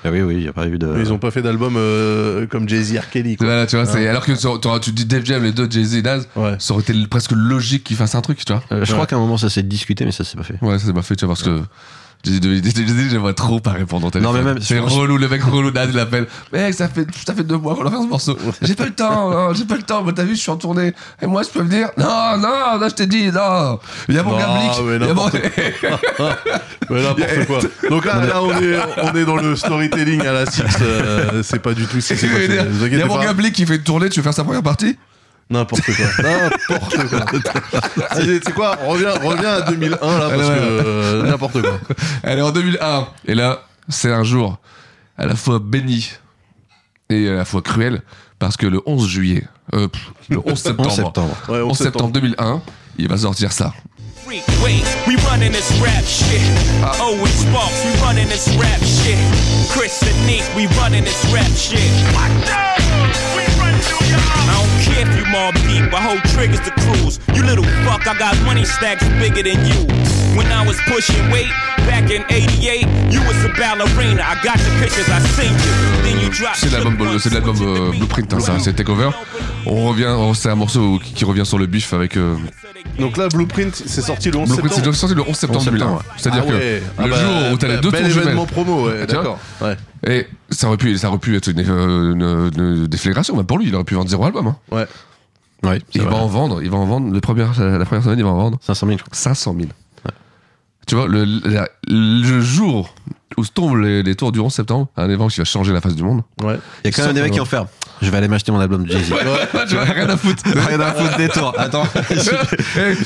C: oui, oui, il n'y a pas eu de.
A: Mais Ils ont pas fait d'album euh, comme Jay-Z, R. Kelly. quoi.
B: Voilà, tu vois, c'est, alors que sur- t'aurais- tu dis Def Jam, les deux, Jay-Z, Nas,
A: Ouais.
B: ça aurait été l- presque logique qu'ils fassent un truc, tu vois.
C: Euh, je
A: Ouais.
C: crois qu'à un moment ça s'est discuté, mais ça s'est pas fait.
B: Ouais, ça c'est pas fait, tu vois, parce que. Jay-Z, devait- [LAUGHS] Jay-Z, j'aimerais trop pas répondre au téléphone.
C: mais même-
B: C'est
C: je pense-
B: relou, le mec relou, Nas, il appelle. Mec, ça fait, ça fait deux mois qu'on a fait ce morceau. J'ai pas le temps, hein, j'ai pas le temps. Moi, t'as vu, je suis en tournée. Et moi, je peux me dire, non, non, non, je t'ai dit, non. Il y a mon
A: Non,
B: gars
A: mais
B: Blick. il y a mon- [LAUGHS]
A: Mais n'importe quoi. Donc là, là, on, est, on est dans le storytelling à la Six. euh, c'est pas du tout ce qui s'est passé. Vous
B: Il y
A: inquiétez
B: a mon
A: pas.
B: gars Blick qui fait une tournée, tu veux faire sa première partie?
A: N'importe quoi. N'importe
B: [LAUGHS]
A: quoi. Allez, tu sais quoi reviens, reviens à 2001 là, parce
B: Ouais, ouais.
A: que euh, n'importe quoi.
B: Elle est en 2001. Et là, c'est un jour à la fois béni et à la fois cruel parce que le 11 juillet, euh, pff, le
A: [LAUGHS]
B: 11 septembre,
C: 11 septembre.
A: Ouais,
B: 11
A: 11
B: septembre 2001, il va sortir ça.
N: Freak, wait, we running this rap shit.
B: Uh-huh.
N: Owen Sparks, we running this rap shit. Chris and Nick, we running this rap shit. I don't care if you more deep, I hold triggers to cruise. You little fuck, I got money stacks bigger than you. When I was pushing weight back in '88, you was a ballerina. I got the pictures, I seen you. Then you dropped.
B: C'est l'album, c'est l'album euh, Blueprint, hein, ça, c'est Takeover. On revient, on- c'est un morceau qui qui revient sur le bif avec. euh,
A: Donc là, Blueprint, c'est sorti le 11
B: Blueprint, c'est
A: septembre.
B: sorti le 11 septembre
C: 11
B: 2001.
C: septembre, ouais.
B: C'est-à-dire
A: Ah ouais.
B: que
A: Ah
B: le
A: bah,
B: jour où t'as les
A: bel-
B: deux tours
A: bel
B: jumelles.
A: événement promo, ouais,
B: Tu vois
A: d'accord. Ouais.
B: Et ça aurait pu, ça aurait pu être une, euh, une- une déflagration, même pour lui, il aurait pu vendre zéro album. hein.
A: Ouais.
C: Ouais, c'est
B: Il
C: vrai.
B: va en vendre, il va en vendre, le premier, la première semaine, il va en vendre
C: 500 000, je crois.
B: 500 000. Tu vois, le, la- le jour où se tombent les, les tours du 11 septembre, un événement qui va changer la face
C: [LAUGHS]
B: du monde.
A: Ouais.
C: Il y a quand même des mecs qui ont fait. Je vais aller m'acheter mon album de Jay Z.
B: tu vois, rien à foutre.
C: [LAUGHS] Rien à foutre des tours. [LAUGHS] Attends.
B: [LAUGHS]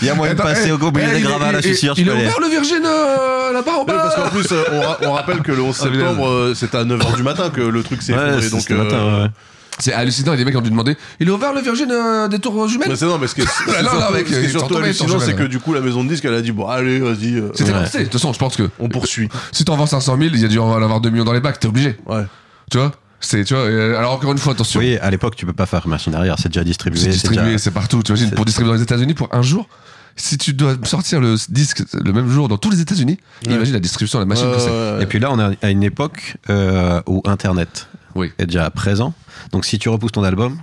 C: Il y a moyen de passer
B: eh,
C: au groupe, il y a des gravats, là, je suis sûr, je
B: Il
C: peux
B: a
C: aller.
B: ouvert le Virgin euh, là-bas en
A: Ouais,
B: bas.
A: parce qu'en plus, euh, on, ra- on rappelle que le 11
B: Ah, mais là-
A: septembre, euh, c'est à 9h du matin que le truc s'est
C: Ouais,
A: effondré.
C: c'est-
A: Donc,
C: c'était le
A: euh,
C: matin, ouais.
B: C'est hallucinant. Et les mecs ont dû demander Il a ouvert le Virgin euh, des tours jumelles
A: Mais c'est non, mais ce qui est,
B: Bah non,
A: surtout-
B: non, mec,
A: ce qui est
B: ils sont
A: surtout
B: tombés, ils sont
A: hallucinant, c'est
B: jumelles.
A: que du coup, la maison de disques, elle a dit bon, allez, vas-y. euh,
B: C'était
A: ouais.
B: lancé. De toute façon, je pense que.
A: On poursuit.
B: Si t'en vends 500 000, il y a dû en avoir 2 millions dans les bacs, t'es obligé. Ouais. Tu vois c'est, tu vois, euh, alors encore une fois, attention.
C: Oui, à l'époque, tu peux pas faire machine arrière, c'est déjà distribué.
B: C'est distribué,
C: déjà-
B: c'est partout. Tu imagines,
C: c'est-
B: pour distribuer dans les États-Unis pour un jour, si tu dois sortir le disque le même jour dans tous les États-Unis, imagine la distribution, la machine que c'est.
C: Et puis là, on est à une époque euh, où Internet est déjà présent. Donc si tu repousses ton album,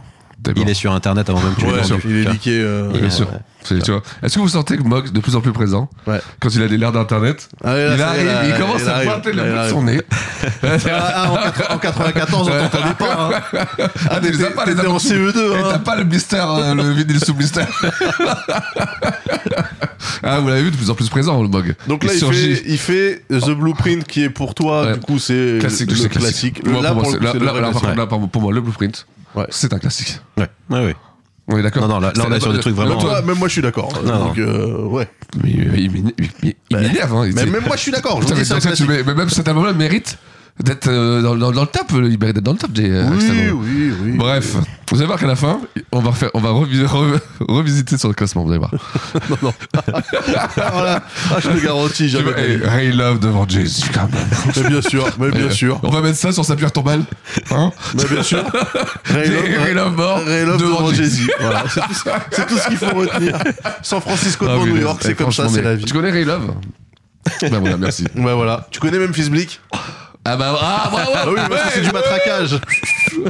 C: il est sur Internet avant même que tu
A: Ouais,
C: l'aies
A: bien sûr.
C: vendu.
A: Il est
C: Tu vois.
A: leaké, euh,
B: Bien
A: ouais.
B: sûr. C'est- tu vois. Est-ce que vous sentez que Mox, de plus en plus présent, quand il a des l'air d'internet,
A: Ah, là, ça
B: il
A: y est,
B: arrive,
A: là,
B: il
A: là,
B: commence
A: il
B: à
A: arrive.
B: pointer le
A: Là, il
B: bout de
A: arrive.
B: son nez.
A: Ah, ah, en quatre- en 94, on t'entendait pas. hein.
B: Ah, tu les as pas, les
A: t'étais en
B: abonnés.
A: CE2,
B: Et
A: hein.
B: T'as pas le blister, euh, le vinyle sous
A: [LAUGHS]
B: blister. ah, vous l'avez vu de plus en plus présent, le Mog.
A: Donc là, il,
B: surgit.
A: fait, il fait The Blueprint qui est pour toi, du coup, c'est
B: classique,
A: le
B: c'est
A: classique.
B: classique. Moi,
A: Là,
B: pour moi,
A: pour le
B: c'est-
A: coup,
B: là-
A: c'est le
B: là-
A: vrai
B: là, par
A: classique.
B: contre, là, par- pour moi, le blueprint, c'est un classique.
C: Ouais, ouais, ouais.
B: On est d'accord.
C: Non, non, là- là, on
B: C'est-
C: est sur des trucs
B: là,
C: vraiment-
B: toi-
A: Ouais, Même moi, je suis d'accord.
B: Non.
A: Donc, euh, ouais.
B: Mais mais- mais- mais- mais- mais- il
A: Bah,
B: m'énerve. hein, il
A: mais
B: dit-
A: même moi, je suis d'accord, je
B: Putain,
A: vous
B: mais
A: dis, c'est
B: ça,
A: un
B: tu- mais- mais même cet album-là mérite d'être euh, dans, dans- dans le top. euh, Il mérite d'être dans le top des. euh, cet
A: Oui,
B: album-là.
A: oui, oui.
B: Bref, vous allez voir qu'à la fin, on va refaire, on va revi- re- revisiter sur le classement. Vous allez voir. non, non.
A: Voilà. Ah, je le garantis, jamais.
B: Ray Love devant Jay-Z quand même.
A: Mais bien sûr, mais bien
B: Euh,
A: sûr.
B: On va mettre ça sur sa pierre tombale. Hein
A: Mais bien sûr. Ray Love- hein.
B: Ray Love mort.
A: Ray Love devant Jay-Z. Voilà,
B: C'est tout
A: ça. C'est tout ce qu'il faut retenir. San Francisco devant New York, c'est comme ça, c'est la vie.
B: Eh, Tu connais Ray Love Bah voilà,
A: [LAUGHS]
B: merci.
A: Bah voilà. Tu connais Memphis Bleak
B: Ah bah ah, ouais, ouais,
A: Ah oui, parce que
B: ouais,
A: c'est du
B: ouais.
A: matraquage.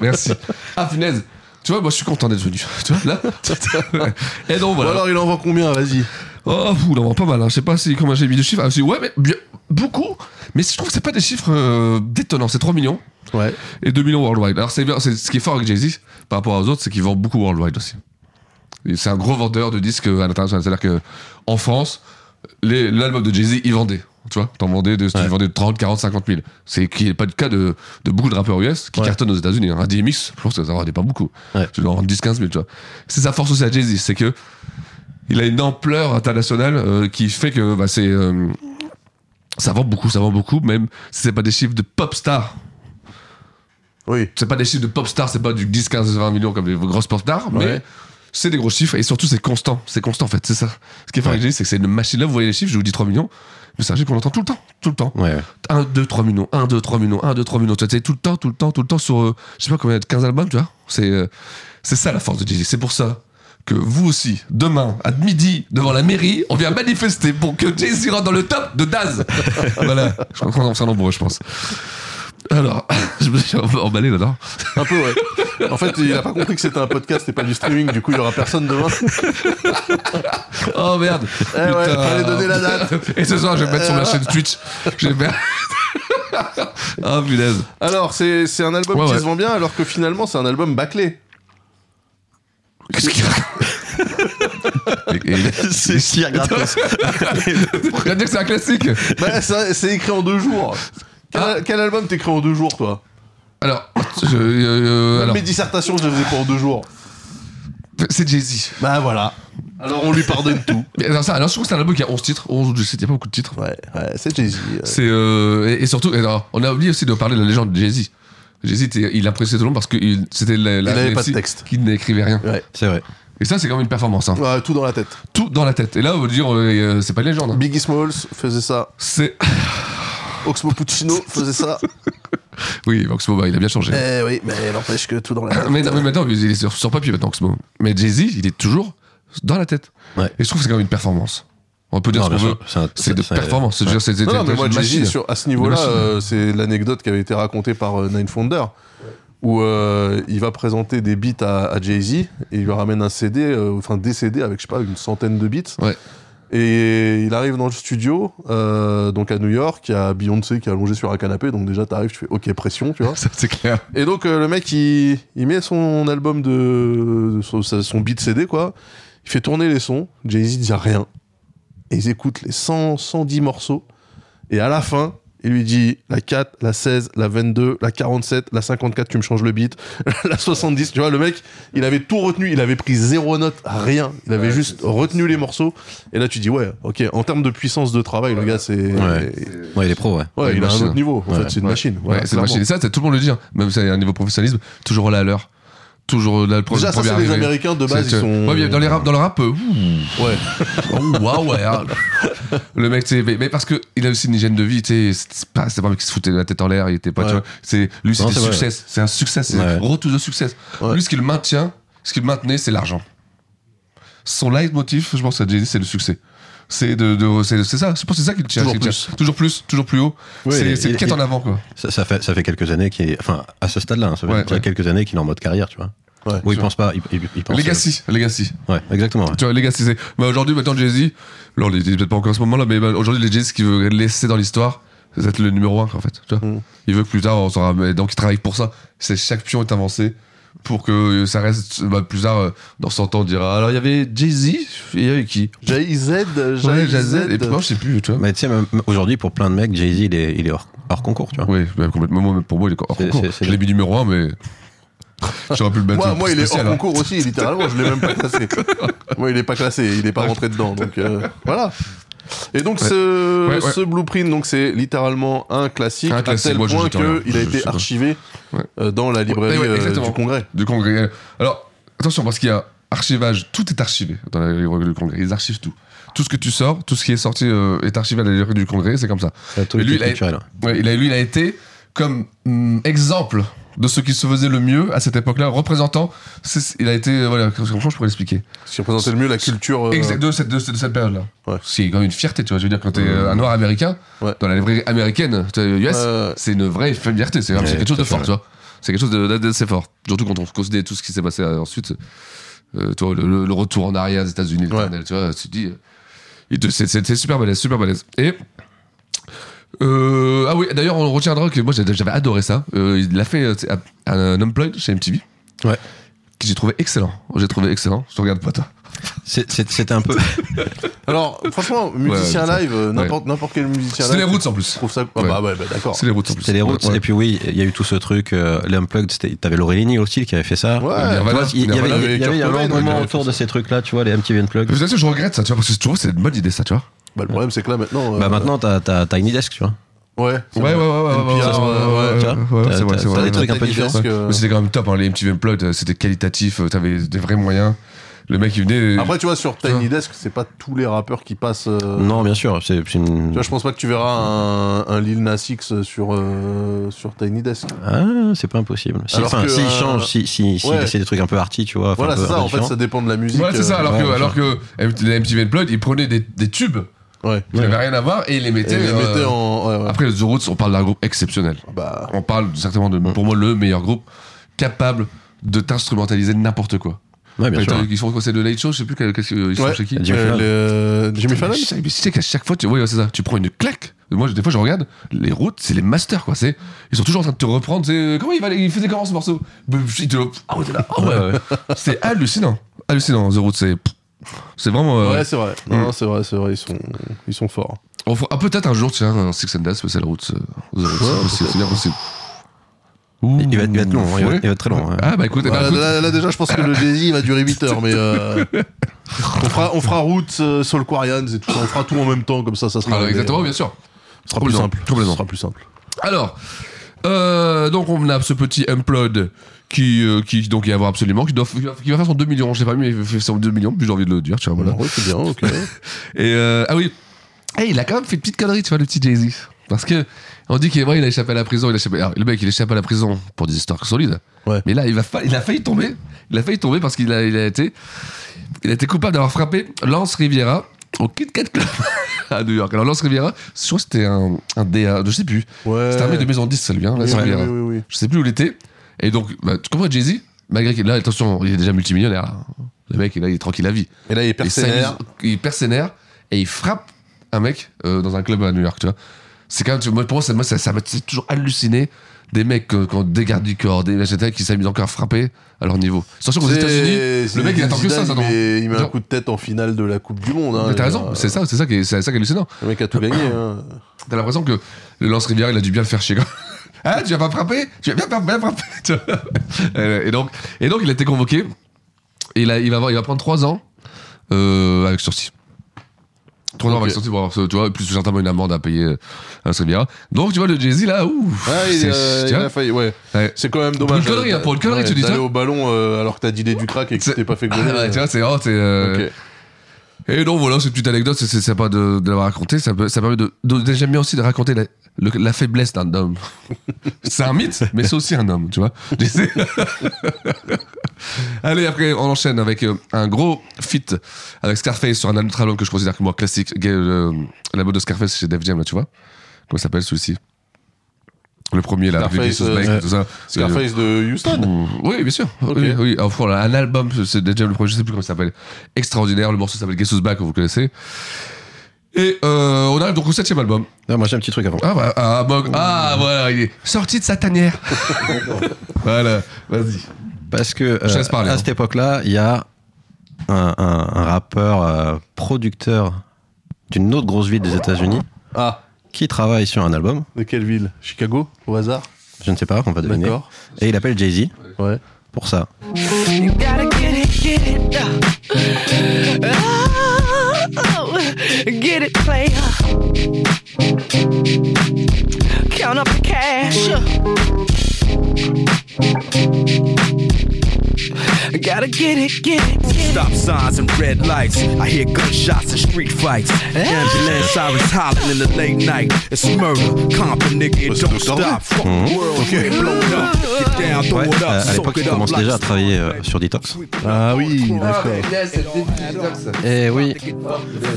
B: Merci. Ah punaise. Tu vois, moi je suis content d'être venu. Tu vois, là. [LAUGHS] Et donc
A: Ou
B: voilà.
A: alors il en vend combien Vas-y.
B: Oh, fou, là, on voit pas mal. Hein. Je sais pas si, comment j'ai mis de chiffres. Ah, si, ouais, mais bien, beaucoup. Mais je trouve que c'est pas des chiffres euh, détonnants. C'est 3 millions.
A: Ouais.
B: Et 2 millions worldwide. Alors, c'est bien. c'est- Ce qui est fort avec Jay-Z par rapport aux autres, c'est qu'il vend beaucoup worldwide aussi. Et C'est un gros vendeur de disques euh, à l'international. C'est-à-dire que en France, les- l'album de Jay-Z, il vendait. Tu vois, t'en vendais, de, tu vendais de 30, 40, 50 000. C'est qui n'est pas le cas de, de beaucoup de rappeurs US qui cartonnent aux États-Unis. hein. Un DMX, je pense que ça en vendait pas beaucoup. Tu dois en vendre 10, 15 000, tu vois. C'est sa force aussi à Jay-Z, c'est que il a une ampleur internationale euh, qui fait que bah, c'est euh, ça vend beaucoup, ça vend beaucoup, même si c'est pas des chiffres de pop star.
A: Oui.
B: C'est pas des chiffres de pop star, c'est pas du 10, 15, 20 millions comme des grosses pop stars, mais
A: Ouais.
B: c'est des gros chiffres et surtout c'est constant, c'est constant en fait, c'est ça. Ce qui est fort avec Jay-Z, c'est que c'est une machine là, vous voyez les chiffres, je vous dis 3 millions, mais c'est un chiffre qu'on entend tout le temps, tout le temps. 1, 2, 3 millions, 1, 2, 3 millions, 1, 2, 3 millions, tu sais, tout le temps, tout le temps, tout le temps sur, euh, je sais pas combien, 15 albums, tu vois. C'est euh, c'est ça la force de Jay-Z, c'est pour ça que vous aussi, demain, à midi, devant la mairie, on vient manifester pour que Jay-Z rentre dans le top de Daz. [LAUGHS] voilà, je crois qu'on en sera nombreux, je pense. Alors, [LAUGHS] je me suis emballé là-dedans.
A: Un peu, ouais. En fait, il a pas compris que c'était un podcast et pas du streaming, du coup, il y aura personne demain.
B: Oh merde
A: Eh ouais, fallait donner la date.
B: [LAUGHS]
A: Euh.
B: Et ce soir, je vais me mettre sur ma chaîne Twitch. Je
A: [LAUGHS]
B: vais mettre... oh punaise.
A: Alors, c'est c'est un album
B: Ouais,
A: qui
B: ouais.
A: se vend bien, alors que finalement, c'est un album [LAUGHS] bâclé.
B: Et- et-
A: [LAUGHS]
C: C'est cire gratos.
B: On vient de dire que c'est un classique.
A: Bah, ça- c'est écrit en deux jours. Quel, quel album t'écris en deux jours, toi
B: Alors, je- euh,
A: Même
B: alors,
A: Mes dissertations, je les faisais pour deux jours.
B: c'est Jay-Z.
A: Bah voilà. Alors, on lui pardonne tout.
B: Mais Alors, ça, alors, je trouve que c'est un album qui a 11 titres. 11 ou 17, il n'y a pas beaucoup de titres.
A: [LAUGHS] Ouais, ouais c'est Jay-Z. euh.
B: C'est euh, et, et surtout, et alors, on a oublié aussi de parler de la légende de Jay-Z. Jay-Z, était- il a pressé tout le monde parce que il- c'était la, la
A: Il avait pas de
B: MC
A: texte.
B: qui n'écrivait rien.
C: C'est vrai.
B: Et ça, c'est quand même une performance. hein.
A: Ouais, tout dans la tête.
B: Tout dans la tête. Et là, on va dire, euh, euh, c'est pas une légende. hein.
A: Biggie Smalls faisait ça.
B: C'est [LAUGHS]
A: Oxmo Puccino faisait ça.
B: oui, Oxmo, bah, il a bien changé.
A: [LAUGHS] Eh oui, mais n'empêche que tout dans [COUGHS] la tête.
B: [COUGHS] mais, non, mais maintenant, il est sur, sur papier maintenant, Oxmo. Mais Jay-Z, il est toujours dans la tête. Et je trouve que c'est quand même une performance. On peut dire
C: Non,
B: ce qu'on
C: bien
B: veut.
C: sûr, c'est un-
B: C'est de
C: c'est-
B: performance. C'est-
C: ouais.
B: c'est- c'est-
A: Non, non,
B: c'est-
A: mais moi,
B: c'est une
A: Jay-Z,
B: machine. [LAUGHS]
A: sur- à ce
B: Une
A: niveau-là,
B: machine.
A: euh, c'est l'anecdote qui avait été racontée par euh, Nine Founder, où euh, il va présenter des beats à, à Jay-Z et il lui ramène un CD, euh, enfin des CD avec, je sais pas, une centaine de beats. Et il arrive dans le studio, euh, donc à New York, il y a Beyoncé qui est allongée sur un canapé, donc déjà t'arrives, tu fais OK, pression, tu vois.
B: c'est clair.
A: Et donc euh, le mec, il, il met son album de, de son, sa- son beat CD, quoi. Il fait tourner les sons. Jay-Z dit rien. Et ils écoutent les 100, 110 morceaux. Et à la fin, il lui dit la 4, la 16, la 22, la 47, la 54, tu me changes le beat, [LAUGHS] la 70. Tu vois, le mec, il avait tout retenu. Il avait pris zéro note, rien. Il avait juste retenu les morceaux. Et là, tu dis, ouais, ok, en termes de puissance de travail, le gars, c'est.
C: Ouais. Ouais, il est pro, ouais.
A: Ouais, il a un
B: machine.
A: autre niveau. En
B: Ouais.
A: fait, c'est une
B: Ouais.
A: machine.
B: Ouais,
A: Voilà,
B: c'est une machine.
A: clairement.
B: Et ça, c'est- tout le monde le dit. hein. Même si à un niveau professionnalisme, toujours là à l'heure. toujours là, le premier.
A: Déjà, ça,
B: premier
A: c'est les
B: arrivé.
A: Américains, de base,
B: C'est-
A: ils sont-
B: Ouais, mais dans, les rap, dans le rap, euh, [LAUGHS] ouh. Oh, waouh, ouais, hein. Le mec, tu sais, mais, mais parce que il a aussi une hygiène de vie, tu sais, c'est pas, c'est pas un mec qui se foutait de la tête en l'air, il était pas, tu
A: Ouais.
B: vois. C'est, lui,
A: Non,
B: c'était
A: c'est vrai.
B: succès, c'est un succès, c'est
A: Ouais.
B: gros tout de succès. Lui, ce qu'il maintient, ce qu'il maintenait, c'est l'argent. Son leitmotiv, je pense, à Jay-Z, c'est le succès. C'est de, de- c'est, c'est ça, je pense que c'est ça qu'il tient.
C: Toujours
B: qu'il tient.
C: plus.
B: toujours plus, toujours plus haut.
C: Ouais,
B: c'est,
C: il-
B: c'est
C: il-
B: quête
C: il-
B: en avant, quoi.
C: Ça, ça fait, ça fait quelques années qu'il est. Enfin, à ce stade-là, hein, ça fait
B: Ouais,
C: déjà
B: ouais.
C: quelques années qu'il est en mode carrière, tu vois. Où il pense pas. Il, il- il pense, euh,
B: Legacy, Legacy.
C: Ouais, exactement. ouais.
B: Tu vois, les gars, c'est. c'est- Mais aujourd'hui, maintenant, Jay-Z, là, on est peut-être pas encore à ce moment-là, mais bah, aujourd'hui, les Jay-Z qui veut laisser dans l'histoire, c'est être le numéro 1, en fait. Tu vois
A: Mm.
B: Il veut que plus tard, on saura. mais Donc, il travaille pour ça. C'est chaque pion est avancé pour que euh, ça reste. bah, plus tard, euh, dans 100 ans, on dira Alors, il y avait Jay-Z, et il y avait qui
A: Jay-Z, euh,
B: Ouais,
A: Jay-Z.
B: Jay-Z, et puis moi, je sais plus, tu vois.
C: Mais tu sais, même- même aujourd'hui, pour plein de mecs, Jay-Z, il est, il est hors, hors concours, tu vois.
B: Oui, complètement. Moi, pour moi, il est hors concours. Je l'ai mis numéro 1,
A: [LAUGHS]
B: mais. J'aurais pu le mettre.
A: Moi, moi, il est hors
B: spécial, hein.
A: concours aussi, littéralement. Je l'ai même pas
B: [LAUGHS]
A: classé. moi, il est pas classé. Il est pas rentré dedans. Donc euh, voilà. Et donc
B: Ouais.
A: ce,
B: Ouais, ouais.
A: ce blueprint, donc c'est littéralement un classique,
B: Un classique,
A: à tel
B: moi, je
A: point
B: jette rien.
A: que il a
B: Je
A: été
B: sais pas.
A: archivé euh, dans la librairie
B: Ouais, ouais,
A: euh,
B: exactement.
A: du Congrès.
B: Du Congrès. Alors, attention, parce qu'il y a archivage, tout est archivé dans la librairie du Congrès. Ils archivent tout. Tout ce que tu sors, tout ce qui est sorti euh, est archivé à la librairie du Congrès, c'est comme ça.
C: Ça a tout
B: Mais
C: été
B: lui, il a,
C: culturel, hein.
B: ouais, il a- lui, il a été comme hum, exemple de ce qui se faisait le mieux à cette époque-là, représentant. c'est- Il a été. euh, Voilà, comment je pourrais l'expliquer
A: Ce qui représentait le mieux la culture. euh,
B: Exact, de cette, de cette- de cette période-là. C'est quand même une fierté, tu vois. Je veux dire, quand t'es euh, un noir américain, dans la librairie américaine, tu vois, US, c'est une vraie fierté. C'est
C: Ouais,
B: c'est quelque chose
C: tout
B: de
C: à fait,
B: fort,
C: ouais.
B: tu vois. C'est quelque chose de- d'assez fort. Surtout quand on considère tout ce qui s'est passé euh, ensuite. Euh, tu vois, le- le, le retour en arrière des États-Unis, l'éternel, tu vois, tu te dis. euh, il te- c'est- C'est c'est super balèze, super balèze. Et. euh, ah oui, d'ailleurs, on retiendra que moi j'avais j'avais adoré ça. Euh, il l'a fait euh, c'est à- à un Unplugged chez MTV.
C: Ouais.
B: Que j'ai trouvé excellent. J'ai trouvé excellent. Je te regarde pas, toi.
C: C'était un peu.
A: Alors, franchement, musicien
B: Ouais,
A: live, euh,
B: ouais.
A: n'importe n'importe quel musicien
B: C'était
A: live.
B: les Roots, en plus.
A: Je trouve ça. Ah bah ouais, bah d'accord.
C: C'était les routes. Et puis oui, il y a eu tout ce truc, euh, les Unplugged, c'était- t'avais Laurelini aussi qui avait fait ça.
B: Nirvana,
C: Tu vois, il y avait-
B: Nirvana,
C: il y avait un
B: Kurt Cobain, euh,
C: engouement
B: ouais,
C: autour de ces trucs-là, tu vois, les MTV Unplugged.
B: Mais c'est ça, je regrette ça, tu vois, parce que je trouve que c'est une bonne idée, ça, tu vois.
A: Bah, le problème, c'est que là, maintenant. euh,
C: Bah maintenant, t'as t'as Tiny Desk, tu vois.
A: Ouais. c'est
B: Ouais, ouais,
A: vrai.
B: ouais, ouais,
A: NPR,
B: ouais, ouais,
A: euh, ouais,
B: ouais,
A: tu vois.
B: ouais, ouais,
C: T'as-
B: c'est vrai,
C: t'as-
B: c'est
C: t'as
B: vrai.
C: des trucs un peu
A: Tiny Desk,
B: Ouais.
A: euh,
B: Mais c'était quand même top, hein, les MTV Unplugged, euh, c'était qualitatif, euh, t'avais des vrais moyens. Le mec, il venait. euh,
A: Après, tu vois, sur Tiny Desk, c'est pas tous les rappeurs qui passent. euh,
C: Non, bien sûr, c'est c'est une.
A: Tu vois, je pense pas que tu verras un, un Lil Nas X sur, euh, sur Tiny Desk.
C: Ah, c'est pas impossible. Si,
A: Alors
C: enfin,
A: que,
C: s'il
A: euh,
C: change, si, si, si,
A: ouais.
C: c'est des trucs un peu arty, tu vois. enfin,
A: Voilà,
C: un peu-
A: c'est
C: un
A: ça,
C: peu
A: en fait,
C: différent.
A: ça dépend de la musique.
B: Voilà, c'est ça,
A: euh,
B: alors, que,
A: ouais,
B: alors que M- les MTV Unplugged, ils prenaient des, des tubes
A: Ouais.
B: qui n'avaient rien à voir et ils les mettaient,
A: Et les mettaient en- ouais, ouais.
B: euh, Après, The Roots, on parle d'un groupe exceptionnel.
A: Bah.
B: On parle certainement de, pour moi, le meilleur groupe capable de t'instrumentaliser n'importe quoi.
C: Ouais, bien
B: T'as-
C: sûr.
B: t'as- Ils sont quoi, c'est de Late Show, je sais plus quel- qu'est-ce qu'ils sont
A: Ouais.
B: chez qui.
A: Jimmy Euh, Fallon. le- Jimmy
B: Putain, mais
A: Fallon
B: Mais tu sais qu'à chaque fois, tu ouais, ouais, c'est ça, tu prends une claque. Moi, des fois, je regarde les routes, c'est les masters, quoi. C'est, ils sont toujours en train de te reprendre. C'est euh, comment il, va, il faisait comment ce morceau Ils te- Ah ouais, t'es là. Ah ouais. c'est hallucinant, hallucinant. The Roots, c'est, c'est vraiment. euh,
A: Ouais, c'est vrai. Non, non, c'est vrai, c'est vrai, ils sont, ils sont forts.
B: on fera- ah, peut-être un jour, tiens, un Six and Dust, mais c'est la route. The Roots, c'est possible, c'est bien possible.
C: Il va être, il va être long, hein, il, va,
B: Ouais.
C: il va être très long. ouais.
B: Ah bah écoute, eh ben,
A: Voilà,
B: écoute,
A: là, là, déjà, je pense que le Jay-Z va durer 8 heures, mais euh, on fera, on fera Roots, euh, Soul Quarians et tout ça. On fera tout en même temps, comme ça, ça sera.
B: Alors,
A: mais-
B: Ah, exactement, bien sûr.
A: Ce sera plus
B: Complètement,
A: simple.
B: complètement.
A: Ce sera plus simple.
B: Alors, euh, donc on a ce petit Implode qui, euh, qui donc il va y avoir absolument, qui, doit, qui va- qui va faire son 2 millions, je sais pas, mais il fait son 2 millions, puis j'ai envie de le dire, tu vois, voilà.
A: Ouais, c'est bien, ok.
B: Et euh, ah oui, Eh, il a quand même fait une petite connerie, tu vois, le petit Jay-Z. Parce que on dit qu'il ouais, il a échappé à la prison, il a échappé. alors, le mec, il échappe à la prison pour des histoires solides. Mais là, il, va fa- il a failli tomber. Il a failli tomber parce qu'il a, il a été, il a été coupable d'avoir frappé Lance Riviera au Kit Kat Club [LAUGHS] à New York. Alors Lance Riviera, je crois que c'était un, un DA, je sais plus. C'était un mec de maison 10, celui hein, Lance
A: Euh, Oui, oui,
B: Riviera.
A: oui, oui, oui.
B: Je sais plus où il était. Et donc, bah, tu comprends Jay-Z, malgré qu'il là, attention, il est déjà multimillionnaire. là. Le mec, là, il est tranquille à vie.
A: Et là, il perd
B: Il
A: ses nerfs.
B: s'amuse- il perd ses nerfs et il frappe un mec euh, dans un club à New York, tu vois. C'est quand même, tu vois, moi, pour moi, ça, moi, ça, ça m'a c'est toujours halluciné des mecs euh, qui ont des gardes du corps, des etc., qui s'amusent encore à frapper à leur niveau. Sachant qu'aux
A: C'est-
B: États-Unis,
A: c'est
B: le mec il attend que ça,
A: Zidane,
B: ça
A: il
B: dans-
A: met- Il met un
B: dans-
A: coup de tête en finale de la Coupe du Monde. hein,
B: mais t'as
A: je veux
B: raison,
A: dire,
B: c'est ça, c'est ça qui est, c'est ça qui est hallucinant.
A: Le mec a tout gagné. hein.
B: T'as l'impression que le lance Rivière, il a dû bien le faire chier. quoi. [LAUGHS] Hein, tu vas pas frapper Tu vas bien, faire- bien frapper tu vois. [LAUGHS] Euh, et, donc, et donc, il a été convoqué. Et il, a- il, va, avoir- il va prendre 3 ans euh, avec sursis. 3 ans, max sorti pour avoir, ce- tu vois, plus certainement une amende à payer euh, à Sylvia. Donc, tu vois, le Jay-Z, là, ouf.
A: Ah, il,
B: c'est-
A: euh,
B: tu
A: il
B: vois,
A: a failli, ouais.
B: Ouais.
A: C'est quand même
B: Pour
A: dommage. euh,
B: une connerie, hein, pour une connerie,
A: ouais,
B: tu dis
A: d'aller
B: ça
A: au ballon euh, alors que t'as dealé du crack et que tu t'es pas fait gauler.
B: [LAUGHS] Ah ouais, tu vois, c'est oh, c'est, euh, Et donc voilà, cette petite anecdote, c'est- c'est sympa de, de l'avoir racontée. Ça, peut- ça permet de, de- J'aime bien aussi de raconter la, le- la faiblesse d'un homme. [LAUGHS] c'est un mythe, mais c'est aussi un homme, tu vois. [LAUGHS] Allez, après, on enchaîne avec euh, un gros feat avec Scarface sur un autre album que je considère comme moi classique. Gay- euh, L'album de Scarface chez Def Jam, là, tu vois. Comment ça s'appelle celui-ci Le premier, là, avec les
A: Scarface,
B: Sauce Bacon,
A: euh,
B: tout ça.
A: Scarface de Houston.
B: Oui, bien sûr. Oui, oui. Enfin, on a un album, c'est déjà le projet, je sais plus comment ça s'appelle. Extraordinaire. Le morceau s'appelle Guess Who's Back, vous connaissez. Et euh, on arrive donc au septième album.
C: moi j'ai un petit truc avant.
B: Ah, bah, ah, bah, ah, voilà, il est sorti de sa tanière. voilà, vas-y.
C: Parce que
B: Je te
C: euh,
B: laisse parler,
C: à
B: hein.
C: cette époque-là, il y a un, un- un rappeur euh, producteur d'une autre grosse ville des États-Unis
A: Ah.
C: qui travaille sur un album.
A: De quelle ville Chicago, au hasard
C: Je ne sais pas, on va deviner.
A: D'accord.
C: Et il appelle Jay-Z pour ça.
O: You gotta get it, get it. uh. Oh, oh, get it, player. Count up the cash. Gotta get it, get it.
P: Stop signs and red lights. I hear gunshots and street fights. Ambulance sirens hollering in the late night. It's murder, comping nigga. It don't stop. Fuck the world, we ain't blown up. Get down, throw
A: Oh,
C: Hmm? Ouais,
P: it up,
C: euh, à
P: soak
C: l'époque,
P: it
C: il
P: up
C: commence
P: like
C: déjà à travailler euh, sur Detox.
A: Ah oui, d'accord.
C: Et oui.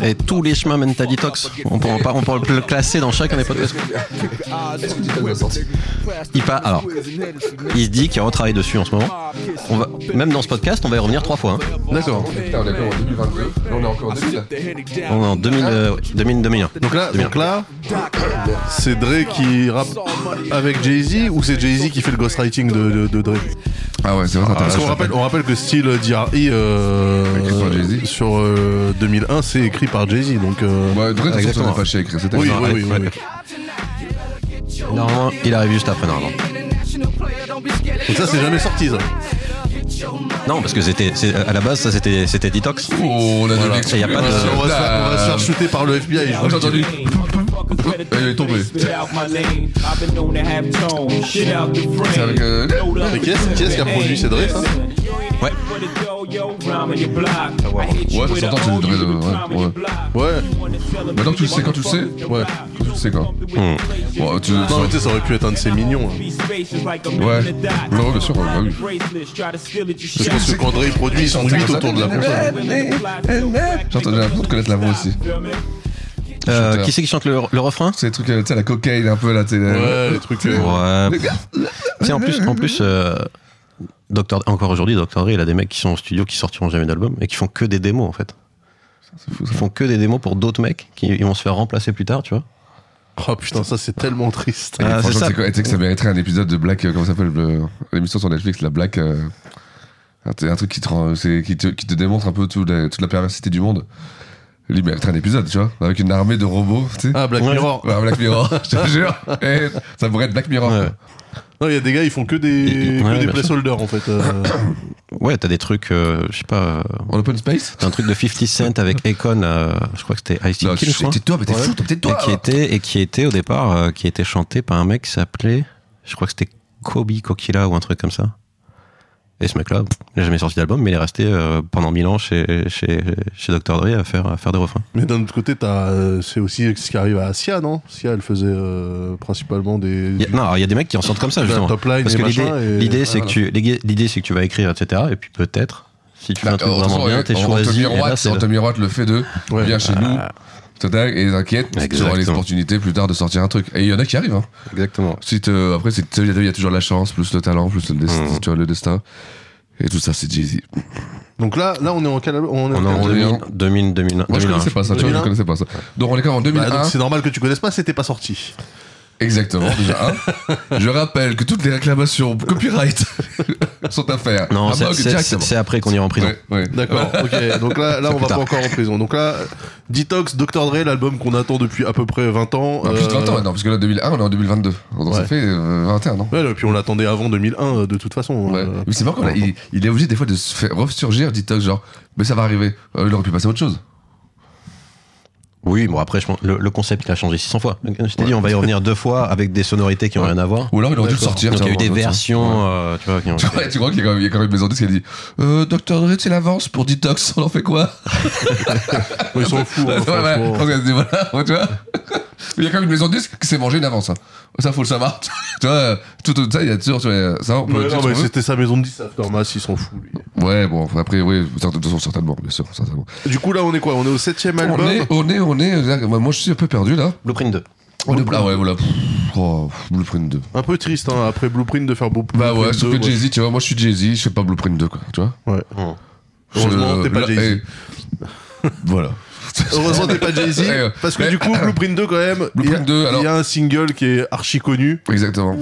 C: Et tous les chemins mènent à Detox. On peut, on peut- on peut le classer dans chacun des podcasts. Il pa- alors, il se dit qu'il retravaille dessus en ce moment. On va, même dans ce podcast, on va y revenir trois fois. hein.
B: D'accord. Putain, on est encore en 2022. On est encore en 2000.
C: On est en 2000, euh, 2000, 2001.
A: Donc là,
C: 2001.
A: donc là c'est Dre qui rappe avec Jay-Z ou c'est Jay-Z qui fait le ghostwriting de, de, de Dre
B: Ah ouais, c'est vrai,
A: Parce qu'on rappelle, on rappelle que style DRE E, euh, sur euh, 2001, c'est écrit par Jay-Z. Donc, euh,
B: Bah, Dre, de toute façon, on est fâché avec cet
A: Oui,
B: acteur.
A: oui, oui, oui, oui.
C: Normalement, il arrive juste après, normalement.
A: Donc ça, c'est jamais sorti, ça.
C: Non, parce que c'était, c'est- à la base, ça c'était, c'était Detox.
B: on a
C: voilà. Et y a pas de.
A: Euh, On va se faire- on va se faire shooter par le FBI. je vous le dis.
B: Elle est tombée.
D: C'est
B: avec. Euh...
A: Mais qui est-ce qui est-ce qui a produit hein? ces Dre, ça
C: Ouais.
B: Ouais, ça s'entend, c'est du Dre. de- Ouais.
A: Ouais.
B: Maintenant que tu le sais quand tu le sais
A: Ouais.
B: Quand tu le sais quand Ouais, tu-
A: Non, mais tu sais, ça aurait pu être un de ces mignons. Hmm. hein.
B: Ouais. Non, bien sûr, ouais, bah oui.
A: Je pense que quand Dre produit, ils sont 8 autour de la
B: console. J'ai entendu l'impression de connaître la voix aussi.
C: Euh, qui c'est qui chante le, le refrain
B: C'est les trucs, euh, tu sais, la cocaïne un peu là, tu sais.
A: Ouais, les trucs. euh,
C: Ouais. Tu sais, en plus, en plus euh, Dr. encore aujourd'hui, Dr. Dre, il a des mecs qui sont au studio qui sortiront jamais d'album et qui font que des démos en fait. Ils font que des démos pour d'autres mecs qui ils vont se faire remplacer plus tard, tu vois.
A: Oh putain, ça c'est tellement triste.
B: Et
C: Ah, c'est
B: franchement,
C: ça.
B: tu sais quoi, tu sais que ça mériterait un épisode de Black, euh, comment ça s'appelle le- l'émission sur Netflix, la Black. euh, un t- un truc qui te, rend- c'est- qui te, qui te démontre un peu toute la, toute la perversité du monde. Lui il mériterait un épisode, tu vois, avec une armée de robots, tu sais.
A: Ah, Black Mirror.
B: Ouais, Black Mirror, [LAUGHS] je te jure. Eh, ça pourrait être Black Mirror. quoi.
A: Non, il y a des gars, ils font que des,
C: Ouais,
A: que des
C: bien sûr.
A: placeholders en fait.
B: [COUGHS]
A: euh.
C: Ouais, t'as des trucs, euh, je sais pas. euh,
B: En open space
C: T'as un truc de 50 Cent avec Akon, euh, je crois que c'était Ice
B: Non,
C: Tea Kid,
B: tu-
C: je crois.
B: t'es toi, mais t'es fou, t'es peut-être toi,
C: Et qui
B: alors.
C: était, et qui était au départ, euh, qui était chanté par un mec qui s'appelait, je crois que c'était Kobe Kokila ou un truc comme ça. Et ce mec-là, pff, il n'a jamais sorti d'album, mais il est resté euh, pendant mille ans chez, chez, chez Dr. Dre à faire, à faire des refrains.
A: Mais d'un autre côté, t'as, euh, c'est aussi ce qui arrive à Sia, non Sia, elle faisait euh, principalement des.
C: Il y a- non, alors, il y a des mecs qui en sortent comme ça,
A: Bah,
C: justement.
A: top line
C: Parce
A: et
C: que l'idée,
A: machin et-
C: l'idée, c'est
A: Ouais,
C: que tu, l'idée, l'idée, c'est que tu vas écrire, etc. Et puis peut-être, si tu fais un truc vraiment bien, t'es
B: Bah, on, te
C: choisi. et là,
B: miroite,
C: c'est
B: on te
C: le-
B: miroite le fait de
A: Ouais.
B: viens chez nous, total, et t'inquiète, tu auras les
C: Exactement.
B: opportunités plus tard de sortir un truc. Et il y en a qui arrivent. Hein.
C: Exactement.
B: Si te- euh, après, c'est- il y a- il y a toujours la chance, plus le talent, plus le, destin,
C: Mhm.
B: tu vois, le destin. Et tout ça, c'est Jay-Z.
A: Donc là, là, on est en quel al- on est
C: On est
A: en
C: en
A: quel-
C: 2000, 2000, 2001.
B: Moi, je connaissais pas ça, tu vois, je
A: 2001.
B: connaissais pas ça. Donc, on est quand même en 2001.
A: Bah, donc, c'est normal que tu connaisses pas, c'était pas sorti.
B: Exactement, déjà. hein. [LAUGHS] je rappelle que toutes les réclamations copyright [LAUGHS] sont à faire.
C: Non,
B: À
C: c'est-
B: Bog,
C: c'est
B: Ah, bah, directement.
C: c'est après qu'on ira en prison.
B: Ouais, ouais.
A: D'accord, ok. Donc là, là
B: [LAUGHS]
C: C'est
A: on
C: plus
A: va
C: tard.
A: pas encore en prison. Donc là, Detox, Dr. Dre, l'album qu'on attend depuis à peu près 20 ans.
B: Bah, plus de 20 ans
A: euh,
B: maintenant, parce que là, 2001, on est en 2022. Donc, ça
A: Ouais.
B: fait euh, 21 ans.
A: Ouais, et puis on l'attendait avant 2001, euh, de toute façon.
B: Ouais.
A: euh.
B: Mais c'est marrant, qu'on a- il, il est obligé des fois de se faire ressurgir, dit genre, mais ça va arriver. Euh, il aurait pu passer à autre chose.
C: Oui, bon après, je pense- le, le concept il a changé 600 fois. Je t'ai dit, on va y revenir deux fois avec des sonorités qui n'ont rien à voir.
B: Ou alors il aurait dû le sortir.
C: Donc il y a eu des
B: tiens, un autre,
C: versions,
B: ouais.
C: euh, tu vois, qui ont
B: [LAUGHS] [LAUGHS] Tu crois, tu crois qu'il y a quand même- il y a quand même une maison de disques qui a dit euh, Docteur Dre, tu l'avance pour Detox, [LAUGHS] on en fait quoi
A: Ils s'en foutent, hein,
B: [LAUGHS] Ouais, ouais,
A: franchement.
B: quand elle se dit, voilà, [LAUGHS] ouais, tu vois. Il y a quand même une maison de disques qui s'est mangée une avance. hein. Ça, faut le savoir. [LAUGHS] tu vois, euh, tout, tout ça, il y a toujours. tu vois, Ça, on peut
A: Ouais,
B: dire
A: non,
B: ce
A: mais
B: qu'on veut.
A: c'était sa maison de 10 Aftermath, ils s'en foutent. lui.
B: Ouais, bon, après, oui, de toute façon, certainement, bien sûr, certainement.
A: Du coup, là, on est quoi On est au 7 album
B: On est, on est, on est. là, moi, je suis un peu perdu là.
C: Blueprint 2.
B: On est, ah ouais, voilà. Pff, Oh, Blueprint 2.
A: Un peu triste, hein, après Blueprint de faire Blueprint.
B: Bah ouais, sauf que
A: deux,
B: Jay-Z, tu vois, moi je suis Jay-Z, je fais pas Blueprint 2, quoi, tu vois.
A: Ouais.
B: Je-
A: Heureusement, t'es pas
B: là,
A: Jay-Z.
B: eh, voilà.
A: Heureusement, t'es pas
B: [LAUGHS] Eh, euh,
A: Jay-Z. Parce que
B: mais-
A: du coup, Blueprint 2, quand même, il y, a-
B: Blueprint 2, alors.
A: il y a un single qui est archi connu.
B: Exactement.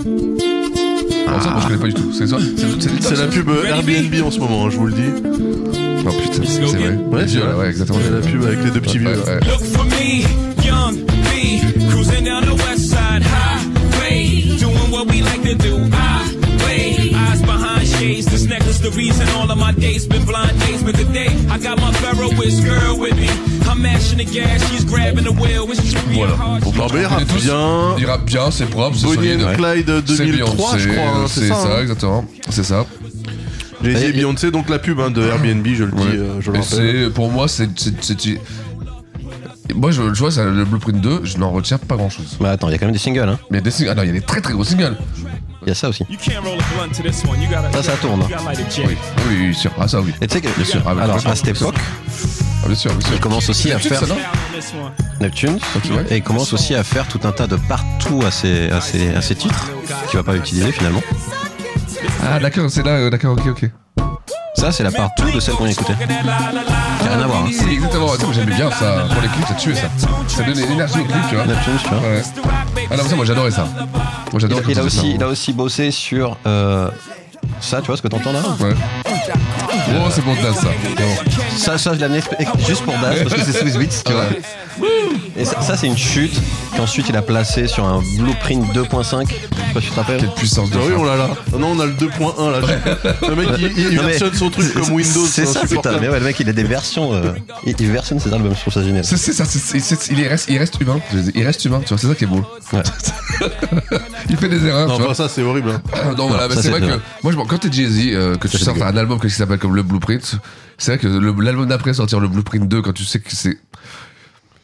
B: Alors Ah, ça, moi je connais pas du tout. C'est ça C'est c'est-
A: C'est la pub euh, Airbnb en ce moment, hein, je vous le dis.
B: Oh putain, c'est c'est vrai.
A: Ouais,
B: Les vieux, là, ouais, exactement.
A: Il y a la pub avec les deux petits
B: Ouais,
A: vieux.
B: ouais, ouais.
Q: Look for me, young B, cruising down the west side highway, doing what we like to do. I wait, eyes behind shades. This necklace, the reason all of my days been blind days. But today, I got my Ferrowist girl with me. I'm mashing the gas, she's grabbing the wheel. It's trippy
B: Voilà. Bon,
A: Non, mais il
B: on connaît
A: rappe
B: tous.
A: bien.
B: Il rappe bien, c'est propre, c'est
A: Bonnie
B: solide.
A: and Clyde
B: C'est
A: 2003, je
B: Beyoncé,
A: crois, hein, c'est
B: C'est
A: ça, hein.
B: ça, exactement. C'est ça.
A: Jay-Z et Beyoncé, donc la pub hein, de Airbnb, je le dis,
B: Ouais.
A: euh, je le
B: Et
A: rappelle.
B: c'est pour moi c'est c'est- c'est- moi je, je vois ça, le Blueprint 2 je n'en retiens pas grand chose
C: Bah attends, il y a quand même des singles. Hein.
B: mais des singles ah non il y a des très très gros singles
C: Il y a ça aussi.
Q: You can't roll a blunt to this one. You gotta,
C: Ça, ça tourne.
Q: You gotta light a J.
B: oui oui, oui sûr ah ça oui
C: Et tu sais que,
B: bien sûr Ah, mais
C: alors,
B: franchement,
C: à cette
B: bien sûr.
C: époque,
B: ah, bien sûr bien sûr
C: il commence aussi à
B: Neptune,
C: faire
B: ça, non
Q: On this one.
C: Neptune,
B: ouais.
C: et il commence aussi à faire tout un tas de partout à ses, à ses, à ses titres qu'il va pas utiliser finalement.
B: ah d'accord c'est là euh, d'accord ok ok
C: Ça, c'est la partout de celle qu'on écoutait. Qui a rien à voir. hein.
B: c'est exactement tu sais, moi j'aimais bien ça pour les clips ça tué ça ça donnait l'énergie au clip tu vois
C: Neptune, tu vois.
B: ouais. ah non mais ça moi j'adorais ça moi
C: Il,
B: j'adore
C: a-
B: quand
C: il a
B: ça, ça.
C: aussi, il a aussi bossé sur euh, ça, tu vois ce que t'entends là
B: ouais oh c'est bon de là ça Vraiment.
C: Ça, ça, je l'ai amené exp- juste pour Daz, parce que c'est Swiss Beats, tu vois. Et ça, ça, c'est une chute qu'ensuite il a placée sur un blueprint 2.5. Je sais pas si tu te rappelles.
B: quelle puissance
A: Ah
B: de
A: oui,
B: frappe.
A: on l'a là. Ah Non, on a le 2.1 là. Le mec, il, il
C: Non, mais-
A: versionne son truc comme Windows.
B: hein,
A: hein,
C: C'est ça, putain.
A: insupportable.
C: Mais ouais, le mec, il a des versions. euh, il, il versionne ses albums, je trouve ça génial.
B: C'est c'est ça, c'est- c'est- c'est- il, est- reste, il reste humain. je veux dire, Il reste humain, tu vois, c'est ça qui est beau.
C: Ouais.
B: [LAUGHS] il fait des erreurs,
A: Non,
B: tu
A: enfin,
B: vois.
A: ça, c'est horrible. hein.
B: Non, voilà,
C: ça,
B: bah, c'est
C: c'est
B: vrai
C: bien.
B: que moi, je, m'en- quand t'es Jay-Z, euh, que tu
C: Ça, c'est
B: sortes
C: dégueu.
B: un album que- qui s'appelle comme le Blueprint, c'est vrai que le- l'album d'après, sortir le Blueprint 2, quand tu sais que c'est.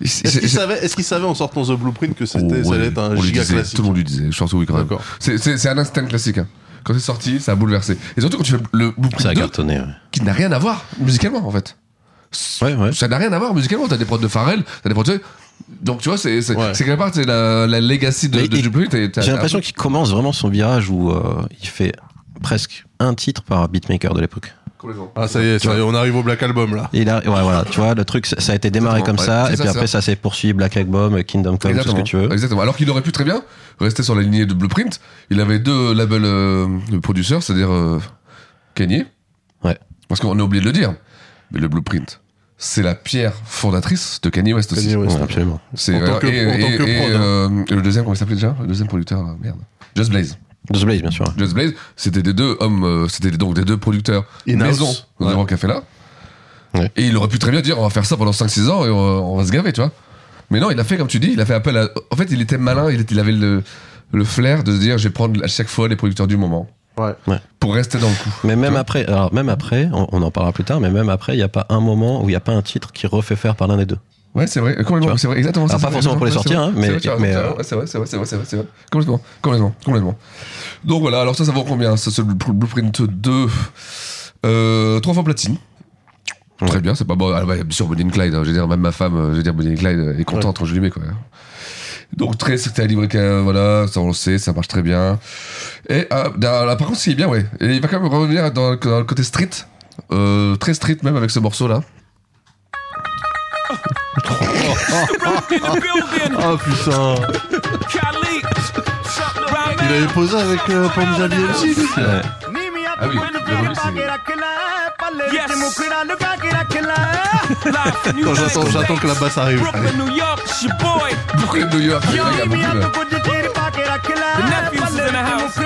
B: il- c'est-
A: Est-ce qu'il
B: c'est-
A: savait, est-ce qu'il savait en sortant The Blueprint que
B: Oh,
A: c'était, ça
B: ouais,
A: allait être
B: on
A: un
B: lui
A: giga
B: disait,
A: classique
B: Tout le monde lui disait, je pense que oui, quand même.
A: D'accord.
B: C'est- C'est c'est un instinct classique. hein. Quand c'est sorti, ça a bouleversé. Et surtout quand tu fais le
C: Ça
B: Blueprint
C: a
B: 2,
C: cartonné, ouais.
B: qui n'a rien à voir musicalement, en fait.
C: Ouais, ouais.
B: ça n'a rien à voir musicalement. T'as des prods de Pharrell, t'as des prods de. Donc tu vois, c'est c'est
A: Ouais.
B: c'est quelque part c'est la, la legacy de,
C: Mais
B: de
C: il-
B: Dupuis. t'as- t'as-
C: J'ai l'impression qu'il commence vraiment son virage où euh, il fait presque un titre par beatmaker de l'époque.
B: Complètement.
A: Ah, ça y est, ça y est, on arrive au Black Album là.
C: Et il a- ouais, voilà, tu vois, le truc, ça ça a été démarré
B: Exactement,
C: comme
B: ouais.
C: ça,
B: C'est
C: et
B: ça,
C: puis
B: c'est
C: après,
B: ça.
C: ça s'est poursuivi, Black Album, Kingdom Come, tout ce que tu veux.
B: Exactement. Alors qu'il aurait pu très bien rester sur la lignée de Blueprint. Il avait deux labels euh, de producteurs, c'est-à-dire euh, Kanye.
C: Ouais.
B: Parce qu'on a oublié de le dire. Mais le Blueprint, c'est la pierre fondatrice de Kanye West aussi.
A: Kanye West.
C: Ouais, absolument.
B: C'est
A: En tant que-
B: et,
A: en tant
B: et-
A: que
B: et,
A: prod, hein.
B: euh, et le deuxième, comment il s'appelait déjà Le deuxième producteur, euh, merde. Just Blaze.
C: The Blaze, bien sûr.
B: Just Blaze, c'était des deux hommes, euh, c'était donc des deux producteurs
A: In-house.
B: maison
A: Ouais.
B: dans le café là.
C: Ouais.
B: Et il aurait pu très bien dire on va faire ça pendant 5-6 ans et on, va- on va se gaver, tu vois. Mais non, il a fait comme tu dis, il a fait appel à. En fait, il était malin, il, était- il avait le, le flair de se dire je vais prendre à chaque fois les producteurs du moment
A: Ouais.
B: pour rester dans le coup.
C: Mais
B: Tu
C: même
B: vois.
C: après, alors même après, on, on en parlera plus tard, mais même après, il n'y a pas un moment où il n'y a pas un titre qui refait faire par l'un des deux.
B: Ouais, c'est vrai, euh,
C: Tu
B: complètement,
C: vois.
B: c'est vrai, exactement.
C: Alors,
B: ça,
C: pas
B: c'est vrai,
C: forcément pour les sortir, hein, mais-
B: c'est vrai,
C: mais,
B: c'est vrai,
C: euh,
B: ouais, c'est vrai, c'est vrai, c'est vrai, c'est vrai, c'est vrai. Complètement, complètement, complètement. Donc voilà, alors ça, ça vaut combien Ça, c'est le Blue- Blueprint 2, euh, 3 fois platine. Très bien, c'est pas bon. Ah, ouais, bien sûr, Bonnie and Clyde, hein, je veux dire, même ma femme, euh, je veux dire, Bonnie and Clyde euh, est contente quand je lui mets, quoi. hein. Donc, très, c'était à Libre Ca- voilà, ça on le sait, ça marche très bien. Et ah, dans- là, par contre, ce qui est bien, ouais, et il va quand même revenir dans, le- dans le côté street, euh, très street même avec ce morceau-là.
A: Ah putain Il avait posé avec euh, Panjabi MC lui.
B: Ah oui, le remix, c'est-
D: [LAUGHS]
A: Attends, j'attends, j'attends que la basse arrive.
Q: Brooklyn, New York, it's your boy.
B: Pourquoi New York il y a beaucoup de-
Q: The nephews is in the house.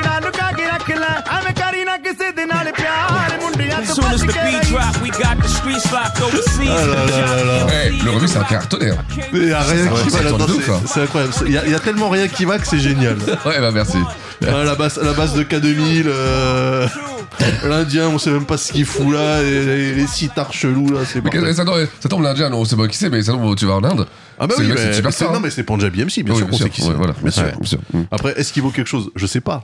Q: As soon as the beat drop, we got the free slopped overseas.
A: Ah
B: Eh, le remix, c'est un cartonné. hein.
A: Il y a rien
B: Ouais,
A: qui
B: ça
A: va là-dedans,
B: tourne de ouf, hein.
A: c'est- c'est incroyable. Il y, a- il y a tellement rien qui va que c'est génial.
B: Ouais, bah merci.
A: Ah, la, basse, la basse de K2000, euh, l'Indien, on sait même pas ce qu'il fout là, et, et les sitards chelous là, c'est
B: Mais
A: parfait.
B: qu'est-ce- ça tombe, ça tombe l'Indien, on sait pas qui c'est, mais ça tombe, tu vas en Inde.
A: Ah bah
B: C'est
A: oui,
B: le mec,
A: mais-
B: c'est
A: mais
B: super
A: c'est-
B: star.
A: non mais c'est Punjabi MC, bien
B: Oui,
A: sûr qu'on sait qui c'est.
B: ouais, voilà, bien sûr, bien sûr. Mm.
A: Après, est-ce qu'il vaut quelque chose Je sais pas.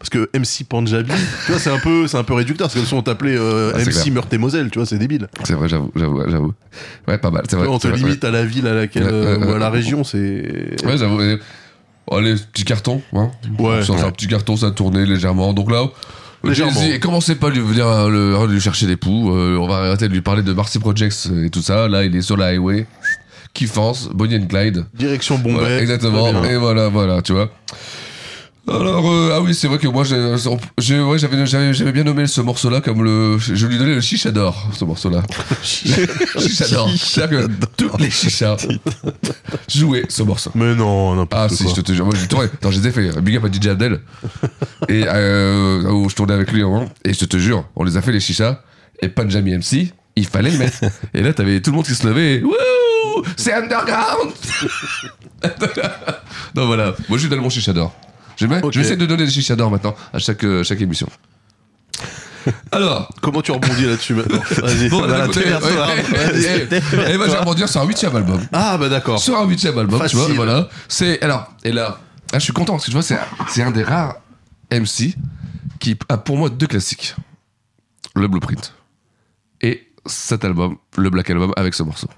A: Parce que MC
B: [LAUGHS]
A: Punjabi, tu vois, c'est un peu, c'est un peu réducteur. C'est comme si on t'appelait euh,
B: Ah, c'est
A: MC
B: clair.
A: Meurthe et Moselle, tu vois, c'est débile.
B: C'est vrai, j'avoue, j'avoue, j'avoue. Ouais, pas mal, c'est vrai.
A: on te
B: c'est vrai,
A: limite
B: ouais.
A: à la ville à laquelle,
B: Ouais,
A: euh,
B: ouais,
A: ou à
B: ouais.
A: la région, c'est.
B: Ouais, j'avoue. euh, Allez, petit carton. Hein.
A: Ouais.
B: Ça, c'est un petit carton, ça tournait légèrement. Donc là.
A: Légèrement.
B: Jay-Z, Et commencez pas à lui venir euh, le- à lui chercher des poux. Euh, on va arrêter de lui parler de Marcy Projects euh, et tout ça. Là, il est sur la highway. Kiffance, Bonnie and Clyde.
A: Direction Bombay.
B: Voilà,
A: Très
B: exactement.
A: bien.
B: Et voilà, voilà, tu vois. Alors, euh, ah oui, c'est vrai que moi, j'ai- j'ai- ouais, j'avais j'avais- j'avais bien nommé ce morceau-là comme le. Je lui donnais le chicha d'or, ce morceau-là. chicha d'or. C'est-à-dire que toutes les chichas jouaient ce morceau.
A: Mais non, non,
B: Ah si,
A: quoi.
B: je te- te jure. Moi, je tournais. Attends, je les ai fait. Big up à DJ Abdel. Et euh, où je tournais avec lui, hein. et je te jure, on les a fait les chichas. Et Panjami MC, il fallait le mettre. Et là, t'avais tout le monde qui se levait. et, Wouh C'est underground Non, voilà. Moi, je lui donne mon chicha d'or. J'aime bien-
A: Ok.
B: Je vais essayer de donner des chichas d'or maintenant à chaque, euh, chaque émission. Alors.
A: Comment tu rebondis là-dessus
B: [LAUGHS]
A: maintenant Vas-y,
B: Bon,
A: voilà,
B: écoutez,
A: déverse-toi,
B: hein. ouais,
A: vas-y,
B: ouais, ouais. Et moi,
A: déverse-toi.
B: j'ai rebondi sur un huitième album.
A: Ah bah d'accord.
B: Sur un huitième album, tu vois,
A: Facile.
B: voilà. C'est, alors, et là, là, je suis content parce que tu vois, c'est, c'est un des rares MC qui a pour moi deux classiques. Le Blueprint et cet album, le Black Album avec ce morceau.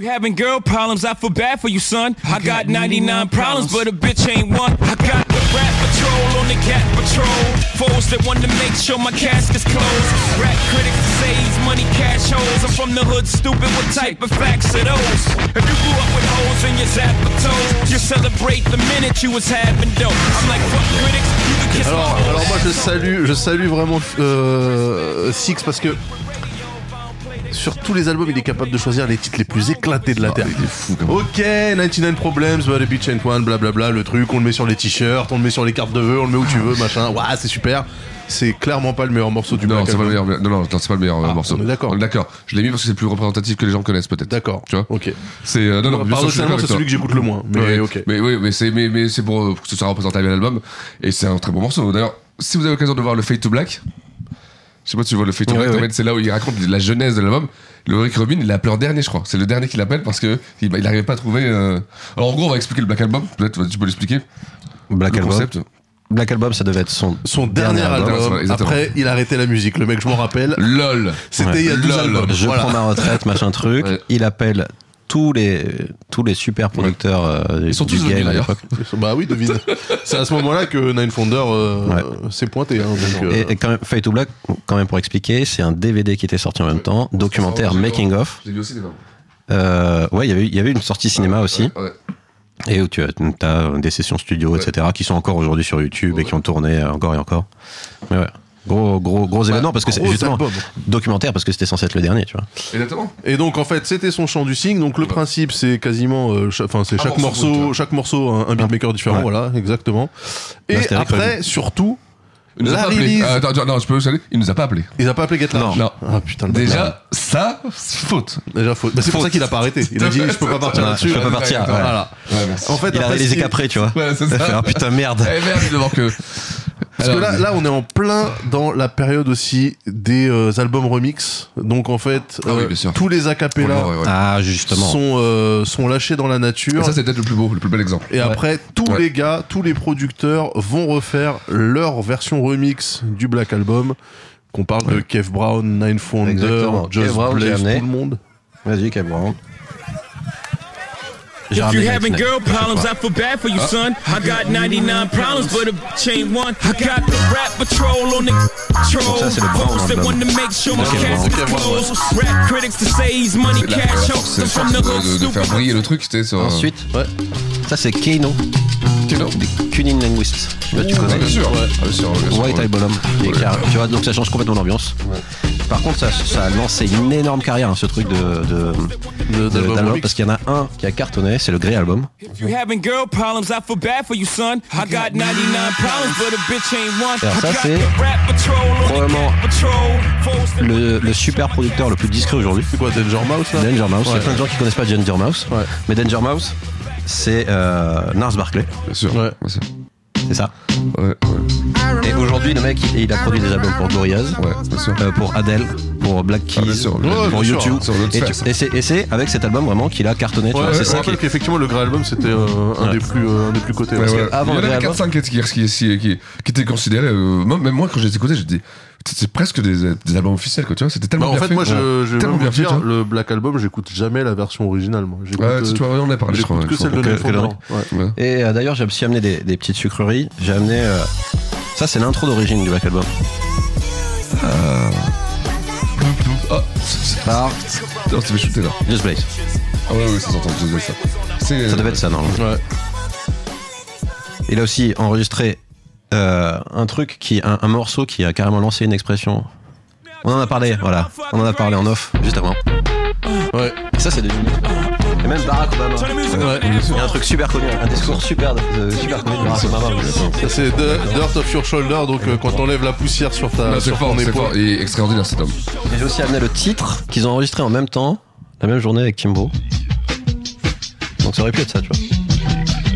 F: You having girl problems, I feel bad for you, son. I got 99 problems, but a bitch ain't one. I got the rat patrol on the cat patrol. Foes that want to make sure my casket's closed. Rap critics say he's money cash holes. I'm from the hood, stupid. What type of facts are those? If you grew up with holes in your zapper toes, you celebrate the minute you was having dope. I'm like, fuck critics, you can kiss
A: Alors,
F: my whole
A: alors moi
F: ass
A: je
F: off.
A: salue, je salue vraiment euh, Six parce que sur tous les albums il est capable de choisir les titres les plus éclatés
C: Ah,
A: de la terre. Ok, 99 Problems, bah, The Beach and One, blablabla, le truc, on le met sur les t-shirts, on le met sur les cartes de vœux, on le met où tu veux, machin. Ouah, c'est super. C'est clairement pas le meilleur morceau du
B: Non,
A: Black
B: c'est pas le
A: Album.
B: meilleur, non, non, attends, c'est pas le meilleur euh, morceau.
A: Ah, on est d'accord.
B: On est D'accord. Je l'ai mis parce que c'est le plus représentatif que les gens connaissent peut-être. D'accord. Tu vois
A: Ok.
B: C'est euh, non, non, bien sûr, je suis
A: Paradoxalement,
B: d'accord
A: c'est
B: avec toi.
A: celui que j'écoute le moins, mais
B: Ouais.
A: ok.
B: Mais oui, mais c'est mais, mais c'est pour euh, pour que ce soit représentatif à l'album et c'est un très bon morceau. D'ailleurs, si vous avez l'occasion de voir le Fade to Black, je sais pas si tu vois le Fade to
A: Ouais,
B: Black, en
A: ouais.
B: fait, c'est là où il raconte la genèse de l'album. Le Rick Rubin, il l'a appelé en dernier, je crois. C'est le dernier qu'il appelle parce que il bah, il n'arrivait pas à trouver. euh, Alors en gros, on va expliquer le Black Album. Peut-être tu peux l'expliquer.
C: Black
B: Le
C: Album.
B: concept.
C: Black Album, ça devait être son,
A: Son dernier album,
C: Exactement.
A: après il arrêtait la musique, le mec je m'en rappelle.
B: LOL.
A: C'était il y a 12 albums.
C: Je
A: voilà.
C: prends ma retraite, machin truc. Il appelle tous les, tous les super producteurs euh, du-
A: sont
C: du
A: tous
C: game
A: venus,
C: à
A: d'ailleurs.
C: l'époque.
A: [LAUGHS] Bah oui, devine. C'est à ce moment-là que Nine Founder euh, s'est pointé. hein, donc, euh,
C: Et, et quand même, Fade to Black, quand même pour expliquer, c'est un DVD qui était sorti en même temps, documentaire Making of.
B: J'ai vu aussi les
C: Euh, ouais, il y avait eu- il y avait eu une sortie cinéma aussi. Et où tu as, t'as des sessions studio, etc., qui sont encore aujourd'hui sur YouTube et qui ont tourné euh, encore et encore. Mais ouais. Gros, gros, gros événement parce que c'est
A: Bah, gros
C: justement
A: album.
C: documentaire parce que c'était censé être le dernier, tu vois.
B: Exactement.
A: Et donc en fait c'était son chant du signe. Donc le principe c'est quasiment, euh, cha- enfin c'est
B: Un
A: chaque
B: morceau,
A: morceau, chaque morceau un, un beatmaker différent.
B: Ouais.
A: Voilà, exactement. Et
B: c'était Rick
A: après
B: Rubin.
A: surtout
B: Il nous a
A: la
B: pas appelé.
A: release.
B: Euh, attends, attends, non, je peux vous saluer. Il nous a pas appelé.
A: Il a pas appelé Get Large.
B: Non.
A: Ah putain. Le bâtard.
B: Déjà, ça, c'est faute.
A: Déjà faute. Bah, c'est pour ça qu'il a pas arrêté. Il a dit je peux pas partir
C: Ouais,
A: là-dessus.
C: je peux pas partir, ouais.
A: Voilà.
C: Ouais, merci.
A: En fait
C: Il a
A: après,
C: réalisé
A: si-
C: qu'après, tu vois.
B: Ouais, c'est
C: Il a
B: ça.
C: fait, ah, putain, merde.
B: Eh merde, devant que.
A: Parce que là, là, on est en plein dans la période aussi des euh, albums remix. Donc en fait,
B: Ah oui,
A: euh,
B: bien sûr.
A: tous les acapellas
B: Oh, ouais, ouais.
C: Ah, justement.
A: sont euh, sont lâchés dans la nature.
B: Et ça, c'est peut-être le plus beau, le plus bel exemple.
A: Ah. Et après, tous
B: Ouais.
A: les gars, tous les producteurs vont refaire leur version remix du Black Album. Qu'on parle de Kev Brown, Nine Founder,
C: Exactement.
A: Just
C: Kev Brown, j'ai
A: Blaze, tout
C: amené.
A: le monde.
C: Vas-y, Kev Brown. J'ai
F: If you
C: ramené
F: having
C: Nick
F: girl
C: Snack.
F: problems, I feel bad for you,
C: Ah.
F: son. Uh, I got 99 problems, but a chain one. I got the rap patrol on the control.
C: Ça, c'est le grand
F: Folks that
C: album.
F: want to make sure my
C: Ok, bon,
F: cash is
C: ok, bon,
F: closed. Rap critics to say he's money
B: C'est la, la
F: cash
B: force,
F: hoes.
B: la force
F: I'm from
B: de,
F: the hood,
B: de- de
F: stupid.
B: faire briller le truc, tu sais. Sur, euh,
C: Ensuite,
A: ouais.
C: ça c'est Kano.
B: Kano
C: Kunin Linguist. Là, tu
B: Ah,
C: connais.
B: bien sûr, ouais. Ah, bien sûr, bien sûr,
C: White
B: ouais.
C: Eye Bottom. Il est clair. Tu vois, donc ça change complètement l'ambiance. par contre, ça, ça a lancé une énorme carrière, hein, ce truc de, de, de-
D: d'album
C: d'album,
D: remix.
C: parce qu'il y en a un qui a cartonné, c'est le Grey Album.
D: If you having girl problems, I feel bad for you, son. I got 99 problems, but a bitch ain't one.
C: Alors ça,
D: I got
C: c'est
D: the rap patrol on the
C: probablement
D: cat patrol. Foes
C: le, le super producteur le plus discret aujourd'hui. C'est
A: quoi, Danger Mouse là
C: Danger Mouse. Il y
A: Ouais.
C: a plein de gens qui connaissent pas Danger Mouse. Mais Danger Mouse, c'est euh, Nars Barclay. Bien
B: sûr.
C: C'est ça. Et aujourd'hui, le mec, il, il a produit des albums pour Gorillaz, euh, pour Adele, pour Black
A: Ah,
C: Keys,
A: Ouais,
C: pour
A: bien sûr,
C: YouTube.
A: sur l'autre
C: Et,
A: sphère,
C: tu- et c'est- et c'est avec cet album vraiment qu'il a cartonné. tu
A: Ouais,
C: vois.
A: ouais,
C: c'est
A: je
C: ça
A: me
C: qui
A: rappelle qu'effectivement le Grey Album c'était euh, un,
C: Ouais.
A: des plus, euh, un des plus cotés.
B: Ouais,
A: Parce
B: ouais.
A: que avant le
B: il y en
A: Grey
B: avait
A: Album-
B: 4-5 qui, qui, qui, qui, qui étaient considérés. euh, même, même moi, quand je les écoutais, je dis, c'est presque des, des albums officiels, quoi, tu vois. C'était tellement
A: Bah, en
B: bien
A: fait, moi, je, je vais
B: tellement
A: même vous
B: bien fait, tu
A: dire,
B: vois.
A: le Black Album, j'écoute jamais la version originale. Moi. J'écoute, euh,
B: Ouais, tu- tu vois, on en a parlé, je
A: j'écoute
B: crois,
A: que
B: je crois.
A: celle de
B: Que-
A: Life
B: que
A: on
B: la-
A: Earth. Ouais.
C: Et euh, d'ailleurs, j'ai aussi amené des, des petites sucreries. J'ai amené. euh, ça, c'est l'intro d'origine du Black Album. Euh,
B: Oh,
A: Ah.
C: par.
B: Non, tu m'as shooté là.
C: Just Blaze.
B: Ah ouais, ouais, ça s'entend, Just Blaze, ça. C'est-
C: Ça devait être ça, normalement. Il a aussi enregistré euh, un truc qui. Un, un morceau qui a carrément lancé une expression. On en a parlé, voilà. On en a parlé en off, juste avant.
A: Ouais.
C: Et ça, c'est devenu. Et même Barack Obama. Euh, Il y a un truc super connu, un discours super, euh, super connu de Barack Obama.
A: Ça, c'est The- Dirt of Your Shoulder, donc euh, quand t'enlèves la poussière sur ta
B: Ah, c'est
A: sur
B: fort,
A: ton
B: c'est
A: épaule.
B: fort. Et extraordinaire cet homme.
C: Et j'ai aussi amené le titre qu'ils ont enregistré en même temps, la même journée avec Timbo. Donc ça aurait pu être ça, tu vois.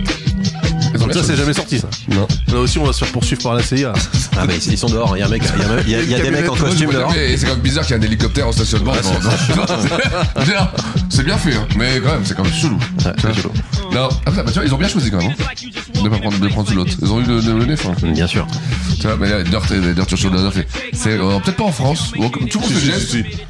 A: Donc ça, c'est jamais sorti, ça.
B: Non.
A: Là aussi, on va se faire poursuivre par la CIA.
C: Ah, mais ils sont dehors, il y a un mec, il y a un mec- il y a- il y a des mecs en costume dehors.
B: Et c'est quand même bizarre qu'il y ait un hélicoptère en stationnement.
C: Ouais,
B: devant-
C: c'est-
B: c'est- Bien, c'est bien fait, hein. mais quand même, c'est quand même chelou. Tu vois. Non, ah, bah, tu vois, ils ont bien choisi quand même. hein, De pas prendre, de prendre sous l'autre. Ils ont eu le, le, le nez fin.
C: Bien sûr.
B: Tu vois, mais là, Dirt, et- Dirt sur Shoulder, fait. C'est euh, peut-être pas en France. ou en- Tout le monde
A: Si,
B: fait
A: si,
B: le geste.
A: si, si.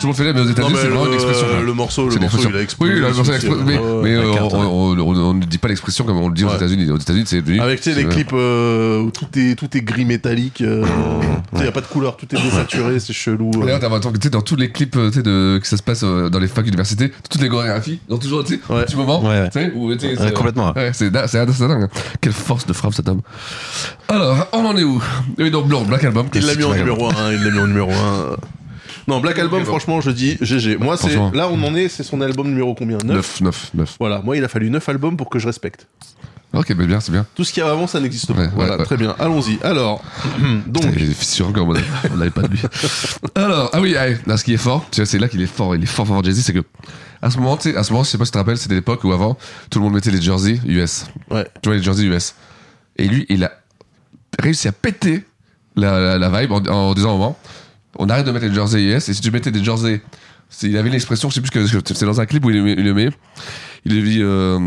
B: Tout le monde fait le geste, mais aux États-Unis,
A: Non, mais
B: c'est vraiment
A: le-
B: une expression.
A: le
B: là.
A: morceau, le
B: C'est une
A: morceau,
B: expression.
A: il a explosé
B: Oui, le
A: sur
B: morceau a
A: le site,
B: explosé. Mais,
A: ouais, ouais,
B: mais,
A: ouais,
B: euh,
A: carte,
B: on, on- on- on ne dit pas l'expression comme on le dit aux
A: Ouais.
B: États-Unis. Aux États-Unis, c'est devenu.
A: Avec tu sais, les
B: c'est-
A: clips euh, où tout est, tout est gris métallique, euh, tu sais, y a pas de couleur, tout est désaturé, c'est chelou. euh.
B: D'ailleurs, Oh. t'as l'impression que, tu sais, dans tous les clips euh, tu sais, de, que ça se passe euh, dans les facs universités, toutes les chorégraphies, dans toujours tu sais, un petit moment,
C: Ouais, ouais.
B: tu sais, où, tu sais,
C: Ouais,
B: c'est-
C: complètement,
B: ouais, c'est da- c'est c'est dingue. hein. Quelle force de frappe cet homme. Alors, on en est où Oui, donc Blanc, Black Album.
A: Il l'a mis en
B: classique,
A: numéro 1, il l'a mis en numéro 1. Non, Black Album, franchement, je dis GG. Moi, c'est
B: Franchement.
A: là, on en est, c'est son album numéro combien 9
B: 9, 9, 9.
A: Voilà, moi, il a fallu 9 albums pour que je respecte.
B: Ok, mais bien, c'est bien.
A: Tout ce qu'il y a avant, ça n'existe pas.
B: Ouais, ouais,
A: voilà,
B: ouais.
A: très bien. Allons-y. Alors, [CLEARS THROAT] donc.
B: Putain, il est sûr encore, mon ami. on l'avait pas de lui. Alors, ah oui, allez, là, ce qui est fort, tu vois, c'est là qu'il est fort, il est fort, fort, fort Jay-Z, c'est que. À ce moment, tu sais, à ce moment, je sais pas si tu te rappelles, c'était l'époque où avant, tout le monde mettait les jerseys US.
A: Ouais.
B: Tu vois, les jerseys US. Et lui, il a réussi à péter la, la, la vibe en, en disant au moment, on arrête de mettre les jerseys US, et si tu mettais des jerseys, c'est- il avait l'expression, je sais plus que que c'est dans un clip où il, le- il le met, il lui dit, euh,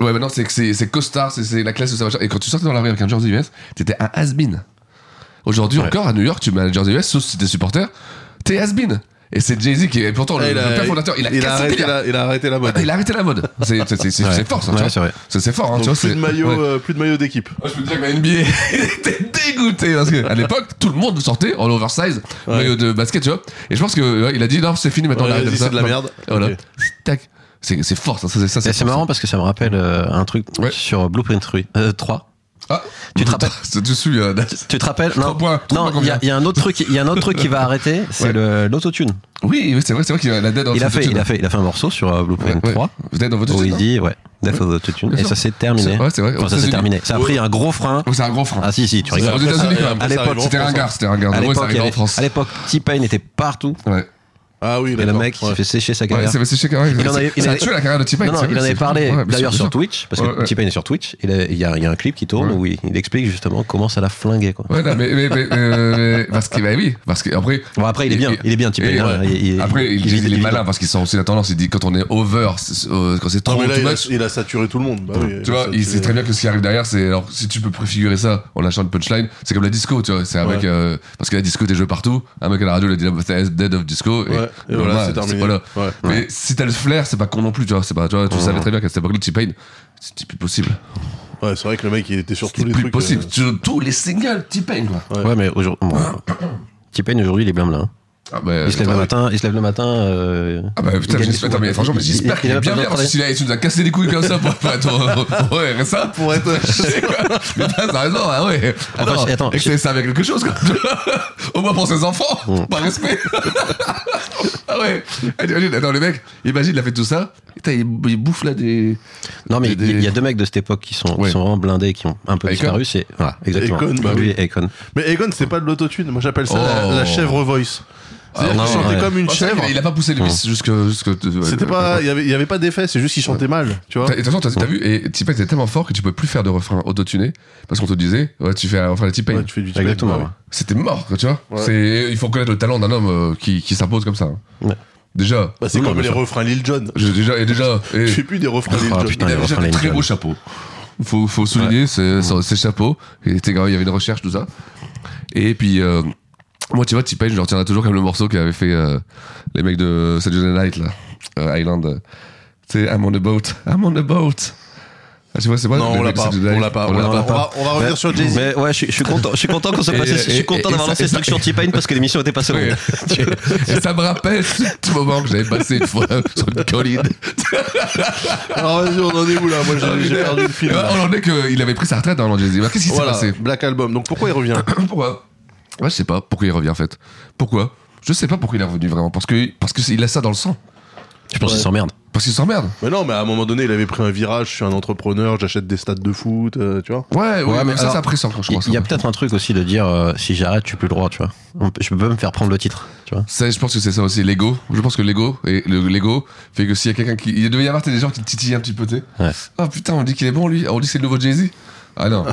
B: ouais, maintenant c'est que c'est c'est costard, c'est- c'est la classe, ça, machin. Et quand tu sortais dans la rue avec un jersey US, t'étais un has-been. Aujourd'hui
A: Ouais.
B: encore, à New York, tu mets un jersey US, sauf si t'es supporter, t'es has-been. Et c'est Jay-Z qui est pourtant le,
A: Ah, il
B: Oh le
A: a-
B: père fondateur. Il a,
A: il a
B: cassé
A: arrêté
B: le délire. Ah,
A: la- il a arrêté la mode.
B: Il a arrêté la mode. C'est c'est- c'est- c'est-
C: Ouais.
B: c'est fort, ça. tu
C: Ouais,
B: vois.
C: c'est vrai.
B: Ça, C'est fort, hein,
A: donc,
B: tu vois.
A: plus,
B: c'est-
A: de maillot,
B: ouais.
A: euh, plus de maillot d'équipe.
B: Moi, je peux te dire que la [LAUGHS] NBA était dégoûtée parce que à l'époque tout le monde sortait en oversize maillot de basket, tu vois. Et je pense que ouais, il a dit non, c'est fini maintenant.
A: Ouais,
B: on arrête
A: vas-y,
B: ça.
A: c'est de la merde.
B: Voilà.
A: Ok.
B: Tac. C'est c'est fort, ça. ça, ça,
C: Et c'est
B: fort, ça.
C: marrant parce que ça me rappelle euh, un truc sur Blueprint 3. euh, 3.
B: Ah,
C: tu
B: [LAUGHS]
C: te rappelles
B: C'est dessus. euh,
C: Tu te rappelles Non,
B: points, trois
C: non,
B: points
C: il y a-
B: combien
C: il y, a un autre truc, il y a un autre truc qui va arrêter, c'est
B: Ouais.
C: le- l'autotune.
B: Oui, oui, c'est vrai, c'est vrai qu'il a la dette dans
C: Il a fait,
B: l'autotune.
C: il a fait, il a fait un morceau sur euh, Blueprint
B: Ouais, ouais.
C: 3.
B: Vous êtes dans votre
C: où
B: autotune,
C: il
B: hein
C: dit ouais, Death of the Autotune.
B: Bien
C: Et
B: sûr.
C: ça s'est terminé.
B: C'est- ouais, c'est vrai, aux
C: Enfin, ça s'est
B: États-Unis.
C: terminé. Ça a
B: Ouais.
C: pris un gros frein.
B: Oh, c'est un gros frein.
C: Ah si si, tu rigoles.
B: Aux États-Unis, quand même.
C: À
B: Ça
C: l'époque,
B: arrive en
C: c'était
B: France,
C: un
B: hein.
C: gars, c'était un
B: À
C: gars.
B: l'époque, il y avait-
C: À l'époque, T-Pain était partout.
B: Ouais.
A: Ah oui,
C: Et le
A: d'accord,
C: mec
A: ouais.
C: s'est fait sécher sa
A: Ouais,
C: carrière.
A: il s'est fait sécher, ouais,
C: Il en
A: c'est-
C: avait- il
A: ça a
C: avait-
A: tué la carrière de T-Pain,
C: Non, non,
A: c'est-
C: il en
A: c'est-
C: avait
A: ouais,
C: parlé
A: bien sûr,
C: d'ailleurs
A: bien
C: sur
A: sûr.
C: Twitch, parce que
B: Ouais, ouais.
C: T-Pain est sur Twitch. Il a- Il y a il y a un clip qui tourne où il il explique justement comment ça l'a flingué. quoi.
B: Ouais, non, mais, mais, mais, euh, mais- parce que bah oui, parce que après.
C: Bon, après, il est bien, il est bien, T-Pain,
B: et-
C: hein,
B: ouais.
C: il- il-
B: après, il,
C: il-
B: il est
C: il-
B: malin parce qu'ils sont aussi la tendance. Il dit quand on est over, c'est- euh, quand c'est
A: Ah,
B: trop
A: mais là,
B: too
A: il a,
B: much,
A: il a saturé tout le monde. Bah oui,
B: Tu vois,
A: ça,
B: il
A: c'est-
B: sait très bien que ce qui arrive derrière, c'est alors si tu peux préfigurer ça en lâchant une punchline, c'est comme la disco, tu vois. C'est un
A: Ouais.
B: mec euh, parce que la disco t'es joué partout, un mec à la radio il a dit c'était Dead of Disco et,
A: Ouais, et voilà, c'est terminé.
B: voilà.
A: Ouais.
B: Mais
A: Ouais.
B: si t'as le flair, c'est pas con non plus, tu vois. C'est pas, tu vois, tu
A: Ouais.
B: savais très bien qu'à cette époque-là, T-Pain, c'était plus possible.
A: Ouais, c'est vrai que le mec, il était sur tous les
B: Plus
A: trucs.
B: possible.
A: euh,
B: Tu- Tous les singles, T-Pain, quoi.
C: Ouais, mais aujourd'hui, bon, T-Pain aujourd'hui, il est bien malin.
B: Ah bah,
C: il se lève
B: attends,
C: le
B: mais-
C: matin, il se lève le matin. euh,
B: Ah bah
C: il
B: putain,
C: gagne
B: j'espère-
C: son-
B: attends, mais franchement, mais
C: il-
B: j'espère
C: il-
B: qu'il
C: il a
B: est bien
C: pas
B: bien
C: besoin de
B: reçu là et tu nous as cassé les couilles comme ça pour, pour être au- au RSA.
A: Pour être.
B: [LAUGHS] Putain, t'as raison, ah ouais.
C: Enfin,
B: Attends,
C: je- attends,
B: et que c'est- ça avec quelque chose, quoi. [LAUGHS] au moins pour ses enfants, par respect. [LAUGHS] ah ouais. Ah, t'imagines, Attends, le mec, imagine, il a fait tout ça. Putain, il, il bouffe là des.
C: Non, mais
B: des-
C: il y- il y a deux mecs de cette époque qui sont,
B: Ouais.
C: qui sont vraiment blindés, qui ont un peu
B: Akon.
C: disparu. C'est voilà, exactement.
A: Akon, bah
C: lui
A: oui.
C: et Akon.
A: Mais Egon, c'est pas de l'autotune. Moi, j'appelle ça
B: Oh.
A: la, la chèvre voice. C'est-à-dire
B: Ah,
A: qu'il
B: non,
A: chantait
B: ouais.
A: comme une
B: Oh, c'est vrai
A: chèvre.
B: qu'il a- Il a pas poussé les vis jusque. jusque-
A: C'était pas, il y avait, il y avait pas d'effet, c'est juste qu'il chantait mal, tu vois.
B: T'as- Et de toute façon, t'as t'as vu, et Tipeee était tellement fort que tu pouvais plus faire de refrain autotuné parce qu'on te disait, ouais, tu fais un refrain de Tipeee.
A: Ouais, tu fais du T-Pain,
B: Exactement.
A: ouais.
B: ouais. C'était mort, quoi, tu vois.
A: Ouais.
B: C'est, il faut connaître le talent d'un homme euh, qui, qui s'impose comme ça. hein. Déjà.
A: Bah, c'est
B: Oui,
A: comme
B: bien
A: les
B: sûr.
A: refrains Lil Jon.
B: Je- déjà, et déjà. Et...
A: Je fais plus des refrains Lil
B: Ah,
A: Jon.
B: putain, il
A: Il
B: avait déjà
A: avait
B: des très beaux chapeaux. Faut, faut souligner ses, son- ses chapeaux. Il était grave, il y avait une recherche, tout ça. Et puis, euh, moi, tu vois, T-Pain, je le retiendrai toujours comme le morceau qu'avaient fait euh, les mecs de Saturday Night, là, euh, Island. euh, Tu sais, I'm on the boat. I'm on the boat. Ah, tu vois, c'est pas
A: Non,
B: les
A: on l'a
B: mecs de
A: pas,
B: Saturday
A: on
B: Night.
A: l'a pas, on l'a pas. On va- on va revenir sur Jay-Z.
C: Mais ouais, je, suis- je suis content, je suis content qu'on soit
B: Bah, Et-
C: passé. je
B: et-
C: suis content
B: et-
C: d'avoir
B: et
C: lancé
B: ça-
C: ce truc sur T-Pain parce que l'émission était pas seconde.
B: [LAUGHS] Et ça me rappelle tout moment que j'avais passé une fois [LAUGHS] sur une colline.
A: Alors vas-y, on en est où là Moi, j'ai-
B: [LAUGHS]
A: j'ai perdu le fil.
B: Et
A: là.
B: On en est qu'il avait pris sa retraite dans Jay-Z. Bah, Qu'est-ce qui s'est
A: Voilà, [CLEARS THROAT]
B: passé
A: Black Album. Donc pourquoi il revient
B: Pourquoi Ouais, je sais pas pourquoi il revient en fait. Pourquoi Je sais pas pourquoi il est revenu vraiment. Parce que parce que c'est- il a ça dans le sang.
C: Je pense qu'il s'emmerde.
B: Parce qu'il s'emmerde.
A: Mais non, mais à un moment donné, il avait pris un virage. Je suis un entrepreneur, j'achète des stades de foot, euh, tu vois.
B: Ouais, ouais, mais ça,
C: alors,
B: c'est après ça, je crois.
C: Il y a peut-être un truc aussi de dire euh, si j'arrête, je suis plus le droit, tu vois. On peut- Je peux pas me faire prendre le titre, tu vois.
B: Ça, je pense que c'est ça aussi, l'ego. Je pense que l'ego, et le- l'ego fait que s'il y a quelqu'un qui. Il devait y avoir t'as des gens qui titillent un petit peu, tu sais.
C: Ouais.
B: Ah putain, on dit qu'il est bon lui. Ah, On dit que c'est le nouveau Jay-Z.
C: [LAUGHS]
B: Ah non.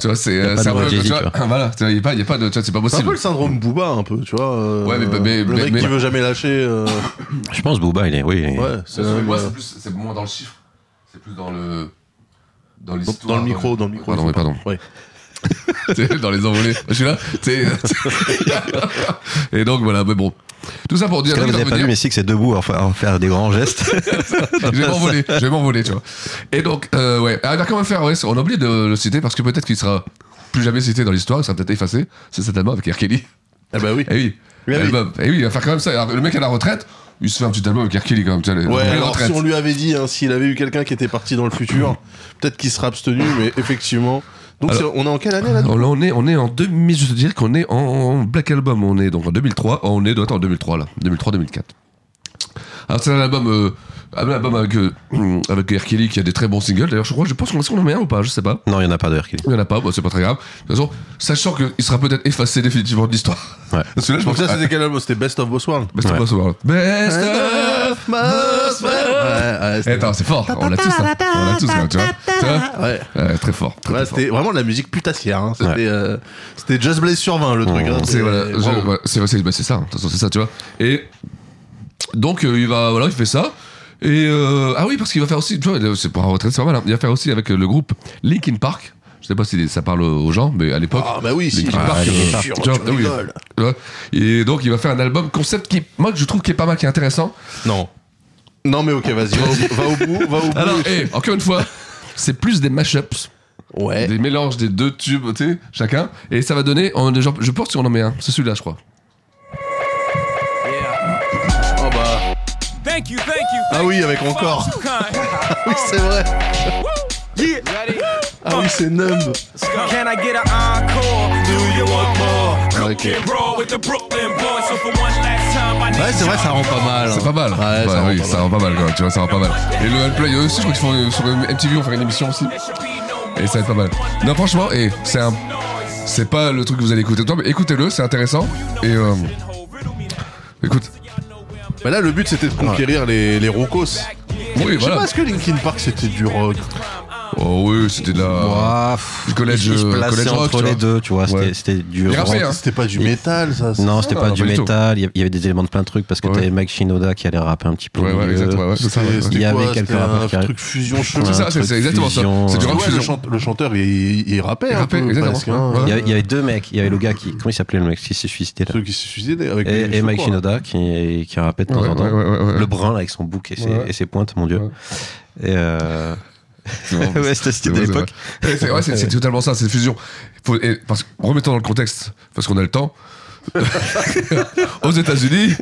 B: tu vois, c'est
C: Y a
B: euh,
C: pas
B: c'est un
C: de nouveau
B: peu.
C: Jay-Z,
B: Tu vois,
C: tu vois.
B: [LAUGHS] voilà, tu vois, il y a pas, il y a pas de. Tu vois, c'est
A: C'est
B: pas
A: un
B: possible.
A: peu le syndrome Booba, un peu, tu vois. euh,
B: Ouais, mais- bah, mais-
A: le
B: mais-
A: mec
B: mais-
A: qui veut jamais lâcher.
B: [LAUGHS]
A: euh,
C: Je pense Booba, il est, oui. il est-
A: ouais, c'est euh,
B: C'est-
A: un-
B: moi, c'est plus- c'est moins dans le chiffre. C'est plus dans le. Dans l'histoire.
A: dans le micro, dans le micro.
B: Pardon, oui, [LAUGHS] pardon.
A: Ouais.
B: T'sais, dans les envolées. Je suis là. [LAUGHS] t'sais, Et donc voilà, mais bon. Tout ça pour dire.
C: Parce que là,
B: donc,
C: vous avez
B: ça
C: pas
B: veut
C: vu,
B: dire-
C: mais c'est que c'est debout, enfin, en faire des grands gestes. [LAUGHS]
B: je vais m'envoler, je vais m'envoler, tu vois. Et donc, euh, ouais. Ah, on va quand même faire, ouais, on a oublié de le citer parce que peut-être qu'il sera plus jamais cité dans l'histoire, il sera peut-être effacé. C'est cet album avec R. Kelly.
A: Ah bah oui.
B: Eh oui.
A: Oui, oui.
B: Album. Eh oui, il va faire quand même ça. Alors, le mec à la retraite, il se fait un petit album avec R. Kelly quand même, tu vois,
A: Ouais,
B: après la
A: alors
B: retraite.
A: si on lui avait dit, hein, s'il avait eu quelqu'un qui était parti dans le
B: [LAUGHS]
A: futur, peut-être qu'il serait abstenu, mais effectivement. Donc
B: Alors-
A: c'est- on est en quelle année là
B: Alors là, on est, on est en 2000, je te dirais qu'on est en, en Black Album, on est donc en 2003, Oh, on est, doit être en 2003 là, 2003-2004. Alors c'est un album, euh, un album avec, euh, [CLEARS THROAT] avec R. Kelly qui a des très bons singles, d'ailleurs je crois, je pense qu'on qu'on en met un ou pas, je sais pas.
C: Non, il y en a pas de R. Kelly.
B: Il y en a pas, bon, c'est pas très grave. De toute façon, sachant qu'il sera peut-être effacé définitivement de l'histoire.
C: Ouais.
B: [LAUGHS] Parce que là, [LAUGHS] je
A: Donc
B: pense que
A: ça c'était quel album C'était Best of Boss World.
B: Best of
C: Ouais.
B: Both Worlds. Best
A: Best
B: of
A: of Boss World.
B: Eh, Attends, c'est fort, on l'a tous là. On l'a tous là, tu vois. Tu vois
A: Ouais.
B: Ouais, très fort. très,
A: Ouais,
B: très fort.
A: c'était vraiment de la musique putassière. hein. C'était euh, c'était Just Blaze sur 20 le truc. hein.
B: C'est voilà,
A: C'était-
B: je- voilà, c'est c'est- bah, c'est ça, de toute façon, c'est ça, tu vois. Et donc euh, il va voilà, il fait ça. Et euh, ah oui, parce qu'il va faire aussi, tu vois, c'est pour un retraite, c'est pas mal. hein. Il va faire aussi avec euh, le groupe Linkin Park. Je sais pas si ça parle aux gens, mais à l'époque.
A: Ah bah oui, si,
B: Linkin
A: ah,
B: Park,
A: Linkin
B: euh,
A: Park,
B: tu
A: tu
B: vois, oui.
A: rigoles.
B: Tu vois. Et donc il va faire un album concept qui, moi, que je trouve qui est pas mal, qui est intéressant.
A: Non. Non mais ok, vas-y, va, au- va au bout, va au bout.
B: Alors, eh, encore une fois, c'est plus des mashups.
A: Ouais.
B: Des mélanges des deux tubes, tu sais, chacun. Et ça va donner. en- genre, je pense qu'on en met un. C'est celui-là, je crois.
A: Oh bah.
F: Thank you, thank you.
A: Ah oui, avec encore. [LAUGHS] oui, c'est vrai. Ah oui, c'est numb.
F: Can I get an encore? Do you want more?
A: Ok.
F: Get raw with the Brooklyn boys. So for one last time, I need
A: Ouais, c'est vrai, ça rend pas mal. hein.
B: C'est pas mal.
A: Ouais,
B: Ouais,
A: ça rend
B: oui,
A: pas
B: ça rend pas mal, quand même, tu vois, ça rend pas mal. Et le Unplug, eux aussi, je crois qu'ils font euh, sur MTV, on fait une émission aussi. Et ça va être pas mal. Non, franchement, et c'est un. C'est pas le truc que vous allez écouter toi, mais écoutez-le, c'est intéressant. Et euh, écoute,
A: Mais là, le but c'était de conquérir les, les Rocos.
B: oui,
A: Je sais pas,
B: voilà.
A: est-ce que Linkin Park c'était du rock
B: Oh oui, c'était de la.
C: Ouah,
B: Du collège,
C: il se
B: euh,
C: plaçait
B: collège rock,
C: entre
B: tu
C: les
B: vois.
C: deux, tu vois. c'était-
B: Ouais.
C: C'était du
B: Il hein.
C: rock.
B: rappait, hein.
A: C'était pas du métal, ça c'est
C: Non,
A: ça
C: c'était pas
B: non,
C: du
B: pas du tout.
C: métal. Il y avait- il y avait des éléments de plein de trucs parce que
B: Ouais.
C: t'avais Mike Shinoda qui allait rapper un petit peu. au
B: Ouais, ouais,
C: milieu.
B: exactement. Ouais, c'est ça. ouais.
A: C'était-
B: C'est
C: Il y avait
A: quoi,
C: quelques
A: c'était
C: rappeurs qui
A: un
C: arrivaient.
A: truc fusion chelou.
B: ça,
C: truc
B: c'est c'est exactement ça.
C: fusion,
B: C'est du
C: euh,
B: rock
A: Ouais, le,
B: fusion.
A: chante- le chanteur, il, il rappait.
B: Il
A: un
B: rappait,
A: peu,
B: exactement.
A: presque, hein.
B: Ouais.
C: Il y, avait, il y avait deux mecs. Il y avait le gars qui. Comment il s'appelait le mec qui s'est suicidé là
A: Ceux qui se suicidaient avec
C: et,
A: les hein.
C: et Mike
A: quoi.
C: Shinoda qui, qui rappelle de temps
B: Ouais,
C: en temps.
B: ouais, ouais, ouais, ouais.
C: Le brun là, avec son bouc et ses,
B: Ouais.
C: et ses pointes, mon dieu.
B: Ouais.
C: Et euh...
B: C'est vraiment-
C: ouais, c'était
B: C'est
C: c'était de
B: [LAUGHS] vrai,
C: l'époque.
B: c'est vrai. Ouais, c'est ouais, c'est- c'est totalement ça, c'est une fusion. faut- et parce, remettons dans le contexte, parce qu'on a le temps. [LAUGHS] Aux États-Unis,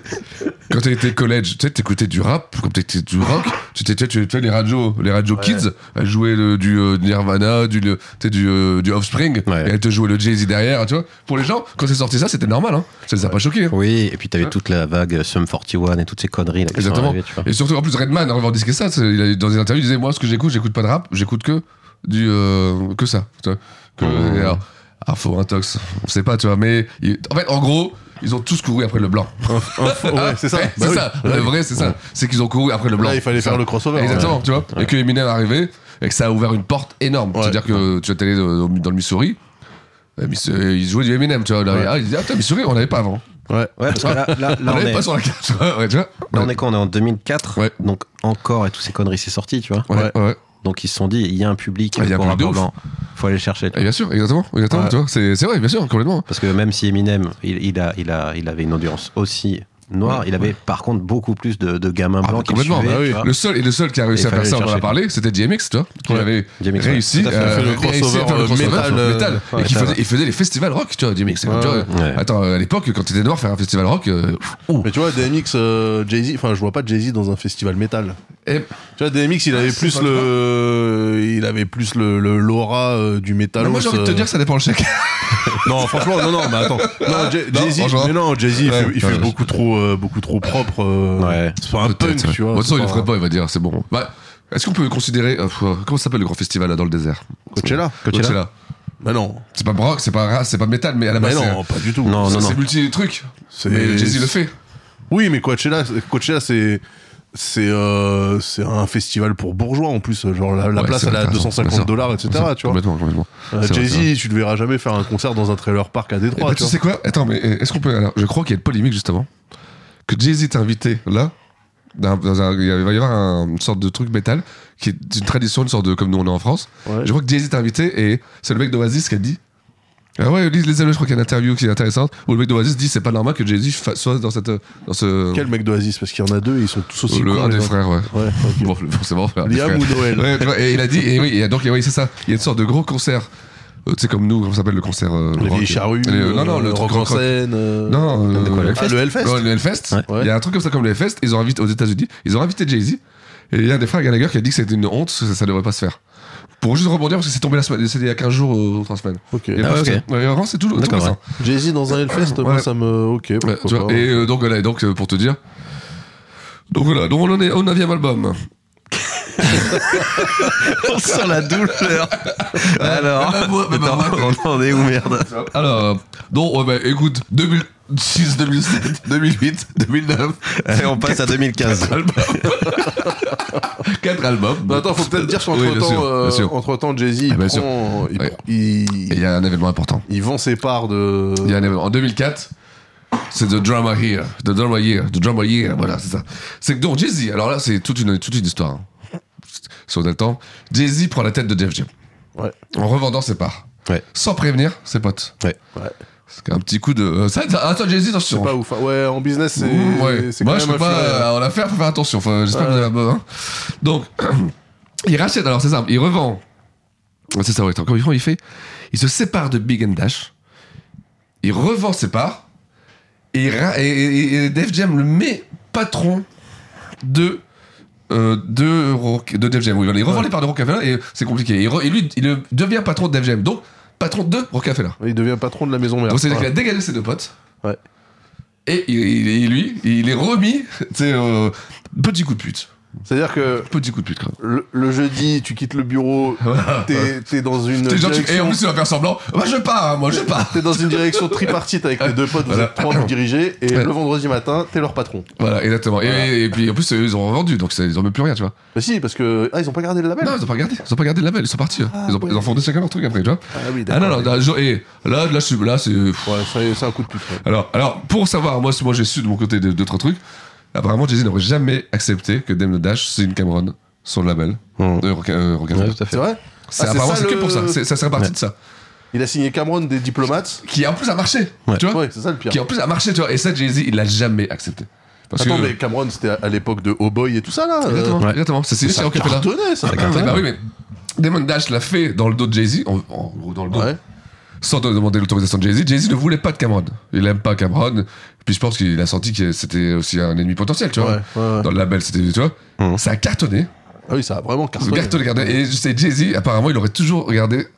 B: quand t'étais collège, tu sais, t'écoutais du rap, comme t'étais du rock, tu t'étais, tu tu sais, les radios, les radios kids, elles jouaient le- du euh, Nirvana, du, le- tu sais, du, euh, du Offspring, et elles te jouaient le Jay-Z derrière, tu vois. Pour les gens, quand c'est sorti ça, c'était normal, hein. Ça les a pas choqués. hein.
C: Oui, et puis t'avais toute la vague euh, Sum 41 et toutes ces conneries. Là, qui sont
B: Exactement.
C: arrivées, tu vois.
B: et surtout, en plus, Redman a revendiqué ça. c'est- Il a, dans des interviews, il disait Moi, ce que j'écoute, j'écoute pas de rap, j'écoute que du euh, que ça. tu vois. Que,
C: Mmh.
B: et alors, ah, faux, intox, on sait pas, tu vois. Mais il- en fait, en gros, ils ont tous couru après
A: [LAUGHS]
B: le blanc.
A: info- ouais, c'est ça.
B: Ouais,
A: Bah oui. Ouais.
B: Le vrai, c'est ça.
A: Ouais.
B: C'est qu'ils ont couru après le blanc.
A: Là, il fallait
B: Ça.
A: faire le crossover.
B: Exactement,
A: Ouais.
B: tu vois.
A: Ouais.
B: Et que Eminem est arrivé et que ça a ouvert une porte énorme. C'est-à-dire que tu étais allé dans dans le Missouri. euh, Miss- euh, Ils jouaient du Eminem, tu vois. là,
C: Ouais.
B: Ah, ils disaient, ah, putain, Missouri, on l'avait pas avant.
A: Ouais,
C: parce que là- là- là,
B: on
C: on
B: l'avait
C: est-
B: pas sur la carte. Ouais, tu vois.
C: Là, on est quand On est en 2004. Donc, encore et toutes ces conneries, c'est sorti, tu vois.
B: Ouais, ouais.
C: Donc, ils se sont dit, il y a un public
B: Ah, il y a un
C: pour
B: public de
C: un
B: ouf.
C: blanc. Faut aller le chercher.
B: Et Eh, bien sûr, exactement. exactement, tu vois, c'est c'est vrai, bien sûr, complètement.
C: Parce que même si Eminem, il, il a, il, a, il avait une audience aussi noire,
B: Ouais,
C: il avait
B: ouais.
C: par contre beaucoup plus de, de gamins blancs qui le
B: Ah, Complètement. bah
C: suivaient. tu vois.
B: Le seul et le seul qui a réussi
C: Et
B: à faire
C: fallait
B: ça,
C: le
B: on en a
C: chercher.
B: parlé, c'était DMX, tu vois, qui
C: Ouais.
B: avait
C: DMX, ouais.
B: réussi
C: Tout à fait,
B: euh,
C: fait le
B: réussi à faire
C: crossover,
B: le crossover
C: euh,
B: sur le
C: métal,
B: métal.
C: euh,
B: et qui
C: métal.
B: faisait, il faisait les festivals rock, tu vois, DMX. c'est comme, tu vois,
A: Ouais, ouais.
B: Attends, à l'époque, quand t'étais noir, faire un festival rock, euh,
A: Mais tu vois, DMX, euh, Jay-Z, enfin, je vois pas Jay-Z dans un festival métal.
B: Et...
A: Tu vois, DMX, il avait plus
B: Ah, pas
A: le, il avait plus le, le- l'aura euh, du métal.
B: Mais moi, j'ai envie de te dire, ça dépend le chèque.
A: Non, franchement, non, non, mais attends. Non, Jay-
B: Non,
A: Jay-Z,
B: franchement.
A: mais non, Jay-Z, il
B: Ouais.
A: fait, il fait
B: Ouais.
A: beaucoup trop, euh, beaucoup trop propre. euh, C'est pas un
B: Peut-être,
A: punk,
B: ouais.
A: tu vois.
B: Bon, De toute
A: c'est
B: façon, il le
A: pas-
B: ferait pas, il va dire, c'est bon. Bah, Est-ce qu'on peut considérer. euh, pff, comment ça s'appelle le grand festival là, dans le désert
A: Coachella.
B: Coachella. Ah,
A: Coachella. Bah non.
B: C'est pas rock, c'est pas rap, c'est pas métal, mais à la
A: Mais
B: base.
A: non,
B: Ah, bah, c'est-
A: pas du tout.
B: c'est- C'est multi-trucs. Mais Jay-Z le fait.
A: Oui, mais Coachella, Coachella c'est c'est euh, c'est un festival pour bourgeois en plus. Genre la, la
B: Ouais,
A: place
B: c'est
A: elle est à
B: vrai, t'as raison, bien
A: 250
B: sûr.
A: dollars, etc.
B: Bien sûr,
A: Tu vois.
B: complètement, complètement.
A: Euh,
B: C'est vrai, c'est vrai.
A: Jay-Z, tu le verras jamais faire un concert dans un trailer park à
B: Eh ben,
A: Détroit.
B: tu sais quoi Attends, mais euh, est-ce qu'on peut. Alors, je crois qu'il y a une polémique juste avant. Que Jay-Z est invité là. d'un- dans un- il y a- il va y avoir un- une sorte de truc métal qui est une tradition, une sorte de. Comme nous on est en France. Je crois que Jay-Z est invité et c'est le mec d'Oasis qui a dit. Ah ouais, les, les amis, je crois qu'il y a une interview qui est intéressante où le mec d'Oasis dit c'est pas normal que Jay-Z fa- soit dans, cette, euh, dans ce.
A: Quel mec d'Oasis Parce qu'il y en a deux et ils sont tous aussi.
B: le,
A: cons,
B: un
A: les
B: des
A: uns.
B: frères, ouais. Bon, le- forcément, frère. des
A: Liam
B: frères.
A: ou Noël.
B: Ouais, tu vois, et il a dit, et oui, et donc, et oui, c'est ça. Il y a une sorte de gros concert. Euh, tu sais, comme nous, comment ça s'appelle le concert euh,
A: Les
B: rock,
A: vieilles charrues,
B: Les- Non, non,
A: euh,
B: le truc
A: rock en scène, euh,
B: Non,
A: de quoi, le
B: ah,
A: Hellfest
B: Ouais, le Hellfest.
A: Ouais.
B: Il y a un truc comme ça, comme le Hellfest. Ils ont invité aux États-Unis, ils ont invité Jay-Z. Et il y a un des frères Gallagher qui a dit que c'était une honte, ça, ça devrait pas se faire. Pour juste rebondir, parce que c'est tombé la semaine, c'était il y a 15 jours ou 3 semaines.
A: Ok.
B: Et
A: Ah ouais,
B: parce que-
A: ok.
B: ouais, vraiment, c'est toujours tout
A: D'accord,
B: récent.
A: ouais. Jay-Z dans un Hellfest, moi
B: Ouais.
A: ça me. Ok.
B: Ouais,
A: pourquoi
B: tu vois,
A: pas.
B: et euh, donc voilà, et donc euh, pour te dire. Donc voilà, donc on en est au 9 album.
C: On [LAUGHS] sent la
B: [LAUGHS]
C: douleur. Alors,
B: attends,
C: on en est où,
B: [LAUGHS]
C: merde
B: Alors, donc, ouais, bah, écoute, 2006, 2007, 2008, 2009.
C: Allez, on passe à 2015.
A: [LAUGHS]
B: 4 albums.
A: Bah, attends, faut peut-être dire
B: Oui, bien sûr, bien sûr.
A: qu'entre temps, Jay-Z, il
B: Ah, bien sûr.
A: prend- il
B: Ouais.
A: prend- il-
B: Et Il y a un événement important.
A: il vend ses parts de.
B: Il y a un événement. En 2004, c'est The Drama Here. The Drama Here. The Drama Here. Voilà, c'est ça. C'est que donc Jay-Z, alors là, c'est toute une, toute une histoire. hein. Si on a le temps, Jay-Z prend la tête de Def Jam. En revendant ses parts. Sans prévenir ses potes. C'est un petit coup de. euh, Ça, ça- attends, Jay-Z, attention.
A: C'est pas ouf. hein. Ouais, en business, c'est.
B: Mmh, ouais.
A: c'est
B: Moi,
A: quand
B: je
A: même
B: peux pas.
A: un hein. filet.
B: euh, en affaire, faut faire attention. Enfin, J'espère que
A: Ouais.
B: vous avez la hein. Donc, [CLEARS THROAT] il rachète. Alors, c'est simple. Il revend. Ouais, C'est ça, ouais. Encore une fois, il fait. Il se sépare de Big and Dash. Il revend ses parts. Et, il ra- et, et- et Def Jam le met patron de. euh, de, Rock- de Def Jam. Oui, voilà. il revend les parts de Rockefeller et c'est compliqué. Et, re- et lui, il devient patron de Def Jam. Donc, patron de Rockefeller.
A: Il devient patron de la maison mère.
B: Donc c'est-à-dire
A: Ouais.
B: qu'il a dégagé ses deux potes. Et il, il- et lui, il est remis. C'est petit coup de pute.
A: C'est-à-dire que.
B: Petit coup de pute, quoi.
A: Le, le jeudi, tu quittes le
B: [LAUGHS]
A: bureau, t'es, t'es dans une.
B: T'es gentil.
A: direction-
B: Et en plus, il va faire semblant. Bah, je pars, hein, moi, je pars.
A: T'es dans une direction tripartite avec tes deux potes, vous
B: Voilà.
A: êtes trois à vous diriger, et
B: Ouais.
A: le vendredi matin, t'es leur patron.
B: Voilà, exactement. Et- Et, et puis, en plus, eux, ils ont revendu, donc ça, ils ont même plus rien, tu vois.
A: Bah si, parce que. Ah, ils ont pas gardé le label
B: Non, ils ont pas gardé. Ils ont pas gardé le label, ils sont partis. hein. ils, ont, ils ont fondé chacun leur truc après, tu vois.
A: Ah oui,
B: Ah
A: d'accord.
B: non, non, non, je- eh, là, là, je suis- là, c'est.
A: Ouais, c'est un coup de pute. ouais.
B: Alors, alors, pour savoir, moi, moi j'ai su de mon côté de- d'autres trucs. Apparemment, Jay-Z n'aurait jamais accepté que Dame Dash signe Cameron sur le label.
A: Hmm.
B: De Rock- euh, Rockefeller.
C: Ouais, tout à
A: C'est vrai
B: C'est-
A: Ah,
B: apparemment, c'est que
A: le-
B: pour ça. C'est- Ça serait parti de ça.
A: Il a signé Cameron des diplomates.
B: Qui en plus a marché. Tu vois
A: Ouais, c'est ça le pire.
B: Qui en plus a marché, tu vois. Et ça, Jay-Z, il l'a jamais accepté. Parce
A: Attends,
B: que.
A: mais Cameron, c'était à à l'époque de Oh Boy et tout ça, là. euh,
B: Exactement, exactement. C'est c'est juste
A: ça
B: Rockefeller.
A: cartonnait, ça.
B: bah Ah, bah oui, mais Damon Dash l'a fait dans le dos de Jay-Z, en, en gros dans le dos. sans demander l'autorisation de Jay-Z. Jay-Z ne voulait pas de Cameron. Il aime pas Cameron. Puis je pense qu'il a senti que c'était aussi un ennemi potentiel, tu vois. Dans le label, c'était, tu vois.
A: Mhm.
B: Ça a cartonné.
A: Ah oui, ça a vraiment cartonné.
B: Cartonné, cartonné. Et je sais, Jay-Z, apparemment, il aurait toujours regardé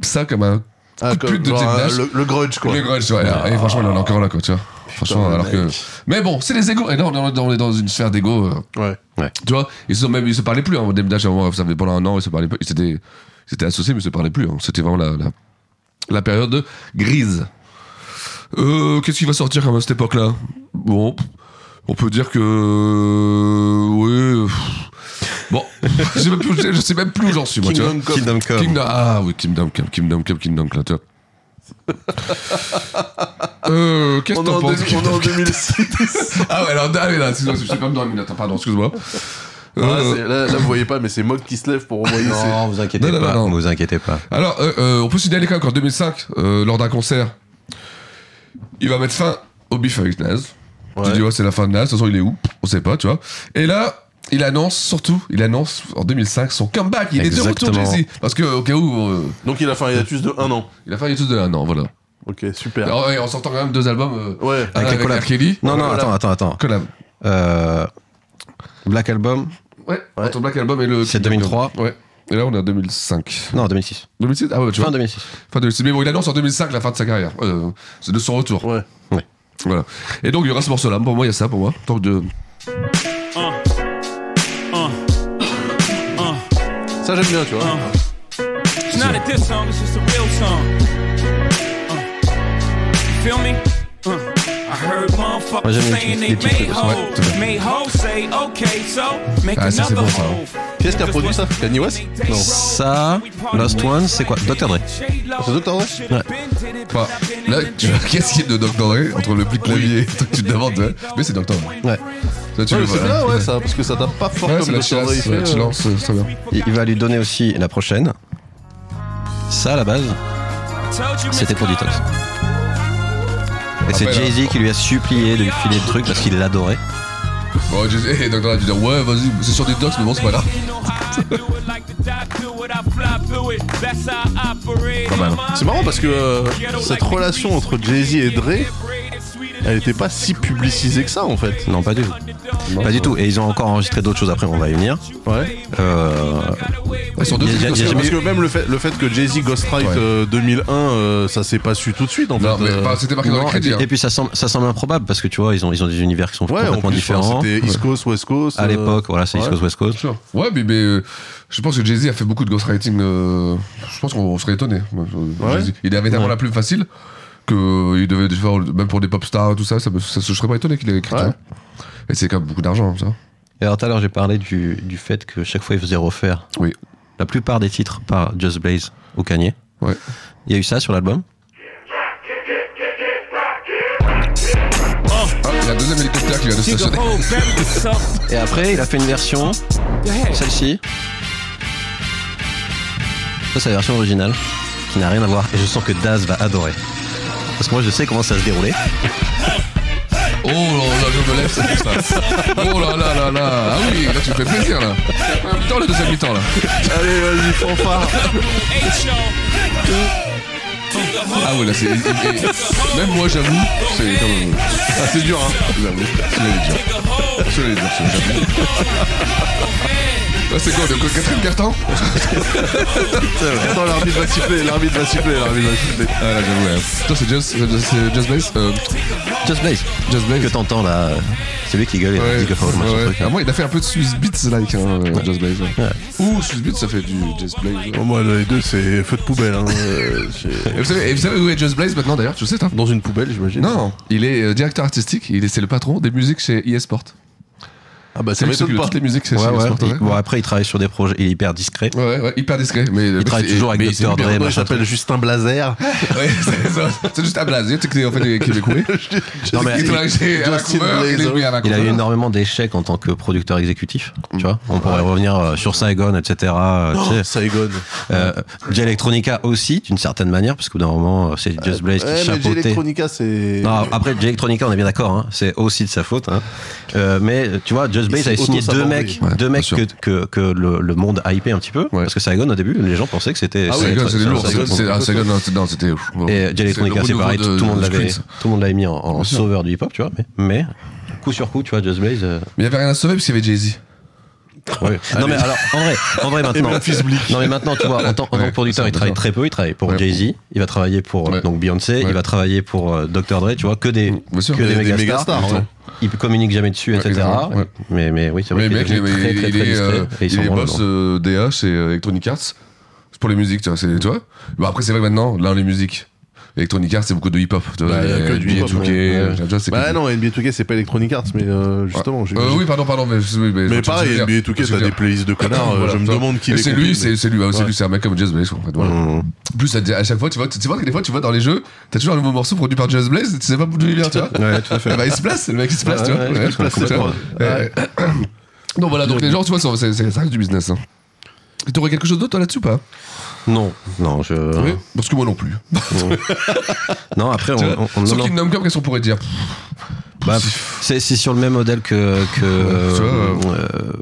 B: ça comme un
A: Ah,
B: coup de
A: comme-
B: pute de
A: genre,
B: Jim Nash.
A: le, le grudge, quoi. Ah.
B: Le grudge, ouais. Et franchement, il en est encore là, quoi, tu vois. Franchement,
A: le
B: alors que.
A: mec.
B: Mais bon, c'est les égos. Et là, on est dans- on est dans une sphère d'ego. euh,
A: Ouais.
B: Tu vois, ils se sont même, ils se parlaient plus. Hein. Dame Dash, à un moment, ça fait pendant un an, ils se parlaient pas. Ils s'étaient, ils s'étaient associés, mais ils se parlaient plus. hein. C'était vraiment la, la, la période de grise. Euh, qu'est-ce qui va sortir comme à cette époque-là Bon, on peut dire que. euh, Oui. pff. Bon, [LAUGHS] je sais même plus, où- je sais même plus où j'en suis, moi, tu vois.
A: Kingdom Come. Kingdom Come.
B: Kingdom- ah oui, Kingdom Come, Kingdom Come, Kingdom Come, tu vois. Euh, qu'est-ce que
A: On est en
B: t'en penses
A: deux- on est en 2006.
B: Ah ouais, alors, allez, là, sinon, je suis comme dans une minute. Attends, Pardon, excuse-moi.
A: Voilà,
B: Euh,
A: Ah, c'est- là, là, vous voyez pas, mais c'est Mog qui se lève pour envoyer.
B: Non,
A: ses-
B: vous inquiétez Non, non, pas, non, non.
C: Vous inquiétez pas.
B: Alors, euh, euh, on peut signaler quand même qu'en 2005, euh, lors d'un concert, il va mettre fin au bif avec Naz. Tu dis, ouais, c'est la fin de Naz, de toute façon, il est où On sait pas, tu vois. Et là, il annonce, surtout, il annonce en 2005 son comeback. Il est de
A: Exactement.
B: retour, Jay-Z. Parce que, au cas où. euh,
A: Donc, il a fait un hiatus de 1 an.
B: Il a fait un hiatus de 1 an, voilà.
A: Ok, super.
B: Alors, ouais, en sortant quand même deux albums. euh,
A: Ah. ouais,
B: un
C: Avec,
B: avec
C: la collab.
B: R. Kelly. Oh
C: Non, non,
B: Collab.
C: attends, attends, attends.
B: Collab.
C: Euh, Black Album.
B: Ouais, entre Black Album et le.
C: C'est 2003.
B: Ouais. Et là, on est en 2005.
C: Non, 2006.
B: 2006 Ah ouais, tu vois.
C: Fin 2006.
B: Fin 2006. Mais bon, il annonce en 2005 la fin de sa carrière. Euh, c'est de son retour.
A: Ouais.
B: Ouais. Voilà. Et donc, il y aura ce morceau-là. Pour moi, il y a ça, pour moi. Tant que de.
A: Ça, j'aime bien, tu vois.
B: Ah.
Q: It's not a diss song, it's just a real song. Uh, you feel me? Uh, I heard
B: Moi,
Q: motherfuckers
B: j'aime les
Q: saying they
B: titres- les
Q: made
B: titres, ouais,
Q: hoes.
B: tout à fait.
Q: Made hoes say, okay, so make
B: Ah, ça, c'est
Q: another
B: bon, ça,
Q: hoe.
B: hein.
A: Qui est-ce qui a produit ça Kanye West
C: Non. Ça, Lost One, c'est quoi Dr. Dre.
A: C'est Dr. Dre
C: Ouais.
B: Enfin, là, tu vois, [LAUGHS] qu'est-ce qu'il y a de Dr. Dre entre le plus clavier et toi, tu te demandes, ouais. mais c'est Dr. Dre.
C: Ouais.
B: Ça, tu
A: Ouais,
B: le
A: c'est
B: vois,
A: bien,
B: hein.
A: ouais, ça, parce que ça tape pas fort
B: Ouais, c'est
A: comme
B: la
A: le
B: chiasse,
A: Dre, il fait,
B: ouais, tu
A: euh,
B: lances, euh, ça va.
C: Il il va lui donner aussi la prochaine. Ça, à la base, c'était pour Detox. Et c'est
B: Après, là-
C: Jay-Z qui lui a supplié de lui filer le truc parce qu'il l'adorait.
B: Bon, je sais, et Dr. Dre a dû dire, ouais, vas-y, c'est sur des docs, mais bon, c'est pas grave.
A: C'est marrant parce que euh, cette relation entre Jay-Z et Dre, euh, elle était pas si publicisée que ça en fait.
C: Non, pas du tout. Pas du tout. Et ils ont encore enregistré d'autres choses après, on va y venir.
A: Ouais.
C: Euh...
A: Parce
C: il y a- il y a- il y a
A: que-
C: jamais
A: parce que
C: eu-
A: même le fait, le fait que Jay-Z Ghostwrite
C: Ouais.
A: euh, 2001, euh, ça s'est pas su tout de suite en fait. euh.
C: Non, et
B: hein.
C: puis- Et puis ça semble, ça semble improbable parce que tu vois, ils ont, ils ont des univers qui sont
A: Ouais, en
C: complètement
A: plus,
C: différents.
A: c'était East Coast, West Coast.
C: À
A: euh,
C: l'époque, voilà, c'est East
A: ouais.
C: Coast, West Coast.
B: Sure. Ouais, mais, mais, euh, je pense que Jay-Z a fait beaucoup de ghostwriting. euh, je pense qu'on on serait étonné.
A: Ouais.
B: Il avait tellement la plume facile que euh, il devait faire, même pour des pop stars, tout ça, ça, me- ça- je serais pas étonné qu'il ait écrit. tu vois. Et c'est quand même beaucoup d'argent, ça. Ah,
C: Et alors tout à l'heure, j'ai parlé du, du fait que chaque fois, ils faisaient refaire
B: oui.
C: la plupart des titres par Just Blaze ou Kanye.
B: Ouais.
C: Il y a eu ça sur l'album.
B: Ah, il y a un deuxième hélicoptère qui vient de stationner. [LAUGHS]
C: Et après, il a fait une version, celle-ci. Ça, c'est la version originale, qui n'a rien à voir. Et je sens que Daz va adorer. Parce que moi, je sais comment ça va se dérouler.
B: Oh là là, je me lève, c'est pour ça. Oh là là là là. Ah oui, là, tu me fais plaisir, là. Ah, Putain, le deuxième mi-temps, là.
A: Allez, vas-y, fanfare.
B: Ah ouais, là, c'est. et- et- Même moi, j'avoue, c'est quand même. Ah, c'est dur, hein. J'avoue, celui-là est dur. Celui-là est dur, celui-là, j'avoue. Là, c'est quoi, le quatrième carton
A: Attends, l'arbitre va siffler, l'arbitre va siffler, l'arbitre va siffler.
B: Ah là, j'avoue, ouais. Toi, c'est Just, c'est Just, c'est Just Blaze euh,
C: Just Blaze.
B: Just Blaze.
C: Que t'entends là. euh, C'est lui qui gueule et
B: Ouais,
C: dit que faut machin
B: ouais.
C: truc. hein.
B: Ah, moi, il a fait un peu de Swiss Beats like, hein, euh, Just Blaze. ouais. Ouh, Swiss Beats, ça fait du Just Blaze. ouais.
A: Pour moi, les deux, c'est feu de poubelle. hein, euh, c'est-
B: Et [LAUGHS] vous, savez, et vous savez où est Just Blaze maintenant d'ailleurs Tu le sais, toi
A: Dans une poubelle, j'imagine.
B: Non, il est euh, directeur artistique, il est, c'est le patron des musiques chez eSport.
A: Ah bah,
B: C'est
A: ça
B: lui qui
A: m'étonne
B: s'occupe de
A: pas.
B: toutes les musiques chez
C: Ouais, ouais.
B: eSport.
C: Il- Bon, après, il travaille sur des projets. Il est hyper discret.
B: Ouais, ouais, hyper discret. Mais
C: Il travaille toujours avec Dr. Dre.
A: Il
C: machin
A: s'appelle
C: truc.
A: Justin Blazer.
B: Ouais, c'est ça. C'est juste à blaser. Tu sais que t'es en fait des Québécois.
C: [LAUGHS] Non, mais
B: Il est lâché
A: Justin
B: à Vancouver, il est
A: Blazer.
B: venu à
C: hein. Il
B: Vancouver.
C: a eu énormément d'échecs en tant que producteur exécutif. Tu vois, on pourrait revenir euh, sur Saigon, etc. euh,
B: Oh.
C: tu sais.
A: Saigon.
C: Euh, J Electronica aussi, d'une certaine manière, parce qu'au bout d'un moment, euh, c'est Just Blaze
A: Ouais,
C: qui
A: mais J
C: chapeautait.
A: Electronica, c'est.
B: Ah,
C: Non, après, J Electronica, on est bien d'accord, hein, c'est aussi de sa faute. hein. Euh, mais tu vois, J Just Blaze
B: c'est
C: avait signé
B: auto-saboté.
C: deux mecs,
B: Ouais,
C: deux
B: bien
C: mecs
B: sûr.
C: que, que, que le, le monde hypait un petit peu. Parce que Saigon, au début, les gens pensaient que c'était.
B: Ah oui, Saigon, c'était lourd. C'est- ah, Saigon, non, c'était- non, c'était. ouf.
C: Et euh,
B: C'est
C: Jay Electronica,
B: le
C: c'est
B: renouveau
C: pareil,
B: de-
C: tout, le monde
B: de
C: l'avait,
B: Skrillex.
C: tout le monde l'avait mis en, en
B: Bien sûr.
C: sauveur du hip-hop, tu vois. Mais, mais, coup sur coup, tu vois, Just Blaze. euh,
B: Mais il n'y avait rien à sauver parce qu'il y avait Jay-Z.
C: Ouais. Non mais alors en vrai, en vrai
B: [LAUGHS] Et
C: maintenant.
B: Memphis Bleak.
C: Non mais maintenant tu vois en tant, en tant que
B: Ouais,
C: producteur
B: ça,
C: il travaille
B: bien
C: très
B: sûr.
C: peu, il travaille pour Jay Z, il va travailler pour euh, donc Beyoncé, il va travailler pour euh, Dr Dre, tu vois que des
B: sûr.
C: que des,
B: Des- des
C: méga
B: mégastars,
C: stars.
B: ouais.
C: Il communique jamais dessus, etc.
B: exactement, ouais.
C: Mais mais oui c'est vrai.
B: Mais
C: qu'il
B: mec,
C: est
B: il est,
C: devenu très, très,
B: il
C: très
B: est,
C: discret,
B: euh,
C: et ils
B: il
C: sont
B: est
C: vraiment
B: boss
C: dedans.
B: euh, DH chez euh, Electronic Arts. C'est pour les musiques, tu vois. c'est- tu vois Bah, après, c'est vrai que maintenant, là, les musiques. Electronic Arts, c'est beaucoup de hip-hop. Tu vois,
A: Bah, il y a que du
B: NBA
A: hip-hop, ouais.
B: 2K, euh, tu vois, c'est que
A: Bah
B: du-
A: non, NBA 2K, c'est pas Electronic Arts, mais euh, justement. j'ai-
B: Euh, oui, pardon, pardon, mais, oui, mais,
A: Mais pareil, NBA 2K, t'as des playlists de connards, euh, je me demande qui
B: Et
A: les
B: C'est
A: compile.
B: lui, c'est c'est lui, ouais, c'est
A: Ouais.
B: lui, c'est un mec comme Jazz Blaze, en fait. Voilà.
C: Mmh.
B: Plus à, à chaque fois, tu vois, tu, tu vois que des fois, tu vois dans les jeux, t'as toujours un nouveau morceau produit par Jazz Blaze, tu sais pas d'où il vient, tu vois.
C: Ouais, tout à fait.
B: Et bah, il se place, le mec, il se place,
C: Ouais,
B: tu vois.
C: ouais, il se place,
B: tu vois.
C: complètement.
B: Ouais. Donc voilà, donc les gens, tu vois, sont- c'est- c'est- ça reste du business. Hein. Et T'aurais quelque chose d'autre, toi, là-dessus, ou pas
C: Non, non, je.
B: Oui, parce que moi non plus.
C: Non, après, on.
B: Tu vois,
C: on, on-
B: Sur
C: non, non.
B: Kingdom Come, qu'est-ce qu'on pourrait dire
C: Bah, pff, c'est c'est sur le même modèle que, que
B: tu vois,
C: euh, euh,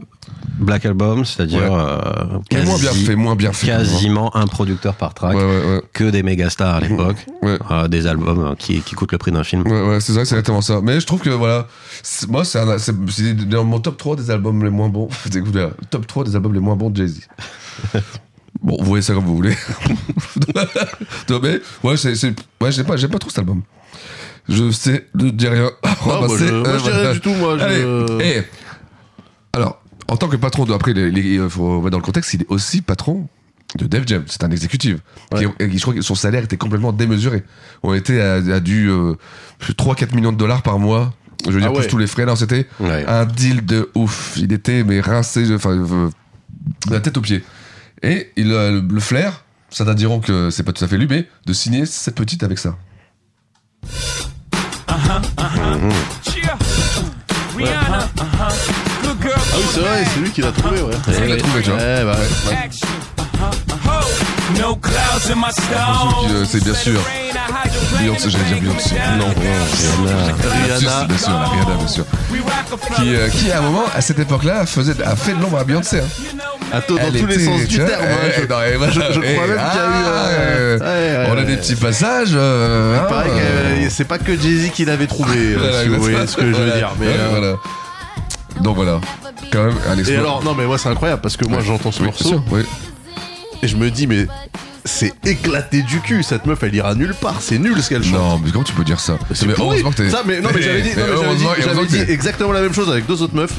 C: Black Album, c'est-à-dire
B: Ouais.
C: euh,
B: Mais moins bien fait, moins bien fait.
C: quasiment un producteur par track,
B: Ouais, ouais, ouais.
C: que des méga stars à l'époque, euh, des albums euh, qui, qui coûtent le prix d'un film.
B: Ouais, ouais, c'est ça, c'est exactement ça. Mais je trouve que voilà, c'est- moi, c'est un- c'est c'est dans mon top 3 des albums les moins bons. [LAUGHS] C'est écoute, là, top 3 des albums les moins bons
A: [LAUGHS]
B: de Jay-Z. Bon, vous voyez ça comme vous voulez. [LAUGHS] non, mais, ouais, c'est, c'est, ouais, j'aime pas, j'aime pas trop cet album. Je sais, ne dis rien. [LAUGHS] Ah, On va
A: moi,
B: passer,
A: je- moi, je dis rien
B: euh, voilà.
A: du tout, moi, je-
B: Allez, eh. alors, en tant que patron de, après, les, les- faut mettre dans le contexte, il est aussi patron de Def Jam. C'est un exécutif. Qui- et qui- je crois que son salaire était complètement démesuré. On était à, à du euh, 3-4 millions de dollars par mois. Je veux dire,
A: Ah ouais.
B: plus tous les frais. Non, c'était un deal de ouf. Il était, mais rincé, enfin, euh, de la tête aux pieds. Et il a le, le flair, certains diront que c'est pas tout à fait lui, mais de signer cette petite avec ça.
M: Rihanna. Uh-huh. Good girl.
A: Ah oui, c'est vrai, c'est lui qui l'a trouvé, ouais.
B: C'est lui qui l'a trouvé, tu vois.
A: Ouais, bah ouais.
M: Action. Uh-huh. Ho. No clouds in my
B: Puis,
M: stone.
B: euh, c'est bien sûr. Beyoncé, j'allais dire Beyoncé. Non, Rihanna.
A: Rihanna.
B: Bien sûr, Rihanna, bien sûr. Qui, euh, qui, à un moment, à cette époque-là, faisait, a fait de l'ombre à Beyoncé. hein.
A: Attends, dans
B: Elle
A: tous les
B: était,
A: sens du
B: tu vois,
A: terme. hein,
B: eh,
A: je-
B: eh, non, eh, voilà,
A: je, je
B: eh,
A: crois même qu'il y a eu.
B: ah,
A: euh,
B: euh,
A: ouais,
B: on
A: ouais,
B: a des
A: ouais.
B: petits passages. euh,
A: Il
B: hein,
A: paraît que
B: euh,
A: euh, c'est pas que Jay-Z qui l'avait trouvé, euh,
B: voilà,
A: si vous voyez
B: exactement.
A: ce que je veux
B: Voilà,
A: dire. Mais,
B: voilà,
A: euh,
B: voilà. Donc voilà, quand même un exploit.
A: Et alors, non, mais moi, c'est incroyable parce que moi, j'entends ce morceau. Et je me dis, mais c'est éclaté du cul. Cette meuf, elle ira nulle part. C'est nul ce qu'elle chante.
B: Non, mais comment tu peux dire ça
A: C'est
B: Mais
A: pourri.
B: heureusement que t'es-
A: Ça, mais non, mais
B: Eh,
A: j'avais
B: [LAUGHS]
A: dit, non,
B: eh,
A: mais j'avais dit-
B: heureusement- heureusement
A: j'avais
B: que
A: dit
B: t'es- Ah
A: exactement la même chose avec deux autres meufs.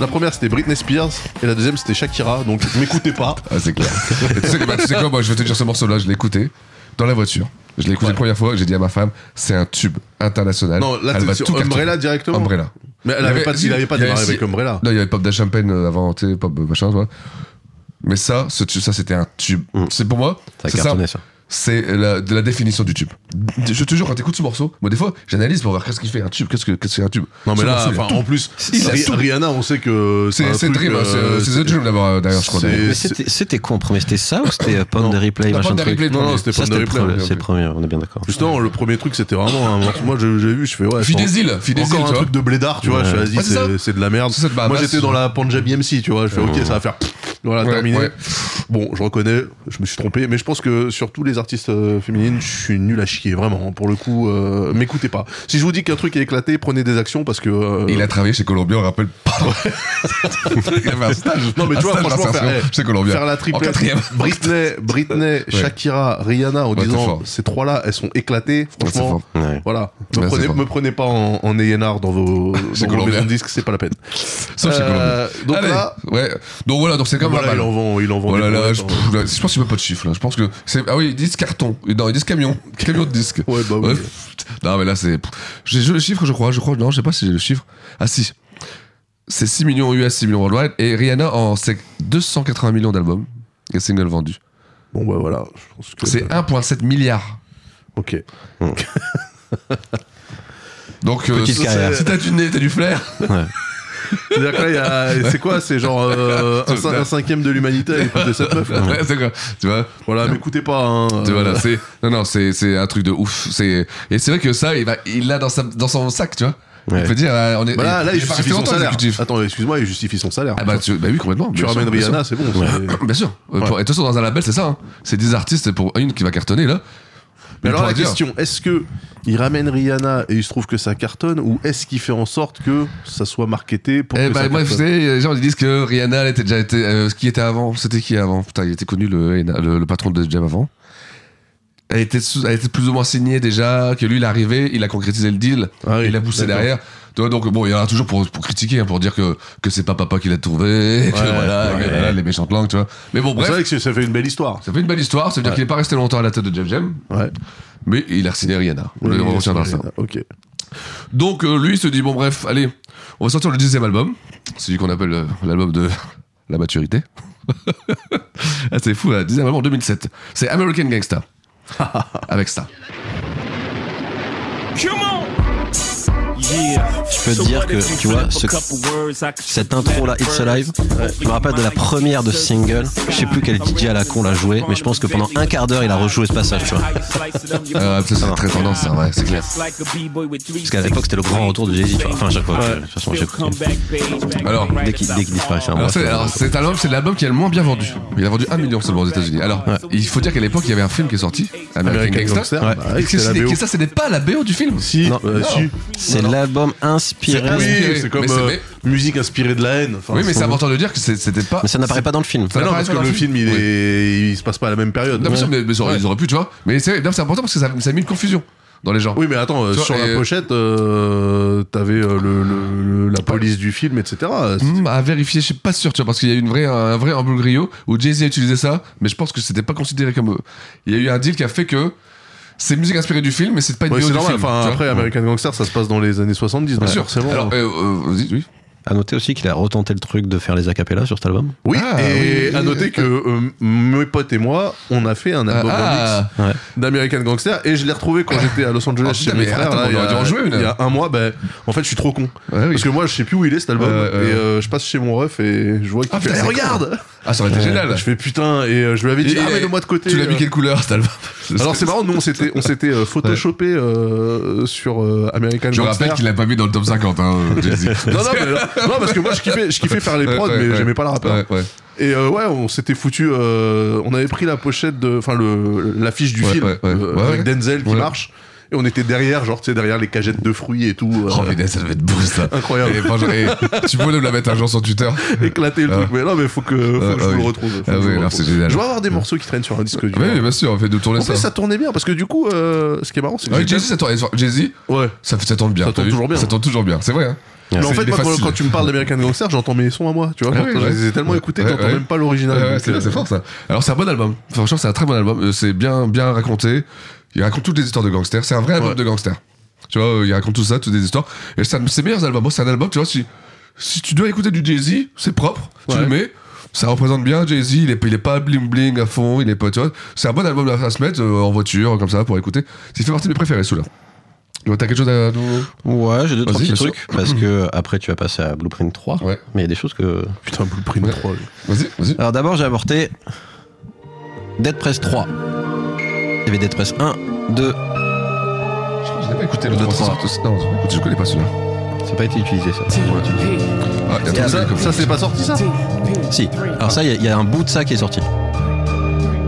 A: La première, c'était Britney Spears. Et la deuxième, c'était Shakira. Donc, [LAUGHS] m'écoutez pas.
B: Ah, c'est clair. Et tu, sais, que- bah, tu sais quoi, moi, je vais te dire ce morceau-là, je l'ai écouté dans la voiture. Je l'ai écouté la première fois, j'ai dit à ma femme, c'est un tube international.
A: Non, là,
B: Elle
A: t'es
B: va
A: sur
B: tout cartonner.
A: Umbrella directement.
B: Umbrella.
A: Mais elle
B: Il y
A: avait pas- il avait pas
B: il y
A: démarré
B: aussi-
A: avec Umbrella.
B: Non, il y avait Pop Champagne avant, tu sais, Pop euh, machin, tu vois. Mais ça, ce tu- ça c'était un tube.
A: Mm.
B: C'est pour moi.
C: Ça a
B: c'est
C: cartonné, ça.
B: C'est la, de la définition du tube. Je te jure, quand t'écoutes ce morceau, moi des fois, j'analyse pour voir qu'est-ce qu'il fait un tube, qu'est-ce que qu'est-ce que c'est un tube.
A: Non, mais
B: Ce
A: là,
B: morceau, il a
A: enfin,
B: tout.
A: en plus,
B: il a
A: Ri-
B: tout.
A: Rihanna, on sait que.
B: C'est-
A: un
B: c'est
A: truc,
B: Dream, hein,
A: euh,
B: c'est- c'est The Dream d'abord, euh, d'ailleurs, je crois,
A: c'est-
B: d'ailleurs.
C: Mais
A: c'est-
C: c'était- C'était con, premier, c'était ça ou c'était euh, Pound de Replay
A: C'était
C: machin
A: Pound the
C: truc
A: Replay, non, non, c'était
C: Ça,
A: Pound the
C: le
A: Replay,
C: premier,
A: ok,
C: C'est le
A: ok.
C: premier, on est bien d'accord.
A: Justement, le premier truc, c'était vraiment un morceau. Moi, je- j'ai vu, je fais ouais.
B: Fille
A: c'est
B: des
A: en-
B: îles, Fille des
A: Encore
B: îles,
A: un
B: tu vois.
A: truc de blédard, tu vois.
B: Ouais.
A: Je fais,
B: Ouais,
A: vas-y,
B: c'est ça.
A: c'est- c'est de la merde.
B: C'est de la
A: Moi,
B: masse.
A: j'étais dans la Punjabi MC, tu vois. Je fais, ok, ça va faire. Voilà,
B: Ouais,
A: terminé.
B: ouais.
A: Bon, je reconnais, je me suis trompé, mais je pense que sur tous les artistes euh, féminines, je suis nul à chier, vraiment. hein, Pour le coup, euh, m'écoutez pas. Si je vous dis qu'un truc est éclaté, prenez des actions parce que. euh,
B: Et Il a travaillé chez Colombien, on rappelle pas. [LAUGHS] il avait un stage.
A: Non mais
B: un
A: tu vois
B: stage
A: franchement faire,
B: d'insertion
A: eh,
B: chez Colombien.
A: faire la
B: En
A: triplette
B: quatrième.
A: [LAUGHS] Britney, Britney, Shakira, Rihanna en
B: Ouais, c'est
A: disant
B: fort.
A: ces trois là elles sont éclatées franchement
B: c'est fort. Ouais.
A: voilà me,
B: Ouais, c'est
A: prenez,
B: fort.
A: me prenez pas en, en A&R dans
B: [LAUGHS]
A: vos, dans vos
B: Colombien.
A: maisons de disques c'est pas la peine
B: Sauf chez
A: Euh,
B: Colombien.
A: donc
B: Allez,
A: là
B: ouais. Donc voilà, donc c'est comme
A: Voilà,
B: mal.
A: il en vend- il en vend
B: Voilà,
A: des
B: là,
A: brouettes,
B: je,
A: hein.
B: je- je pense qu'il n'y a pas de chiffre là. Je pense que c'est ah oui, ils disent carton. Non, ils disent [LAUGHS] camion, camion de disque. Ouais, bah oui. Non mais là c'est j'ai j'ai le chiffre, je crois, je crois non, je sais pas si j'ai le chiffre. Ah si. C'est 6 millions US, 6 millions worldwide et Rihanna en c'est 280 millions d'albums et singles vendus.
A: Bon bah voilà,
B: C'est 1.7 milliard.
A: [LAUGHS] OK.
B: Donc euh,
C: Petite
B: si
C: carrière.
B: si t'as du nez, t'as du flair.
A: c'est-à-dire que là il y
B: [LAUGHS]
A: a- c'est quoi c'est genre euh, un, cin- un cinquième de l'humanité à écouter cette meuf là.
B: Ouais, c'est quoi, tu vois
A: voilà m'écoutez pas hein,
B: Tu vois,
A: euh,
B: là, c'est non non c'est c'est un truc de ouf c'est et c'est vrai que ça il va il l'a dans sa dans son sac tu vois On peut dire, euh, on est.
A: Bah là, là,
B: est
A: il justifie
B: pas resté
A: son
B: longtemps,
A: salaire.
B: l'exécutif.
A: Attends, excuse-moi, il justifie son salaire.
B: Ah bah, tu- bah oui, complètement.
A: Tu
B: bien sûr,
A: ramènes
B: bien
A: Rihanna, c'est
B: sûr.
A: bon. c'est-
B: Bien sûr. Euh,
A: Ouais.
B: pour- Et de toute façon, dans un label, c'est ça. hein. C'est des artistes pour une qui va cartonner, là.
A: Mais
B: Mais
A: alors
B: pour
A: la
B: dire-
A: question, est-ce que il ramène Rihanna et il se trouve que ça cartonne ou est-ce qu'il fait en sorte que ça soit marketé pour
B: Eh
A: que
B: bah,
A: ça
B: moi, vous
A: cartonne
B: savez, les gens ils disent que Rihanna, elle était déjà. Était, euh, qui était avant C'était qui avant Putain, il était connu le, le, le patron de Def Jam avant. Elle était, sous- elle était plus ou moins signée déjà, que lui, il est arrivé, il a concrétisé le deal, il l'a poussé
A: Ah d'accord.
B: derrière. Tu vois, donc bon, il y en a toujours pour, pour critiquer, hein, pour dire que, que c'est pas papa qui l'a trouvé, que
A: Ouais,
B: voilà, que
A: ouais.
B: voilà, les méchantes langues, tu vois. Mais bon,
A: Mais
B: bref.
A: C'est vrai que c'est- ça fait une belle histoire.
B: Ça fait une belle histoire, ça veut dire
A: Ouais.
B: qu'il n'est pas resté longtemps à la tête de Jeff Jam. Mais il a signé Rihanna. On
A: Oui,
B: le
A: il a
B: retiendra
A: signé
B: ça.
A: Rihanna, Ok.
B: Donc euh, lui il se dit bon bref, allez, on va sortir le dixième album, celui qu'on appelle euh, l'album de [LAUGHS] la maturité. [LAUGHS] ah, c'est fou, le dixième album en 2007. C'est American Gangsta. Avec ça.
Q: Come on! Yeah.
C: Je peux te dire que, tu vois, ce- cette intro là, It's Alive, je me rappelle de la première de ce single. Je sais plus quel DJ à la con l'a joué, mais je pense que pendant un quart d'heure, il a rejoué ce passage, tu vois. Ah
B: Euh, ça, c'est très tendance, ça, ouais, c'est clair.
C: Parce qu'à l'époque, c'était le grand retour du Jay-Z, tu vois. Enfin, à chaque fois, de toute façon, j'écoutais.
B: Alors,
C: dès qu'il dès qu'il disparaissait un
B: Alors,
C: mois.
B: c'est- alors, cet album, c'est l'album qui a le moins bien vendu. Il a vendu 1 million seulement aux États-Unis. Alors, il faut dire qu'à l'époque, il y avait un film qui est sorti, American,
A: American
B: Gangsta.
A: Gangster,
B: Ouais.
A: bah ouais,
B: Et que
A: c'est la
B: ce n'est-
A: BO.
B: que ça, ce n'est pas la BO du film.
A: Si,
B: Non.
A: euh,
B: Non.
A: si.
C: C'est l'album inspiré.
A: Oui, c'est comme
B: Mais c'est-
A: euh,
B: mais-
A: musique inspirée de la haine. Enfin,
B: Oui, mais c'est important de dire que c'est- c'était pas.
C: Mais ça n'apparaît pas dans le film.
B: Ça
A: Bah non,
B: n'apparaît
A: parce
B: pas
A: que
B: dans
A: le film, il,
B: Oui.
A: est... il se passe pas à la même période.
B: Non, mais ça, mais- mais ça aurait-
A: Ouais.
B: ils auraient pu, tu vois. Mais c'est non, c'est important parce que ça, ça a mis une confusion dans les gens.
A: Oui, mais attends, euh,
B: Tu vois,
A: sur la
B: et-
A: pochette, euh, t'avais euh, le, le- le- la police du film, etc.
B: Hmm, à vérifier, je suis pas sûr, tu vois, parce qu'il y a eu une vraie, un vrai embrouille griot où Jay-Z a utilisé ça, mais je pense que c'était pas considéré comme. euh, Il y a eu un deal qui a fait que c'est musique inspirée du film, mais c'est pas une
A: Ouais,
B: BO
A: c'est
B: du
A: normal.
B: film.
A: Enfin,
B: Mmh. tu vois.
A: après, American Gangster, ça se passe dans les années 70, donc
B: sûr.
A: forcément.
B: Alors, euh, euh, vas-y, oui.
C: À noter aussi qu'il a retenté le truc de faire les acapellas sur cet album.
A: Oui,
B: Ah,
A: et
B: oui.
A: à noter que euh, mes potes et moi, on a fait un album
B: Ah,
A: en mix
C: Ouais.
A: d'American Gangster et je l'ai retrouvé quand j'étais à Los Angeles
B: Ah,
A: chez
B: putain,
A: mes
B: mais
A: frères.
B: attends,
A: là,
B: on
A: il y
B: aurait
A: a-
B: dû en jouer une.
A: Il y a un mois, ben, en fait, je suis trop con.
B: Ouais, oui.
A: Parce que moi, je sais plus où il est cet album
B: Ouais, ouais, ouais.
A: et euh, je passe chez mon ref et je vois qu'il
B: Ah,
A: fait
B: putain,
A: Eh,
B: c'est
A: regarde
B: Ah, ça aurait été
A: Euh,
B: génial.
A: Je fais putain et euh, je lui avais dit
B: Et-
A: ah
B: et-
A: mais le mois de côté.
B: Tu l'as
A: euh,
B: mis quelle couleur cet album
A: Alors c'est marrant, nous on s'était on s'était
B: [LAUGHS]
A: euh, photoshopé euh, sur euh, American
B: Je
A: Gangster.
B: rappelle qu'il l'a pas mis dans le top 50, hein, euh, Jay-Z.
A: [LAUGHS] Non, non, mais- euh, non, parce que moi je kiffais, je kiffais faire les prods,
B: Ouais, ouais,
A: mais
B: ouais.
A: j'aimais pas le rappeur.
B: Ouais, ouais.
A: Et euh, ouais, on s'était foutu. euh, on avait pris la pochette de, enfin le l'affiche du
B: Ouais,
A: film
B: ouais, ouais.
A: euh,
B: Ouais,
A: avec
B: ouais.
A: Denzel qui
B: Ouais.
A: marche. Et on était derrière, genre tu sais derrière les cagettes de fruits et tout. euh,
B: Oh, putain, ça devait être beau ça.
A: incroyable.
B: Et franchement, et tu peux me la mettre un jour
A: [LAUGHS]
B: sur Twitter.
A: Éclater le
B: Ah.
A: truc. Mais non, mais faut que, faut
B: Ah,
A: que
B: ah
A: je vous
B: oui.
A: le retrouve. faut
B: Ah
A: que je
B: oui,
A: vous le
B: alors,
A: retrouve.
B: c'est génial.
A: Je vais avoir des morceaux qui traînent sur un disque dur.
B: Oui, bien sûr, on fait de tourner
A: en
B: ça.
A: plus, ça tournait bien parce que du coup, euh, ce qui est marrant, c'est que
B: Ouais,
A: j'ai
B: Jay-Z, ça tourne, Jay-Z,
A: Ouais.
B: ça, ça tourne bien.
A: Ça
B: t'as
A: tourne
B: vu
A: toujours bien.
B: Ça tourne toujours bien, c'est vrai. Hein.
A: Mais
B: C'est-
A: en fait,
B: il est
A: moi, quand,
B: facile.
A: quand tu me parles d'American Gangster, j'entends mes sons à moi, tu vois.
B: Ah
A: quand-
B: oui,
A: je
B: ouais.
A: les ai tellement écoutés que
B: Ouais,
A: j'entends
B: ouais.
A: même pas l'original.
B: Ouais, ouais,
A: donc,
B: c'est
A: euh,
B: bien, c'est fort ça. Alors, c'est un bon album. Enfin, Franchement, c'est un très bon album. Euh, C'est bien, bien raconté. Il raconte toutes les histoires de gangsters. C'est un vrai album de gangsters. Tu vois, euh, il raconte tout ça, toutes les histoires. Et c'est un de ses meilleurs albums. Moi, c'est un album, tu vois, si, si tu dois écouter du Jay-Z, c'est propre. Tu
A: Ouais.
B: le mets. Ça représente bien Jay-Z. Il est, il est pas bling bling à fond. Il est pas, tu vois. C'est un bon album à à se mettre euh, en voiture, comme ça, pour écouter. Il fait partie de mes préférés, celui-là. Donc, T'as quelque chose à nous.
C: Ouais, j'ai deux, trois
B: Vas-y,
C: petits
B: bien sûr.
C: trucs. Parce que euh, après, tu vas passer à Blueprint 3. Mais il y a des choses que.
A: Putain, Blueprint 3.
B: Vas-y, vas-y.
C: Alors d'abord, j'ai apporté Dead Press 3. Il y avait Dead Press 1, 2.
B: Je l'ai pas écouté le
C: 2,
B: 3.
C: 3.
B: Non, écoute, je connais pas celui-là.
C: Ça n'a pas été utilisé ça.
B: Ah, il y a trop de musique comme ça.
A: c'est pas sorti ça
C: Si. Alors ça, il y a- il y, a un bout de ça qui est sorti.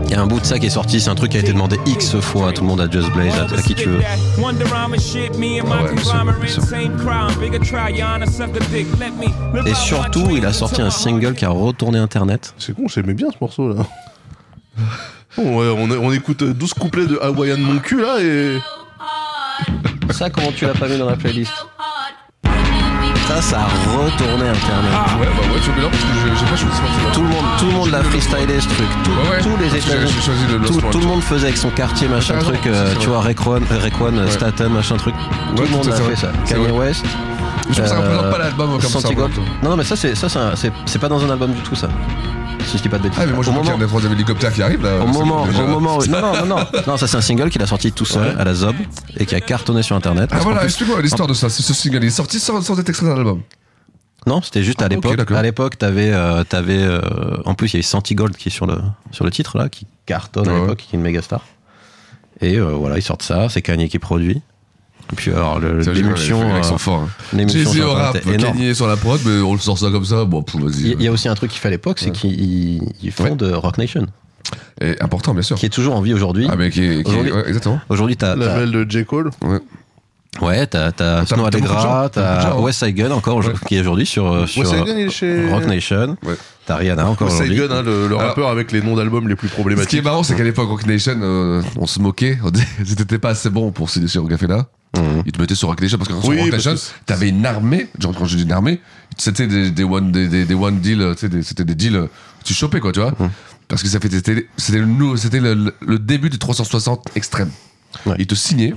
C: Il y a un bout de ça qui est sorti. C'est un truc qui a été demandé X fois à tout le monde à Just Blaze, à, à qui tu veux. Ah
F: Wonder Rhyme and shit, me and my conglomerate, same crime, bigger try, y'all, I suck a dick, let me live
C: Et
F: out my
C: surtout, il a
F: dreams
C: sorti
F: until
C: un
F: my
C: single qui a retourné Internet.
A: C'est con, j'aimais bien ce morceau là. Bon, ouais, on, on écoute 12 couplets de Hawaiian Mon cul là et.
C: Ça, comment tu l'as pas mis dans la playlist Ça, ça a retourné Internet.
B: Ouais, bah ouais, tu veux bien parce que je- j'ai pas choisi ce morceau-là.
C: Tout le monde, tout le monde l'a freestylé ce truc. Tout-
B: Ouais, ouais.
C: Tous les
B: J'ai-
C: États-Unis.
B: j'ai choisi le Lost
C: Tout,
B: One,
C: tout
B: tu
C: le monde faisait avec son quartier, machin
B: T'as raison,
C: truc. euh,
B: c'est vrai.
C: tu vois, Rayquan, Rayquan,
B: Ouais.
C: Staten, machin truc. Tout
B: Ouais,
C: le monde
B: c'est
C: a
B: vrai.
C: fait ça.
B: C'est
C: Kanye
B: vrai.
C: West.
B: Je pense que ça
C: Euh,
B: représente pas l'album comme ça,
C: Santiago.
B: en même temps.
C: Non, non, mais ça, c'est ça, c'est un- c'est c'est pas dans un album du tout, ça. Si je dis pas de bêtises.
B: Ah, mais moi je
C: au
B: vois qu'il
C: moment,
B: y a un des trois hélicoptères qui arrive là.
C: au
B: C'est
C: moment,
B: déjà-
C: au moment où- non, non, non, non,
B: [LAUGHS]
C: non, ça c'est un single qu'il a sorti tout seul à la Zob et qui a cartonné sur Internet.
B: Ah
C: Parce qu'en
B: voilà,
C: plus-
B: explique-moi l'histoire de ça. C'est ce single. Il est sorti sans, sans être extrait d'un album.
C: Non, c'était juste à
B: Ah, ok,
C: l'époque.
B: d'accord.
C: à l'époque, t'avais, euh, t'avais, euh, en plus, il y avait Santigold qui est sur le sur le titre là, qui cartonne à l'époque, qui est une méga star. Et euh, voilà, ils sortent ça. C'est Kanye qui produit. Et puis alors, le-
B: Ça, j'ai-
C: l'émulsion.
B: les mecs sont
C: euh,
B: forts, hein.
C: l'émulsion
B: Jay-Z
C: sur
B: au rap,
C: Internet est énorme.
B: Kanye sur la prod, mais on le sort ça comme ça. Bon, pff, vas-y.
C: Il y a aussi un truc qu'il fait à l'époque, c'est qu'ils ils fondent euh, Rock Nation.
B: important, bien sûr.
C: Qui est toujours en vie aujourd'hui.
B: Ah, mais qui est- qui est-
C: Aujourd'hui-
B: ouais, exactement.
C: Aujourd'hui, t'as. t'as-
A: L'appel de J. Cole.
B: Ouais.
C: Ouais, t'as, t'as Snow
A: t'as beaucoup de gens.
C: Allegra,
A: T'as beaucoup de
C: t'as
A: gens, ouais.
C: West Side Gun encore, aujourd'hui- qui est aujourd'hui sur, euh, sur
A: Side Gun, il est chez-
C: Rock Nation. T'as Rihanna encore
A: West Side
C: aujourd'hui.
A: Gun, hein, le, le rappeur avec les noms d'albums les plus
B: Ce qui est
A: problématiques.
B: marrant, c'est qu'à l'époque, Rock Nation, euh, on se moquait. On disait, [LAUGHS] c'était pas assez bon pour signer chez Rockefeller. Ils te mettaient sur Rock Nation parce que sur
A: Mhm. Oui,
B: Rock
A: parce
B: Nation, t'avais une armée. Genre, quand je dis une armée, c'était des, des one, des, des- des one deal, euh, tu sais, des- c'était des deals, euh, tu chopais quoi, tu vois.
A: Mhm.
B: Parce que ça fait, c'était, c'était le, nou- c'était le, le- le début du 360 extrême. Ils te signaient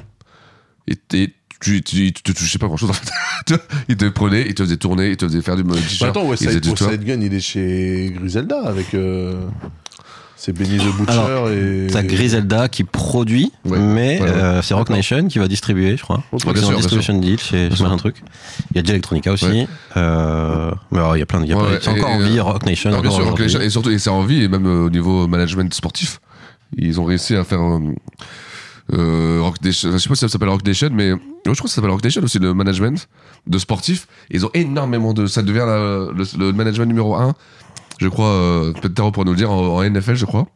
B: et, et tu, tu, ils te touchaient pas grand chose en fait. [LAUGHS] Tu vois, ils te prenaient, ils te faisaient tourner, ils te faisaient faire du mode
A: Bah attends, West Side, West Side Gun, il est chez Griselda avec. euh, c'est Benny the Butcher
C: Alors,
A: et.
C: T'as Griselda qui produit, mais
A: ouais, ouais.
C: euh, c'est Rock Nation qui va distribuer, je crois.
A: Ok, bien
C: Donc, c'est un
A: sûr, bien
C: distribution
A: sûr.
C: deal chez chez machin truc. Il y a déjà Electronica aussi.
B: Ouais.
C: Euh, mais alors, il y a plein de. il Y a plein- c'est encore en vie,
A: euh,
C: Rock Nation.
B: Non, bien
C: encore
B: sûr, Rock
C: aujourd'hui.
B: Nation. Et surtout, et c'est en vie, et même euh, au niveau management sportif, ils ont réussi à faire. euh, euh, Rock Nation, je sais pas si ça s'appelle Rock Nation, mais ouais, je crois que ça s'appelle Rock Nation aussi, le management de sportifs. Ils ont énormément de. Ça devient la- le, le management numéro un, je crois, euh, peut-être Taro pour nous le dire, en, en NFL, je crois.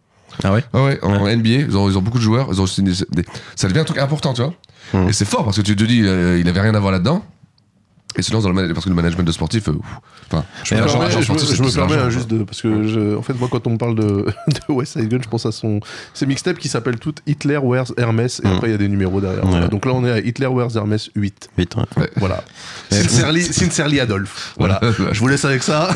C: Ah ouais
B: Ah ouais, en NBA, ils ont, ils ont beaucoup de joueurs, ils ont signé des- ça devient un truc important, tu vois.
A: Hmm.
B: Et c'est fort parce que tu te dis, euh, il avait rien à voir là-dedans. Et sinon, dans le manag- parce que le management de sportif, euh, ouf. enfin,
A: Je me,
B: l'argent-
A: permets,
B: l'argent
A: je me-
B: sportif,
A: je
B: c'est
A: me
B: plus
A: permets,
B: l'argent,
A: hein,
B: quoi.
A: juste de. Parce que, je- en fait, moi, quand on me parle de, [LAUGHS] de West Side Gun, je pense à son. Ses mixtapes qui s'appellent toutes Hitler Wears Hermès,
B: Hmm.
A: et après, il y a des numéros derrière.
C: Ouais.
A: Voilà. Donc là, on est à Hitler Wears Hermès 8. [LAUGHS]
C: Vite, ouais.
A: Voilà. Sincerely, Sincerely Adolphe. Voilà. je vous laisse avec ça.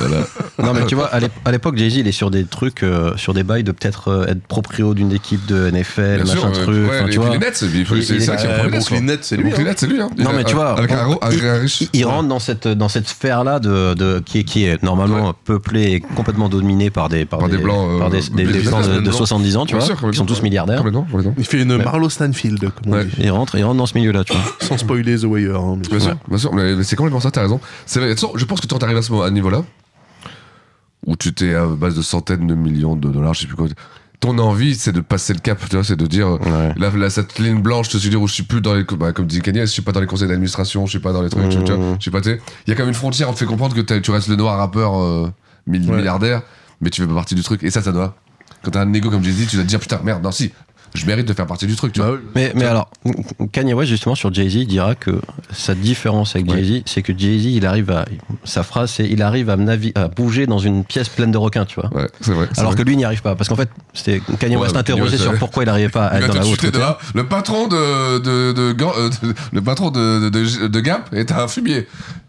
C: non mais tu vois, à l'ép- à l'époque, Jay-Z, il est sur des trucs, euh, sur des bails de peut-être euh, être proprio d'une équipe de NFL,
B: Bien sûr,
C: machin
B: ouais,
C: truc.
B: ouais,
C: enfin,
B: les-
C: tu vois.
B: les Nets, il faut-
C: Il-
B: c'est
C: il
B: ça
C: est-
B: qui
C: euh,
B: prend les Nets,
C: Brooklyn
B: quoi.
C: Nets, c'est lui,
B: Brooklyn
C: hein.
B: Nets, c'est lui, hein.
C: Non mais tu vois,
B: Avec un
C: on-
B: ro- avec un riche.
C: il, il rentre dans cette dans cette sphère là de, de qui est qui est normalement peuplée et complètement dominée par des par,
B: Par des blancs, euh,
C: par des, des-
B: des
C: des blancs de,
B: businessmen
C: de
B: blancs.
C: 70 ans, tu vois,
B: Bien sûr,
C: qui sont
B: complètement,
C: tous milliardaires.
B: Complètement, complètement.
A: Il fait une Marlo Stanfield, comme on dit.
C: Il rentre, il rentre dans ce milieu-là, tu vois.
A: Sans spoiler The Wire. hein, mais-
B: Bien sûr, bien sûr, mais mais c'est complètement ça, t'as raison. C'est vrai, de toute façon, je pense que tu t'arrives à ce moment- à ce niveau-là, où tu t'es à base de centaines de millions de dollars, je sais plus quoi. Ton envie, c'est de passer le cap, tu vois, c'est de dire, là, là, cette ligne blanche, je te suis dire où je suis plus dans les, bah, comme dit Kanye, je suis pas dans les conseils d'administration, je suis pas dans les trucs, tu vois, je suis pas, tu sais. Il y a quand même une frontière, on te fait comprendre que t'as- tu restes le noir rappeur euh, mil-
A: Ouais.
B: milliardaire, mais tu fais pas partie du truc. Et ça, ça doit. Quand t'as un ego comme j'ai dit, tu dois te dire, putain, merde, non, si, je mérite de faire partie du
C: Bah
B: truc, tu vois.
C: Mais, mais alors, Kanye West, justement, sur Jay-Z, dira que sa différence avec Jay-Z, c'est que Jay-Z, il arrive à. Sa phrase, c'est il arrive à, me navi- à bouger dans une pièce pleine de requins, tu vois.
B: Ouais, c'est vrai. c'est
C: Alors
B: vrai.
C: que lui, il n'y arrive pas. Parce qu'en fait, c'était Kanye
B: Ouais,
C: West
B: mais
C: interrogé
B: Kanye West,
C: sur
B: euh,
C: pourquoi il n'arrivait pas à
B: Il
C: être
B: va
C: Ah, dans
B: te
C: la haute
B: shooter de
C: hauteur.
B: là. Le patron de, de, de, Gan- euh, [LAUGHS] de- le patron de, de, de, de Gap est un fumier.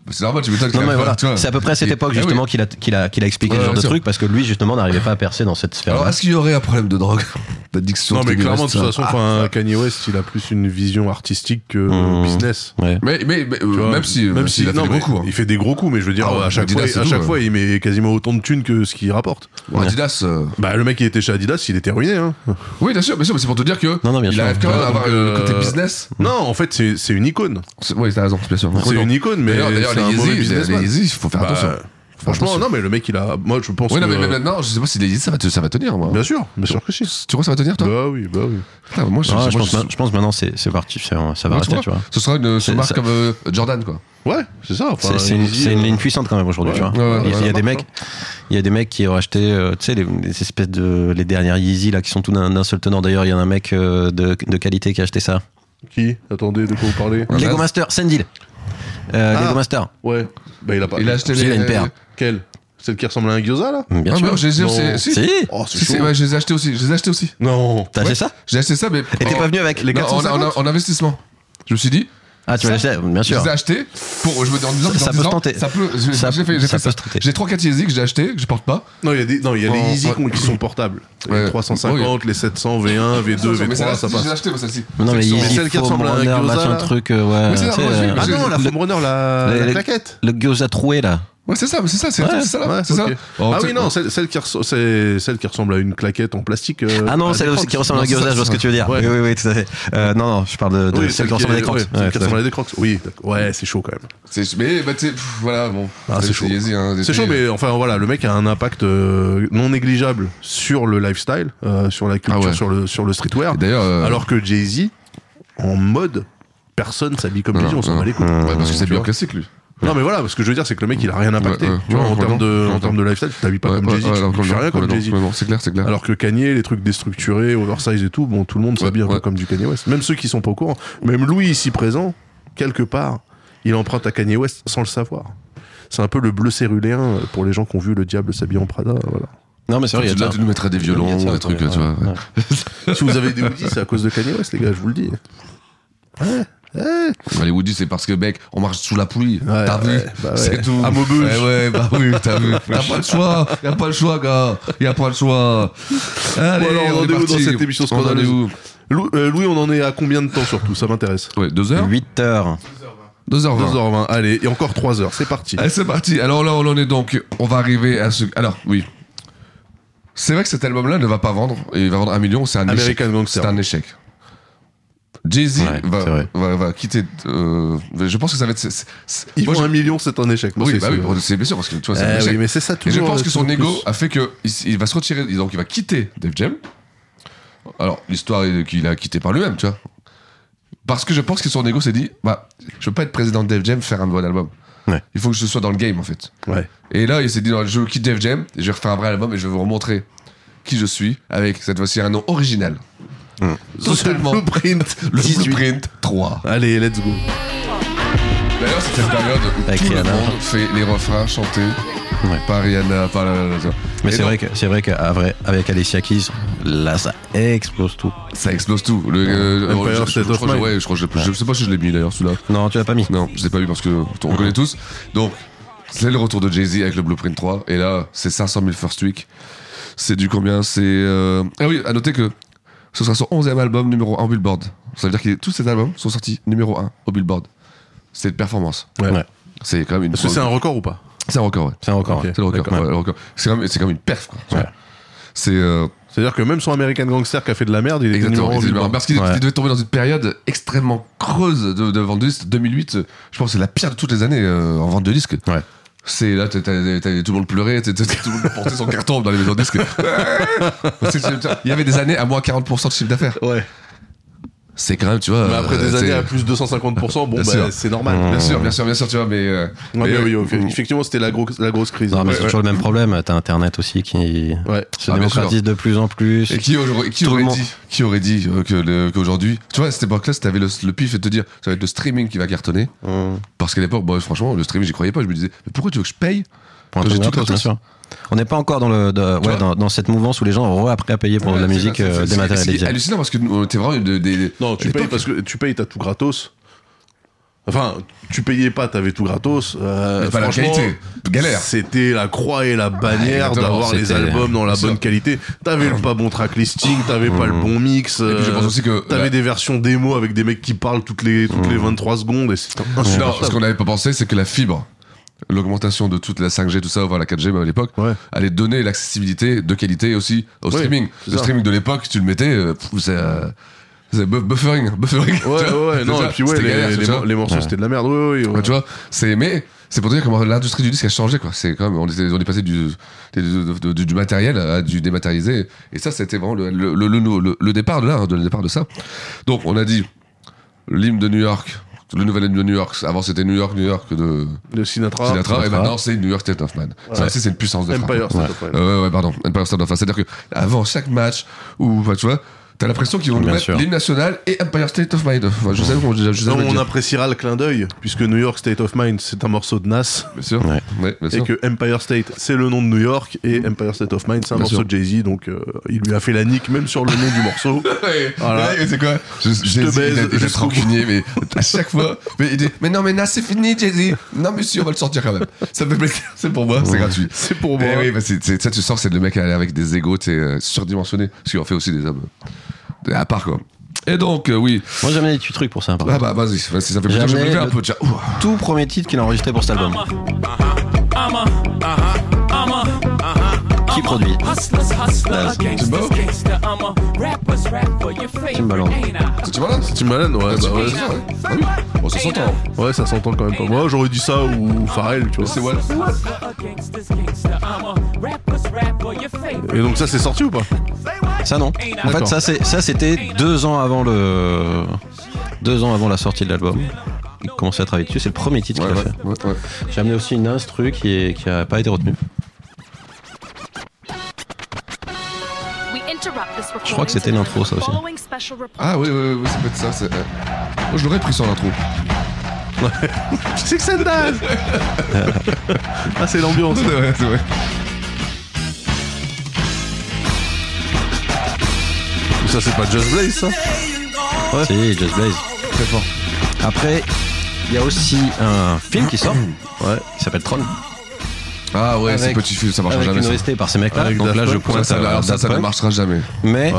B: C'est normal, tu m'étonnes.
C: Non
B: qu'il
C: mais
B: a-
C: voilà,
B: tu vois.
C: c'est à peu près à cette
B: Et-
C: époque
B: eh oui.
C: justement qu'il a, qu'il a, qu'il a expliqué
B: Ouais,
C: ce genre
B: bien
C: de
B: sûr.
C: truc parce que lui justement n'arrivait pas à percer dans cette sphère.
B: Alors, est-ce qu'il y aurait un problème de drogue [LAUGHS] D'addiction
A: Non, mais
B: Kanye
A: clairement, de
B: West,
A: toute façon,
B: ça. Ah.
A: enfin, Kanye West, il a plus une vision artistique que euh, business.
B: Mais, mais, mais, euh,
A: Tu vois,
B: même si, même s'il a fait
A: non,
B: des
A: mais
B: gros coups. hein.
A: Il fait des gros coups, mais je veux dire,
B: Ah ouais,
A: à chaque,
B: Adidas,
A: fois,
B: c'est
A: à
B: tout,
A: chaque
B: ouais.
A: fois, il met quasiment autant de thunes que ce qu'il rapporte.
B: Bon, Adidas. euh,
A: Bah, le mec, il était chez Adidas, il était ruiné. Hein.
B: Oui, bien sûr, bien sûr, mais c'est pour te dire que.
C: Non, non, bien
B: il
C: sûr.
B: arrive quand même à
A: Donc,
B: avoir euh, le côté
A: euh,
B: business.
A: Non, en fait, c'est c'est une icône.
B: C'est- Oui, t'as raison, bien sûr.
A: C'est une icône, mais.
B: D'ailleurs, d'ailleurs,
A: c'est un
B: les
A: mauvais
B: Yeezy, les-
A: businessman.
B: les Yeezy, il faut faire
A: Bah,
B: attention.
A: Franchement,
B: attention.
A: non, mais le mec, il a. Moi, je pense
B: Oui,
A: que.
B: non, mais mais maintenant, je sais pas si les Yeezy, ça va te- ça va tenir, moi.
A: Bien sûr, bien sûr que si.
B: Tu crois que ça va tenir, toi
A: Bah oui, bah oui.
B: Putain, Moi,
C: Ah, je,
B: moi,
C: pense, ma- je pense maintenant c'est c'est parti, c'est- ça va
B: Ouais,
C: rester, tu vois.
B: Ce sera une
C: C'est-
B: ce marque
C: ça-
B: comme euh, Jordan, quoi.
A: Ouais, c'est ça. enfin,
C: C'est- C'est une,
A: Yeezy,
C: c'est une
A: euh,
C: ligne puissante quand même aujourd'hui,
A: ouais.
C: tu vois.
A: Ouais, ouais,
C: il, y a- il y
A: ouais.
C: a des mecs, il y a des mecs qui ont acheté, euh, tu sais, les, les espèces de les dernières Yeezy là qui sont tout d'un d'un seul tenant. D'ailleurs, il y en a un mec euh, de, de qualité qui a acheté ça.
A: Qui Attendez, de quoi vous parlez
C: Lego Master, Sandil. Euh, Lego Master.
A: Ouais. Bah, il a pas.
B: Il a acheté
C: Si,
B: les-
C: il a une paire.
A: Quelle Celle qui ressemble à un gyoza, là
C: Bien
B: Ah,
C: sûr.
B: mais je les ai
A: Non.
B: aussi. Si.
C: Si.
A: Oh, c'est
B: Si, si,
A: chaud.
B: ouais, je les ai achetés aussi. Je les ai achetés aussi.
A: Non.
C: T'as acheté ça
B: J'ai acheté ça, mais.
C: Et t'es
B: en-
C: pas venu avec les
B: Non, en,
C: 450
B: en- en investissement. Je me suis dit.
C: Ah, tu l'as
B: ça,
C: acheté, bien sûr.
B: Je les ai achetés pour. Je me dis en disant.
C: Ça- ça
B: en
C: peut
B: disant,
C: se tenter.
B: Ça peut. j'ai-
C: Ça-
B: J'ai fait, j'ai
C: ça
B: fait
C: peut
B: ça.
C: se tenter.
B: J'ai 3-4 Yeezy que j'ai acheté, que je porte pas.
A: Non, il y a des, non, il y a
B: Oh,
A: les Yeezy
B: ouais.
A: qu'on- qui sont portables.
B: [LAUGHS] Ouais. Oh,
A: Les 350, les 700, V1, V2,
B: mais
A: V3, ça
B: Je les ai
A: passe.
B: achetés, moi, celle-ci.
C: Non mais
A: Celle qui- mais
C: Yeezy,
A: celle qui
C: Foam
A: ressemble à un
C: Runner,
A: gyoza,
C: machin
A: là.
C: truc, euh, ouais.
B: Oui, c'est
C: tu
B: ça,
C: sais,
B: moi,
C: euh,
B: j'ai-
A: Ah non, la
C: le-
A: Foam Runner, la,
C: le-
A: Ah, la
C: le-
A: claquette.
C: Le gyoza troué là.
B: Ouais, c'est ça, mais c'est ça, c'est
C: Ouais.
B: c'est ça là.
A: Ouais,
B: c'est ça.
A: ok.
B: Oh,
A: ah
B: tu-
A: oui, non, celle, celle qui resso- c'est celle qui ressemble à une claquette en plastique. euh,
C: Ah non,
A: à
C: celle
A: des
C: aussi
A: Crocs.
C: qui ressemble à un
A: Non, c'est
C: gyoza,
A: ça,
C: je vois ce que
A: c'est
C: tu veux dire.
A: ça.
C: Oui,
A: Ouais.
C: oui, oui, tout à fait. Euh, non, non, je parle de, de
A: Oui,
C: celle qui ressemble à des crocs.
A: ouais,
C: Ouais,
A: Celle qui
C: tout à fait.
A: ressemble à des crocs. Oui, d'accord. ouais, c'est chaud quand même.
B: c'est- Mais bah, tu sais, pff, voilà, bon.
A: Ah, c'est chaud.
B: Yeezy, hein, des
A: C'est chaud,
B: trucs-
A: mais enfin voilà, le mec a un impact euh, non négligeable sur le lifestyle, euh, sur la culture,
B: Ah ouais.
A: sur le sur le streetwear.
B: Et D'ailleurs. euh,
A: Alors que Jay Z, en mode, personne s'habille comme
B: Non,
A: lui, on s'en
B: non.
A: bat les couilles.
B: Ouais, parce que c'est
A: Tu
B: bien
A: vois.
B: classique, lui.
A: Non mais voilà, ce que je veux dire c'est que le mec il a rien impacté.
B: Ouais, ouais,
A: tu vois,
B: ouais,
A: en termes
B: complètement,
A: de, en
B: complètement.
A: termes de lifestyle, tu t'habilles pas
B: Ouais,
A: comme
B: ouais,
A: Jay-Z,
B: ouais,
A: tu
B: complètement,
A: fais rien comme
B: complètement,
A: Jay-Z.
B: complètement, c'est clair, c'est clair.
A: Alors que Kanye, les trucs déstructurés, oversize et tout, bon tout le monde s'habille un peu comme du Kanye West. Même ceux qui sont pas au courant, même Louis ici présent, quelque part, il emprunte à Kanye West sans le savoir. C'est un peu le bleu céruléen pour les gens qui ont vu le diable s'habiller en Prada, voilà.
C: Non, mais c'est vrai, il y a
B: Là,
C: de ça.
B: tu nous mettrais des
C: Il y a de
B: violons,
C: ça,
B: des trucs,
C: ouais,
B: tu vois. ouais.
A: si vous avez des hoodies, c'est à cause de Kanye West, les gars, je vous le dis. Ouais, ouais.
B: Allez, Woody, c'est parce que, mec, on marche sous la pluie. t'as vu
A: ouais, bah ouais.
B: C'est tout.
A: À Maubeuge.
B: Eh ouais, bah oui,
A: [LAUGHS]
B: t'as vu. T'as pas le choix. Y'a pas le choix, gars. Y'a pas le choix.
A: Voilà,
B: Allez, on est
A: rendez-vous dans
B: parti.
A: cette émission
B: On en est
A: scandaleuse.
B: où
A: Lou- euh, Louis, on en est à combien de temps surtout Ça m'intéresse.
B: Ouais, 2 heures
C: 8 heures.
B: 2h20.
A: 2h20, allez, et encore 3h, c'est parti.
B: Allez, c'est parti. Alors là, on en est donc. On va arriver à ce. Alors, oui. C'est vrai que cet album-là ne va pas vendre. Et il va vendre un million. C'est un
A: American
B: échec.
A: Gangster.
B: C'est un échec. Jay-Z va, va, va quitter. euh, je pense que ça va être. c'est- c'est- c'est-
A: Ils
B: moi,
A: font
B: je-
A: un million, c'est un échec. Moi,
B: oui,
A: c'est
B: bah
A: sûr.
B: oui, bon, c'est bien sûr parce que tu vois,
A: Eh
B: c'est un
A: oui,
B: échec.
A: mais c'est ça,
B: Et je
A: toujours,
B: pense
A: euh,
B: que son
A: toujours
B: ego
A: plus.
B: a fait que il, s- il va se retirer, donc il va quitter Def Jam. Alors l'histoire est qu'il a quitté par lui-même, tu vois. Parce que je pense que son ego s'est dit, bah, je veux pas être président de Def Jam, faire un bon album. Il faut que je sois dans le game en fait. Et là, il s'est dit, non, je quitte Def Jam, et je vais refaire un vrai album et je vais vous remontrer qui je suis avec cette fois-ci un nom original. Totalement.
A: Le blueprint,
B: Le Blueprint 3.
A: Allez, let's go.
B: D'ailleurs, c'est cette période où
C: Avec
B: tout le
C: Rihanna.
B: monde fait les refrains chantés par Rihanna, par la- la- la- la-
C: Mais
B: Et
C: c'est
B: donc,
C: vrai que c'est vrai qu'avec avec Alicia Keys, là ça explose tout.
B: Ça explose tout. Le, euh,
C: Empire
B: je- je-
C: State
B: je
C: of
B: crois que-
C: Mind.
B: ouais, je crois que je- je sais pas si je l'ai mis d'ailleurs celui-là.
C: Non, tu l'as pas mis.
B: Non, je l'ai pas mis parce que on connaît tous. Donc, c'est le retour de Jay-Z avec le Blueprint 3. Et là, c'est 500 000 first week. C'est du combien C'est. euh, Ah oui, à noter que ce sera son 11e album numéro 1 au Billboard. Ça veut dire que tous ces albums sont sortis numéro 1 au Billboard. C'est une performance.
C: Ouais.
B: C'est quand même une.
A: Est-ce que c'est un record ou pas
B: C'est un record, ouais.
C: C'est un record.
A: Ok.
B: C'est le record.
A: D'accord.
B: ouais, le record. C'est quand, même- c'est quand même une perf, quoi. C'est. euh,
A: C'est-à-dire que même son American Gangster qui a fait de la merde, il est
B: Exactement.
A: numéro un
B: il
A: du
B: était numéro un.
A: Billboard.
B: Parce qu'il
A: Ouais.
B: il devait tomber dans une période extrêmement creuse de, de vente de disques. 2008, euh, je pense que c'est la pire de toutes les années euh, en vente de disques. C'est là, t'as- t'as- t'as- tout le monde pleurait, t'as- t'as- tout le monde portait son carton dans les maisons de [LAUGHS] disques. C'est- c'est- Il y avait des années à moins 40% de chiffre d'affaires.
A: Ouais.
B: C'est quand même, tu vois.
A: Mais après des
B: euh,
A: années
B: c'est-
A: à plus de 250%, bon,
B: Bien
A: bah,
B: sûr.
A: c'est normal.
B: Bien sûr, bien sûr, bien sûr, tu vois, mais. euh,
A: Ouais,
B: mais-
A: mais oui, ok. Effectivement, c'était la, gros- la grosse crise.
C: Non, mais
A: Ouais,
C: c'est
A: ouais.
C: toujours le même problème. T'as Internet aussi qui se
B: Ah, bien sûr.
C: démocratise de plus en plus.
B: Et qui, aujourd'hui- qui
C: Tout le
B: aurait
C: monde-
B: dit, qui aurait dit euh, que le- qu'aujourd'hui, tu vois, à cette époque-là, si t'avais le, le pif et te dire, ça va être le streaming qui va cartonner.
A: Mmh.
B: Parce qu'à l'époque, bah, franchement, le streaming, j'y croyais pas. Je me disais, mais pourquoi tu veux que je paye
C: Pour un
B: quand
C: truc
B: j'ai tout
C: gratos, bien
B: gratos
C: sûr. On n'est pas encore dans, le, de- ouais,
B: vois
C: dans, dans cette mouvance où les gens auront après à payer pour de la
B: C'est-
C: musique
B: c'est-
C: euh,
B: c'est- C'est
C: dématérialisée.
B: hallucinant parce que nous, on était vraiment des. des-
A: Non, tu
B: à
A: payes
B: l'époque.
A: parce que tu payes, t'as tout gratos. Enfin, tu payais pas, t'avais tout gratos. Euh,
B: Mais pas la
A: franchement,
B: qualité. Galère. Ah,
A: C'était la croix et la bannière
B: exactement,
A: d'avoir les
B: c'était-
A: albums dans la
B: Bien
A: bonne
B: sûr. Mhm.
A: qualité. T'avais le pas bon track listing, t'avais pas le bon mix.
B: Et puis je pense
A: euh,
B: aussi que
A: T'avais
B: la- Mhm.
A: des versions démo avec des mecs qui parlent toutes les, toutes les 23 secondes et c'est
B: Non, ce qu'on
A: insupportable.
B: n'avait pas pensé, c'est que la fibre, l'augmentation de toute la 5G, tout ça, voire la 4G même à l'époque, allait donner l'accessibilité de qualité aussi au
A: Ouais,
B: streaming.
A: c'est
B: Le
A: ça.
B: streaming de l'époque, tu le mettais, euh, pff, c'est. euh, c'est buff- buffering, [LAUGHS] buffering. tu
A: Ouais,
B: vois.
A: ouais,
B: C'est
A: non,
B: ça,
A: et puis ouais,
B: c'était
A: les,
B: galère,
A: les
B: tu
A: mor-
B: vois.
A: les morceaux c'était de la merde, ouais, ouais, ouais.
B: Ouais, tu vois, c'est mais c'est pour dire comment l'industrie du disque a changé quoi. C'est quand même on, était- on est passé du, des- de- de- du, matériel à du dématérialisé et ça c'était vraiment le, le, le, le- le- le départ de là, hein, de- le départ de ça. Donc on a dit l'hymne de New York, le nouvel hymne de New York. Avant c'était New York, New York de
A: De Ah. Sinatra.
B: et maintenant c'est New York State of Man. Ça
A: Ouais.
B: aussi c'est une puissance de
A: Empire
B: frappe.
A: State of Mind.
B: Ouais. Euh, ouais, ouais, pardon, Empire State of Mind. C'est-à-dire que avant chaque match ou enfin, tu vois, t'as l'impression qu'ils vont nous
C: Bien
B: mettre
C: sûr.
B: l'hymne national et Empire State of Mind. Enfin, je sais pas comment je, je sais pas
A: Non,
B: le
A: on
B: dire.
A: appréciera le clin d'œil, puisque New York State of Mind, c'est un morceau de Nas.
B: Bien sûr. Ouais, bien
A: Et
B: sûr.
A: que Empire State, c'est le nom de New York, et Empire State of Mind, c'est un
B: Mm. Bien
A: morceau
B: sûr.
A: de Jay-Z, donc euh, il lui a fait la nique même sur le nom du morceau.
B: [LAUGHS] Ouais,
A: Voilà.
B: ouais, c'est quoi Je,
A: Je te baise jusqu'au bout.
B: rancunier, mais à chaque fois, mais il dit Mais non, mais non, c'est fini, Jay-Z. Non, mais si, on va le sortir quand même. Ça me fait plaisir, c'est pour moi, c'est
A: Ouais.
B: gratuit.
A: C'est pour moi.
B: Eh oui, bah, c'est, c'est- ça, tu sens, c'est le mec avec des égaux, t'es euh, surdimensionné. Parce qu'on fait aussi des hommes euh, à part, quoi. Et donc, euh, oui.
C: Moi j'ai amené des petits trucs pour ça. par
B: Ah
C: contre.
B: bah, vas-y, vas-y, ça fait
C: J'ai
B: plaisir, je vais
C: amené
B: me faire un
C: le
B: peu déjà. Ouh.
C: Tout premier titre qu'il a enregistré pour cet album.
Q: I'm a, I'm a,
C: Qui produit
Q: hustler's hustler,
C: That's
Q: a gangster's
C: Timbo.
Q: gangster. I'm a rapper's rapper, your favorite
A: Timbaland.
Q: ain't I?
B: C'est Timbaland
A: C'est Timbaland,
B: Ah,
A: ouais, bah ouais.
Q: Ain't I?
A: Ah
B: Bon, ça s'entend.
A: Ouais, ça s'entend quand même pas. Moi, j'aurais dit ça ou Pharrell, tu vois.
B: C'est what
Q: Hustler, a gangster's gangster. I'm a rapper's rapper, your favorite
A: Et donc ça, c'est sorti ou pas
C: Ça non. En
A: D'accord.
C: fait ça c'est ça c'était deux ans avant le deux ans avant la sortie de l'album. Il commençait à travailler dessus, c'est le premier titre qu'il a fait. J'ai amené aussi une instru qui, est- qui a pas été retenue.
R: Je crois que c'était l'intro, ça aussi.
B: Ah oui, oui, oui, ça peut être ça. c'est- euh, Moi, je l'aurais pris sans l'intro.
A: Six and
B: [LAUGHS]
A: Daz Ah, c'est l'ambiance.
B: C'est vrai, c'est vrai.
A: Ça, c'est pas Just Blaze, ça
C: Ouais. Si, Just Blaze. Très fort. Après, il y a aussi un film qui [CLEARS THROAT] sort, ouais, qui s'appelle Tron.
B: Ah ouais,
C: Avec-
B: c'est petit film, ça marchera
C: avec
B: jamais.
C: une
B: ça.
C: OST par ces mecs-là.
B: Avec
C: Donc
B: Daft
C: là, je
B: Punk,
C: pointe
B: ça,
C: à
B: ça, alors ça,
C: Daft
B: ça ne
C: Punk.
B: marchera jamais.
C: Mais,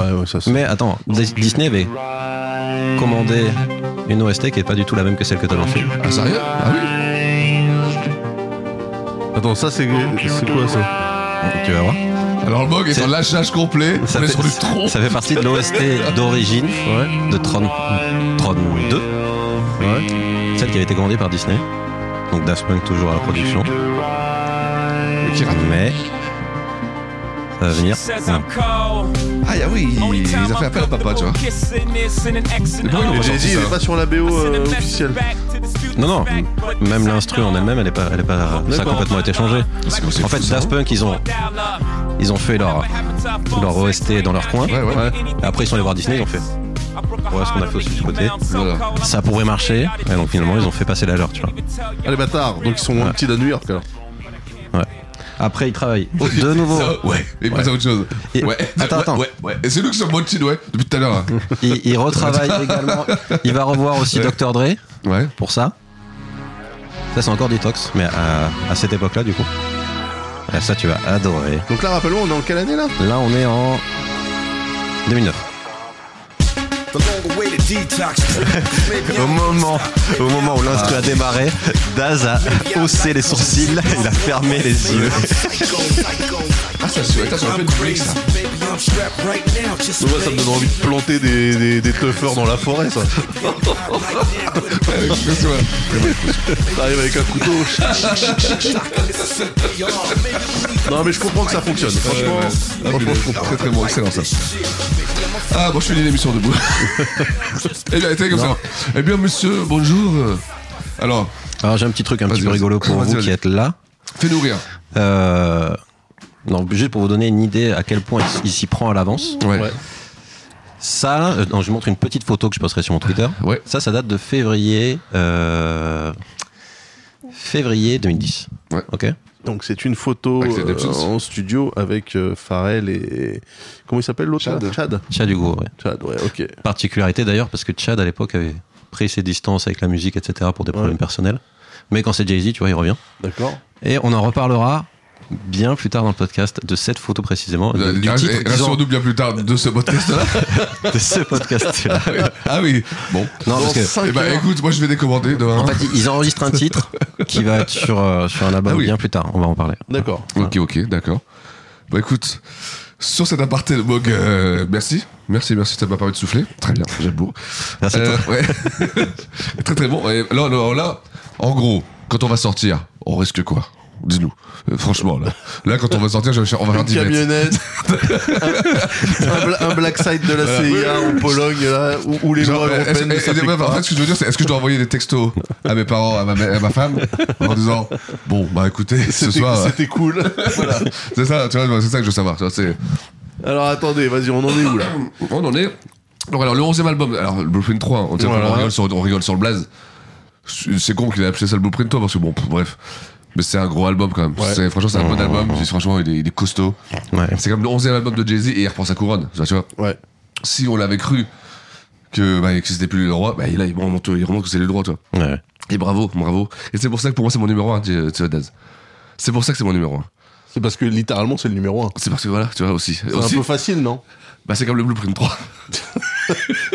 C: mais attends, Dis- Disney avait commandé une OST qui est pas du tout la même que celle que t'as dans le film.
B: Ah sérieux Ah
A: oui Attends, ça c'est c'est quoi ça
C: Tu vas voir.
B: Alors le bug est
C: C'est-
B: sur lâchage complet,
C: Ça
B: on est
C: fait,
B: sur du tronc.
C: ça fait partie de l'OST d'origine de Tron, Tron 2, celle qui avait été commandée par Disney. Donc Daft Punk toujours à la production. Mais ça va venir.
B: Ah. Ah y'a oui, ils ont fait appel à papa, tu vois.
A: Mais j'ai dit, il est pas sur la BO euh, officielle.
C: Non, non, même l'instru en elle-même, elle est pas, elle est pas, ça a
A: D'accord.
C: complètement été changé. En fait, Daft
B: hein.
C: Punk, ils ont, ils ont fait leur, leur OST dans leur coin. Et Après, ils sont allés voir Disney, ils ont fait. Voilà ce qu'on a fait aussi de ce côté. Ça pourrait marcher. Et donc finalement, ils ont fait passer la leur, tu vois.
A: Ah, les bâtards, donc ils sont un petit à New York alors.
C: Ouais. Après, ils travaillent au- de nouveau.
B: Ça, ouais, et pas autre chose.
C: Et-
B: Ouais,
C: attends,
B: ouais,
C: attends.
B: Ouais, ouais. Et c'est nous qui sommes moitié, ouais, depuis tout à l'heure. hein.
C: Il, il retravaille
B: [LAUGHS]
C: également. Il va revoir aussi
B: Ouais.
C: Dr. Dre. Pour ça. Ça, c'est encore Detox, mais à, à cette époque-là, du coup. Et ça, tu vas adorer.
A: Donc là, rappelle-moi, on est en quelle année là
C: Là, on est en
B: [LAUGHS]
C: 2009.
S: Au moment,
C: au moment où l'instru a démarré, Daz a haussé les sourcils, il a fermé les yeux.
B: Ah ça se attends, ça me fait du break ça.
A: Mais Moi, ça me donne envie de planter des, des, des teufeurs dans la forêt, ça. T'arrives avec un couteau. non, mais je comprends que ça fonctionne. Franchement,
B: Ah,
A: franchement, je comprends.
B: Très très bon, excellent ça. Ah bon, je finis l'émission debout. [LAUGHS] eh bien, t'es comme ça. Eh bien, monsieur, bonjour. Alors,
C: Alors j'ai un petit truc un
B: Vas-y,
C: petit peu
B: vas-y.
C: rigolo pour
B: Vas-y,
C: vous
B: vas-y.
C: qui êtes là.
B: Fais-nous rire.
C: Euh, non, juste pour vous donner une idée à quel point il, s- il s'y prend à l'avance. Ça, euh, non, je vous montre une petite photo que je posterai sur mon
B: [LAUGHS]
C: Twitter. Ça, ça date de février, euh, février 2010. Ok.
A: Donc, c'est une photo
C: Avec les
A: euh,
C: Neptunes.
A: en studio avec euh, Pharrell et. Comment il s'appelle l'autre Chad. Chad.
C: Chad Hugo, ouais.
A: Chad, ouais, ok.
C: Particularité d'ailleurs parce que Chad à l'époque avait pris ses distances avec la musique, etc. pour des problèmes personnels. Mais quand c'est Jay-Z, tu vois, il revient.
A: D'accord.
C: Et on en reparlera bien plus tard dans le podcast de cette photo précisément. de- du titre,
B: Eh,
C: disons,
B: Rassurons-nous bien plus tard de
C: [LAUGHS]
B: ce podcast-là.
C: de ce
B: [LAUGHS]
C: podcast-là.
B: ah oui, bon.
C: Non,
B: Dans
C: parce que-
B: cinq Eh ben, écoute, moi je vais décommander demain.
C: En fait, ils enregistrent un titre qui va être sur, euh, sur un album
B: Ah oui.
C: bien plus tard. On va en parler.
A: D'accord.
B: Ok, ok, d'accord. Bah écoute, sur cet aparté de Bog, euh, merci. Merci, merci, ça m'a permis de souffler. Très bien, j'aime beaucoup.
C: Merci à Ah,
B: Euh,
C: toi.
B: ouais. [LAUGHS] très très bon. Et là, là, là, en gros, quand on va sortir, on risque quoi Dis-nous. Euh, franchement, là. Là, quand on va sortir, je vais faire- on va faire
A: Une
B: 10 mètres. [LAUGHS]
A: camionnette. un, bla- un black side de la
B: Voilà.
A: CIA en Pologne, là, où, où les lois
B: Genre, est-ce-
A: européennes ne
B: est-ce-
A: s'appliquent
B: ouais, bah, en
A: pas.
B: fait, ce que je veux dire, c'est est-ce que je dois envoyer des textos à mes parents, à ma, à ma femme, en disant Bon, bah écoutez, ce
A: C'était-
B: soir.
A: c'était cool.
B: Voilà. [LAUGHS] C'est ça, tu vois, c'est ça que je veux savoir. tu vois, c'est-
A: [LAUGHS] Alors attendez, vas-y, on en est où là
B: On en est. Donc, alors, le 11 e album, alors le Blueprint 3, hein, on, tient-
A: Voilà.
B: on rigole sur, on rigole sur le blaze. C'est con qu'il a appelé ça le Blueprint 3 parce que bon, pff, bref. Mais c'est un gros album quand même.
A: Ouais.
B: C'est- Franchement, c'est un bon
C: Mmh.
B: album. Puis, franchement, il est, il est costaud. C'est comme le 11 e album de Jay-Z et il reprend sa couronne. Tu vois, tu vois Si on l'avait cru que, bah, que c'était plus le roi, bah, là, il remonte, il remonte que c'est le droit, toi. Et bravo, bravo. Et c'est pour ça que pour moi, c'est mon numéro 1, tu tu vois, Daz. C'est pour ça que c'est mon numéro 1.
A: C'est parce que littéralement, c'est le numéro 1.
B: C'est parce que voilà, tu vois, aussi.
A: C'est un peu facile, non
B: Bah, c'est comme le Blueprint 3.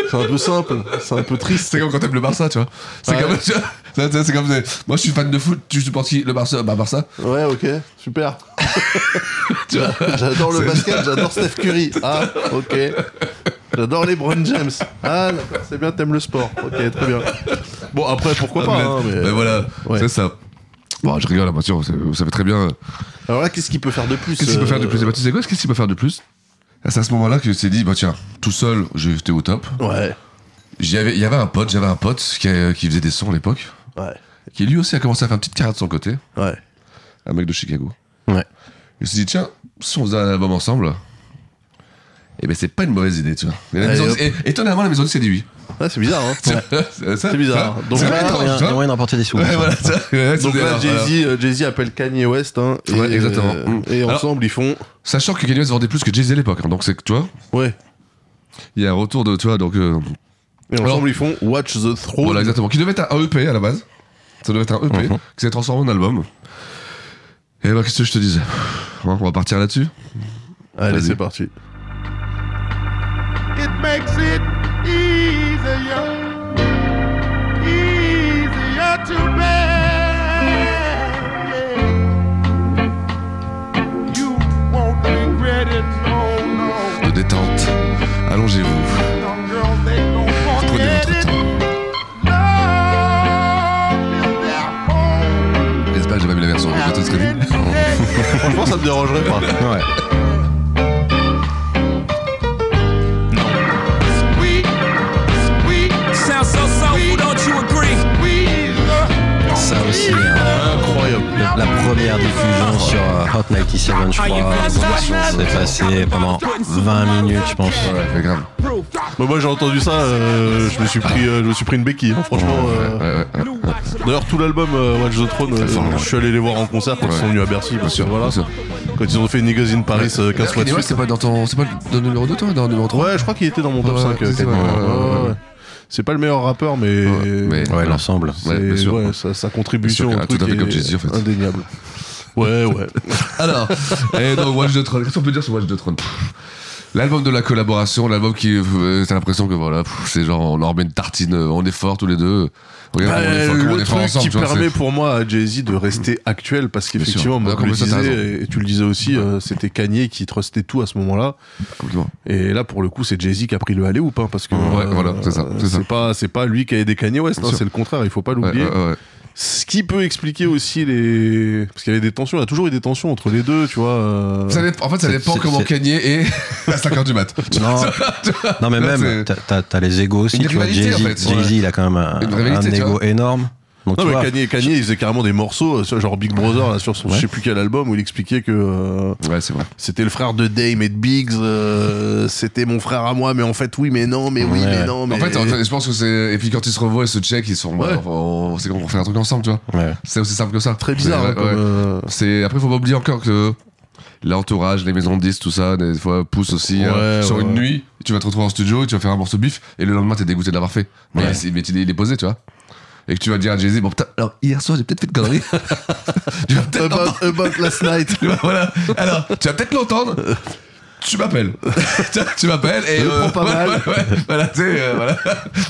A: c'est un peu simple, c'est un peu triste.
B: C'est comme quand t'aimes le Barça, tu vois. C'est
A: Ouais.
B: comme, tu vois, c'est- c'est- c'est comme, c'est- moi je suis fan de foot, tu supportes qui Le Barça, bah Barça.
A: Ouais, ok, [LAUGHS] super.
B: Tu vois.
A: J'adore le [LAUGHS]
B: C'est-
A: basket, j'adore Steph Curry. Ah, ok. J'adore les Brown James. Ah, d'accord, c'est bien, t'aimes le sport. Ok, très bien. Bon, après, pourquoi pas hein, mais-
B: Mais Ben, voilà, c'est ça. Bon, je rigole, la voiture, vous savez très bien.
A: Alors là, qu'est-ce qu'il peut faire de plus
B: Qu'est-ce qu'il peut faire de plus
A: euh,
B: Et bah, tu sais quoi Qu'est-ce qu'il peut faire de plus Ah, C'est à ce moment-là que je me suis dit, bah tiens, tout seul, j'étais au top.
A: Ouais.
B: J'avais- Il y avait un pote, j'avais un pote qui, a- qui faisait des sons à l'époque. Qui lui aussi a commencé à faire une petite carrière de son côté. Un mec de Chicago.
C: Ouais.
B: Il s'est dit, tiens, si on faisait un album ensemble, eh ben c'est pas une mauvaise idée, tu vois. Et la
A: Allez,
B: maison-
A: hop.
B: et- étonnamment, la maison du c'est dit oui.
A: Ouais, c'est bizarre, hein.
B: [LAUGHS] C'est
A: C'est bizarre. hein.
B: Donc,
A: Donc là,
C: il y a- il y a moyen d'emporter des sous.
B: Ouais, voilà, ça,
A: [LAUGHS]
B: ouais,
A: Donc
B: c'est
A: là,
B: bizarre,
A: Jay-Z euh, Jay-Z appelle Kanye West. hein, et,
B: Ouais, exactement.
A: euh,
B: Mm.
A: et
B: Alors-
A: ensemble, ils font.
B: Sachant que Kanye West vendait plus que Jay-Z à l'époque, hein, donc c'est que, tu vois.
A: Ouais.
B: Il y a un retour de, tu vois, donc. euh,
A: Et ensemble, ils font Watch the Throne.
B: Voilà, exactement. Qui devait être un EP à la base. Ça devait être un EP
A: Oh. Mhm.
B: qui s'est transformé en album. Et bah, qu'est-ce que je te disais Hein, On va partir là-dessus
A: Allez,
B: Vas-y.
A: c'est parti.
T: It makes it easier, easier to bear. yeah. You won't regret it, no, no.
B: De détente. Allongez-vous.
T: Some girls they don't
B: Prenez
T: forget
B: votre
T: it.
B: temps. N'est-ce pas, j'ai pas mis la version de Cotton Scotty.
A: Franchement, ça me dérangerait pas.
C: Ouais.
T: Sweet, sweet,
Q: Sounds so soulful, don't you agree?
C: Ça aussi, euh,
A: incroyable.
C: La première diffusion sur euh, Hot 97, je crois, s'est passée pendant 20 minutes, je pense.
B: Ouais, c'est grave.
A: Bah, moi, j'ai entendu ça. euh, je me suis pris, euh, je me suis pris une béquille. hein, franchement. euh, D'ailleurs, tout l'album euh, Watch the Throne, euh, je suis allé les voir en concert quand ils sont venus à Bercy. parce que voilà. Quand ils ont fait Niggas in Paris euh, 15 fois de
B: Kanye West,
A: suite.
B: c'est pas dans ton. C'est pas dans le numéro 2, toi Dans le numéro 3
A: Ouais, je crois qu'il était dans mon top
B: Ouais,
A: 5.
B: c'est
A: euh,
B: ça,
A: Kanye.
B: ouais, ouais,
A: Ouais,
B: ouais.
A: ouais. C'est pas le meilleur rappeur, mais.
B: mais-
C: Ouais, l'ensemble.
A: c'est-
B: ouais, bien sûr.
A: ouais, sa, sa contribution
B: Bien sûr,
A: au
B: tout à
A: truc
B: fait comme
A: est
B: Jay-Z, en fait. [LAUGHS]
A: indéniable. Ouais, ouais.
B: Alors, et donc Watch the Throne, qu'est-ce qu'on peut dire sur Watch the Throne Pff, L'album de la collaboration, l'album qui. euh, T'as l'impression que voilà, pff, c'est genre, on leur met une tartine, euh, on est fort tous les deux. Regarde comment on est
A: Euh,
B: fort, comment on
A: le
B: est fort
A: truc
B: ensemble.
A: qui
B: tu vois,
A: permet
B: c'est-
A: pour moi à Jay-Z de rester actuel parce qu'effectivement,
B: sûr.
A: moi,
B: Ah,
A: comme je le
B: complètement, t'as
A: disais, et tu le disais aussi, euh, c'était Kanye qui trustait tout à ce moment-là. Et là, pour le coup, c'est Jay-Z qui a pris le aller ou pas parce que
B: Ouais,
A: euh,
B: voilà, c'est ça, c'est ça.
A: c'est pas c'est pas lui qui a aidé Kanye West,
B: Bien
A: hein,
B: sûr.
A: c'est le contraire, il faut pas l'oublier.
B: Ouais, ouais, ouais.
A: Ce qui peut expliquer aussi les parce qu'il y avait des tensions, il y a toujours eu des tensions entre les deux, tu vois. euh.
B: Ça dépend- en fait, ça
A: C'est-
B: dépend
A: c'est-
B: comment
A: c'est-
B: Kanye est [LAUGHS] à 5h du mat. Tu
C: Non.
B: vois, tu vois,
C: Non, mais
B: là,
C: même,
B: c'est-
C: t'as- t'as t'as les égos aussi,
B: Une
C: tu vois.
B: rivalité,
C: Jay-Z,
B: en fait.
C: Jay-Z, il a quand même un,
A: Une rivalité,
C: un
A: tu
C: ego
A: vois.
C: énorme. Donc,
A: non,
C: tu
A: mais
C: vois,
A: Kanye, Kanye, il faisait carrément des morceaux, euh, sur- genre Big Brother, là, sur son je sais plus quel album, où il expliquait que euh, c'était le frère de Dame et de Biggs, euh, c'était mon frère à moi, mais en fait, oui, mais non, mais oui, mais non, mais.
B: En fait, en fait, je pense que c'est. Et puis quand ils se revoient et se check, ils sont.
A: Ouais.
B: bah, on- C'est qu'on refait un truc ensemble, tu vois. C'est aussi simple que ça. Très
A: bizarre, hein, comme,
B: C'est après, faut pas oublier encore que l'entourage, les maisons de disques, tout ça, des fois pousse aussi
A: Ouais,
B: hein. sur
A: ouais,
B: une
A: ouais.
B: nuit. Tu vas te retrouver en studio, tu vas faire un morceau bif, et le lendemain, t'es dégoûté de l'avoir fait. Mais,
A: Ouais.
B: c'est- mais tu- il est posé, tu vois. Et que tu vas dire à Jay-Z, bon putain, alors hier soir j'ai peut-être fait
A: [LAUGHS]
B: de conneries. [LAUGHS] tu vas peut-être
A: About-
B: l'entendre.
A: about last [LAUGHS] night.
B: [LAUGHS] voilà. Alors, tu vas peut-être l'entendre.
A: [LAUGHS]
B: Tu m'appelles. Tu- tu m'appelles et.
A: Le prends pas
B: ouais,
A: mal.
B: ouais, ouais. Voilà, tu sais, euh,
A: [LAUGHS]
B: voilà.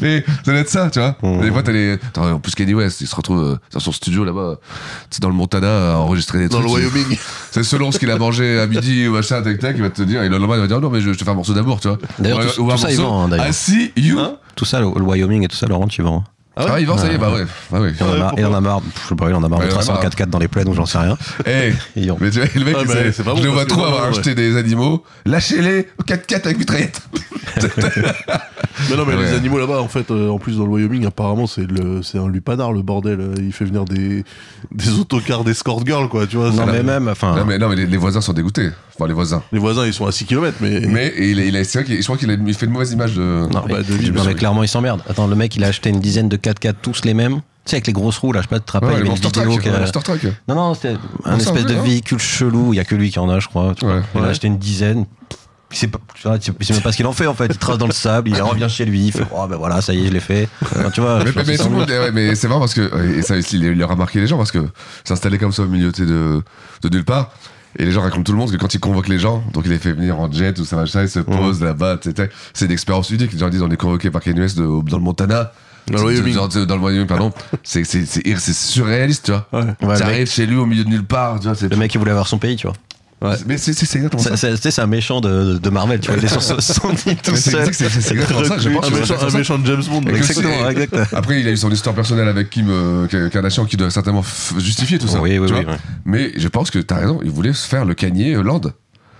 B: Mais ça doit être ça, tu vois.
A: Mmh.
B: Des fois, t'as les. Attends, en plus, Kanye West, il se retrouve euh, dans son studio là-bas, euh, tu sais, dans le Montana, à enregistrer des
A: Dans
B: trucs.
A: le
B: C'est-
A: Wyoming.
B: C'est selon ce qu'il a mangé à midi ou machin, tac, tac, il va te dire. Et le lendemain, il va dire non, mais je, je te fais un morceau d'amour, tu vois.
C: D'ailleurs,
B: Ou un-
C: tout,
B: ou un
C: tout ça, il
B: morceau,
C: vend, hein, d'ailleurs.
B: I see you.
C: Tout ça, le, le Wyoming et tout ça, Laurent, tu vends.
B: Ah ouais Ah, il vend, ça y est, bah ouais. Bah
C: [LAUGHS]
B: ouais.
C: Et on en a, et on a marre, pff, je sais pas, il en a marre
B: Ouais,
C: de
B: il en a
C: tracer en
B: marre.
C: 4x4 dans les plaines ou j'en sais rien.
B: Eh,
C: Et on-
B: mais tu vois, le mec,
A: Ah,
B: il
A: mais
B: sait-
A: c'est pas bon
B: je le vois
A: parce que
B: trop
A: non,
B: avoir
A: ouais.
B: acheté des animaux. Lâchez-les, 4x4 avec mitraillette.
A: Mais non, mais
B: Ouais.
A: les animaux là-bas, en fait, euh, en plus dans le Wyoming, apparemment, c'est le, c'est un lupanard le bordel. euh, Il fait venir des, des autocars d'escort girl, quoi, tu vois. c'est-
C: Ah.
B: Non, mais, non, mais les, les voisins sont dégoûtés. Enfin, les voisins.
A: Les voisins, ils sont à 6 km, mais.
B: Mais il, a- il a- c'est vrai qu'il- je crois qu'il a il fait une mauvaise image de.
C: Non, mais,
B: bah, de lui,
C: non,
B: parce
C: mais
B: que-
C: clairement, il s'emmerde. Attends, le mec, il a acheté une dizaine de 4x4 tous les mêmes. Tu sais, avec les grosses roues, là, je sais pas, tu te rappelles,
B: Ouais,
C: il y
B: le
C: avait une
B: Monster
C: vidéo
B: Truck,
C: qui a-
B: le Monster Truck.
C: Non, non, c'était un
B: Monster
C: espèce
B: Truck,
C: de
B: non
C: véhicule chelou, il y a que lui qui en a, je crois. tu vois. Il a acheté une dizaine. Il sait, pas, tu vois, tu- il sait même pas ce qu'il en fait en fait. Il trace dans le sable, il revient chez lui, il fait Oh ben voilà, ça y est, je l'ai fait. Enfin, tu vois,
B: mais,
C: je pense
B: mais- mais
C: que c'est
B: tout le monde-
C: ennuyeux.
B: ouais, mais c'est marrant parce que et ça aussi, il, il a remarqué les gens parce que s'installer comme ça au milieu tu sais, de, de nulle part et les gens racontent tout le monde que quand il convoque les gens donc il les fait venir en jet ou ça machin ils se posent là-bas tu sais, tu sais. c'est une expérience unique les gens disent on est convoqué par Kanye West de- dans le Montana
A: Dans le
B: C'est-
A: Wyoming.
B: genre, tu sais, dans le
C: [LAUGHS]
B: Wyoming, pardon c'est c'est- c'est c'est surréaliste tu vois
C: Ouais, le
B: t'arrives chez lui au milieu de nulle part tu vois c'est
C: Le mec, il voulait avoir son pays, tu vois.
B: mais c'est c'est exactement
C: C'est-
B: ça
C: c'est- Tu sais, c'est un méchant de, de Marvel, tu vois. Il est sur son- son île tout
B: Mais c'est-
C: seul.
B: c'est- c'est- c'est exactement ça, je pense que
A: Un
B: c'est
A: méchant-
B: exactement
A: un
B: ça.
A: méchant de James Bond.
B: Et que
C: Exactement,
B: c'est-
C: exact.
B: Après, il a eu son histoire personnelle avec Kim euh, K- Kardashian qui doit certainement f- justifier tout ça.
C: Oui, oui,
B: tu
C: oui,
B: vois.
C: ouais.
B: Mais je pense que t'as raison, il voulait se faire le canier euh, Land.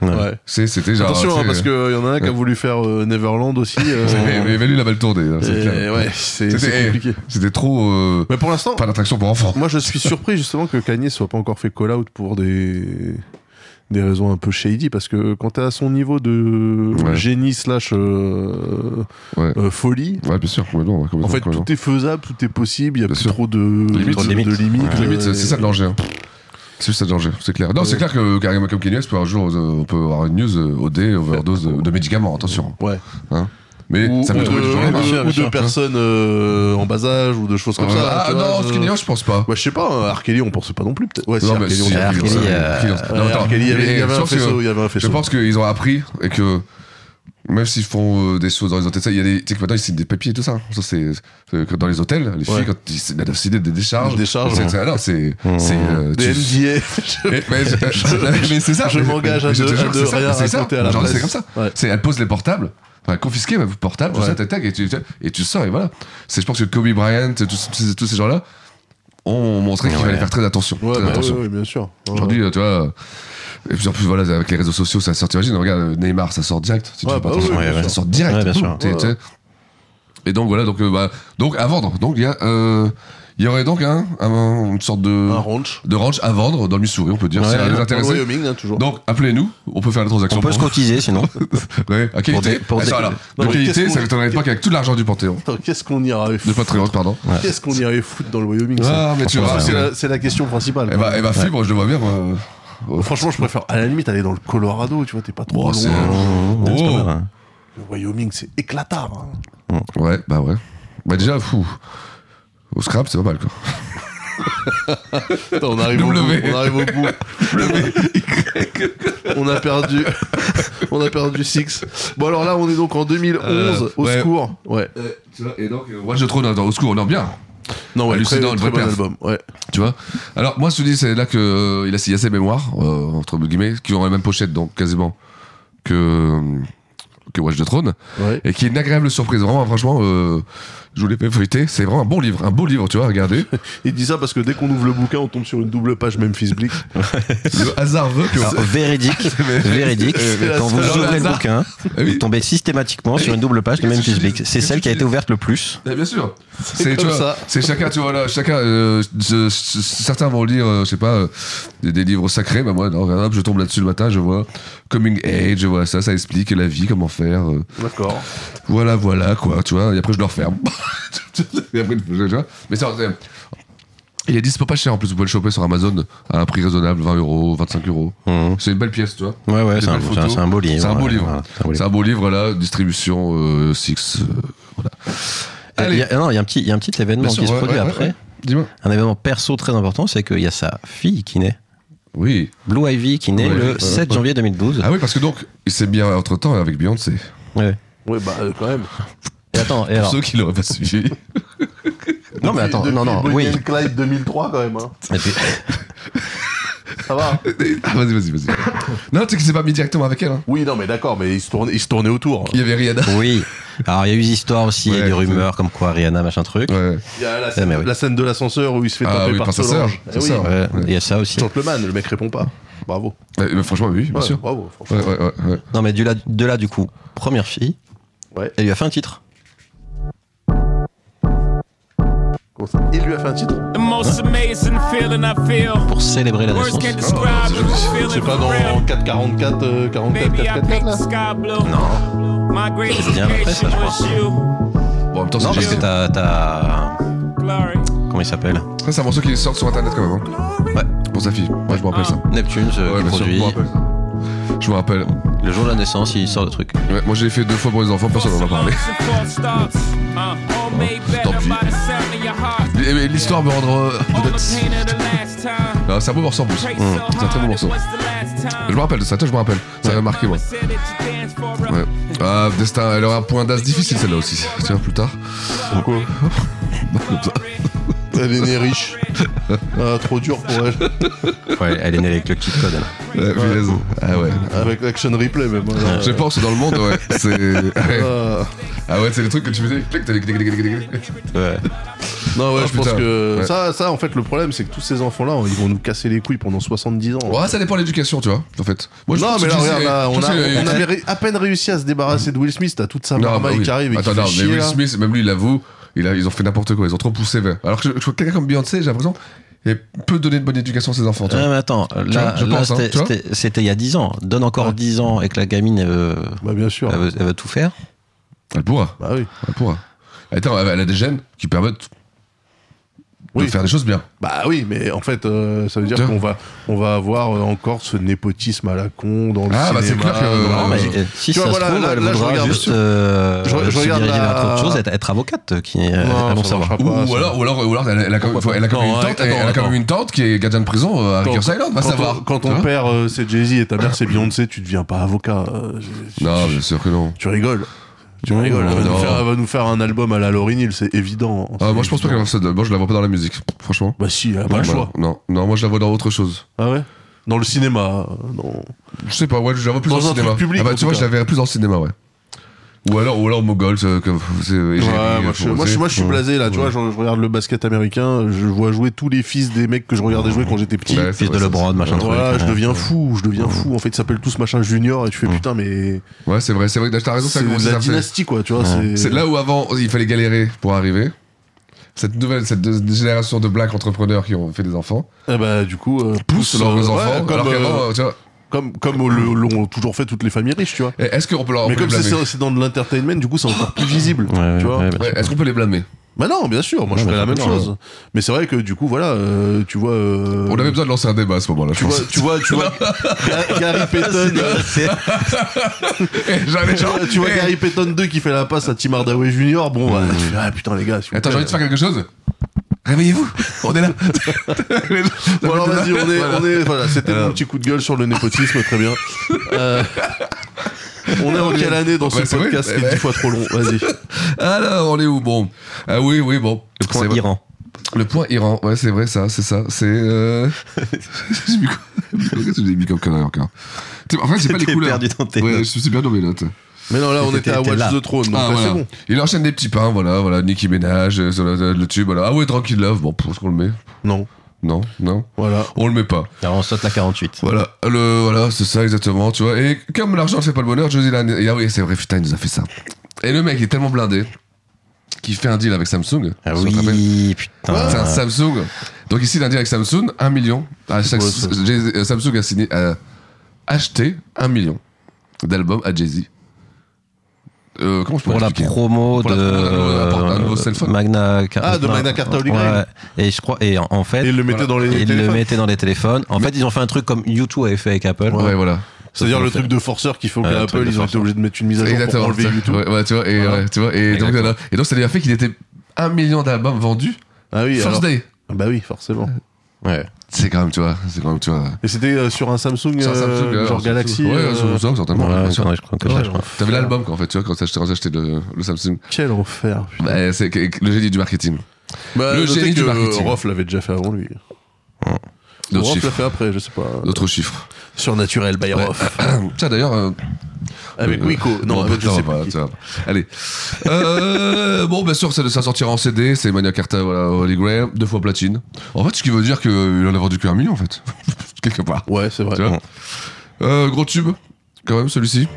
B: Ouais. C'est- C'était genre.
A: Attention,
B: tu
A: hein,
B: sais,
A: parce qu'il y en a un qui a
B: Ah, ouais.
A: voulu faire euh, Neverland aussi. euh,
B: [LAUGHS] Mais, mais, mais lui, il a mal tourné. hein, c'est
A: Et
B: clair.
A: Euh, ouais, c'est-
B: C'était- eh,
A: c'est compliqué.
B: C'était trop. euh,
A: Mais pour l'instant,
B: pas d'attraction pour enfants.
A: moi je suis surpris justement que Kanye soit pas encore fait call out pour des des raisons un peu shady parce que quand t'es à son niveau de
B: Ouais.
A: génie slash euh,
B: Ouais.
A: euh, folie,
B: Ouais, bien sûr. ouais, non, ouais,
A: en
B: complètement,
A: fait
B: complètement.
A: tout est faisable, tout est possible, il y a plus
B: sûr.
A: trop de
B: Limite,
A: de- de
B: limite.
A: limites.
B: Ouais. Limite, c'est-
A: euh,
B: c'est ça le danger. hein. C'est juste ça le danger, c'est clair. Non, c'est
A: Ouais.
B: clair que carrément comme Kanye West, peut un jour, euh, on peut avoir une news euh, OD, overdose de, de médicaments, attention.
A: Ouais.
B: Hein mais
A: ou,
B: ça
A: ou
B: peut
A: de,
B: trouver du hein. jour au lendemain.
A: ou de personnes euh, en bas âge ou de choses comme
B: Ouais.
A: ça.
B: Ah
A: tu vois,
B: non,
A: je-
B: Skinny, je pense pas.
A: Bah, je sais pas, hein, R. Kelly, on pense pas non plus, peut-être. Ouais, si,
B: Non,
A: R.
B: mais
A: Kelly, on
B: si,
A: y
B: R.
A: pense.
B: Kelly, euh,
A: Ouais,
B: non,
A: R.
B: attends,
A: Kelly, il y avait-
B: mais
A: il y avait
B: je
A: un
B: pense que-
A: faisceau, il y avait un faisceau.
B: Je pense qu'ils ont appris et que même s'ils font euh, des choses dans les hôtels, ça, il y a des, tu sais que maintenant ils signent des papiers et tout ça. Ça, c'est c'est que dans les hôtels, les filles
A: Ouais.
B: quand ils signent doivent signer des décharges,
A: Des décharges,
B: c'est-
A: ouais.
B: c'est- alors, c'est c'est, euh,
A: Des
B: tu-
A: MDA.
B: mais, mais- mais c'est
A: [LAUGHS]
B: ça.
A: Je m'engage à
B: Je te
A: deux-
B: jure
A: à
B: que
A: deux
B: c'est ça,
A: rien
B: c'est ça.
A: raconter à la
B: Aujourd'hui, c'est comme
A: presse.
B: ça. C'est elle pose les portables. Enfin, confisquer votre portable, tout
A: Ouais.
B: ça, tac, tac, et tu, et tu sors, et voilà. C'est, je pense que Kobe Bryant, tous, tous- tous ces gens-là, ont montré qu'il
A: Ouais.
B: fallait faire très attention.
A: Ouais,
B: très
A: bah,
B: attention.
A: ouais, ouais, bien sûr. Ouais,
B: Aujourd'hui, euh, tu vois, et puis en plus, voilà, avec les réseaux sociaux, ça sort, t'imagines, regarde, euh, Neymar, ça sort direct. Si tu
A: Ouais,
B: fais pas
A: bah
B: attention,
A: oui, bien
B: ça
A: sûr.
B: sort direct.
C: Ouais, bien
B: boum,
C: sûr.
B: t'es-
A: Ouais.
B: t'es- Et donc, voilà, donc, euh, bah, donc à vendre. Donc, il y a, euh, il y aurait donc un, un- une sorte de.
A: Un ranch.
B: De ranch à vendre dans le Missouri, on peut euh, dire,
A: Ouais,
B: si ça
A: dans
B: les
A: le
B: intéresse.
A: Wyoming, hein, toujours.
B: Donc, appelez-nous, on peut faire la transaction.
C: On peut se cotiser sinon.
B: Ouais, à
C: Pour
B: qualité.
C: des- pour
B: Attends,
C: des-
B: alors,
A: Non,
B: de
A: mais
B: qualité,
A: qu'est-ce
B: ça
A: qu'on-
B: ne t'arrête pas qu'avec tout l'argent du Panthéon.
A: Attends, Qu'est-ce qu'on ira
B: De Patreon, pardon.
A: Qu'est-ce qu'on irait foutre dans le Wyoming ça
B: Ah, mais tu
A: Parce
B: vois,
A: que
B: c'est
A: c'est
B: la-
A: la- C'est la question principale.
B: Eh
A: quoi.
B: bah, eh bah,
A: Ouais.
B: fibre, je le vois bien, moi. Oh,
A: Franchement, je préfère à la limite aller dans le Colorado, tu vois, t'es pas trop
B: Oh, c'est-
A: loin.
B: Oh.
A: C'est pas mal, hein. Le Wyoming, c'est éclatard. hein.
B: Ouais, bah ouais. Bah déjà, fou. Au scrap, c'est pas mal, quoi.
A: Attends, on arrive au bout.
B: W.
A: On arrive au bout. on a perdu. on a perdu Six. Bon alors là, on est donc en 2011.
B: Euh,
A: au
B: ouais.
A: secours. Ouais.
B: Euh, tu vois, et donc, euh, Watch the Throne, attends, au secours, non, bien.
A: Non, ouais, très,
B: Hallucinant, une
A: très
B: vraie
A: bon
B: perf.
A: album. Ouais.
B: Tu vois Alors, moi, je te dis, c'est là que euh, il a, il y a ses mémoires, euh, entre guillemets, qui ont la même pochette, donc quasiment, que, que Watch the Throne.
A: Ouais.
B: Et qui est une agréable surprise. Vraiment, franchement, euh, je vous l'ai fait feuilleter. C'est vraiment un bon livre, un beau livre, tu vois, [LAUGHS] regardez.
A: Il dit ça parce que dès qu'on ouvre le bouquin, on tombe sur une double page Memphis Bleak.
B: le hasard veut que.
C: Alors, véridique, véridique.
A: C'est la
C: Quand vous
A: seule-
C: ouvrez le
B: hasard.
C: bouquin,
B: Ah oui.
C: vous tombez systématiquement sur une double page de
B: Qu'est-ce que
C: Memphis
B: je
C: Bleak.
B: dis
C: C'est celle qui a été ouverte le plus.
B: Eh bien sûr.
A: C'est
B: tu
A: comme
B: vois,
A: ça.
B: C'est chacun, tu vois là, chacun. euh, je- je- certains vont lire, euh, je sais pas, euh, des, des livres sacrés. Bah moi, non, regarde, hop, je tombe là-dessus le matin, je vois Coming Age, je vois ça, ça explique la vie, comment faire. euh,
A: D'accord.
B: voilà, voilà, quoi, tu vois. Et après, je le referme. [LAUGHS] et après, je- tu vois. Mais ça, c'est- il est dispo pas cher en plus, vous pouvez le choper sur Amazon à un prix raisonnable, 20 euros, 25 euros. C'est une belle pièce, tu vois.
C: Ouais, Mmh. ouais,
B: Des
C: c'est un-
B: belles
C: c'est un-
B: photos.
C: c'est un beau livre,
B: C'est un beau
C: ouais,
B: livre.
C: voilà, c'est un beau
B: c'est un beau livre, là, distribution 6. voilà.
C: Il Euh, y a, non, il y a un petit, il y a un petit événement
B: Bien sûr,
C: qui se
B: ouais,
C: produit
B: ouais, ouais,
C: après.
B: ouais. Dis-moi.
C: Un événement perso très important, c'est qu'il y a sa fille qui naît.
B: Oui.
C: Blue Ivy qui naît
B: Ouais,
C: le
B: ouais,
C: 7
B: ouais.
C: janvier 2012.
B: Ah oui, parce que donc, il s'est bien entre temps avec Beyoncé.
C: Ouais.
A: Ouais, bah euh, quand même.
C: Et attends, et
B: Pour
C: alors
B: ceux qui l'auraient pas suivi.
C: [LAUGHS] Non, mais attends,
A: Depuis-
C: non, non,
A: depuis
C: oui.
A: Bonnie and Clyde 2003 quand même. hein.
C: Et puis-
A: Ça va.
B: Ah, vas-y, vas-y, vas-y. Non, tu sais qu'il s'est pas mis directement avec elle. hein.
A: Oui, non, mais d'accord, mais ils se tournaient, ils se tournaient autour.
B: Il y avait Rihanna.
C: Oui. Alors, il y a eu des histoires aussi, il y a
B: Ouais,
C: des
B: c'est-
C: rumeurs comme quoi Rihanna, machin truc.
B: Ouais.
A: Il y a la
C: Ah,
A: scène,
C: mais oui.
A: la scène de l'ascenseur où il se fait
B: Ah
A: taper
B: oui,
A: par
B: par sa
A: Solange.
B: sœur,
A: Eh
B: sa
A: oui.
B: sœur.
C: Ouais, Il y a ça aussi.
A: Gentleman, le mec répond pas. Bravo.
B: Euh, bah, franchement, oui, bien
A: Ouais,
B: sûr.
A: Bravo. franchement.
B: Ouais, ouais, ouais, ouais.
C: Non, mais de là, de là, du coup, première fille,
A: Ouais.
C: elle lui a fait un titre.
A: Comment ça Il lui a fait un titre.
F: The most amazing feeling I feel.
C: Pour célébrer la
F: Words
C: naissance.
F: can't describe the
A: C'est
F: feeling
A: pas
F: for
A: dans
F: real.
A: 444, euh, 44,
F: Baby, I
A: 444
F: paint
A: là
F: the sky blue.
C: Non.
F: My greatest
C: Bien après, ça,
F: creation
C: je
F: was you.
B: Bon, en même temps,
C: Non,
B: c'est
C: parce que
B: juste-
C: t'as. t'as-
F: Glory.
C: Comment il s'appelle
B: Ça, Ah, c'est un morceau qui sort sur internet quand même. hein. Pour sa fille. Moi, je me rappelle ça.
C: Neptune, euh,
B: Ouais,
C: qui
B: bien sûr,
C: produit.
B: je me rappelle ça. Je me rappelle.
C: Le jour de la naissance, il sort le truc.
B: Ouais, moi, je l'ai fait deux fois pour les enfants, personne n'en
C: [LAUGHS]
B: a parlé.
F: False alarms and false starts. Uh, all made better
B: tant pis.
F: by the sound of your heart.
B: Mais- mais L'histoire me rendra. euh,
F: All the
B: honnête.
F: pain of the last time.
B: Ah, C'est un beau morceau en plus.
C: Mm.
F: Pray
B: C'est
F: so
B: un très beau
F: hard, it
B: morceau.
F: was the last time.
B: Je me rappelle de ça, toi, je me rappelle. Ça m'a marqué, moi.
F: Mama said that you dance for a-
B: Ouais. Ah, Destin, elle aura un point d'as difficile celle-là aussi. Tu vois, plus tard.
A: Pourquoi Elle est née riche. Ah, trop dur pour elle.
C: Ouais, elle est née avec le cheat code.
B: Ouais, punaise. Ah ouais.
A: Avec l'action replay même. hein.
B: Je pense dans le monde,
A: [LAUGHS]
B: ouais. C'est. ouais.
A: Ah.
B: Ah ouais, c'est le truc que tu faisais. Clic, clic, clic, clic, clic, clic.
C: Ouais.
A: Non, ouais,
B: Oh,
A: je pense
B: putain.
A: que
B: Ouais.
A: ça, ça, en fait, le problème, c'est que tous ces enfants-là, ils vont nous casser les couilles pendant 70 ans.
B: Ouais, ça dépend de l'éducation, tu vois, en fait. je
A: non,
B: pense
A: mais
B: que
A: là,
B: je
A: regarde,
B: disais-
A: là,
B: je
A: on,
B: pense
A: a-
B: que-
A: on avait ré- à peine réussi à se débarrasser de Will Smith, t'as toute sa
B: Non, bah
A: marmaille
B: oui.
A: qui arrive et qui
B: Attends, non,
A: fait
B: mais
A: chier,
B: Will
A: là.
B: Smith, même lui, il avoue, il a- ils ont fait n'importe quoi, ils ont trop poussé vers. Alors que je, je vois quelqu'un comme Beyoncé, j'ai l'impression, il peut donner de bonne éducation à ses enfants. tu vois.
C: Ouais, mais attends,
B: Tu vois,
C: là,
B: je
C: là,
B: pense, hein,
C: c'était-
B: tu vois.
C: c'était c'était il y a 10 ans. Donne encore 10 ans et que la gamine, elle veut,
A: Bah, bien sûr.
B: Ah,
C: Elle, veut, elle veut tout faire.
B: Elle pourra.
A: Bah oui.
B: Elle pourra. Attends, elle a des gènes qui permettent
A: Oui.
B: de faire des choses bien.
A: Bah oui, mais en fait, euh, ça veut dire qu'on va, on va avoir euh, encore ce népotisme à la con dans le
B: Ah, bah, c'est
A: cinéma,
B: clair que-
A: dans-
C: Non, mais,
A: Tu
C: euh, si
A: vois,
C: ça
A: voilà,
C: se trouve,
A: là-
C: elle
A: là, je
C: voudra
A: regarde-
C: juste euh,
A: je- je
C: se
A: regarde
C: diriger
A: la-
C: vers autre chose, être, être avocate, euh, qui
A: Non,
C: euh, elle
A: ah ça
C: va savoir.
A: marchera
B: Ou, ou alors, ou alors, ou alors, elle, elle a quand même,
A: Pourquoi
B: elle a quand même
A: pas
B: une
A: Non,
B: tante,
A: attends,
B: elle a quand
A: attends.
B: même une tante qui est gardien de prison euh, à
A: Quand-
B: Rikers Island, va
A: quand
B: savoir. Hein
A: ton- Quand
B: tu
A: ton
B: vois.
A: père euh, c'est Jay-Z et ta mère c'est Beyoncé, tu deviens pas avocat. euh, je-
B: Non, bien sûr que non.
A: Tu rigoles. Tu
B: Non,
A: rigoles. Elle va, nous
B: non.
A: faire, elle va nous faire un album à la Lauryn Hill, c'est évident.
B: Ah, moi, je pense pas qu'elle va faire ça. Moi, je la vois pas dans la musique, franchement.
A: Bah, si, elle a pas
B: Non,
A: le
B: moi,
A: choix.
B: Non, non, moi, je la vois dans autre chose.
A: Ah ouais Dans le cinéma. euh, Dans...
B: Je sais pas, ouais, je la vois plus
A: Dans
B: dans,
A: un
B: le cinéma.
A: truc public,
B: ah
A: en
B: bah, tu
A: tout
B: vois,
A: cas.
B: je la verrais plus dans le cinéma, ouais. Ou alors, ou alors Mogol, c'est. comme- c'est- et Jerry,
A: Ouais, moi,
B: euh,
A: je, moi, je- moi, je suis
B: ouais.
A: blasé là, tu
B: Ouais.
A: vois, je, je regarde le basket américain, je vois jouer tous les fils des mecs que je regardais jouer quand j'étais petit.
C: Ouais, Fils de LeBron, machin truc.
A: Voilà, je
C: Ouais.
A: deviens fou, je deviens fou. En fait, ils s'appellent tous machin junior et tu fais putain, mais.
B: Ouais, c'est vrai, c'est vrai, t'as raison, Ah,
A: C'est
B: ça
A: de
B: commence à
A: la
B: faire-
A: dynastie, euh. quoi, tu vois.
B: Ouais. C'est là où avant il fallait galérer pour arriver. Cette nouvelle, cette deux- génération de black entrepreneurs qui ont fait des enfants
A: Eh bah, du coup, euh,
B: poussent
A: pousse,
B: leurs
A: euh,
B: enfants.
A: ouais, comme,
B: alors qu'avant,
A: euh,
B: euh, tu vois,
A: comme, comme le- l'ont toujours fait toutes les familles riches, tu vois.
B: eh, est-ce qu'on peut leur
A: Mais
B: on peut
A: comme
B: les
A: c'est
B: blâmer
A: c'est dans de l'entertainment, du coup, c'est encore plus visible, tu vois.
B: Ouais, Est-ce qu'on peut les blâmer
A: Bah non, bien sûr, moi je
B: Ouais,
A: ferais la
B: bah,
A: même
B: non,
A: chose.
B: ouais.
A: Mais c'est vrai que du coup, voilà, euh, tu vois. euh,
B: On avait besoin de lancer un débat à ce moment-là. je
A: Tu vois,
B: pense.
A: tu vois, tu vois, Ga- Gary Payton. euh,
B: [LAUGHS] Eh, j'en ai-
A: tu vois, tu vois Gary Payton 2 qui fait la passe à Tim Hardaway Jr. Bon, bah, tu fais, ah putain, les gars. s'il vous
B: Attends,
A: plaît.
B: j'ai envie de faire quelque chose. Réveillez-vous, on est là. [LAUGHS]
A: Bon, alors vas-y, on est, on est, voilà, c'était
B: Alors.
A: mon petit coup de gueule sur le népotisme, très bien. Euh, on est en quelle année dans ce
B: Ouais, c'est vrai.
A: podcast qui
B: Ouais.
A: est 10 fois trop long Vas-y.
B: Alors, on est où Bon. Ah oui, oui, bon. Le
C: point Iran.
B: Le point Iran, ouais, c'est vrai, ça, c'est ça. C'est. Euh... [LAUGHS] j'ai mis quoi Qu'est-ce que j'ai mis comme connerie encore Tu sais, En fait, c'est pas les
C: T'es
B: couleurs.
C: perdu dans tes
B: ouais,
C: notes. bah,
B: je suis bien dans mes notes. Ah,
A: Mais non, là, Ah, on était à
C: t'es
A: Watch
C: là.
A: the Throne, donc là,
B: voilà.
A: c'est bon.
B: Il enchaîne des petits pains, voilà, voilà, Nicki Minaj, euh, le, le tube, voilà. Ah ouais, Tranquille Love, bon, pour ce qu'on le met.
A: Non.
B: Non, non.
A: Voilà.
B: On le met pas.
C: Alors, on saute la 48.
B: Voilà, le, voilà, c'est ça exactement, tu vois. Et comme l'argent ne fait pas le bonheur, Josie Lane. et Ah oui, c'est vrai, putain, il nous a fait ça. Et le mec il est tellement blindé qu'il fait un deal avec Samsung.
C: Ah
B: tu te
C: oui, putain.
A: Ah.
B: rappelles C'est un Samsung. Donc ici, il a un deal avec Samsung, 1 million. À chaque-
A: quoi, ça
B: Jay- euh, Samsung a signé, a acheté 1 million d'albums à Jay-Z. Euh, comment je pourrais
C: Pour la
B: expliquer
C: promo
B: Pour
C: de
B: la promo d'un nouveau- d'un nouveau- d'un nouveau cell phone.
C: Magna Car-
A: Ah, de
C: non,
A: Magna Carta Holy Grail.
C: ouais. Et je crois, et en- en fait,
A: Et ils le mettaient dans les
C: ils le
A: téléphones.
C: mettaient dans les téléphones. En fait, ils ont fait un truc comme YouTube avait fait avec Apple.
B: Ouais, voilà.
A: C'est-à-dire
C: qu'on
A: le
C: fait.
A: euh, truc de forceur qui faut que
C: Ouais, le
A: Apple,
C: truc de
A: ils ont été
C: forceur.
A: obligés de mettre une mise à jour pour enlever
B: ça.
A: YouTube.
B: Ouais, ouais, tu vois, et,
A: Voilà.
B: ouais, tu vois, et, donc,
C: Exactement.
B: voilà. et donc, ça lui a fait qu'il était 1 million d'albums vendus.
A: Ah oui,
B: First
A: alors-
B: Day.
A: Bah oui, forcément.
C: Ouais.
B: C'est quand même, tu vois, c'est quand même, tu vois.
A: Et c'était euh, sur un Samsung,
B: Sur un Samsung,
A: euh,
B: ouais,
A: genre
B: sur-
A: Galaxy.
B: Ouais,
A: euh,
B: sur Samsung, certainement.
C: Ouais,
B: bien sûr.
C: ouais, je crois que ça, je crois.
B: T'avais l'album, quand en fait, tu vois, quand t'as acheté- quand j'ai acheté le, le Samsung.
A: Quel enfer. putain.
B: Bah, c'est que- que le génie du marketing.
A: Bah,
B: le
A: notez
B: génie du
A: que
B: marketing.
A: Roth l'avait déjà fait avant lui.
B: D'autres
A: Roth l'a
B: chiffres.
A: fait après, je sais pas.
B: D'autres chiffres.
A: Surnaturel, by Roth.
B: Tiens, d'ailleurs. euh,
A: Avec
B: euh,
A: Wiko. Non,
B: bah,
A: avec je
B: ça
A: sais
B: va
A: pas.
B: pas,
A: qui.
B: ça va pas. Allez. Euh, bon, bien sûr, ça, ça sortira en CD. C'est Mania Carta, voilà, Holy Grail, deux fois platine. En fait, ce qui veut dire qu'il en a vendu qu'un million, en fait. [LAUGHS] Quelque part.
A: Ouais, c'est vrai.
B: Tu vois Euh, gros tube, quand même, celui-ci.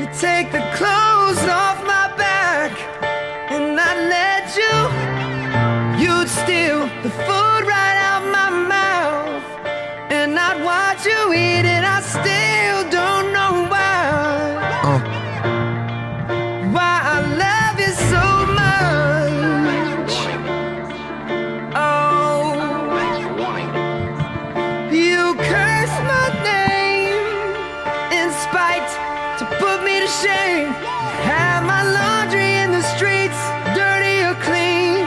E: You take the clothes off my back and I let you. You'd steal the food right out my mouth and I'd watch you eat it. I still don't know why. Why I love you so much. Oh, you curse my name in spite to put me to shame. Have my laundry in the streets, dirty or clean.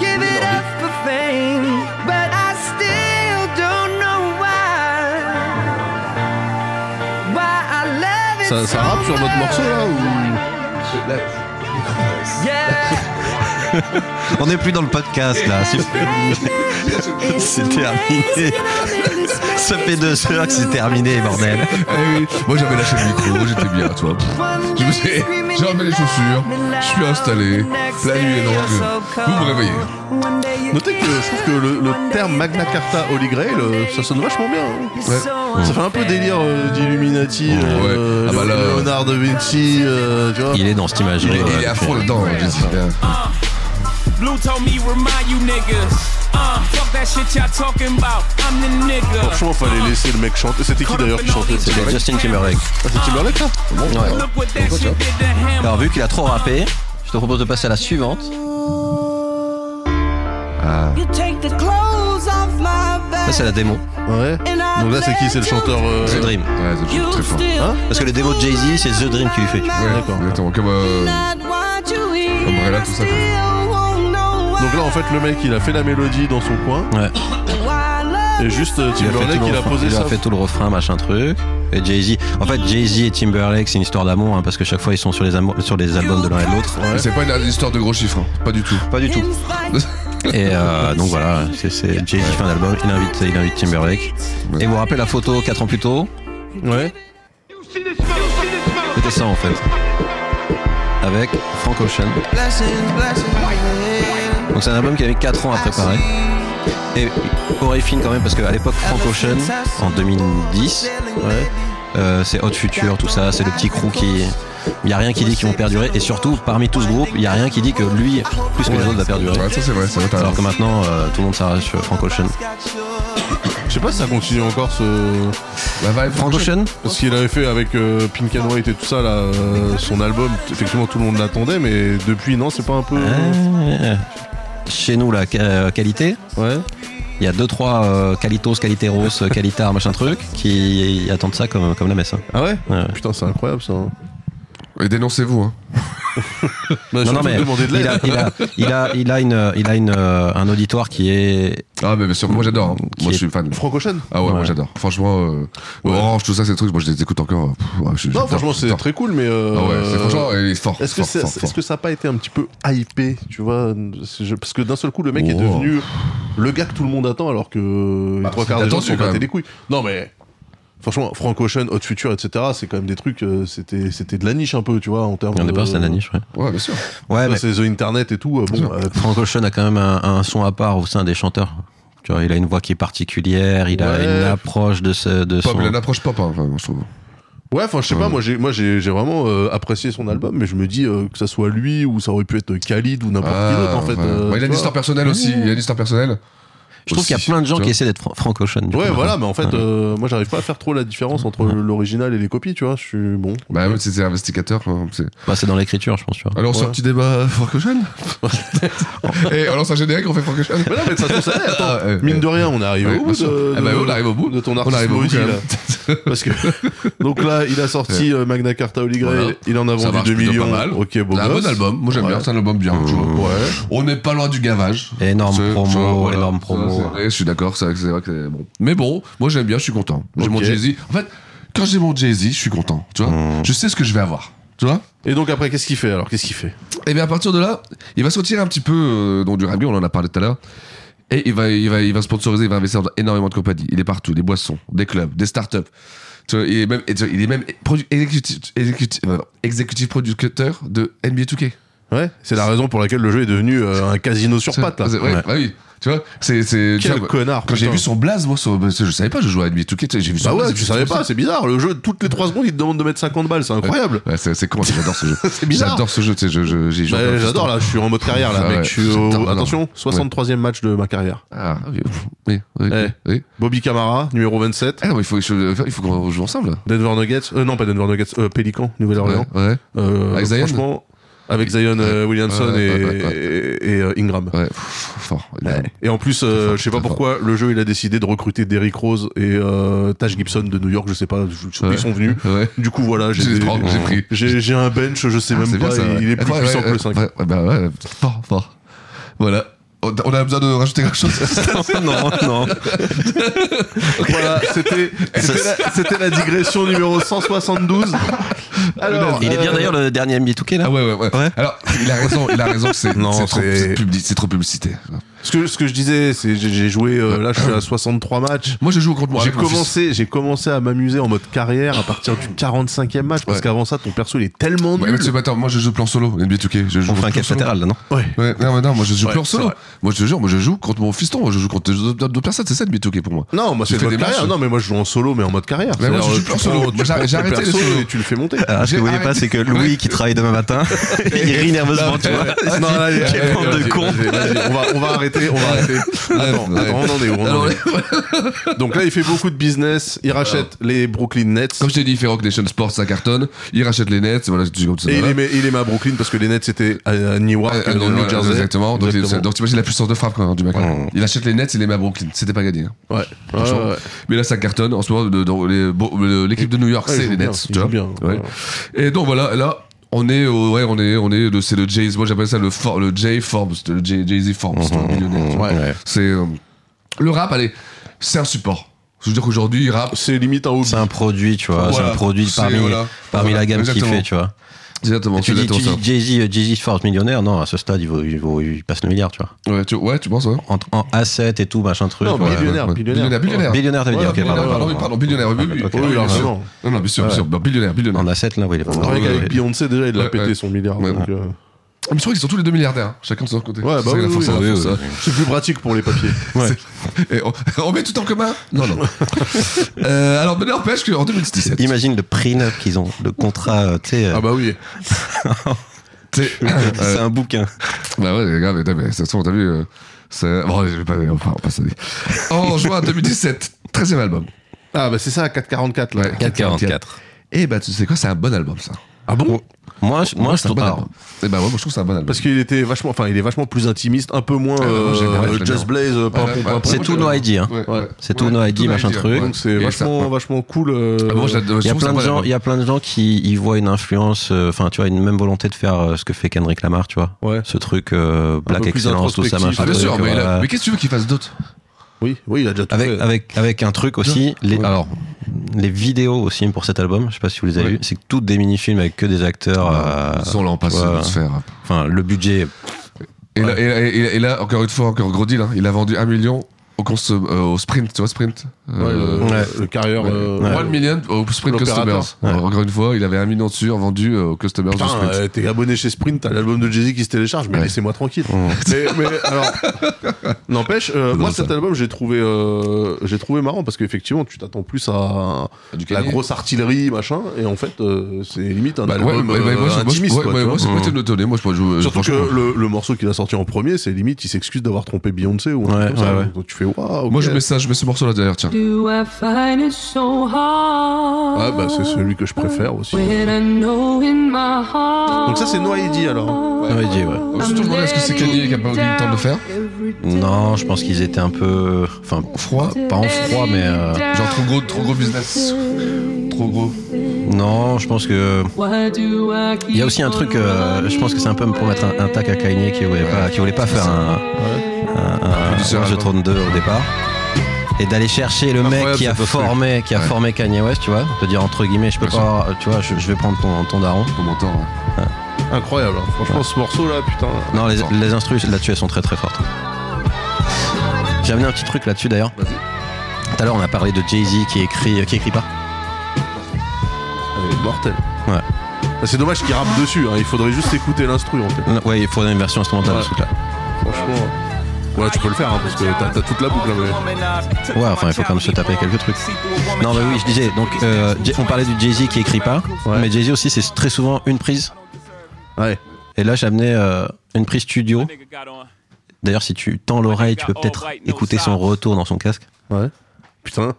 E: Give it up for fame, but I still don't know why. Why I love it
A: Ça,
E: so
A: ça rappe sur notre morceau là ou
E: much. Yeah.
C: On n'est plus dans le podcast là.
A: [LAUGHS]
C: C'est- C'est terminé. Ça fait deux heures que c'est terminé, bordel.
B: Eh oui, Moi, j'avais lâché le micro, j'étais bien, tu vois.
E: One
B: Je me suis, j'ai enlevé les chaussures, je suis installé, la nuit est longue, vous me réveillez.
A: Notez que je trouve que le, le terme Magna Carta Holy Grail, euh, ça sonne vachement bien. hein.
B: Ouais.
A: Ça fait un peu délire euh, d'Illuminati, euh,
B: Ah bah là,
A: Leonardo da Vinci, euh, tu vois.
C: Il est dans cette image.
B: Il est, il est à fond dedans, je sais bien.
Q: Blue told me remind you niggas. Uh, fuck that shit y'all talking about. I'm the nigga.
A: Franchement, fallait laisser le mec chanter. C'était qui d'ailleurs qui chantait
C: C'était Justin Timberlake.
A: Ah, c'est Timberlake ça
C: Ouais.
Q: Look what that shit did to him.
C: Alors, vu qu'il a trop rappé, je te propose de passer à la suivante. Ah.
E: You take the clothes off my back.
C: Ça, c'est la démo.
A: Ouais.
E: Donc là, c'est qui C'est le chanteur, euh,
C: The Dream.
E: You still
C: Parce que les démos de Jay-Z, c'est The Dream qui lui fait.
B: Ouais, exactement. Comme, euh,
E: not what you eat.
B: Umbrella, tout ça. quoi.
E: Still won't know
A: Donc là, en fait, le mec, il a fait la mélodie dans son coin.
C: Ouais.
E: why love
A: Et juste euh,
C: Il a, fait
A: Timberlake,
C: tout le
A: il a
C: refrain,
A: posé
C: il a
A: ça.
C: fait tout le refrain, machin truc. Et Jay-Z. En fait, Jay-Z et Timberlake, c'est une histoire d'amour, hein, parce que chaque fois, ils sont sur les, amo- sur les albums de l'un et de l'autre.
B: Mais C'est pas une histoire de gros chiffres, hein. pas du tout.
C: Pas du tout. Et euh, donc voilà, c'est- c'est Jay-Z fin d'album, il invite, il invite Timberlake. Et vous vous rappelez la photo 4 ans plus tôt
A: Ouais.
C: C'était ça en fait. Avec Frank Ocean.
M: Blessings, blessings, man.
C: Donc c'est un album qui avait 4 ans à préparer. Et oreille fine quand même parce qu'à l'époque Frank Ocean, en 2010, euh, c'est Hot Future, tout ça, c'est le petit crew qui... Il n'y a rien qui dit qu'ils vont perdurer et surtout parmi tout ce groupe, il n'y a rien qui dit que lui, plus que les autres, va perdurer.
B: Ouais, ça c'est vrai, ça va t'as
C: Alors
B: raison.
C: que maintenant, euh, tout le monde s'arrache euh, Frank Ocean.
A: Je sais pas si ça continue encore ce.
B: La vibe.
C: Frank Ocean
A: Parce qu'il avait fait avec euh, Pink and White et tout ça, là, euh, son album. Effectivement, tout le monde l'attendait, mais depuis, non, c'est pas un peu.
B: Ah.
C: Ouais. Chez nous, la qua- euh, qualité. Il y a deux trois euh, Qualitos, Qualiteros, euh, Qualitar, machin truc, qui attendent ça comme, comme la messe. hein.
A: Ah ouais,
C: Ouais.
A: Putain, c'est incroyable ça.
B: Et dénoncez-vous. Hein.
A: Bah,
C: Non, non,
A: surtout
C: mais
A: demander de
C: il a,
A: l'aide.
C: il a, il a, il a une, il a une, euh, un auditoire qui est.
B: Ah, mais bien sûr, moi j'adore. hein.
C: Qui
B: Moi je
C: est-
B: suis fan.
A: Frank Ocean
B: Ah ouais, moi j'adore. Franchement, euh, Orange, tout ça, ces trucs, moi je les écoute encore. euh, Pff, ouais, je-
A: Non,
B: j'adore,
A: franchement, c'est
B: j'adore.
A: très cool, mais. euh,
B: Ah ouais, c'est franchement, il est fort.
A: Est-ce que,
B: fort,
A: c'est-
B: fort,
A: est-ce
B: fort.
A: que ça n'a pas été un petit peu hypé, tu vois je- Parce que d'un seul coup, le mec est
B: Wow.
A: devenu le gars que tout le monde attend, alors que euh, les
B: Bah,
A: trois
B: c'est
A: quarts des gens
B: attendu,
A: sont
B: quand
A: grattés
B: même.
A: les couilles. Non, mais franchement, Frank Ocean, Hot Future, etc., c'est quand même des trucs, euh, c'était, c'était de la niche un peu, tu vois, en termes
C: On
A: de.
C: n'est pas, c'est de la niche, ouais.
B: Ouais, bien sûr.
C: euh, Ouais,
A: Ça,
C: mais
A: c'est The Internet et tout. euh, bon, euh,
C: Frank Ocean a quand même un, un son à part au sein des chanteurs. Tu vois, il a une voix qui est particulière, il a
A: Ouais.
C: une approche de ce, de
B: Pop,
C: son.
B: il a une approche pop, hein, vraiment, je trouve.
A: Ouais, enfin, je sais pas, moi j'ai, moi, j'ai, j'ai vraiment euh, apprécié son album, mais je me dis euh, que ça soit lui ou ça aurait pu être euh, Khalid ou n'importe qui d'autre, en fait.
B: Ah, ouais.
A: euh,
B: Ouais, il
A: tu
B: a une
A: vois.
B: histoire personnelle aussi. Il a une histoire personnelle.
C: Je trouve qu'il y a plein de gens qui essaient d'être Fran- Frank Ocean. du
A: Ouais,
C: coup.
A: voilà, mais en fait,
C: Ouais.
A: euh, moi j'arrive pas à faire trop la différence entre l'original et les copies, tu vois. Je suis bon.
B: Bah, même si c'est investigateur. hein, c'est-
C: Bah, c'est dans l'écriture, je pense. Tu vois.
B: Alors, on sort un petit débat Frank [LAUGHS] Ocean Et on lance un générique, on fait Frank Ocean
A: Mais non, mais de toute façon, ça l'est, attends.
B: Ah, ouais,
A: Mine
B: ouais.
A: de rien, on arrive
B: Ouais,
A: au
B: bien
A: bout
B: sûr.
A: de,
B: Ah bah,
A: de-
B: on arrive au bout.
A: de ton
B: On
A: artiste
B: arrive au bout, hein.
A: maudit,
B: quand
A: là. Parce que, donc là, il a sorti euh, Magna Carta Holy Grail,
B: Voilà.
A: il en a
B: Ça
A: vendu
B: marche
A: 2
B: plutôt
A: millions.
B: Pas mal.
A: Ok, bon.
B: C'est un
A: gosse.
B: bon album. Moi, j'aime
A: Ouais.
B: bien. C'est un album bien. tu vois.
A: Ouais.
B: On n'est pas loin du gavage.
C: Énorme
B: C'est-
C: promo,
B: je- voilà.
C: énorme
B: Ça,
C: promo.
B: c'est vrai, je suis d'accord, c'est vrai que c'est vrai que c'est bon. Mais bon, moi j'aime bien, je suis content. J'ai
A: Ok.
B: mon Jay-Z. En fait, quand j'ai mon Jay-Z, je suis content, tu vois.
A: Hmm.
B: Je sais ce que je vais avoir, tu vois.
A: Et donc après, qu'est-ce qu'il fait alors Qu'est-ce qu'il fait
B: Et Eh bien à partir de là, il va sortir un petit peu euh, donc du rap game, on en a parlé tout à l'heure. Et il va, il va, il va sponsoriser, il va investir dans énormément de compagnies. Il est partout, des boissons, des clubs, des startups. Tu vois, il est même, et tu vois, il est même produ- exécutif, exécutif, euh, exécutif producteur de NBA 2K.
A: Ouais, c'est la raison pour laquelle le jeu est devenu euh, un casino sur
B: C'est-
A: pattes, là.
B: c'est- ouais,
C: Ouais.
B: bah oui. Tu vois, c'est. c'est- tu
A: Quel
B: vois,
A: connard,
B: Quand j'ai
A: putain.
B: vu son blaze, moi, sur- je savais pas, je jouais à NBA 2K. tu sais, J'ai vu son
A: Bah ouais,
B: blaze,
A: tu savais pas, c'est bizarre. Le jeu, toutes les 3 secondes, il te demande de mettre 50 balles, c'est incroyable.
B: Ouais, c'est
A: [LAUGHS]
B: c'est con, j'adore ce jeu.
A: C'est bizarre.
B: J'adore ce jeu, tu sais, je- je- j'y joue
A: Bah,
B: encore tout le
A: J'adore
B: temps.
A: là, je suis en mode carrière là,
B: Ah
A: mec.
B: ouais,
A: Je suis au-
B: j'adore, j'adore.
A: attention, 63 e match de ma carrière.
B: Ah, oui, pff, oui, oui.
A: Eh.
B: oui.
A: Bobby Camara, numéro 27.
B: Ah non, mais il faut, je- il faut qu'on joue ensemble. là.
A: Denver Nuggets, euh, non pas Denver Nuggets, euh, Pelican, Nouvelle-Orléans.
B: Ouais, ouais.
A: Euh,
B: Avec Zion
A: franchement, avec Zion euh, Williamson
B: Ouais, ouais, ouais,
A: et,
B: ouais.
A: et- et, euh, Ingram.
B: Ouais, pff, fort. énorme.
A: Et en plus, euh, je sais pas
B: très fort.
A: pourquoi, le jeu il a décidé de recruter Derrick Rose et euh, Taj Gibson de New York, je sais pas, je-
B: Ouais.
A: ils sont venus.
B: Ouais.
A: Du coup voilà, j'ai
B: Je les prends, j'ai pris.
A: j'ai- j'ai un bench, je sais
B: Ah,
A: même
B: c'est
A: pas,
B: bien, ça,
A: il
B: ouais.
A: est plus
B: Ouais,
A: puissant
B: ouais,
A: que le 5.
B: ouais, ouais, bah ouais, fort, fort. Voilà. On on a besoin de rajouter
A: [LAUGHS]
B: quelque chose.
C: [LAUGHS] non,
A: Ah
C: non.
B: [LAUGHS]
A: Voilà, c'était c'était la, c'était la digression numéro
B: [LAUGHS]
A: 172. Alors,
C: Il est bien
A: euh,
C: d'ailleurs le dernier NBA 2K là.
B: Ah ouais, ouais, ouais.
C: Ouais.
B: Alors, il a raison, il a raison, c'est
A: Non,
B: c'est trop,
A: c'est-
B: c'est publi- c'est trop publicité.
A: ce que ce que je disais, c'est j'ai- j'ai joué euh, là, je suis à 63 matchs.
B: Moi, je joue contre moi.
A: J'ai
B: avec mon fils.
A: commencé, j'ai commencé à m'amuser en mode carrière à partir du 45e match parce
B: Ouais.
A: qu'avant ça, ton perso il est tellement
B: Ouais,
A: nul.
B: mais c'est- attends, moi je joue plan solo, NBA 2K. Je joue
A: fait un
B: plan
A: cap
B: solo.
A: latéral, là, non
B: ouais. Non, mais non, moi je joue
A: Ouais,
B: plan
A: c'est
B: solo.
A: vrai.
B: Moi je te jure, moi je joue contre mon fiston, moi je joue contre d'autres d'autres personnes, c'est ça NBA 2K pour moi.
A: [LAUGHS] Non, moi
B: Tu
A: c'est
B: fais
A: le mode
B: des
A: carrière.
B: matchs.
A: Non, mais moi je joue en solo, mais en mode carrière.
B: Mais moi, je
A: C'est-à-dire,
B: joue
A: tu
B: plus en solo.
A: prends- tu
B: Moi, j'ai-
A: prends
B: j'ai
A: ton
B: arrêté Ah, le
A: perso
B: solo.
A: et tu le fais monter.
C: Alors, Euh, ce que vous voyez pas, c'est que Louis qui travaille demain matin, [LAUGHS] il rit nerveusement, tu vois. Il se
A: Non, là, [LAUGHS]
C: dit,
A: allez,
C: Quelle
A: allez,
C: bande de
A: vas-y,
C: cons.
A: vas-y, vas-y, On va, on va arrêter, on va
B: [LAUGHS]
A: arrêter. Attends,
B: Ah ouais.
A: attends, on en est où, on en
B: Alors,
A: est où Donc là, il fait beaucoup de business. Il rachète les Brooklyn Nets.
B: Comme je t'ai dit, il fait Rock Nation Sports, ça cartonne, il rachète les nets, voilà, tu comme ça.
A: Et il
B: voilà.
A: aimait, il aimait à Brooklyn parce que les Nets c'était à à Newark,
B: Ah,
A: dans le
B: non,
A: New euh,
B: ouais,
A: Jersey.
B: Exactement. Donc,
A: Exactement.
B: c'est- donc, t'imagines la puissance de frappe quand même, du mec. Il achète les nets, il les met à Brooklyn. C'était pas gagné. hein.
A: Ouais.
B: Franchement.
A: Ouais, ouais.
B: Mais là, ça cartonne. En ce moment, de- dans les- bon, le- l'équipe de New York,
A: Ouais, ils
B: c'est
A: jouent
B: les
A: bien,
B: nets.
A: ils
B: tu
A: jouent
B: vois.
A: bien,
B: Ouais. Et donc voilà, là. On est, au- ouais, on est, on est, le- c'est le Jay, moi j'appelle ça le, For- le Jay Forbes, le Jay, Z
A: Mhm,
B: Forbes, le millionnaire, tu vois. C'est, euh, le rap, allez, c'est un support. Je veux dire qu'aujourd'hui, il rap.
A: C'est limite un hobby.
C: C'est un produit, tu vois.
B: Voilà.
C: c'est un produit
B: C'est-
C: parmi,
B: voilà.
C: parmi
B: Voilà.
C: la gamme qu'il
B: Exactement.
C: fait, tu vois.
B: Exactement,
C: Et tu
B: c'est
C: dis, tu
B: exactement
C: dis Jay-Z, euh, Jay-Z Forbes millionnaire, non, à ce stade, il, vaut- il, vaut- il passe le milliard, tu vois.
B: Ouais, tu, ouais, tu penses, ouais.
C: En, en A7 et tout, machin truc.
A: Non,
C: ouais,
A: billionnaire,
C: ouais.
A: billionnaire.
C: Billionnaire. Billionnaire, t'avais dit,
B: Ouais,
C: ok,
B: billionnaire,
C: pardon.
B: pardon, oui, pardon, billionnaire, oui, oui,
C: Ok, ok.
B: oui, bien sûr.
A: largement.
B: Non, non, bien sûr, bien sûr, bah, billionnaire, billionnaire.
C: En A7, là, oui, il est pas mal.
A: Rien qu'avec Beyoncé déjà, il l'a
B: Ouais,
A: pété
B: ouais.
A: son milliard.
B: Ouais.
A: donc, euh,
B: Ah, Mais je crois qu'ils sont tous les deux milliardaires, hein, chacun de son côté.
A: Ouais, bah
B: C'est
A: oui,
B: la force,
A: oui,
B: la
A: oui,
B: force,
A: oui.
B: hein.
A: C'est plus pratique pour les papiers.
B: Et on, on met tout en commun Non, non. Euh, alors, mais n'empêche qu'en 2017.
C: Imagine le prenup qu'ils ont, le contrat, euh, tu sais. euh,
A: Ah bah oui.
B: t'sais,
C: c'est [LAUGHS]
B: euh,
C: un bouquin.
B: bah ouais, les gars, mais, t'as- mais de toute façon, t'as vu. euh, c'est- bon, je vais pas, on va on va se dire. En juin 2017, 13 e album.
A: Ah bah c'est ça, 444 là.
C: 444.
B: Et bah, tu sais quoi, c'est un bon album, ça.
A: Ah bon
C: Moi, je- moi, je
B: c'est un
C: trouve.
B: bon
C: alors,
B: album. Et bah, moi, je trouve que c'est un bon album.
A: Parce qu'il était vachement, enfin il est vachement plus intimiste, un peu moins
B: Ah, moi, j'aime bien,
A: euh,
B: j'aime
A: Just
B: bien.
A: Blaze, euh,
B: Ouais,
A: pimpon,
B: ouais,
A: pimpon.
B: ouais,
C: C'est tout
B: ouais,
C: no ID, hein.
B: ouais, ouais.
C: C'est tout no
B: Ouais,
C: ID, machin
B: ouais.
C: truc.
A: Donc c'est
B: Et
A: vachement,
B: ça-
A: vachement cool. euh,
B: Ah, moi, j'adore-
C: Il
B: je
C: y a
B: trouve
C: plein
B: que c'est
C: de
B: un bon
C: gens, il
B: album.
C: y a plein de gens qui y voient une influence, euh, enfin tu vois, une même volonté de faire euh, ce que fait Kendrick Lamar, tu vois.
A: Ouais.
C: Ce truc euh, Black
A: peu plus
C: Excellence, tout ça,
A: introspectif.
C: machin.
B: Ah, bien
C: truc,
B: sûr, mais,
C: voilà.
B: là- mais qu'est-ce que tu veux qu'ils fassent d'autre
A: Oui, oui, il a déjà tout
C: avec
A: fait.
C: avec avec un truc aussi, les,
B: Ouais.
C: alors les vidéos aussi pour cet album, je sais pas si vous les avez
B: Ouais.
C: vus, c'est que toutes des mini-films avec que des acteurs. euh,
B: Ah, Ils sont là en passe
C: ouais.
B: de se faire.
C: Enfin, le budget.
B: Et, là, et, là, et là- et là, encore une fois, encore gros deal, hein, il a vendu 1 million au, cons- euh, au sprint, tu vois, sprint
A: Ouais,
B: Euh,
A: le, le carrière. euh,
B: 1 million au sprint
A: L'opérateur.
B: customers. Encore une fois, il avait 1 million dessus, vendu euh, aux customers du
A: Putain,
B: sprint.
A: euh, t'es abonné chez Sprint, t'as l'album de Jay-Z qui se télécharge, mais
B: Ouais.
A: laissez-moi tranquille. mais, mais
B: [LAUGHS]
A: alors, n'empêche, euh, moi cet album, j'ai trouvé, euh, j'ai trouvé marrant parce qu'effectivement, tu t'attends plus à
B: Ah, du
A: la
B: Kanye.
A: grosse artillerie, machin, et en fait, euh, c'est limite un
B: Bah, ouais,
A: album
B: ouais, ouais,
A: euh,
B: moi, je- moi, je-
A: intimiste.
B: ouais,
A: quoi,
B: ouais,
A: tu
B: moi,
A: vois.
B: c'est pas été notonné. Moi, je pourrais jouer.
A: Surtout que
B: franchement.
A: le, le morceau qu'il a sorti en premier, c'est limite, il s'excuse d'avoir trompé Beyoncé ou un truc
C: Ouais,
A: comme ça.
C: ouais, ouais.
A: Donc tu fais waouh. ok.
B: Moi, je mets ça, je mets ce morceau là derrière, tiens.
U: Do I find it so hard?
A: Ah bah c'est celui que je préfère aussi.
U: When I know in my heart.
A: Donc ça c'est
F: hein.
A: Noaidi alors.
C: No ID, ouais.
B: Je me demande est-ce que c'est Kanye qui a pas eu le temps de le faire
C: Non, je pense qu'ils étaient un peu, enfin,
B: Froid
C: pas en froid, mais euh,
B: Genre trop gros, trop gros business. Trop gros.
C: non, je pense que
U: Why do I keep
C: Il y a aussi un truc, euh, je pense que c'est un peu pour mettre un, un tac à Kanye qui voulait pas, qui voulait pas faire un, un, un-
B: Producteur,
C: un jeu
B: alors.
C: 32 au départ. Et d'aller chercher le mec
B: Incroyable,
C: qui a
B: cette instru.
C: formé, qui a
B: Ouais.
C: formé Kanye West, tu vois, de dire entre guillemets, je peux
B: Bien
C: pas, avoir- tu vois, je, je vais prendre ton, ton daron.
B: Comment t'en ouais.
A: Incroyable. hein. Franchement ce morceau là, putain.
C: Non, les, les instrus là-dessus elles sont très très fortes. J'ai amené un petit truc là-dessus d'ailleurs. Tout à l'heure on a parlé de Jay Z qui écrit, euh, qui écrit pas.
A: Elle est mortelle. Ah,
C: Ouais.
A: C'est dommage qu'il rappe dessus. hein. Il faudrait juste écouter l'instru en fait.
C: Ouais, il faudrait une version instrumentale de ce truc-là.
A: Franchement. Ouais, tu peux le faire hein, parce que t'as t'as toute la boucle. hein, mais-
C: Ouais, enfin, il faut quand même se taper quelques trucs. Non, mais oui, je disais, donc, euh, Jay- on parlait du Jay-Z qui écrit pas, mais Jay-Z aussi, c'est très souvent une prise.
A: Ouais.
C: Et là, j'ai amené euh, une prise studio. D'ailleurs, si tu tends l'oreille, tu peux peut-être écouter son retour dans son casque.
A: Ouais. Putain.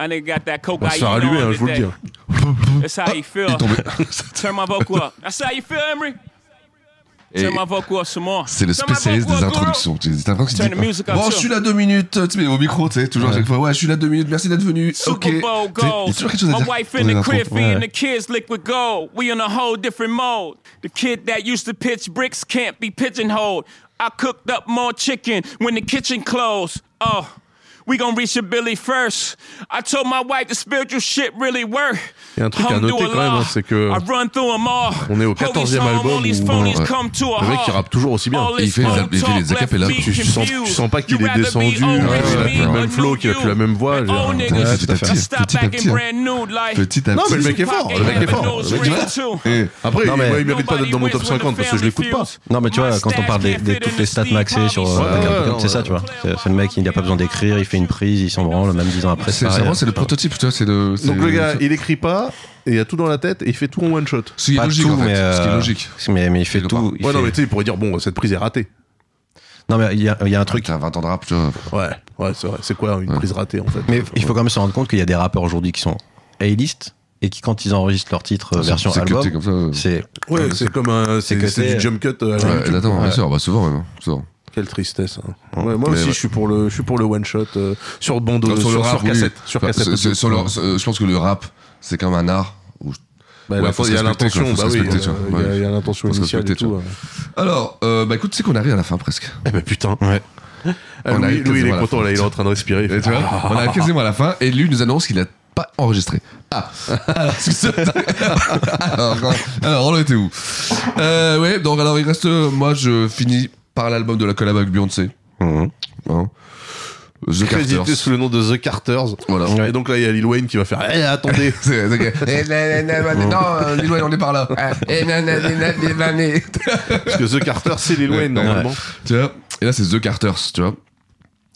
F: I nigga got that
A: On va se faire allumer, hein, je vous le dis. hein.
F: That's how you feel. Turn my vocal up. That's how you feel, Emery.
B: Et
F: Turn my vocal up some more.
B: c'est le
F: Turn my
B: spécialiste des
F: vocal up, girl.
B: introductions. Tu sais, T'as l'impression
F: Turn the
B: qu'il dit
F: music up,
B: Bon,
F: too.
B: je suis là deux minutes. euh, Tu mets au micro, tu sais, toujours à chaque fois. Ouais, je suis là deux minutes. Merci d'être venu. Ok. Tu sais,
F: Super
B: Il y
F: Bowl
B: a toujours quelque chose
F: goals.
B: à
F: My
B: dire.
F: wife
B: dans
F: in
B: les
F: the
B: intros.
F: crib feeding
B: Ouais.
F: the kids liquid gold. We in a whole different mode. The kid that used to pitch bricks can't be pigeonholed. I cooked up more chicken when the kitchen closed. Oh,
Q: we gonna reach your Billy first. I told my wife the spiritual shit really work.
A: Il y a un truc à noter quand même, hein, c'est que
Q: I run through 'em all.
A: on est au 14e album où euh, le mec il rappe toujours aussi bien.
B: Et il fait les- il fait les acapellas.
A: Tu, tu sens, tu sens pas qu'il est descendu, qu'il a plus le même flow, qu'il a plus la même voix. je veux dire.
B: Ouais, tout à fait. Petit à petit. Petit à
A: Non, mais hein. le
B: petit.
A: mec est fort, le mec est fort. Le mec est fort. Et Après,
C: Non, mais-
A: moi, il mérite pas d'être dans mon top 50 parce que je l'écoute pas.
C: Non, mais tu vois, quand on parle des, des- toutes les stats maxées sur. euh,
A: Ouais,
C: Black
A: ouais,
C: Album,
A: ouais,
C: c'est ça, tu vois. C'est c'est le mec, il n'a pas besoin d'écrire, il fait une prise, il s'en branle, même 10 ans après.
B: C'est
C: pareil.
B: vraiment c'est le prototype, tu vois, c'est le. c'est-
A: Donc le gars, il écrit pas, et il a tout dans la tête, et il fait tout en one shot.
B: Ce qui est
A: Pas
B: logique,
A: tout,
B: en fait.
A: mais, euh,
B: Ce qui est logique.
C: Mais, mais il fait tout. il
A: Ouais, non,
C: fait-
A: mais tu sais, il pourrait dire, bon, cette prise est ratée.
C: Non, mais il y a, il y a un truc.
B: T'as 20 ans de rap, tu
A: Ouais, ouais, c'est vrai. C'est quoi une prise ratée, en fait
C: Mais il faut quand même se rendre compte qu'il y a des rappeurs aujourd'hui qui sont A-list et qui, quand ils enregistrent leur titre euh,
B: C'est-
C: version
B: c'est
C: album,
B: cuté comme ça, euh.
C: c'est.
A: Ouais, c'est comme un.
C: que
A: C'est c'est
C: t'es-
A: du jump cut. à la
B: Ouais,
A: YouTube,
B: Attends,
A: quoi.
B: bien sûr, bah souvent même. hein, souvent.
A: Quelle tristesse. hein. Ouais, moi
B: Mais
A: aussi,
B: ouais.
A: je suis pour le, je suis pour le one shot euh, sur bande,
B: Sur,
A: sur,
B: le
A: sur
B: rap, oui.
A: cassette, sur
B: Enfin,
A: cassette.
B: c'est- c'est- sur le-
A: Ouais.
B: euh, je pense que le rap, c'est comme un art. Où je-
A: Bah, la
B: faut
A: fois,
B: se
A: il y a
B: respecter,
A: l'intention,
B: quoi, faut se
A: bah oui,
B: respecter, tu
A: euh,
B: vois.
A: il y a-
B: Ouais.
A: il y a l'intention
B: Faut se
A: initiale et
B: respecter,
A: tout,
B: tu vois. Alors, euh, bah écoute, tu sais qu'on arrive à la fin presque.
A: Eh ben putain. Ah,
B: On
A: Louis,
B: arrive
A: Louis, il
B: quasiment à
A: est
B: la
A: content
B: fin.
A: là, il est en train de respirer.
B: Et tu vois, on arrive quasiment à la fin et lui nous annonce qu'il n'a pas enregistré.
C: [LAUGHS]
B: Ah [LAUGHS] Alors, ce que c'est- alors, euh, alors, on en était où Euh, Ouais, donc alors il reste. euh, Moi je finis par l'album de la collab avec Beyoncé.
C: Mhm.
B: Hein. The
A: Crédité
B: Carters.
A: sous le nom de The Carters. Et donc là, il y a Lil Wayne qui va faire. Eh, attendez.
B: [LAUGHS] C'est- c'est que- Eh, na, na, na, na, Non, euh, Lil Wayne, on est par là. Ah, eh, na, na, na, na, na, na, na.
A: Parce que The Carter, c'est Lil Wayne, normalement.
B: Ouais. Tu vois Et là, c'est The Carters, tu vois.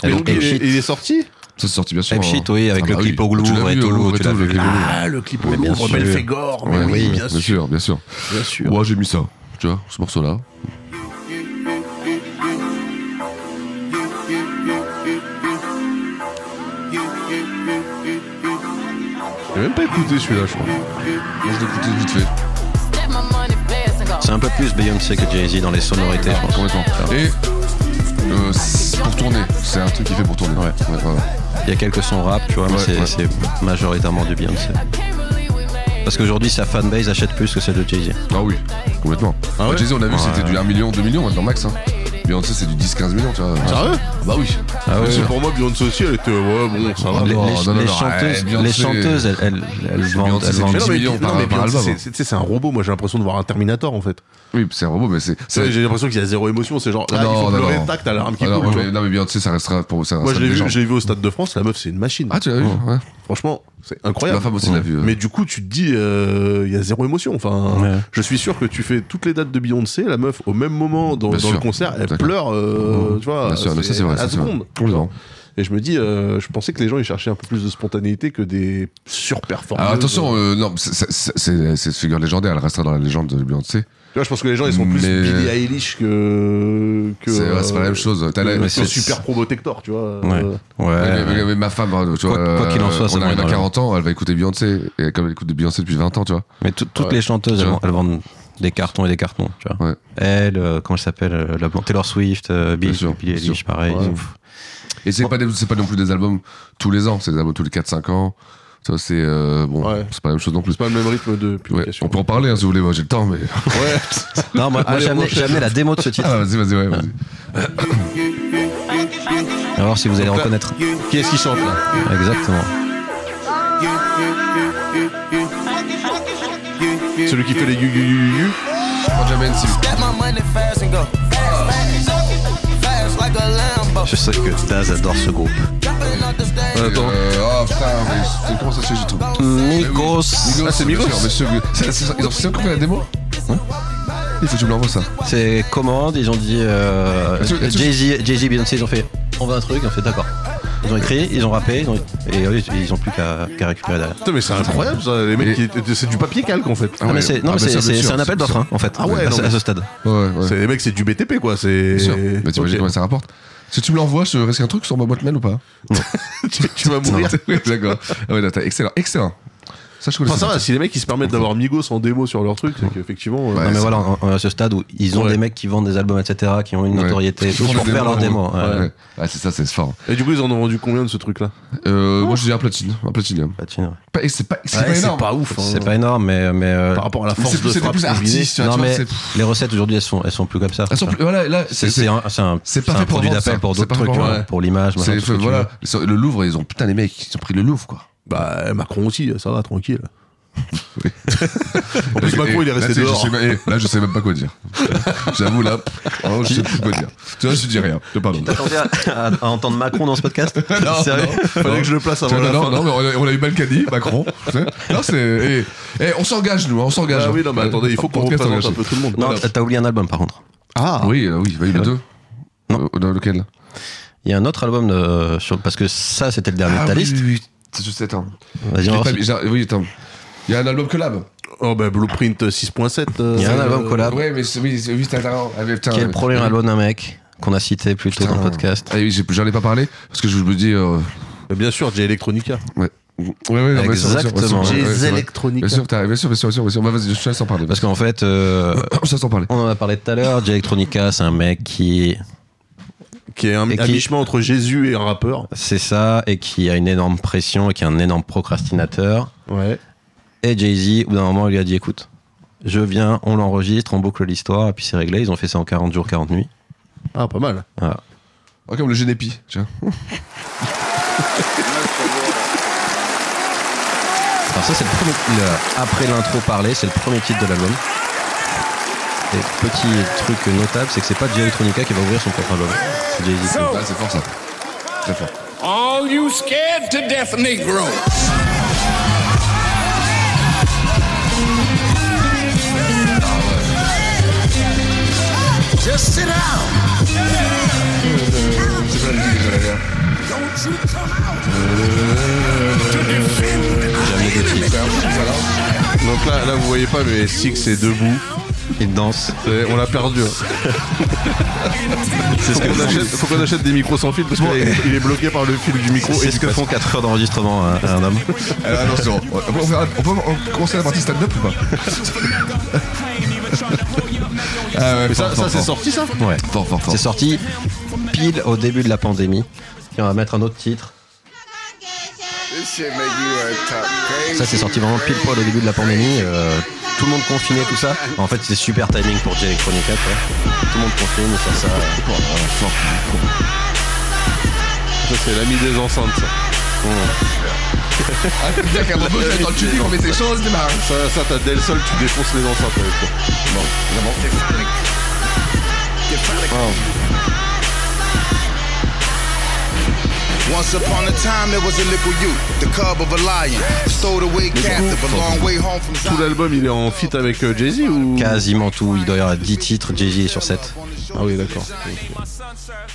A: Et donc, il est, il est sorti
B: Ça, c'est sorti bien sûr.
C: Type
B: hein.
C: shit, oui, avec
B: Ah
C: le
B: bah
C: clip au Louvre
B: Tu l'as
C: et
B: vu
C: tout,
B: au Louvre
C: tu l'as
B: et tout,
C: vu.
B: le clip au Louvre.
A: Ah, le clip au
C: Mais bien
A: Louvre,
C: sûr.
A: Belphégor. Mais
B: Ouais,
A: oui, bien
B: bien
A: sûr.
B: sûr, bien sûr.
A: Bien sûr.
B: Moi, j'ai mis ça, tu vois, ce morceau-là.
A: J'ai même pas écouté celui-là, je crois.
B: Moi, je l'ai écouté vite fait.
C: C'est un peu plus Beyoncé que Jay-Z dans les sonorités, je pense.
B: Et euh, c'est pour tourner, c'est un truc qui fait pour tourner. Ouais.
C: Il y a quelques sons rap, tu vois, mais
B: Ouais,
C: c'est-
B: ouais.
C: c'est majoritairement du Beyoncé. Parce qu'aujourd'hui, sa fanbase achète plus que celle de Jay-Z.
B: Ah oui, complètement.
C: Ah ouais
B: Jay-Z, on a vu,
C: Ouais.
B: c'était du 1 million, 2 millions maintenant max. Hein. Beyoncé, c'est du 10-15 millions, tu vois.
A: Sérieux
B: Bah oui.
C: Ah ouais.
A: Parce que pour moi, Beyoncé aussi, elle était. Ouais, bon, ça va.
C: les,
B: non,
C: les-
B: non, non,
C: les
B: non,
C: chanteuses,
B: eh, Beyoncé-
C: les chanteuses, elles, elles, elles vendent,
B: Beyoncé,
C: elles
B: c'est
C: vendent
B: une
A: 10
B: millions par- par album.
A: C'est tu sais, c'est un robot, moi j'ai l'impression de voir un Terminator en fait.
B: Oui, c'est un robot, mais c'est.
A: Tu sais, J'ai l'impression qu'il y a zéro émotion, c'est genre. Là, il faut pleurer, tac, t'as la larme qui
B: Ah non,
A: coule. tu
B: mais-
A: vois.
B: Non, mais Beyoncé, ça restera pour ça.
A: Moi
B: restera
A: je l'ai
B: une
A: vu,
B: légende.
A: je l'ai vu au Stade de France, la meuf c'est une machine.
B: Ah, tu l'as vu ouais.
A: Franchement, c'est incroyable.
B: Ma femme aussi l'a vu, ouais.
A: Mais du coup, tu te dis, euh, il y a zéro émotion. Enfin,
C: Ouais.
A: je suis sûr que tu fais toutes les dates de Beyoncé, la meuf au même moment dans,
B: Bien
A: dans le
B: sûr.
A: concert, elle
B: D'accord. Mmh.
A: pleure, euh, tu vois.
B: Bien sûr, mais ça, Ah, c'est vrai,
A: à la
B: ça, c'est vrai.
A: seconde.
B: Complètement.
A: Et je me dis, euh, je pensais que les gens ils cherchaient un peu plus de spontanéité que des surperformances.
B: Alors attention, euh, non, c'est- c'est- c'est c'est- cette figure légendaire, elle restera dans la légende de Beyoncé.
A: Tu vois, je pense que les gens ils sont plus
B: Mais-
A: Billie Eilish que. que
B: C'est ouais, c'est pas la même chose. T'as la-
A: que
B: mais c'est-
A: super protector, tu vois.
C: Ouais.
A: Euh,
B: Ouais,
C: Ouais.
B: mais, mais ma femme, hein, tu
C: Quoi-
B: vois,
C: quoi qu'il en
B: euh,
C: soit, ça
B: on
C: va
B: arrive à
C: dans la-
B: 40 ans, elle va écouter Beyoncé, et comme elle écoute de Beyoncé depuis 20 ans, tu vois.
C: Mais tout- toutes
B: Ouais.
C: les chanteuses, elles,
B: Tu
C: vendent- elles vendent des cartons et des cartons. Tu vois.
B: Ouais.
C: Elle, euh, comment elle s'appelle euh, la blonde Taylor Swift, euh, Bill,
B: Bien sûr,
C: Billie
B: bien sûr.
C: Eilish, pareil.
B: Ouais.
C: Pff.
B: Et c'est pas, des- c'est pas non plus des albums tous les ans, c'est des albums tous les 4-5 ans. Ça, c'est euh, bon,
A: Ouais.
B: c'est pas la même chose non plus.
A: C'est pas le même rythme de
B: Ouais,
A: publication.
B: on peut en parler hein, si vous voulez, moi j'ai le temps, mais.
A: Ouais.
B: [LAUGHS]
C: Non, moi, moi
A: Allez,
C: j'ai amené-
A: mon
C: j'ai amené la démo de ce titre.
B: Ah, vas-y, vas-y, ouais, vas-y.
C: On va voir si vous allez reconnaître.
A: Qui est-ce qui chante là
C: Exactement.
A: Celui qui fait les yu yu yu yu.
B: Benjamin Sim.
V: Get my money fast and go fast, fast, fast like a Lambo.
C: Je sais que Daz adore ce groupe.
V: Jumping off the stage.
B: Attends. oh putain, mais c'est- comment ça se fait, j'ai tout.
C: Migos.
B: Migos,
A: Ah, c'est
B: bien
A: Migos.
B: sûr, bien sûr, Migos. C'est- c'est- Ils ont c'est encore fait la démo Hein Il faut que tu me l'envoies ça.
C: C'est commande, ils ont dit. Euh,
B: Est-ce que- est-ce que-
C: Jay-Z, Jay-Z, Beyoncé, ils ont fait. On veut un truc, on fait d'accord. Ils ont écrit, ils ont rappé, ils ont, et euh, ils ils ont plus qu'à qu'à récupérer derrière.
B: Ah
A: Putain, mais c'est incroyable ça, les mecs,
B: Et-
A: qui- c'est du papier calque en fait.
C: Ah, mais c'est, non,
B: Ah,
C: mais
B: bah,
C: c'est,
B: ça, bien
C: c'est-
B: sûr,
C: c'est un appel
B: bien
C: d'offres,
B: sûr.
C: hein, en fait.
A: Ah ouais,
C: à,
A: non,
C: ce- à
A: mais-
C: ce stade.
B: Ouais, ouais.
A: C'est- Les mecs, c'est du BTP quoi, c'est.
B: Bien sûr. Bah, t'imagines
A: Ok.
B: comment ça rapporte Si tu me l'envoies, je risque un truc [LAUGHS] sur ma boîte mail ou pas
A: tu, tu vas mourir.
B: [LAUGHS] Oui, D'accord. Ah ouais, d'accord. excellent, excellent. Ça, je connais
A: Enfin, ça va, si les mecs ils se permettent d'avoir Migos en démo sur leur truc, c'est qu'effectivement. euh,
B: Bah,
C: non, mais voilà, on- on est à ce stade où ils ont
A: Ouais.
C: des mecs qui vendent des albums, etc., qui ont une
A: Ouais.
C: notoriété,
A: Ils
C: tout
A: font
C: pour
A: des
C: faire leurs
A: démos,
C: démos. ouais.
A: ouais.
B: Ah, c'est ça, c'est fort. Euh,
A: Et du coup, ils en ont vendu combien de ce truc là
B: Moi, je dis un platine. Un platinium. Pas- et C'est pas, c'est
C: Ouais,
B: pas énorme.
A: hein.
C: C'est pas énorme, mais, mais euh,
A: Par rapport à la Mais force c'est plus- de
B: c'était frappe plus combinée. artiste, tu vois,
C: Non,
B: tu vois,
C: mais
B: c'est-
C: les recettes aujourd'hui, elles sont, elles sont plus comme ça.
B: Elles sont
C: Enfin,
B: plus- voilà, là,
C: c'est c'est un, c'est un,
B: c'est
C: c'est un
B: pas fait pour
C: produit
B: vendre,
C: d'appel
B: ça.
C: pour
B: C'est
C: d'autres
B: pas fait
C: trucs,
B: pour
C: hein,
B: vendre.
C: pour l'image. machin,
B: C'est-
C: tout ce que tu
B: voilà.
C: veux.
B: Ils sont- Le Louvre, ils ont putain les mecs, ils ont pris le Louvre quoi.
A: Bah, Macron aussi, ça va, tranquille. En plus, Macron, il est resté
B: Bah, là, tu sais,
A: dehors.
B: Je sais, pas- eh, là, je sais même
A: [LAUGHS]
B: pas quoi dire. J'avoue, là, vraiment, je sais plus quoi dire. Tu vois, je dis rien. Je parle.
C: T'attendais [LAUGHS] à, à- à entendre Macron dans ce podcast
B: [LAUGHS] Non,
C: Sérieux
B: non.
A: Fallait que je le place avant
B: Non,
A: la
B: non,
A: fin.
B: non, mais on a- on a eu Balkany, Macron. tu sais. Non, c'est. eh, eh, on s'engage, nous, hein, on s'engage.
A: Ah oui,
B: hein.
A: non, mais attendez, il faut qu'on
B: Podcast
A: représente
B: engagé.
A: un peu tout le monde.
C: Non,
B: Voilà.
C: t'as oublié un album par contre.
A: Ah
B: Oui, euh, oui, bah, il y en a deux.
C: Non.
B: Dans lequel
C: Il y a un autre album de- sur- parce que ça c'était le
A: Ah
C: dernier de ta
B: oui,
C: liste.
B: Ah oui, oui. C'est juste, attends.
C: Vas-y,
B: Je
C: on
B: l'ai
C: va
B: pas
C: voir
B: mis, j'ai- Oui, attends. Il y a un album collab.
A: Oh, bah, Blueprint 6.7. euh,
C: Il y a un
A: euh,
C: album collab.
B: Ouais, mais c'est- oui, c'est- oui, c'est attends, ah, mais putain,
C: Qui est le
B: ouais.
C: premier album d'un mec qu'on a cité plus tôt dans le podcast
B: Ah oui, j'ai- j'en ai pas parlé parce que je me dis. euh,
A: bah, Bien sûr, j'ai Electronica.
B: Ouais. Ouais, ouais, non, bien sûr, bien sûr, bien sûr,
C: Exactement.
B: ouais,
C: Jazz
B: ouais, c'est vrai.
A: Electronica.
B: Bien sûr, t'as- bien sûr, bien sûr, bien sûr, bien sûr. Bah, vas-y, je te laisse en parler.
C: Parce qu'en fait, euh,
B: Ça, t'en parlais.
C: [LAUGHS] on en a parlé tout à l'heure. Jay Electronica, c'est un mec qui
A: Qui est un,
C: Et
A: un
C: qui-
A: mi-chemin entre Jésus et un rappeur.
C: c'est ça et qui a une énorme pression et qui est un énorme procrastinateur.
A: Ouais.
C: Et Jay-Z, au bout d'un moment, il lui a dit écoute, je viens, on l'enregistre, on boucle l'histoire, et puis c'est réglé. Ils ont fait ça en 40 jours, 40 nuits.
A: Ah, pas mal.
C: Voilà.
B: Ah, comme le Génépi, tiens.
C: Alors, ça, c'est le premier. le- après l'intro parlé, c'est le premier titre de l'album. Et petit truc notable, c'est que c'est pas Jay Electronica qui va ouvrir son propre album. C'est Jay-Z.
B: Ah, c'est fort ça. Très fort.
W: All you scared to death Negroes. Just sit down. Don't you come out to defend
A: Donc là, là, vous voyez pas, mais Six est debout.
C: Il danse.
A: On l'a perdu. hein.
C: C'est ce que
A: faut qu'on
C: font-
A: achète, faut qu'on achète des micros sans fil parce qu'il est, il est bloqué par le fil du micro.
C: C'est
A: et
C: ce
A: du
C: que
A: passe-
C: font 4 heures d'enregistrement à, à un [LAUGHS] homme.
B: Alors, attention, on peut, on peut- on peut- on peut commencer la partie stand-up ou pas Ah ouais,
C: Mais
B: fort,
C: ça-
B: fort,
C: ça, c'est
B: fort.
C: sorti, ça
B: Ouais. Fort, fort, fort.
C: C'est sorti pile au début de la pandémie. Et on va mettre un autre titre.
W: This shit make you uh, talk crazy.
C: Ça, c'est sorti vraiment pile poil au début de la pandémie. euh, tout le monde confiné, tout ça. En fait, c'est super timing pour Jay Electronica. tu vois. Tout le monde confine, il fait ça.
A: Ça, c'est l'ami des enceintes, ça.
B: Ah, c'est bien qu'à un moment, quand tu dis qu'on met ces choses, c'est marrant.
A: Ça, ça t'as dès le sol, tu défonces les enceintes avec ça.
B: Non, vraiment.
W: Once upon a time, there was a little youth, the cub of a lion, stowed away captive, a long way home from
A: Tout l'album, il est en feat avec euh, Jay-Z ou
C: Quasiment tout. Il doit y avoir 10 titres. Jay-Z est sur 7.
A: Ah oui, d'accord.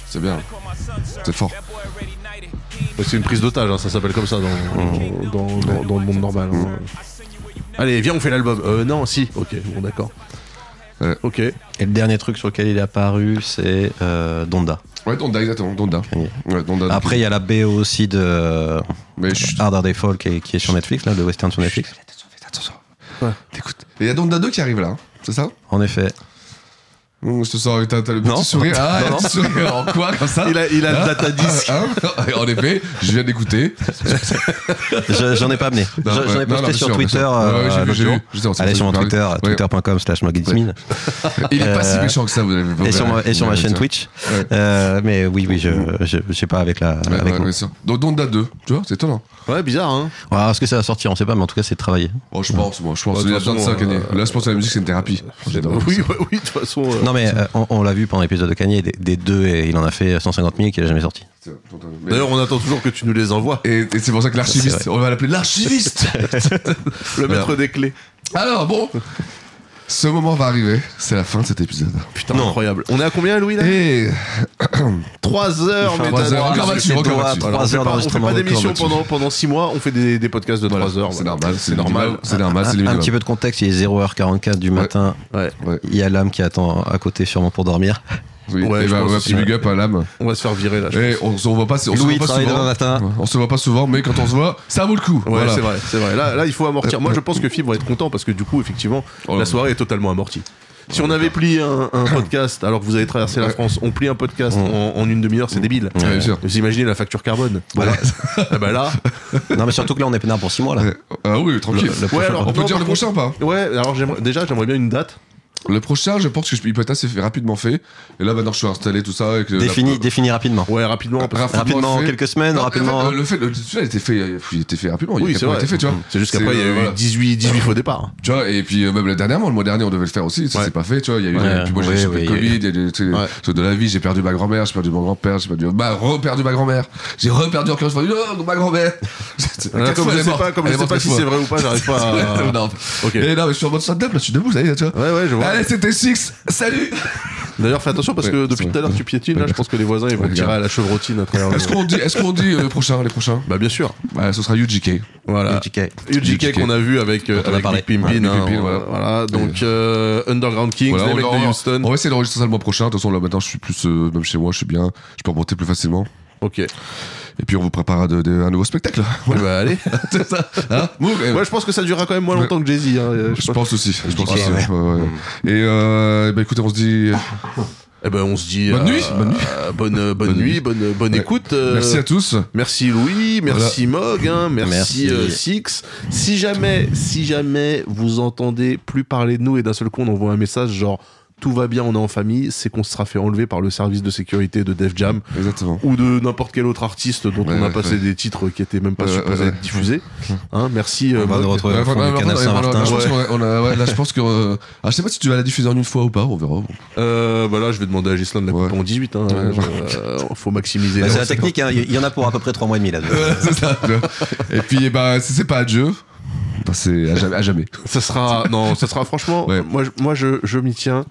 B: C'est bien. C'est fort.
A: C'est une prise d'otage, hein, ça s'appelle comme ça dans, dans, dans- dans le monde normal. hein. Allez, viens, on fait l'album. Euh, non, si. Ok, bon, d'accord. Ok.
C: Et le dernier truc sur lequel il est apparu, c'est euh, Donda.
B: Ouais, Donda, exactement. Donda. Ouais, Donda.
C: Après, il y a la BO aussi de Hard Are They Fall qui est, qui est sur Netflix, là, le western sur Netflix.
B: Et il y a Donda 2 qui arrive là, hein, c'est ça
C: En effet.
B: Mmh, Je te sens, t'as t'as le petit sourire. Ah,
C: Non,
B: un
C: non.
B: petit sourire en quoi comme ça
A: Il a- il a le
B: Hein
A: data disc.
B: Hein En effet, je viens d'écouter.
C: Je- J'en ai pas amené. Je-
B: Non,
C: J'en
B: ouais,
C: ai posté
B: non, non, bien
C: sur
B: sûr,
C: Twitter.
B: bien sûr. Ouais, ouais,
C: euh,
B: j'ai vu,
C: l'autre
B: j'ai vu.
C: jour.
B: Je sais, on s'en
C: Allez sur mon
B: parle.
C: Twitter,
B: Ouais.
C: twitter.com slash mogismin.
B: Il est pas si méchant que ça, vous avez
C: Euh, Et sur, ma- et sur ma
B: vous avez-
C: chaîne Twitch.
B: Ouais.
C: Euh, mais oui, oui, je, je, je sais pas avec la.
B: Ouais,
C: avec
B: ouais,
C: mon-
B: bien sûr. Donc Donda 2, tu vois, c'est étonnant.
A: Ouais, bizarre, hein.
C: Ouais, alors, Est-ce que ça va sortir On sait pas, mais en tout cas, c'est travaillé.
A: Oh,
B: Bon, je pense, moi, je pense.
C: Bah, de
B: il a
C: toute
B: besoin de
C: façon,
B: ça, Kanye.
C: euh,
B: Là, je pense que la musique, c'est une thérapie.
A: Oui, ouais, oui, de toute façon. euh,
C: Non, mais euh, on, on l'a vu pendant l'épisode de Kanye, des, des deux, et il en a fait 150 000 qu'il a jamais sorti.
A: D'ailleurs, on attend toujours que tu nous les envoies.
B: Et, c'est pour ça que l'archiviste, on va
C: [LAUGHS]
B: l'appeler l'archiviste
A: Le maître
B: Alors.
A: des clés.
B: Alors, bon, ce moment va arriver. C'est la fin de cet épisode.
A: Putain, incroyable. On est à combien, Louis, là
B: Et.
A: 3 heures, mais
B: Trois heures, ah, encore là-dessus, encore là-dessus.
A: on fait pas, on fait pas d'émission pendant, pendant 6 mois, on fait des, des podcasts de 3 heures.
B: c'est
A: voilà.
B: normal, c'est normal, c'est
C: Un-
B: normal, c'est
C: un, un
B: le minimum.
C: petit peu de contexte, il est 0h44 du matin.
A: Ouais.
C: Il y a l'âme qui attend à côté sûrement pour dormir.
B: Oui,
A: Ouais,
B: eh
A: je
B: ben,
A: pense
B: un
A: aussi,
B: petit big
A: ouais.
B: up à l'âme.
A: On va se faire virer là. je
B: Eh,
A: pense.
B: on se on voit pas, on se
A: Louis
B: voit pas
A: travaille
B: souvent.
A: demain matin.
B: On se voit pas souvent, mais quand on se voit, ça vaut le coup.
A: Ouais, c'est vrai, c'est vrai. Là, là, il faut amortir. Moi, je pense que Fib va être content parce que du coup, effectivement,
B: Oh,
A: la soirée est totalement amortie. Si on avait plié un, un podcast alors que vous avez traversé la France, on plie un podcast en, en une demi-heure, c'est débile.
B: Ouais, bien sûr.
A: Vous imaginez la facture carbone Voilà.
B: [LAUGHS]
A: Ah bah là.
C: [LAUGHS] Non, mais surtout que là, on est peinard pour 6 mois, là.
B: Ah oui, tranquille.
C: Le- le prochain,
B: on
C: quoi.
B: peut dire le prochain, pas
A: Ouais, alors j'aimerais- déjà, j'aimerais bien une date.
B: Le prochain, je pense que je- il peut être assez fait- rapidement fait. Et là, maintenant, je suis installé, tout ça. Avec euh,
C: Défini- défini rapidement.
A: Ouais, rapidement.
C: parce que- Rapidement, quelques semaines, rapidement.
B: Le fait, le, celui-là, il était fait, euh, il était fait rapidement.
A: hein. Oui,
B: il a
A: c'est
B: pas
A: vrai.
B: été fait, tu vois.
A: C'est juste qu'après, il y a
B: euh,
A: eu 18, 18 faux départs.
B: Tu vois, et puis euh, même la dernièrement, le mois dernier, on devait le faire aussi, ça s'est pas fait, tu vois. Il y a eu,
A: Ouais,
B: puis moi, j'ai
A: ouais,
B: chopé
A: ouais,
B: le
A: il y a eu-
B: Covid, il y a des trucs- trucs de la vie, j'ai perdu ma grand-mère, j'ai perdu mon grand-père, j'ai perdu, ma, reperdu ma grand-mère, j'ai reperdu encore une fois, oh, ma grand-mère. [LAUGHS] Ah, Quatre
A: Là, Ah, comme
B: fois,
A: je
B: elle est
A: sais
B: morte.
A: pas, comme je
B: Elle est
A: sais
B: morte
A: pas
B: quatre
A: si
B: fois.
A: c'est vrai ou pas, j'arrive pas à-
B: [LAUGHS] non.
A: [LAUGHS] Ok.
B: Et non, mais je suis en mode stand-up, là, je suis debout, ça y est, tu vois.
A: Ouais, ouais, je vois.
B: Allez, c'était Six, salut!
A: D'ailleurs, fais attention parce que
B: Ouais,
A: depuis
B: c'est
A: tout à l'heure, tu piétines. Là, je pense que les voisins, ils vont
B: Ouais,
A: te tirer
B: grave.
A: à la chevrotine à travers
B: Est-ce
A: le-
B: qu'on dit, est-ce qu'on dit euh, les prochains, les prochains?
A: Bah, bien sûr.
B: Bah, ce sera UGK.
A: Voilà. UGK, qu'on a vu avec, euh,
B: Dont on a
A: avec
B: parlé.
A: Big Pimpin.
B: Ouais, Big
A: hein,
B: Pimpin,
A: on-
B: voilà.
A: voilà. Donc, euh, Underground Kings,
B: Voilà,
A: les mecs
B: on,
A: de
B: on-
A: Houston.
B: on va essayer d'enregistrer ça le mois prochain. De toute façon, là maintenant, je suis plus euh, même chez moi, je suis bien, je peux remonter plus facilement.
A: Ok.
B: Et puis on vous prépare à de- de- un
A: [LAUGHS]
B: nouveau spectacle. Voilà.
A: Bah, allez.
B: [LAUGHS] C'est ça.
A: [LAUGHS]
B: Hein Move, eh.
A: Ouais, je pense que ça durera quand même moins longtemps que Jay-Z. hein, euh,
B: Je pense aussi. Je pense
A: Ok,
B: aussi.
A: ouais. Hmm.
B: ouais, ouais. Et euh, bah, écoutez, on se dit.
A: Eh ben, on se dit.
B: Bonne
A: euh,
B: nuit. Bonne nuit.
A: euh, bonne, euh, bonne nuit, bonne, bonne
B: Ouais.
A: écoute. euh,
B: Merci à tous.
A: Merci Louis, merci Mog, hein, merci,
B: Merci.
A: euh, Six. Si jamais, si jamais vous entendez plus parler de nous et d'un seul coup on envoie un message genre tout va bien, on est en famille, c'est qu'on se sera fait enlever par le service de sécurité de Def Jam ou de n'importe quel autre artiste dont
B: Ouais,
A: on a
B: ouais,
A: passé
B: ouais.
A: des titres qui étaient même pas
B: Ouais,
A: supposés
B: ouais,
A: être diffusés. Hein, merci. euh,
C: va
A: Mog.
C: nous retrouver au
A: Ouais,
C: fond
A: ouais,
C: du
A: ouais,
C: canal
A: ouais,
C: Saint-Martin.
A: ouais,
B: Je pense
A: ouais.
B: qu'on a- on a- ouais, là, je pense que. euh, ah, je sais pas si tu vas la diffuser en une fois ou pas, on verra.
A: [LAUGHS]
B: bon.
A: Euh, bah là, je vais demander à Gislain de la couper en 18. Hein, euh, faut maximiser.
C: Bah, c'est la technique, hein, il y en a pour à peu près 3 mois et demi, là.
B: C'est ça. tu vois. Et puis, eh ben, si c'est pas adieu, bah, c'est à jamais. À jamais.
A: Ça sera. Non, ça sera franchement. Moi, je- moi je, je m'y tiens.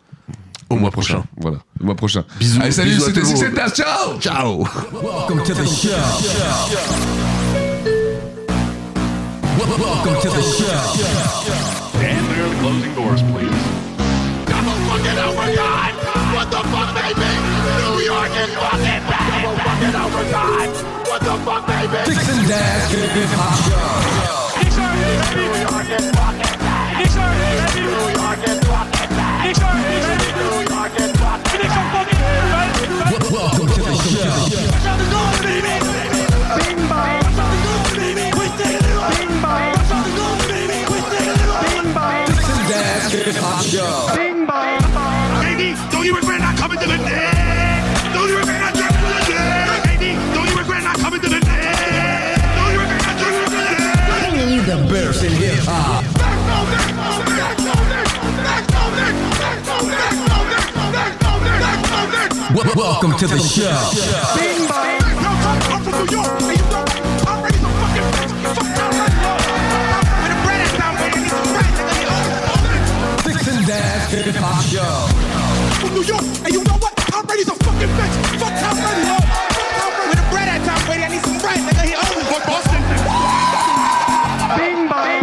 A: Au mois prochain.
B: Voilà, au mois prochain.
A: Bisous.
B: Allez, salut,
A: bisous à
B: c'était
A: tout le
B: Six
A: monde.
B: Sentas, ciao
A: Ciao
F: Welcome to the show. Welcome to the show.
T: Stand clear of the closing doors, please.
M: I'm a fucking overtime. What the fuck, baby? New York is fucking back. I'm a fucking overtime. What the fuck, baby? Six and dash, get hip hop. Welcome to the show. Bing bong. Bing bong. Bing bong. Six and dash, get hip-hop show.
T: Bing bong. Baby, don't you regret not coming to the net? Don't you regret not jumping to the net? Baby, don't you regret not coming to the net? Don't you regret not jumping to the net?
M: Bringing you the best in hip hop.
F: Welcome to the show.
M: Bing bong. Yo, come, I'm from New York, and you know I'm ready to fucking bitch. Fuck out that love. When the bread is out, man, it's a rat, nigga, you owe me.
F: Six and dash, hip hop show.
M: From New York, and you know what? I'm ready to fucking bitch. Fuck out that love. When the bread is out, man, I need some rat, nigga, he owe me. Fuck Boston. Bing bong.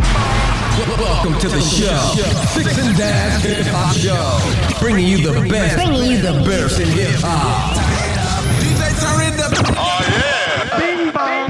F: Welcome to the show. Six and dash, hip hop show. Bringing you the best. Bringing you the best in hip hop. DJ Surrender. Oh yeah. Bing bang.